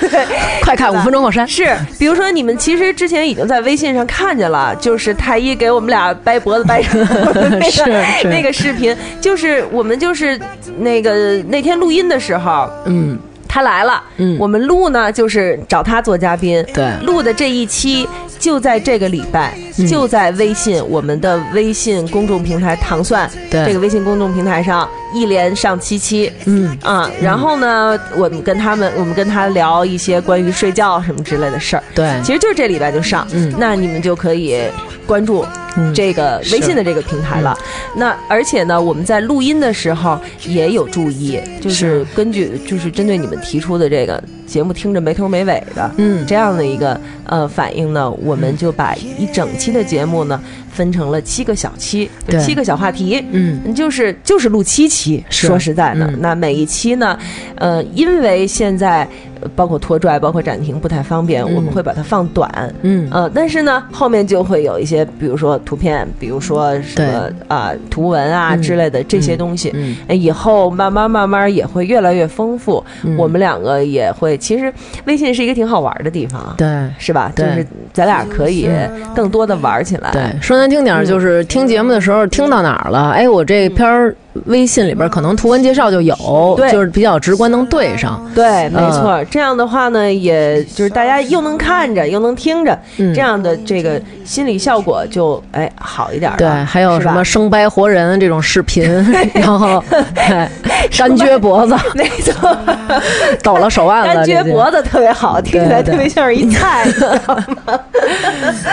[SPEAKER 1] 对，
[SPEAKER 2] 快看五分钟后删，
[SPEAKER 1] 是，比如说你们其实之前已经在微信上看见了，就是太医给我们俩掰脖子掰手 那个
[SPEAKER 2] 是 是
[SPEAKER 1] 那个视频，就是我们就是那个那天录音的时候。
[SPEAKER 2] 嗯
[SPEAKER 1] 他来了，
[SPEAKER 2] 嗯
[SPEAKER 1] 我们录呢就是找他做嘉宾，
[SPEAKER 2] 对
[SPEAKER 1] 录的这一期就在这个礼拜，
[SPEAKER 2] 嗯
[SPEAKER 1] 就在微信我们的微信公众平台“糖蒜”
[SPEAKER 2] 对
[SPEAKER 1] 这个微信公众平台上一连上七期，
[SPEAKER 2] 嗯
[SPEAKER 1] 啊，然后呢，我们跟他们，我们跟他聊一些关于睡觉什么之类的事儿。
[SPEAKER 2] 对，
[SPEAKER 1] 其实就是这礼拜就上，
[SPEAKER 2] 嗯
[SPEAKER 1] 那你们就可以关注
[SPEAKER 2] 嗯
[SPEAKER 1] 这个微信的这个平台了。那而且呢，我们在录音的时候也有注意，就是根据就是针对你们提出的这个，节目听着没头没尾的，
[SPEAKER 2] 嗯，
[SPEAKER 1] 这样的一个呃反应呢，我们就把一整期的节目呢分成了七个小期，
[SPEAKER 2] 对
[SPEAKER 1] 七个小话题，
[SPEAKER 2] 嗯，
[SPEAKER 1] 就是就是录七期，
[SPEAKER 2] 是
[SPEAKER 1] 说实在的，
[SPEAKER 2] 嗯
[SPEAKER 1] 那每一期呢，呃，因为现在呃包括拖拽，包括暂停不太方便，
[SPEAKER 2] 嗯
[SPEAKER 1] 我们会把它放短，
[SPEAKER 2] 嗯
[SPEAKER 1] 呃，但是呢，后面就会有一些，比如说图片，比如说什么啊、图文啊、
[SPEAKER 2] 嗯
[SPEAKER 1] 之类的这些东西。
[SPEAKER 2] 嗯
[SPEAKER 1] 呃以后慢慢慢慢也会越来越丰富，
[SPEAKER 2] 嗯
[SPEAKER 1] 我们两个也会。其实微信是一个挺好玩的地方，
[SPEAKER 2] 对
[SPEAKER 1] 是吧？就
[SPEAKER 2] 对
[SPEAKER 1] 是咱俩可以更多的玩起来。
[SPEAKER 2] 对，说难听点
[SPEAKER 1] 嗯
[SPEAKER 2] 儿，就是听节目的时候听到哪儿了，哎，我这篇儿微信里边儿可能图文介绍就有
[SPEAKER 1] 对，
[SPEAKER 2] 就是比较直观能对上。
[SPEAKER 1] 对，没错。这样的话呢，也就是大家又能看着又能听着，
[SPEAKER 2] 嗯
[SPEAKER 1] 这样的这个心理效果就哎好一点了。
[SPEAKER 2] 对，还有
[SPEAKER 1] 是
[SPEAKER 2] 什
[SPEAKER 1] 吧
[SPEAKER 2] 么生掰活人这种视频， 然后对干撅脖子，
[SPEAKER 1] 没 错，
[SPEAKER 2] 抖了手腕
[SPEAKER 1] 干
[SPEAKER 2] 了，
[SPEAKER 1] 撅脖
[SPEAKER 2] 子，
[SPEAKER 1] 子特别好，听起来特别像是一 菜，你知道吗？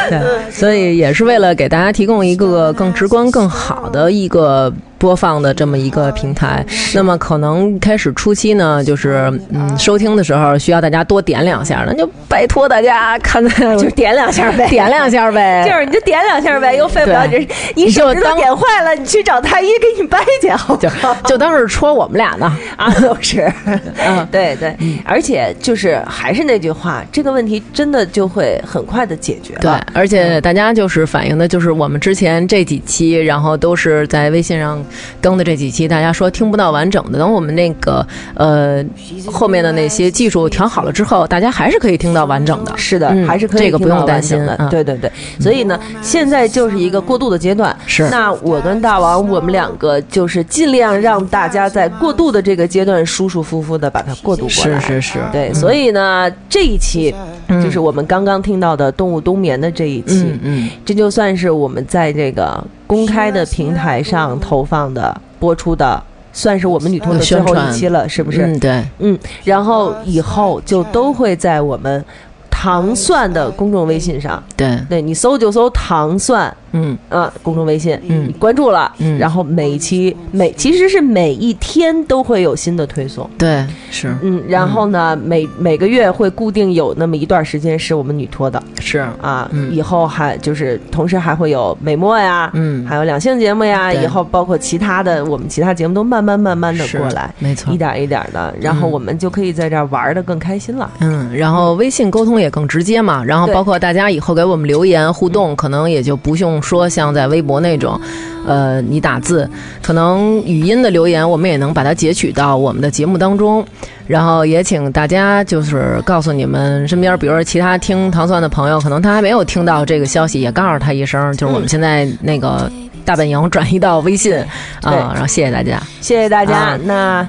[SPEAKER 2] 对，所以也是为了给大家提供一个更直观、更好的一个。播放的这么一个平台，那么可能开始初期呢，就是嗯，收听的时候需要大家多点两下，那就拜托大家看在
[SPEAKER 1] 就点两下呗，
[SPEAKER 2] 哎点两下呗，
[SPEAKER 1] 就是你就点两下呗，又费不了
[SPEAKER 2] 对
[SPEAKER 1] 你你
[SPEAKER 2] 你就
[SPEAKER 1] 手指头
[SPEAKER 2] 当
[SPEAKER 1] 点坏了，你去找太医给你掰去，好不
[SPEAKER 2] 就
[SPEAKER 1] 好？
[SPEAKER 2] 就当是戳我们俩呢。
[SPEAKER 1] 啊，都是，
[SPEAKER 2] 嗯
[SPEAKER 1] 对对，而且就是还是那句话，这个问题真的就会很快的解决
[SPEAKER 2] 对
[SPEAKER 1] 了。，
[SPEAKER 2] 而且大家就是反映的，就是我们之前这几期，然后都是在微信上更的这几期，大家说听不到完整的。等我们那个呃后面的那些技术调好了之后，大家还是可以听到完整的。
[SPEAKER 1] 是的，
[SPEAKER 2] 嗯
[SPEAKER 1] 还是可以
[SPEAKER 2] 这个不用担心
[SPEAKER 1] 听到完整
[SPEAKER 2] 啊
[SPEAKER 1] 的。对对对，所以呢，现在就是一个过渡的阶段。
[SPEAKER 2] 是
[SPEAKER 1] 那我跟大王，我们两个就是尽量让大家在过渡的这个阶段舒舒服服的把它过渡过来。嗯
[SPEAKER 2] 是嗯是是，
[SPEAKER 1] 对，所以呢，这一期就是我们刚刚听到的《动物冬眠》的这一期，
[SPEAKER 2] 嗯嗯，
[SPEAKER 1] 这就算是我们在这个公开的平台上投放的、播出的，算是我们女托的最后一期了，是不是？
[SPEAKER 2] 嗯对，
[SPEAKER 1] 嗯，然后以后就都会在我们糖蒜的公众微信上，
[SPEAKER 2] 对，
[SPEAKER 1] 对你搜就搜糖蒜。
[SPEAKER 2] 嗯
[SPEAKER 1] 啊，公众微信，
[SPEAKER 2] 嗯
[SPEAKER 1] 你关注了，
[SPEAKER 2] 嗯
[SPEAKER 1] 然后每一期每其实是每一天都会有新的推送，
[SPEAKER 2] 对是
[SPEAKER 1] 嗯，然后呢，每每个月会固定有那么一段时间是我们女托的
[SPEAKER 2] 是，
[SPEAKER 1] 啊，
[SPEAKER 2] 嗯
[SPEAKER 1] 以后还就是同时还会有美墨呀，
[SPEAKER 2] 嗯
[SPEAKER 1] 还有两性节目呀，
[SPEAKER 2] 对
[SPEAKER 1] 以后包括其他的我们其他节目都慢慢慢慢的
[SPEAKER 2] 是
[SPEAKER 1] 过来，
[SPEAKER 2] 没错
[SPEAKER 1] 一点一点的，然后我们就可以在这儿玩的更开心了。
[SPEAKER 2] 嗯，然后微信沟通也更直接嘛，然后
[SPEAKER 1] 对嗯
[SPEAKER 2] 包括大家以后给我们留言互动，可能也就不用说像在微博那种，呃，你打字，可能语音的留言我们也能把它截取到我们的节目当中，然后也请大家就是告诉你们身边，比如说其他听糖蒜的朋友，可能他还没有听到这个消息，也告诉他一声，就是我们现在那个大本营转移到微信啊、
[SPEAKER 1] 对
[SPEAKER 2] 然后谢谢大家，
[SPEAKER 1] 谢谢大家，
[SPEAKER 2] 啊
[SPEAKER 1] 那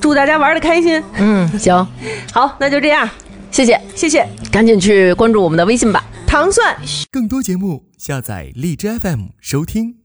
[SPEAKER 1] 祝大家玩的开心。
[SPEAKER 2] 嗯，行，
[SPEAKER 1] 好，那就这样，
[SPEAKER 2] 谢谢，
[SPEAKER 1] 谢谢
[SPEAKER 2] 赶紧去关注我们的微信吧。
[SPEAKER 1] 糖蒜。
[SPEAKER 10] 更多节目，下载荔枝 FM 收听。